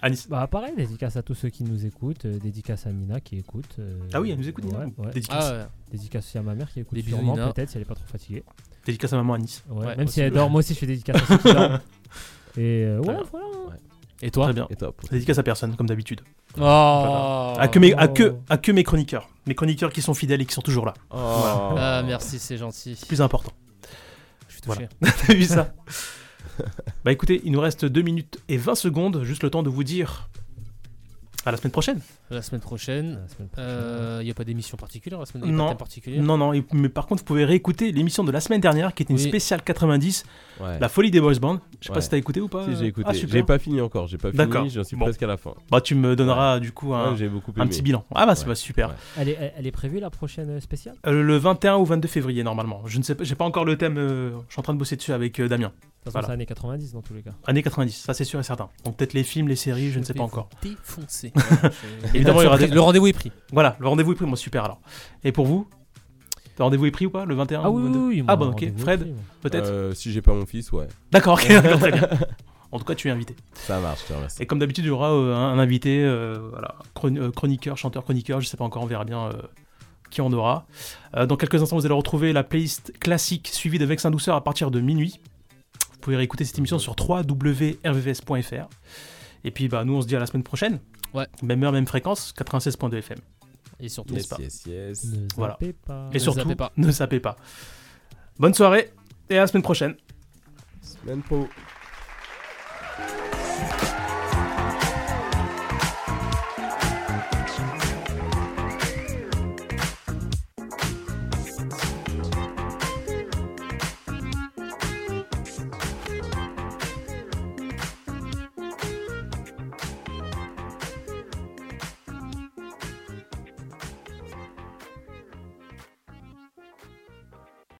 [SPEAKER 2] Anis.
[SPEAKER 5] Bah, pareil, dédicace à tous ceux qui nous écoutent, euh, dédicace à Nina qui écoute. euh,
[SPEAKER 2] Ah oui, elle nous écoute, Nina.
[SPEAKER 5] ouais, ouais.
[SPEAKER 2] Dédicace. Ah ouais.
[SPEAKER 5] Dédicace aussi à ma mère qui écoute
[SPEAKER 2] Des bisous,
[SPEAKER 5] sûrement,
[SPEAKER 2] Nina.
[SPEAKER 5] peut-être si elle est pas trop fatiguée.
[SPEAKER 2] Dédicace à maman à Nice.
[SPEAKER 5] Ouais,
[SPEAKER 2] Ouais,
[SPEAKER 5] même
[SPEAKER 2] aussi.
[SPEAKER 5] si elle dort, moi aussi je fais dédicace à ceux qui dorment. Et euh, ouais, voilà.
[SPEAKER 3] Et toi
[SPEAKER 2] Très bien. Dédicace à personne, comme d'habitude.
[SPEAKER 3] Oh.
[SPEAKER 2] Voilà. À, que mes, à, que, à que mes chroniqueurs. Mes chroniqueurs qui sont fidèles et qui sont toujours là. Voilà.
[SPEAKER 3] Ah, merci, c'est gentil.
[SPEAKER 2] C'est plus important.
[SPEAKER 3] Je suis touché.
[SPEAKER 2] Voilà. T'as vu ça Bah écoutez, il nous reste 2 minutes et 20 secondes, juste le temps de vous dire à la semaine prochaine.
[SPEAKER 3] La semaine prochaine, il n'y a pas d'émission particulière la semaine y a pas de
[SPEAKER 2] Non,
[SPEAKER 3] thème particulier
[SPEAKER 2] non, non, et- mais par contre, vous pouvez réécouter l'émission de la semaine dernière qui était une
[SPEAKER 3] Oui.
[SPEAKER 2] spéciale 90,
[SPEAKER 4] Ouais.
[SPEAKER 2] La folie des boys band. Je sais pas
[SPEAKER 4] Ouais.
[SPEAKER 2] si t'as écouté ou pas.
[SPEAKER 4] Si, j'ai écouté.
[SPEAKER 2] Ah, super.
[SPEAKER 4] J'ai pas fini encore, j'ai pas fini,
[SPEAKER 2] D'accord.
[SPEAKER 4] j'en suis
[SPEAKER 2] Bon.
[SPEAKER 4] presque à la fin.
[SPEAKER 2] Bah, tu me donneras
[SPEAKER 4] Ouais.
[SPEAKER 2] du coup un,
[SPEAKER 4] Ouais, j'ai beaucoup
[SPEAKER 2] un
[SPEAKER 4] aimé.
[SPEAKER 2] petit bilan. Ah, bah, c'est
[SPEAKER 4] Ouais.
[SPEAKER 2] pas super.
[SPEAKER 5] Elle est, elle- elle est prévue la prochaine euh, spéciale
[SPEAKER 2] Euh, le 21 ou 22 février, normalement. Je ne sais pas, j'ai pas encore le thème, euh, je suis en train de bosser dessus avec euh, Damien.
[SPEAKER 5] De toute façon,
[SPEAKER 2] Voilà.
[SPEAKER 5] c'est années 90 dans tous les cas.
[SPEAKER 2] Années 90, ça c'est sûr et certain. Donc peut-être les films, les séries, je ne sais pas
[SPEAKER 3] vais
[SPEAKER 2] encore.
[SPEAKER 3] vous défoncer.
[SPEAKER 2] Évidemment, il y aura des-
[SPEAKER 3] Le rendez-vous est pris.
[SPEAKER 2] Voilà, le rendez-vous est pris, moi super alors. Et pour vous Le rendez-vous est pris ou pas Le 21
[SPEAKER 5] Ah
[SPEAKER 2] ou
[SPEAKER 5] oui,
[SPEAKER 2] 22?
[SPEAKER 5] oui, oui,
[SPEAKER 2] Ah
[SPEAKER 5] moi,
[SPEAKER 2] bon,
[SPEAKER 5] le
[SPEAKER 2] ok,
[SPEAKER 5] rendez-vous est pris,
[SPEAKER 2] Fred,
[SPEAKER 5] moi.
[SPEAKER 2] peut-être
[SPEAKER 4] Euh, Si j'ai pas mon fils, ouais.
[SPEAKER 2] D'accord, ok, d'accord, très bien. En tout cas, tu es invité.
[SPEAKER 4] Ça marche, je te remercie.
[SPEAKER 2] Et comme d'habitude, il y aura euh, un, un invité, euh, voilà, chron- euh, chroniqueur, chanteur, chroniqueur, je sais pas encore, on verra bien euh, qui on aura. Euh, dans quelques instants, vous allez retrouver la playlist classique suivie de Vexin Douceur à partir de minuit. Vous pouvez réécouter cette émission sur www.rvvs.fr. Et puis, bah, nous, on se dit à la semaine prochaine.
[SPEAKER 3] Ouais.
[SPEAKER 2] Même heure, même fréquence, 96.2 FM.
[SPEAKER 3] Et surtout,
[SPEAKER 4] Yes,
[SPEAKER 2] N'est-ce pas
[SPEAKER 4] yes, yes.
[SPEAKER 2] Voilà.
[SPEAKER 5] zappez pas.
[SPEAKER 2] Et
[SPEAKER 5] Ne
[SPEAKER 2] surtout,
[SPEAKER 5] zappez
[SPEAKER 3] pas.
[SPEAKER 2] ne zappez pas. Bonne soirée et à la semaine prochaine.
[SPEAKER 4] Semaine pro.